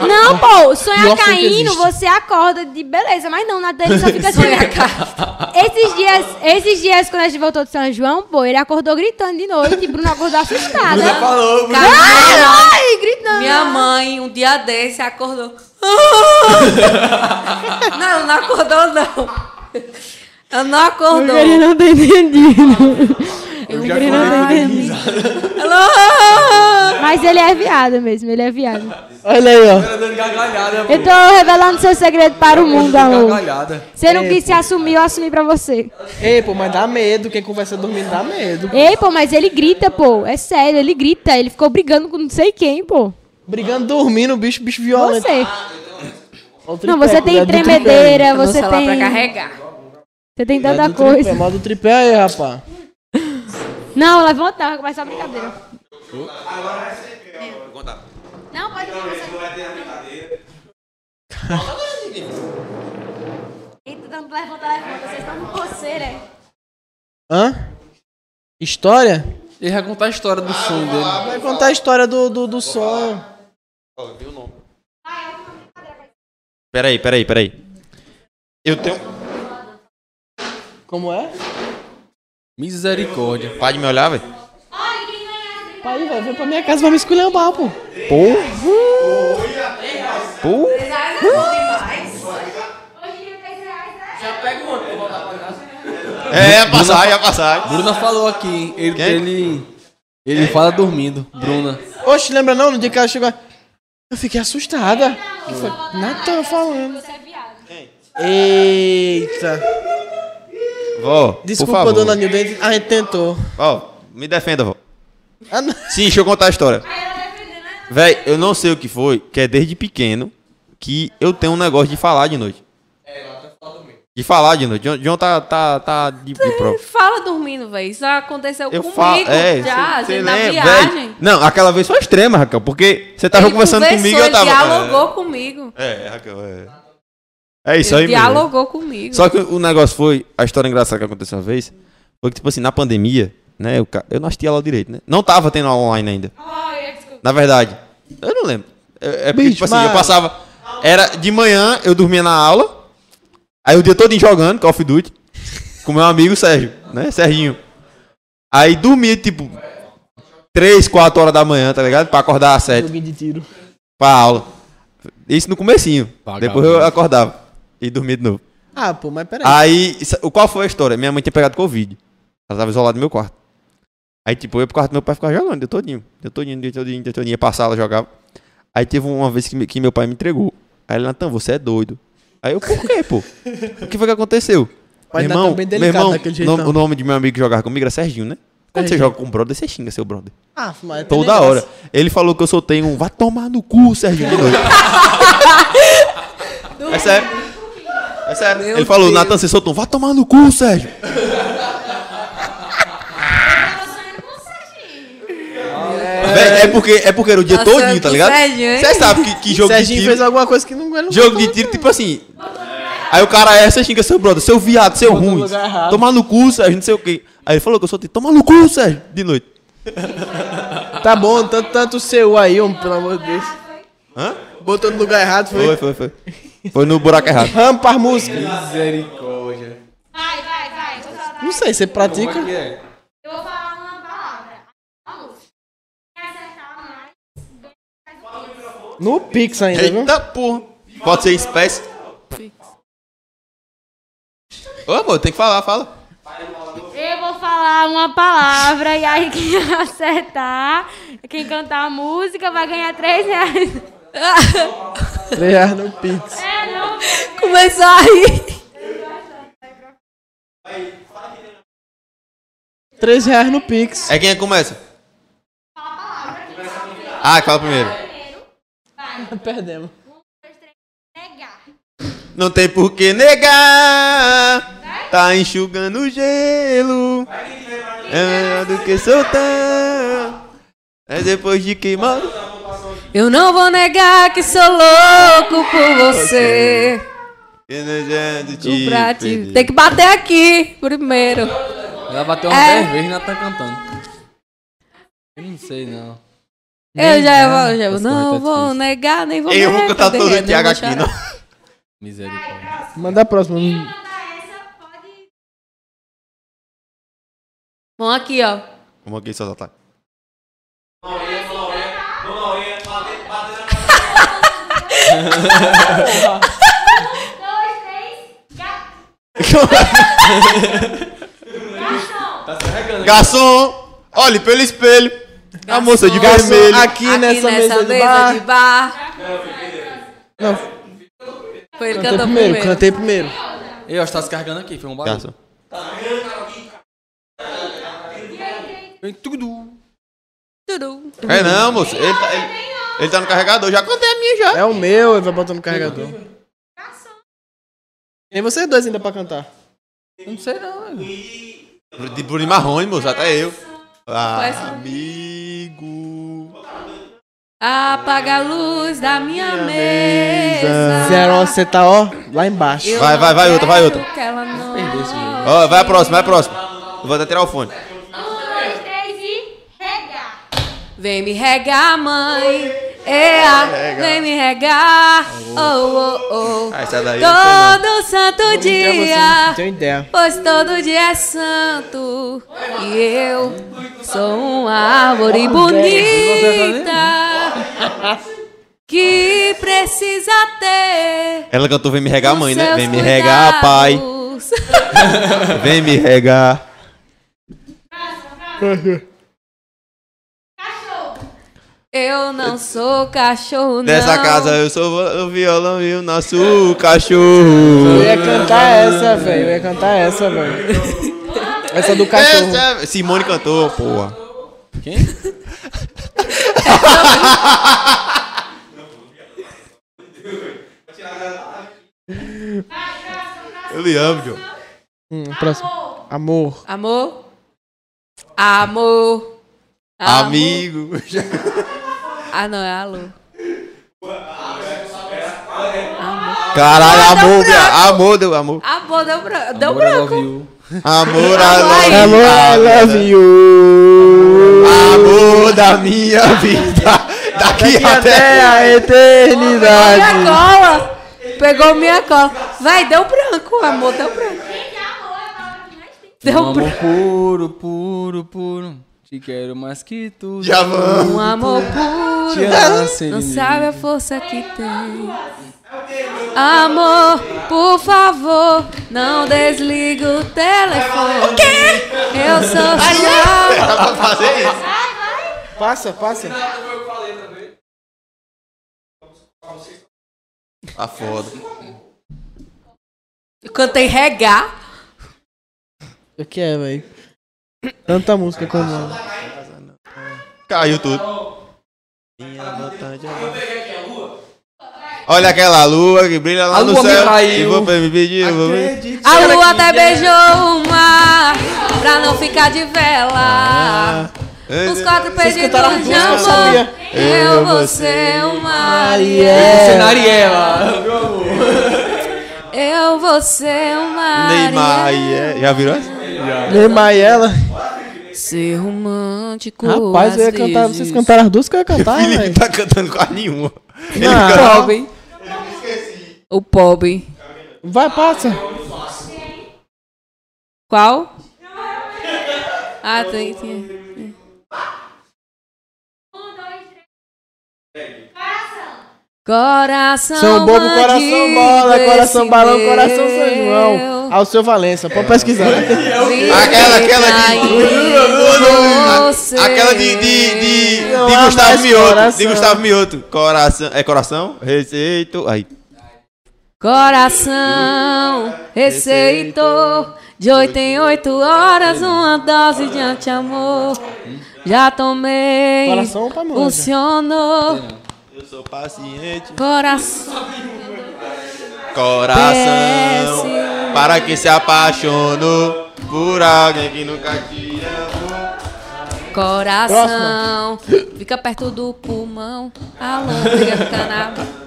Speaker 6: Não, pô, sonhar
Speaker 5: Pior sonho que
Speaker 6: caindo,
Speaker 5: existe.
Speaker 6: você acorda de beleza, mas não, nada ele só fica assim. esses dias, esses dias quando a gente voltou de São João, pô, ele acordou gritando de noite e Bruno acordou assustada.
Speaker 5: falou,
Speaker 6: Ai, ai, gritando.
Speaker 2: Minha mãe, um dia desse, acordou. não, não acordou, não. Ela não acordou.
Speaker 6: não tá entendido. Eu já
Speaker 2: "Ah, Ela...
Speaker 6: Mas ele é viado mesmo, ele é viado.
Speaker 3: Olha aí, ó.
Speaker 5: dando gargalhada,
Speaker 6: Eu tô revelando seu segredo para o mundo, amor.
Speaker 5: Gargalhada.
Speaker 6: Você não quis se assumir, eu assumi pra você.
Speaker 3: Ei, pô, mas dá medo. Quem conversa dormindo dá medo.
Speaker 6: Ei, pô, mas ele grita, pô. É sério, ele grita. Ele ficou brigando com não sei quem, pô.
Speaker 3: Brigando dormindo, bicho, bicho violento.
Speaker 6: Você.
Speaker 3: Ó, o tripé,
Speaker 6: Não, você tem
Speaker 3: cuidado do tripé.
Speaker 6: tremedeira,
Speaker 2: Meu
Speaker 6: você
Speaker 2: celular
Speaker 6: tem.
Speaker 2: pra carregar.
Speaker 6: Você tem
Speaker 3: Cuidado
Speaker 6: tanta
Speaker 3: do tripé,
Speaker 6: coisa.
Speaker 3: Mal do tripé aí, rapá.
Speaker 6: Não, levanta, vai começar a brincadeira.
Speaker 7: Não, pode não.
Speaker 6: Eita, tanto levantar, levanta. Vocês estão com coceira.
Speaker 3: Hã? História?
Speaker 5: Ele vai contar a história do sonho dele.
Speaker 3: Vai contar a história do, do, do sonho.
Speaker 4: Peraí, peraí, peraí. Eu tenho.
Speaker 3: Como é?
Speaker 5: Misericórdia.
Speaker 4: Para de me olhar, velho.
Speaker 3: Pai, vai vir pra minha casa vai me esculhambar, pô.
Speaker 4: Pô,
Speaker 1: Já pega um outro pra voltar pra casa.
Speaker 4: É, a passagem, a passagem.
Speaker 5: Bruna falou aqui, hein? Ele.
Speaker 4: Quem?
Speaker 5: Ele, ele fala dormindo. Bruna.
Speaker 3: Oxe, lembra não? No dia que ela chegou. Eu fiquei assustada. Que foi?
Speaker 7: é
Speaker 3: Natan falando. Eita.
Speaker 4: Vó, por
Speaker 3: Desculpa,
Speaker 4: favor.
Speaker 3: dona Nilda. A gente tentou.
Speaker 4: Ó, me defenda, vó.
Speaker 3: Ah, não.
Speaker 4: Sim, deixa eu contar a história.
Speaker 2: né?
Speaker 4: Véi, eu não sei o que foi, que é desde pequeno que eu tenho um negócio de falar de noite. De falar de noite. John, John tá, tá, tá de, de prova.
Speaker 2: Fala dormindo, velho. Isso aconteceu
Speaker 4: Eu
Speaker 2: comigo
Speaker 4: falo. É,
Speaker 2: já,
Speaker 4: cê- cê
Speaker 2: gente, na
Speaker 4: lembra,
Speaker 2: viagem.
Speaker 4: véi. Não, aquela vez foi extrema, Raquel, porque você tava
Speaker 2: Ele
Speaker 4: conversando
Speaker 2: conversou,
Speaker 4: comigo e eu
Speaker 2: ele
Speaker 4: tava.
Speaker 2: dialogou comigo.
Speaker 4: É, é, Raquel, é. É isso
Speaker 2: Ele
Speaker 4: aí mesmo.
Speaker 2: dialogou comigo.
Speaker 4: Só que o negócio foi, a história engraçada que aconteceu uma vez, foi que, tipo assim, na pandemia, né, eu, ca- eu não assistia aula direito, né? Não tava tendo aula online ainda. Na verdade. Eu não lembro. É, é porque,
Speaker 3: Bicho,
Speaker 4: tipo assim, eu
Speaker 3: mas-
Speaker 4: passava... Era de manhã, eu dormia na aula, aí o dia todo jogando Call of Duty, com meu amigo Sérgio, né? Serginho. Aí dormia, tipo, 3, 4 horas da manhã, tá ligado? Pra acordar às 7
Speaker 3: Joguinho de tiro.
Speaker 4: pra aula. Isso no comecinho.
Speaker 5: Vagabundo.
Speaker 4: Depois eu acordava e dormia de novo.
Speaker 3: Ah, pô, mas peraí.
Speaker 4: Aí, sa- o- qual foi a história? Minha mãe tinha pegado Covid. Ela tava isolada no meu quarto. Aí, tipo, eu ia pro quarto do meu pai ficar jogando, deu todinho. Deu todinho, deu todinho, deu todinho. Ia pra sala, jogava. Aí teve uma vez que, me- que meu pai me entregou. Aí ele, Natan, você é doido. Aí eu, por quê, pô? O que foi que aconteceu?
Speaker 3: Pai
Speaker 4: meu
Speaker 3: Natan
Speaker 4: irmão,
Speaker 3: bem
Speaker 4: meu
Speaker 3: delicado
Speaker 4: irmão
Speaker 3: daquele
Speaker 4: no-
Speaker 3: jeitão.
Speaker 4: o nome de meu amigo que jogava comigo era Serginho, né? Quando você joga com um brother, você xinga seu brother.
Speaker 3: Ah, mas tem
Speaker 4: Toda
Speaker 3: negócio.
Speaker 4: hora. Ele falou que eu soltei um vá tomar no cu, Serginho de noite. é sério. É sério. ele falou, Natan, você soltou um vá tomar no cu, Sérgio. Véi, É porque, é porque era o dia
Speaker 2: Tá
Speaker 4: todinho,
Speaker 2: certo,
Speaker 4: tá ligado?
Speaker 2: Serginho, hein?
Speaker 4: Você sabe que, que jogo
Speaker 3: Serginho
Speaker 4: de
Speaker 3: fez
Speaker 4: tiro.
Speaker 3: alguma coisa que não era um
Speaker 4: Jogo de tiro, tipo assim. Aí o cara é, você xinga seu brother, seu viado, seu ruim.
Speaker 3: lugar errado.
Speaker 4: Tomar no cu, Sérgio, não sei o quê. Aí ele falou que eu soltei, tomar no cu, Sérgio, de noite.
Speaker 3: Tá bom, tanto, tanto seu aí, homem, pelo amor de Deus.
Speaker 4: Hã?
Speaker 3: Botou no lugar errado, foi.
Speaker 4: Foi, foi, foi. Foi no buraco errado.
Speaker 3: Rampa as músicas.
Speaker 5: Misericórdia.
Speaker 7: Vai, vai, vai. Vou falar-
Speaker 3: Não sei, você pratica.
Speaker 5: Como é que é?
Speaker 7: Eu vou falar uma palavra. Vamos. Quer acertar mais?
Speaker 3: No Pix ainda, viu?
Speaker 4: Eita porra. Pode ser espécie. Ô, amor, tem que falar, fala.
Speaker 6: Eu vou falar uma palavra e aí quem acertar, quem cantar a música vai ganhar 3 reais.
Speaker 3: Três reais no Pix.
Speaker 2: Começou a rir.
Speaker 3: Três reais no Pix.
Speaker 4: É quem começa? Ah, fala primeiro.
Speaker 3: Perdemos.
Speaker 7: Negar.
Speaker 4: Não tem por que negar. Tá enxugando o gelo. É melhor do que soltar. É depois de queimar.
Speaker 2: Eu não vou negar que sou louco por você.
Speaker 4: eu não adianto te
Speaker 2: Pra te...
Speaker 4: perder.
Speaker 2: Tem que bater aqui primeiro.
Speaker 5: Ela bateu umas
Speaker 2: É.
Speaker 5: 10 vezes e ainda tá cantando. Eu não sei, não.
Speaker 2: Eu já vou, eu já vou.
Speaker 5: Essa
Speaker 2: Não
Speaker 5: corrente é
Speaker 2: vou negar, nem vou
Speaker 4: Eu vou
Speaker 2: negar,
Speaker 4: cantar todo
Speaker 2: nem
Speaker 4: o Thiago
Speaker 2: tá né? vou chorar.
Speaker 4: aqui, não.
Speaker 5: Misericórdia.
Speaker 3: Manda a próxima.
Speaker 2: Bom, aqui, ó.
Speaker 4: Vamos aqui, só soltar.
Speaker 7: Dois, três, gato. Garçom.
Speaker 4: Garçom, olhe pelo espelho. A moça de
Speaker 2: Garçom,
Speaker 4: vermelho.
Speaker 3: Aqui,
Speaker 2: Aqui
Speaker 3: nessa, mesa, de bar.
Speaker 2: de bar.
Speaker 3: Não,
Speaker 2: Foi ele
Speaker 3: cantei
Speaker 2: cantou
Speaker 3: primeiro,
Speaker 2: primeiro.
Speaker 3: cantei primeiro.
Speaker 5: Ei, ó, você tá se carregando aqui, foi um barulho.
Speaker 4: Garçom.
Speaker 5: Vem tudo.
Speaker 2: Tudu.
Speaker 4: É não, moço. Ele tá, ele- ele tá no carregador. Já contei a minha já.
Speaker 3: É o meu, ele vai botar no carregador. Tem vocês dois ainda pra cantar.
Speaker 5: Eu não sei, não. velho.
Speaker 4: Bru- De Bruno e Marrone, moço. Até eu.
Speaker 2: Faz-
Speaker 4: Amigo.
Speaker 2: Apaga a luz da minha
Speaker 3: Zero,
Speaker 2: mesa.
Speaker 3: você tá, ó, lá embaixo.
Speaker 2: Eu
Speaker 4: Vai,
Speaker 2: não
Speaker 4: vai, vai outra, vai
Speaker 2: quero
Speaker 4: outra.
Speaker 2: que ela não-
Speaker 4: Ó, vai a próxima, vai a próxima. Eu vou até tirar o fone.
Speaker 7: Um, dois, três e regar.
Speaker 2: Vem me regar, mãe. Ea, vem me regar. Oh, oh, oh.
Speaker 4: Ah, essa daí não foi não.
Speaker 2: Todo santo
Speaker 3: Pra você,
Speaker 2: dia.
Speaker 3: Não tenho ideia.
Speaker 2: Pois todo dia é santo e eu sou uma árvore
Speaker 4: tá
Speaker 2: bonita que precisa ter.
Speaker 4: Ela cantou Vem Me Regar,
Speaker 2: os
Speaker 4: mãe, né?
Speaker 2: seus
Speaker 4: Vem Me Regar, pai.
Speaker 2: cuidados.
Speaker 4: Vem Me Regar.
Speaker 2: Eu não sou cachorro, não.
Speaker 4: Nessa casa eu sou vo- o violão e o nosso cachorro.
Speaker 3: Eu ia cantar essa, velho. Eu ia cantar essa, velho. Essa do cachorro.
Speaker 4: Essa- é Simone cantou, porra. Quem? Eu lhe amo, João.
Speaker 3: Hum, próximo. Amor.
Speaker 2: Amor. Amor. Amor.
Speaker 4: Amigo.
Speaker 2: Ah, não, é alô.
Speaker 4: Caralho,
Speaker 2: Ah, deu
Speaker 4: amor,
Speaker 2: branco.
Speaker 4: minha- amor, deu amor.
Speaker 2: Amor, deu branco. Deu
Speaker 5: Agora ela
Speaker 2: branco.
Speaker 5: ouviu.
Speaker 4: Amor, é I love
Speaker 3: Amor,
Speaker 2: é
Speaker 3: I love you.
Speaker 4: Amor da minha vida. Daqui
Speaker 3: Até
Speaker 4: até.
Speaker 3: a
Speaker 2: Pegou minha
Speaker 3: eternidade.
Speaker 2: cola. Pegou minha cola. Vai, deu branco, amor, deu branco.
Speaker 7: Gente, amor é a palavra que mais tem.
Speaker 2: Deu
Speaker 5: Um
Speaker 2: branco.
Speaker 5: amor puro, puro, puro. Te quero mais que tudo.
Speaker 4: Já vamos.
Speaker 2: Um amor puro.
Speaker 5: Te amo sem
Speaker 2: Não
Speaker 5: limite.
Speaker 2: sabe a força que tem. Amor, por favor, não desliga o telefone. O quê? Eu sou sua.
Speaker 4: Dá pra fazer isso?
Speaker 3: Passa, passa.
Speaker 4: Tá foda.
Speaker 2: Eu cantei regar.
Speaker 3: O que é, velho? Tanta música como.
Speaker 4: Caiu tudo. Olha aquela lua que brilha lá
Speaker 5: A
Speaker 4: no
Speaker 5: lua me
Speaker 4: céu.
Speaker 5: traiu.
Speaker 4: E vou pra me pedir, eu vou me-
Speaker 2: A lua até beijou o mar pra não ficar de vela. Os quatro
Speaker 3: cantaram
Speaker 2: pedidos de
Speaker 3: tudo, eu
Speaker 2: amor.
Speaker 3: sabia.
Speaker 2: Eu, você, o mar.
Speaker 3: É.
Speaker 2: e
Speaker 3: um
Speaker 5: Ariela.
Speaker 2: Eu, você, o mar.
Speaker 4: Neymar,
Speaker 2: e
Speaker 4: aí é. Já virou? essa?
Speaker 3: Neymar e ela.
Speaker 2: Ser romântico.
Speaker 3: Rapaz, eu ia
Speaker 2: às
Speaker 3: cantar.
Speaker 2: vezes.
Speaker 3: Vocês cantaram as duas que eu ia cantar,
Speaker 4: Felipe
Speaker 3: velho.
Speaker 4: tá cantando quase nenhuma. Ele
Speaker 3: Não.
Speaker 4: canta.
Speaker 2: Pobre. O pobre.
Speaker 3: Vai, passa.
Speaker 2: Qual? Ah, tem. tem.
Speaker 7: Um, dois, três. Coração.
Speaker 2: Coração.
Speaker 3: São um bobo,
Speaker 2: bandido,
Speaker 3: coração bola, coração
Speaker 2: esse
Speaker 3: balão,
Speaker 2: meu.
Speaker 3: coração São João. Ao seu Valença, pode pesquisar.
Speaker 2: Vive
Speaker 4: Aquela, aquela
Speaker 2: traindo
Speaker 4: de.
Speaker 2: você.
Speaker 4: Aquela de. De, de, de
Speaker 3: Não há mais
Speaker 4: Gustavo Mioto. De
Speaker 3: coração.
Speaker 4: Gustavo Mioto. Coração. É coração? Receito. Aí.
Speaker 2: Coração receitor de oito em oito horas, uma dose de anti-amor. Já tomei,
Speaker 3: Coração tá pra manja.
Speaker 2: funcionou.
Speaker 4: Eu sou paciente.
Speaker 2: Coração,
Speaker 4: coração
Speaker 6: Desce.
Speaker 4: para que se apaixonou por alguém que nunca te amou.
Speaker 2: Coração, fica perto do pulmão, a lombriga fica tá na...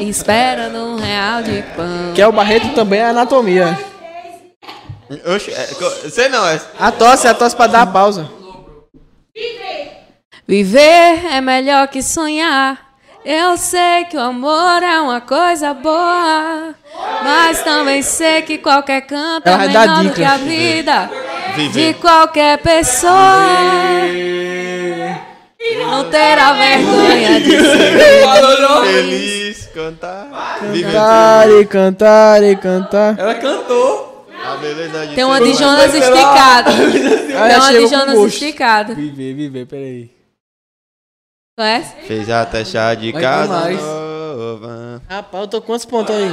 Speaker 2: Esperando um real de pão.
Speaker 3: Que é o Barreto também é anatomia.
Speaker 4: Oxe, é, co- sei não, é.
Speaker 3: A tosse, a tosse pra dar a pausa.
Speaker 2: Viver é melhor que sonhar. Eu sei que o amor é uma coisa boa, mas também sei que qualquer canto
Speaker 3: Ela
Speaker 2: é
Speaker 3: vai dar
Speaker 2: melhor do
Speaker 3: dica.
Speaker 2: que a vida de
Speaker 4: Viver.
Speaker 2: qualquer pessoa. Não terá vergonha de ser
Speaker 4: Feliz cantar. Viver.
Speaker 3: Cantar e cantar e cantar.
Speaker 5: Ela cantou.
Speaker 4: A beleza de
Speaker 2: Tem uma
Speaker 4: ser
Speaker 2: de
Speaker 4: mais-
Speaker 2: Jonas esticada. Tem
Speaker 3: Aí
Speaker 2: uma
Speaker 4: um
Speaker 3: chega
Speaker 2: de
Speaker 3: com
Speaker 2: Jonas
Speaker 3: gosto.
Speaker 2: esticada.
Speaker 5: Viver, viver, peraí.
Speaker 2: Conhece?
Speaker 4: Fez até chá de
Speaker 5: Vai
Speaker 4: casa
Speaker 5: demais.
Speaker 4: nova.
Speaker 3: Rapaz, eu tô com quantos pontos aí?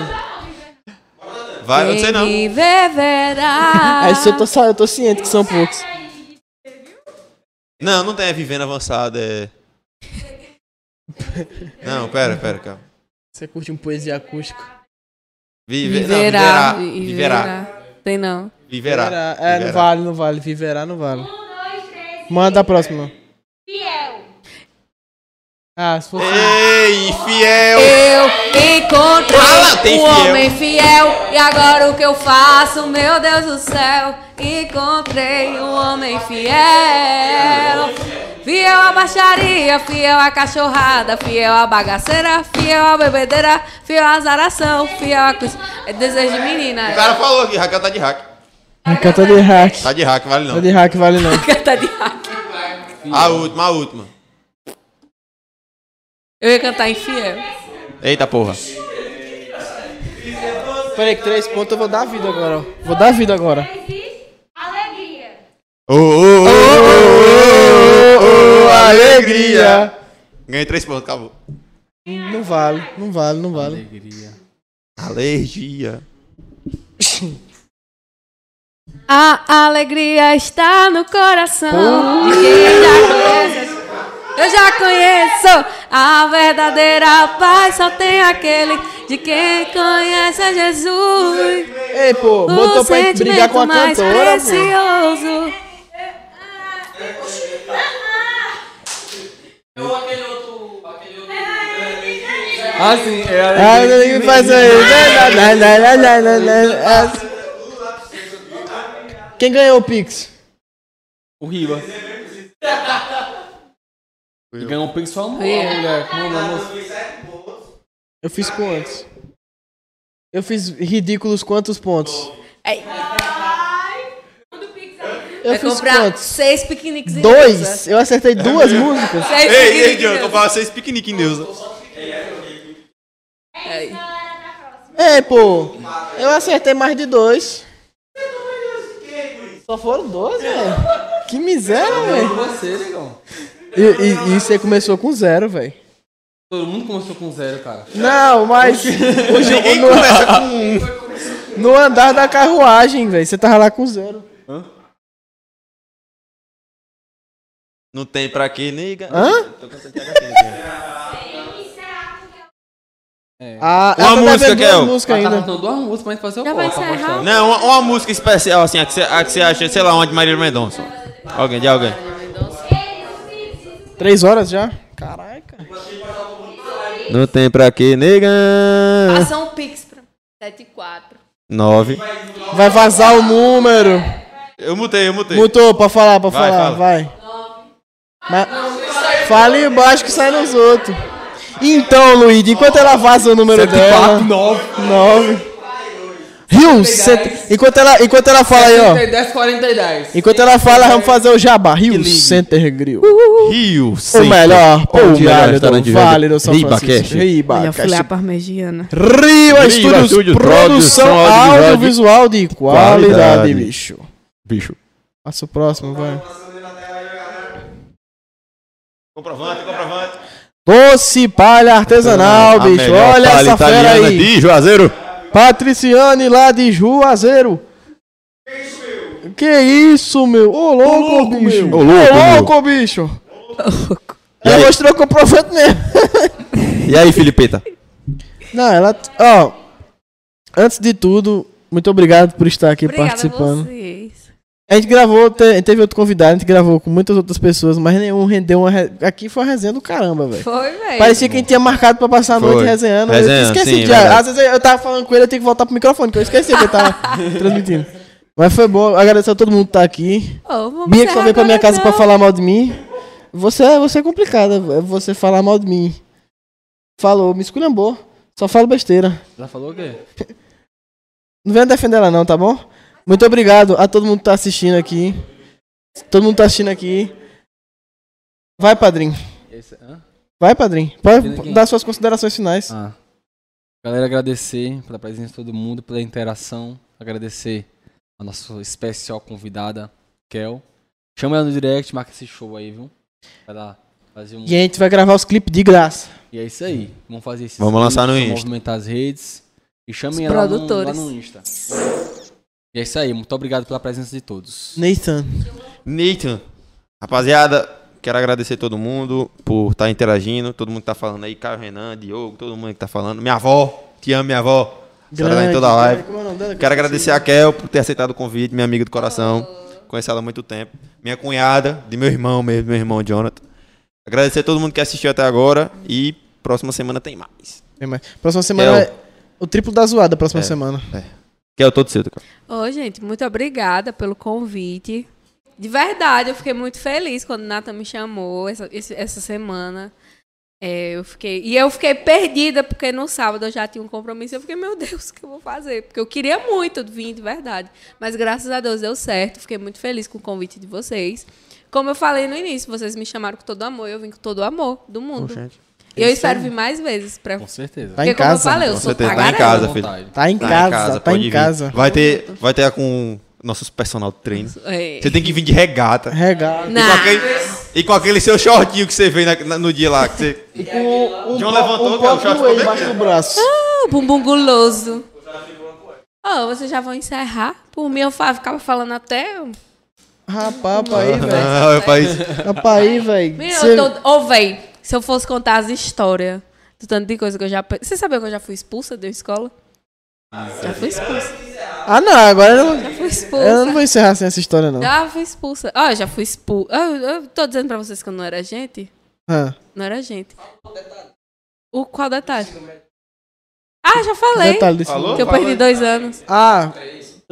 Speaker 4: Vai, eu não sei não.
Speaker 2: Quem viver verá.
Speaker 3: Aí se eu tô, sa- eu tô ciente que são poucos.
Speaker 4: Não, não tem é vivendo avançado, é. Não, pera, pera, calma.
Speaker 3: Você curte um poesia acústica?
Speaker 4: Vive...
Speaker 2: Viverá.
Speaker 4: não, viverá.
Speaker 2: Tem não.
Speaker 4: Viverá. Viverá.
Speaker 3: É, não vale, não vale. Viverá, não vale. Manda a próxima.
Speaker 7: Fiel.
Speaker 3: Ah, se for.
Speaker 4: É. Ei, fiel!
Speaker 2: Eu encontrei
Speaker 4: Fala, Ah, tem
Speaker 2: um
Speaker 4: fiel.
Speaker 2: homem fiel e agora o que eu faço, meu Deus do céu? Encontrei um homem fiel. Fiel à baixaria, fiel à cachorrada, fiel à bagaceira, fiel à bebedeira, fiel à azaração, fiel à coisa. É desejo de menina.
Speaker 4: O
Speaker 2: é.
Speaker 4: cara falou que hacker tá de hack.
Speaker 3: Ah, tá de hack.
Speaker 4: Tá de hack, vale
Speaker 3: Tá
Speaker 4: não.
Speaker 3: de hack, vale não.
Speaker 2: Canta de hack.
Speaker 4: A última, a última.
Speaker 2: Eu ia cantar infiel.
Speaker 4: Eita porra.
Speaker 3: Peraí, que três pontos eu vou dar vida agora, ó. Vou dar vida agora.
Speaker 7: Existe alegria.
Speaker 4: Ô, ô, ô, ô, ô, ô, alegria! Ganhei três pontos, acabou.
Speaker 3: Não vale, não vale, não vale.
Speaker 4: Alergia.
Speaker 2: A alegria está no coração
Speaker 3: Uh.
Speaker 2: de quem é já conhece. Eu já conheço a verdadeira paz, só tem aquele de quem conhece a Jesus.
Speaker 3: Ei, pô, botou
Speaker 2: o
Speaker 3: pra gente brigar
Speaker 2: sentimento
Speaker 3: com a
Speaker 2: mais
Speaker 3: cantora, pô.
Speaker 2: precioso.
Speaker 5: Assim, é a
Speaker 3: Ah,
Speaker 5: alegria.
Speaker 3: não me faz aí. Lá, lá, lá, lá, lá, lá, lá. Quem ganhou o Pix?
Speaker 5: O Riva. E ganhou um pix só amor,
Speaker 2: Eu.
Speaker 5: mulher. Como é o nome?
Speaker 3: Eu fiz quantos? Eu fiz ridículos quantos pontos?
Speaker 2: Ai,
Speaker 3: Eu
Speaker 2: vai
Speaker 3: fiz
Speaker 2: É comprar
Speaker 3: quantos?
Speaker 2: seis piqueniques em
Speaker 3: Dois!
Speaker 2: casa.
Speaker 3: Eu acertei duas músicas.
Speaker 2: Seis
Speaker 4: Ei, ei,
Speaker 2: piqueniques
Speaker 4: Diogo,
Speaker 2: em
Speaker 4: eu
Speaker 2: casa.
Speaker 4: falo seis piquenique em Deus. né?
Speaker 2: Ai.
Speaker 3: Ah. Ei, pô, eu acertei mais de dois. Só foram dois, velho. Que miséria, velho.
Speaker 5: Você, negão.
Speaker 3: E, e, e você começou com zero, velho.
Speaker 5: Todo mundo começou com zero, cara.
Speaker 3: Não, mas. Hoje,
Speaker 4: Ninguém
Speaker 3: no,
Speaker 4: começa com um.
Speaker 3: no andar da carruagem, velho. Você tava lá com zero.
Speaker 4: Não tem pra que, nega.
Speaker 3: Hã?
Speaker 4: Tô cantando de HT aqui,
Speaker 3: Ah,
Speaker 4: Uma
Speaker 3: ela tá
Speaker 4: música,
Speaker 3: devendo duas
Speaker 4: Kel.
Speaker 3: músicas
Speaker 5: Ela tá
Speaker 3: ainda.
Speaker 5: cantando duas músicas pra gente fazer o tá
Speaker 2: Já vai
Speaker 5: copo,
Speaker 2: encerrar?
Speaker 4: ó. Não, uma, uma música especial, assim, a que você a que você acha, sei lá, uma de Marília Mendonça. Alguém, de alguém.
Speaker 3: Três horas já? Caraca.
Speaker 4: Não tem pra que, nega.
Speaker 2: Passa um pix pra sete e quatro.
Speaker 4: Nove.
Speaker 3: Vai vazar o número.
Speaker 4: Eu mutei, eu mutei.
Speaker 3: Mutou, pra falar, pra
Speaker 4: Vai,
Speaker 3: falar.
Speaker 4: fala.
Speaker 3: Vai. Mas, fala embaixo que sai nos outros. Então, Luiz, enquanto ela vaza o número dela.
Speaker 5: 9.
Speaker 3: 9. Rios, cento- enquanto, ela, enquanto ela fala aí, ó.
Speaker 5: 10, 40 e 10.
Speaker 3: Enquanto ela fala, vamos fazer o jabá. Rios Center Grill.
Speaker 4: Rio,
Speaker 3: O melhor pão
Speaker 4: o
Speaker 3: diário do Vale do São
Speaker 4: Riba
Speaker 3: Francisco.
Speaker 4: Cash.
Speaker 3: Riba Cash.
Speaker 2: parmegiana.
Speaker 3: Rio
Speaker 4: Riva
Speaker 3: Estúdios
Speaker 4: Estúdios,
Speaker 3: Produção
Speaker 4: produção audiovisual
Speaker 3: Audiovisual de qualidade,
Speaker 4: qualidade.
Speaker 3: bicho.
Speaker 4: Bicho.
Speaker 3: Passa o próximo, vai.
Speaker 4: Comprovante, comprovante.
Speaker 3: Doce palha artesanal, bicho. Olha essa fera aí.
Speaker 4: De Juazeiro.
Speaker 3: Patriciane lá de Juazeiro. Que isso, meu? Ô, louco, bicho.
Speaker 4: meu. Ô, louco,
Speaker 3: Ô,
Speaker 4: meu.
Speaker 3: louco, bicho.
Speaker 4: E
Speaker 3: Ela
Speaker 4: aí?
Speaker 3: mostrou o comprovante mesmo.
Speaker 4: E aí, Filipeta?
Speaker 3: Não, ela. Ó. Antes de tudo, muito obrigado por estar aqui
Speaker 2: Obrigada
Speaker 3: participando.
Speaker 2: a vocês.
Speaker 3: A gente gravou, te- teve outro convidado, a gente gravou com muitas outras pessoas, mas nenhum rendeu uma. Re... Aqui foi uma resenha do caramba, velho.
Speaker 2: Foi, velho.
Speaker 3: Parecia que a gente tinha marcado pra passar a
Speaker 4: Foi.
Speaker 3: noite resenhando. eu
Speaker 4: Resenhando,
Speaker 3: esqueci
Speaker 4: sim,
Speaker 3: de.
Speaker 4: verdade.
Speaker 3: Às vezes eu tava falando com ele, eu tenho que voltar pro microfone, que eu esqueci que eu tava transmitindo. Mas foi bom, agradecer a todo mundo que tá aqui.
Speaker 2: Ô, vamos
Speaker 3: Bia que só
Speaker 2: encerrar
Speaker 3: veio pra minha
Speaker 2: agora,
Speaker 3: casa pra
Speaker 2: não.
Speaker 3: falar mal de mim. Você, você é complicada, é você falar mal de mim. Falou, me esculhambou. Só falo besteira.
Speaker 5: Ela falou o quê?
Speaker 3: Não venha defender ela não, tá bom? Muito obrigado a todo mundo que tá assistindo aqui. Todo mundo que tá assistindo aqui. Vai, padrinho.
Speaker 5: Esse- hã?
Speaker 3: Vai, padrinho. Pode
Speaker 5: Aqui.
Speaker 3: dar suas considerações finais.
Speaker 5: Ah. Galera, agradecer pela presença de todo mundo, pela interação. Agradecer a nossa especial convidada, Kel. Chama ela no direct, marca esse show aí, viu? Pra ela fazer um.
Speaker 3: E a gente vai gravar os clipes de graça.
Speaker 5: E é isso aí. Vamos fazer esse
Speaker 4: Vamos lançar no Insta.
Speaker 5: Movimentar as redes. E
Speaker 2: Os
Speaker 5: chamem ela no- lá
Speaker 2: produtores.
Speaker 5: no Insta. E é isso aí. Muito obrigado pela presença de todos.
Speaker 3: Nathan.
Speaker 4: Nathan, rapaziada, quero agradecer todo mundo por estar interagindo. Todo mundo que tá falando aí, Caio Renan, Diogo, todo mundo que tá falando. Minha avó, te amo, minha avó. Grande, lá em toda a live.
Speaker 3: Como é o nome dela?
Speaker 4: Quero agradecer a Kel por ter aceitado o convite, minha amiga do coração. Conheço ela há muito tempo. Minha cunhada, de meu irmão mesmo, meu irmão Jonathan. Agradecer a todo mundo que assistiu até agora e próxima semana tem mais.
Speaker 3: Tem mais. Próxima semana é
Speaker 4: Kel.
Speaker 3: o triplo da zoada, próxima
Speaker 4: É.
Speaker 3: semana.
Speaker 4: Kel, todo seu, cara.
Speaker 2: Ô, gente, muito obrigada pelo convite. De verdade, eu fiquei muito feliz quando o Nathan me chamou essa, esse- essa semana. É, eu fiquei, e eu fiquei perdida, porque no sábado eu já tinha um compromisso. Eu fiquei, meu Deus, o que eu vou fazer? Porque eu queria muito vir, de verdade. Mas graças a Deus deu certo. Fiquei muito feliz com o convite de vocês. Como eu falei no início, vocês me chamaram com todo amor. Eu vim com todo o amor do mundo. e eu espero vir mais vezes. Pra...
Speaker 5: Com certeza.
Speaker 3: Tá em
Speaker 2: porque, como eu
Speaker 3: casa.
Speaker 2: falei, eu
Speaker 4: Com
Speaker 2: sou
Speaker 4: certeza, tá em
Speaker 2: tagarela.
Speaker 4: casa,
Speaker 5: Fica à
Speaker 4: filho.
Speaker 5: vontade.
Speaker 3: Tá em casa, tá
Speaker 4: pode
Speaker 3: em
Speaker 4: vir.
Speaker 3: casa.
Speaker 4: Vai ter, vai ter com nossos personal treino.
Speaker 2: É.
Speaker 4: Você tem que vir de regata.
Speaker 3: Regado.
Speaker 4: E com,
Speaker 2: Não.
Speaker 4: aquele, e com aquele seu shortinho que você veio na- na- no dia lá. Que você...
Speaker 3: E
Speaker 2: um
Speaker 3: com o
Speaker 4: John levantou, cara, o short ficou bem
Speaker 3: embaixo do braço.
Speaker 2: Ah, bumbum guloso. Oh, vocês já vão encerrar? Por mim, eu fa- ficava falando até.
Speaker 3: Rapaz, rapaz aí,
Speaker 2: É.
Speaker 3: velho.
Speaker 4: Ah, eu falei,
Speaker 3: Rapaz aí, velho.
Speaker 2: Meu,
Speaker 3: Cê-
Speaker 2: eu tô... Ô, véi, se eu fosse contar as histórias do tanto de coisa que eu já. pe- Você sabia que eu já fui expulsa da escola? já fui expulsa.
Speaker 3: Ah, não, agora eu não,
Speaker 2: Já fui expulsa.
Speaker 3: eu não vou encerrar sem essa história, não.
Speaker 2: Já fui expulsa. Ó, já fui expulsa. Eu, eu tô dizendo pra vocês que eu não era gente?
Speaker 3: Ah,
Speaker 2: Não era gente. O qual detalhe? Ah, já falei.
Speaker 3: detalhe desse
Speaker 4: Falou?
Speaker 2: Que eu perdi dois anos.
Speaker 3: Ah,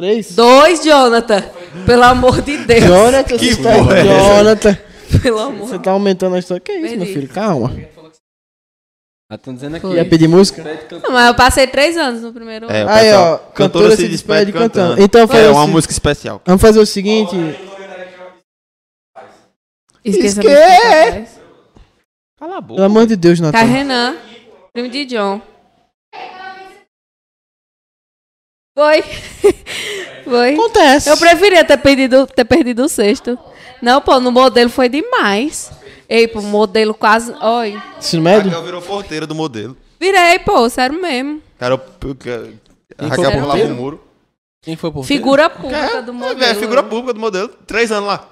Speaker 3: três.
Speaker 2: Dois, Jonathan. Pelo amor de Deus.
Speaker 3: Jonathan,
Speaker 4: Que
Speaker 3: você tá-
Speaker 4: porra é
Speaker 3: Jonathan,
Speaker 2: Pelo amor.
Speaker 3: você tá aumentando a história. Que isso, meu
Speaker 2: Perdi.
Speaker 3: filho? Calma.
Speaker 5: Ela tá dizendo
Speaker 2: Foi.
Speaker 5: aqui.
Speaker 3: Ia pedir música?
Speaker 2: Não, mas eu passei três anos no primeiro
Speaker 4: É,
Speaker 2: ano.
Speaker 4: o
Speaker 3: Aí,
Speaker 4: pessoal,
Speaker 3: ó, cantora se despede cantando. Então,
Speaker 4: Então,
Speaker 3: fazer
Speaker 4: é
Speaker 3: o
Speaker 4: uma
Speaker 3: se-
Speaker 4: música especial.
Speaker 3: vamos fazer o seguinte.
Speaker 2: Esqueça
Speaker 3: esque-
Speaker 2: Esque...
Speaker 4: Cala a boca.
Speaker 3: Pelo amor de Deus, Nathan.
Speaker 2: Tá Renan, primo de John. Foi. Foi.
Speaker 3: Acontece.
Speaker 2: Eu preferia ter perdido, ter perdido o sexto. Não, pô, no modelo foi demais. Ei, pô, modelo quase. Oi.
Speaker 3: Ensino
Speaker 4: A
Speaker 3: médio?
Speaker 4: Raquel virou porteira do modelo.
Speaker 2: Virei, pô, sério mesmo.
Speaker 4: Cara, eu- eu- eu- a
Speaker 5: foi
Speaker 4: Raquel
Speaker 2: é
Speaker 4: pulava
Speaker 5: porteiro?
Speaker 4: o muro.
Speaker 5: Quem foi por
Speaker 2: Figura pública do modelo.
Speaker 4: É, figura pública do modelo. Três anos lá.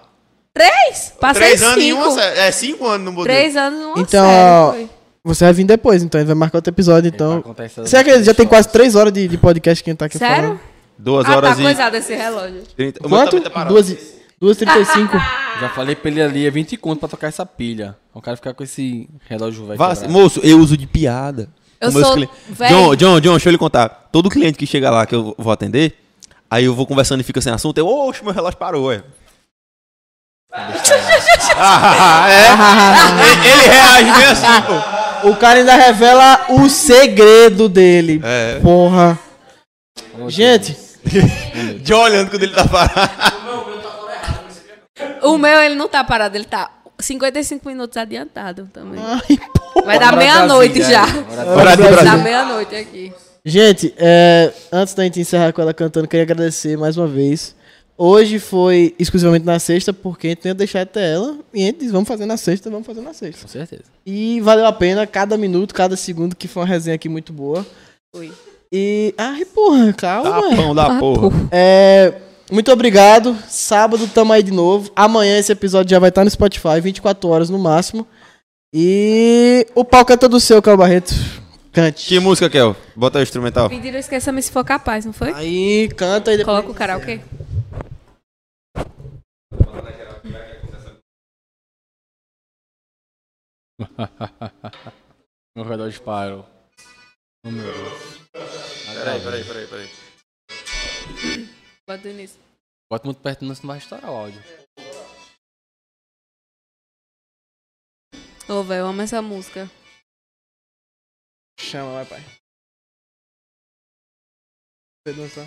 Speaker 2: Três? Passei
Speaker 4: Três
Speaker 2: cinco.
Speaker 4: anos em uma série. É, cinco anos no modelo.
Speaker 2: Três anos em uma
Speaker 3: Então,
Speaker 2: série. Foi.
Speaker 3: Você vai vir depois, então. Ele vai marcar outro episódio, então. Você acredita? Já tem quase três horas de, de podcast que a gente tá aqui
Speaker 2: Sério?
Speaker 3: falando.
Speaker 4: Duas
Speaker 2: Ah, tá
Speaker 4: horas e
Speaker 2: coisado esse relógio.
Speaker 4: trinta. O meu
Speaker 3: Quanto?
Speaker 4: também tá parado.
Speaker 3: Duas, e- duas e trinta e cinco.
Speaker 5: Já falei pra ele ali, é 20 conto pra tocar essa pilha. O cara ficar com esse relógio velho.
Speaker 4: Vá-
Speaker 5: quebrado.
Speaker 4: moço, eu uso de piada.
Speaker 2: Eu
Speaker 4: Com meus
Speaker 2: sou
Speaker 4: clientes.
Speaker 2: velho.
Speaker 4: John, John, John, deixa eu lhe contar. Todo cliente que chega lá que eu vou atender, aí eu vou conversando e fica sem assunto, eu, oxe, meu relógio parou, é. Ah, é? Ele- Ele reage bem assim, pô.
Speaker 3: O cara ainda revela o segredo dele.
Speaker 4: É.
Speaker 3: Porra.
Speaker 5: Meu
Speaker 3: Gente,
Speaker 4: John olhando quando ele tá parado.
Speaker 2: O meu, ele não tá parado, ele tá 55 minutos adiantado também.
Speaker 3: ai, pô.
Speaker 2: Vai dar
Speaker 5: Brasília,
Speaker 2: Tá meia-noite já.
Speaker 4: né?
Speaker 5: é.
Speaker 4: Horário do
Speaker 2: Vai dar
Speaker 4: Brasil.
Speaker 2: Tá meia-noite aqui.
Speaker 3: Gente, é, antes da gente encerrar com ela cantando, queria agradecer mais uma vez. Hoje foi exclusivamente na sexta, porque a gente não ia deixar até ela. E a gente disse, vamos fazer na sexta, vamos fazer na sexta.
Speaker 5: Com certeza.
Speaker 3: E valeu a pena cada minuto, cada segundo, que foi uma resenha aqui muito boa.
Speaker 2: Foi.
Speaker 3: E. Ai, porra, calma.
Speaker 4: Tapão
Speaker 2: Ah,
Speaker 4: da porra.
Speaker 3: É, muito obrigado. Sábado tamo aí de novo. Amanhã esse episódio já vai estar no Spotify, 24 horas no máximo. E o palco é todo seu, Cal Barreto. Cante.
Speaker 4: Que música, Kel? Bota aí o instrumental.
Speaker 8: Pediram Esqueça-me se for capaz, não foi?
Speaker 3: Aí, canta e depois.
Speaker 8: Coloca o karaokê.
Speaker 5: Meu relógio parou. Oh, meu Deus.
Speaker 4: Peraí, peraí, peraí, peraí.
Speaker 8: Bota nisso.
Speaker 5: Bota muito perto, não, senão vai estourar o áudio.
Speaker 8: Ô, velho, eu amo essa música.
Speaker 3: Chama, vai, pai. Você dançar?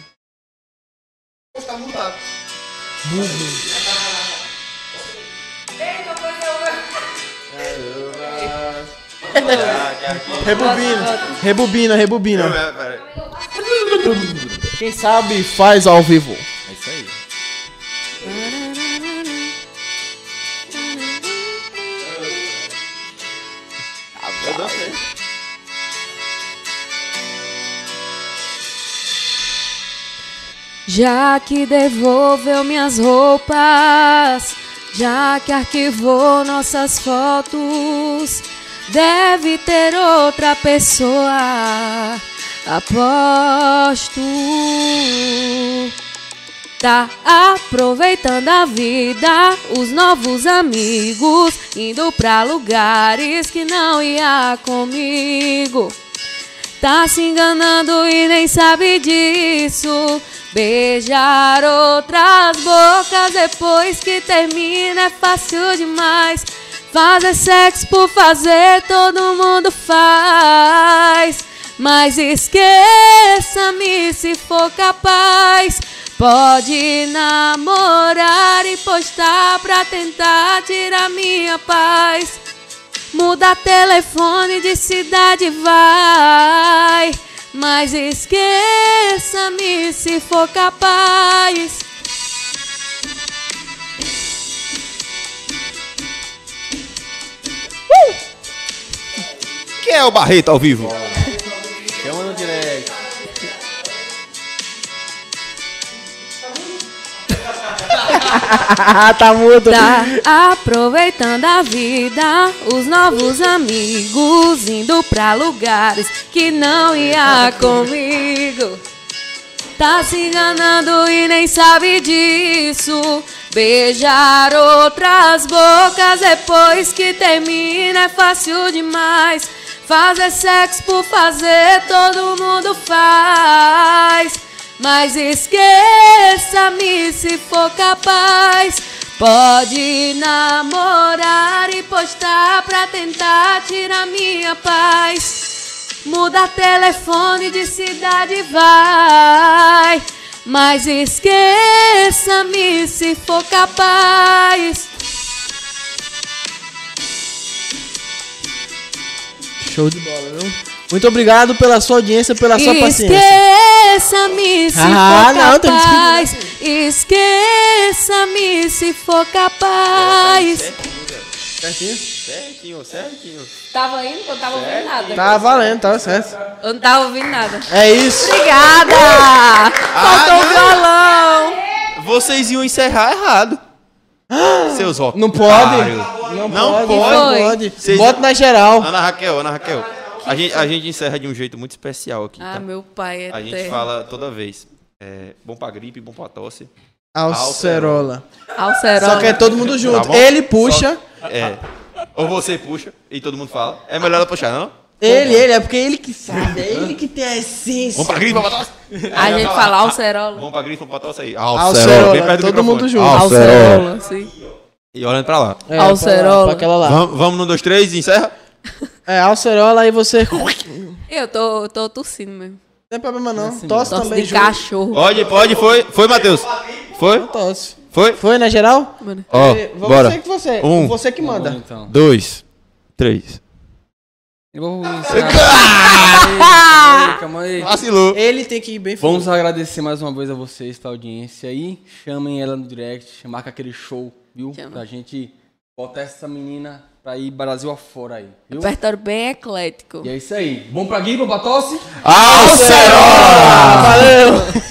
Speaker 3: Rebobina, rebobina, rebobina.
Speaker 4: é,
Speaker 3: Quem sabe faz ao vivo.
Speaker 5: É isso aí.
Speaker 2: Já que devolveu minhas roupas, já que arquivou nossas fotos, deve ter outra pessoa. Aposto. Tá aproveitando a vida, os novos amigos, indo pra lugares que não ia comigo. Tá se enganando e nem sabe disso. Beijar outras bocas depois que termina é fácil demais. Fazer sexo por fazer, todo mundo faz. Mas esqueça-me se for capaz. Pode namorar e postar pra tentar tirar minha paz. Muda telefone de cidade, vai. Mas esqueça-me se for capaz.
Speaker 4: Quem é o Barreto ao vivo?
Speaker 5: Chama no direct.
Speaker 3: Ah, tá mudo.
Speaker 2: Tá aproveitando a vida, os novos amigos, indo pra lugares que não ia comigo. Tá se enganando e nem sabe disso. Beijar outras bocas depois que termina é fácil demais. Fazer sexo por fazer, todo mundo faz. Mas esqueça-me se for capaz. Pode namorar e postar pra tentar tirar minha paz. Muda telefone de cidade, vai. Mas esqueça-me se for capaz.
Speaker 3: Show de bola, viu? Muito obrigado pela sua audiência, pela sua Tá paciência.
Speaker 2: Esqueça-me se
Speaker 3: Ah,
Speaker 2: for
Speaker 3: não, tem que
Speaker 2: capaz. Esqueça-me se for capaz.
Speaker 4: Certinho, certinho.
Speaker 8: Tava indo que eu tava ouvindo nada.
Speaker 3: Tá valendo, tá certo.
Speaker 8: Eu não tava ouvindo nada.
Speaker 3: É isso.
Speaker 2: Obrigada!
Speaker 3: Ah,
Speaker 2: Faltou
Speaker 3: né?
Speaker 2: o
Speaker 4: não.
Speaker 2: violão!
Speaker 4: Vocês iam encerrar errado. Seus óculos.
Speaker 3: Não pode.
Speaker 4: Não,
Speaker 3: Não
Speaker 4: Ah!
Speaker 2: Foi.
Speaker 4: pode.
Speaker 3: pode.
Speaker 4: Vocês-
Speaker 3: Bota na geral.
Speaker 4: Ana Raquel, Ana Raquel. A gente, a gente encerra de um jeito muito especial aqui,
Speaker 8: Ah,
Speaker 4: tá?
Speaker 8: meu pai é
Speaker 4: A gente
Speaker 8: terra.
Speaker 4: fala toda vez. É, bom pra gripe, bom pra tosse. Ah,
Speaker 3: Alcerola.
Speaker 8: Alcerola.
Speaker 3: Só que é todo mundo junto.
Speaker 4: Tá bom?
Speaker 3: ele puxa.
Speaker 4: É. Ou você puxa e todo mundo fala. É melhor ela puxar, não?
Speaker 3: Ele, ele, é porque ele que sabe. É ele que tem a essência.
Speaker 4: Bom pra gripe, bom pra tosse.
Speaker 8: A gente fala alcerola.
Speaker 4: Bom pra gripe, bom pra tosse aí.
Speaker 3: Alcerola,
Speaker 4: bem perto do
Speaker 3: todo
Speaker 4: microfone.
Speaker 3: mundo junto.
Speaker 8: Alcerola, sim.
Speaker 4: E olhando pra lá.
Speaker 3: É, pra lá,
Speaker 8: Alcerola.
Speaker 3: pra aquela lá.
Speaker 4: Vamos, vamos no 2, 3 e encerra?
Speaker 3: É, alcerola aí você. Não
Speaker 8: Eu tô, eu tô tossindo mesmo.
Speaker 3: tem problema não. Tosse
Speaker 8: Tosse
Speaker 3: também
Speaker 8: de
Speaker 3: junto.
Speaker 8: cachorro.
Speaker 4: Pode, pode, foi. Foi, Matheus. Foi?
Speaker 3: Tosse.
Speaker 4: Foi?
Speaker 3: Foi na geral?
Speaker 8: Mano.
Speaker 4: Ó,
Speaker 3: Você- vamos
Speaker 4: bora.
Speaker 3: Você que você.
Speaker 4: Um.
Speaker 3: Você que manda.
Speaker 5: Então.
Speaker 4: Dois, três.
Speaker 5: Eu vou encerrar. Calma aí, calma aí.
Speaker 4: Vacilou.
Speaker 3: Ele tem que ir bem
Speaker 5: Vamos agradecer mais uma vez a vocês pela audiência aí. Chamem ela no direct, marca aquele show, viu?
Speaker 8: Chama.
Speaker 5: Pra gente botar essa menina pra ir Brasil afora aí, viu?
Speaker 2: Tá
Speaker 8: Repertório bem eclético.
Speaker 5: E é isso aí. Bom pra gripe, bom pra tosse?
Speaker 4: Alcerola!
Speaker 3: Valeu!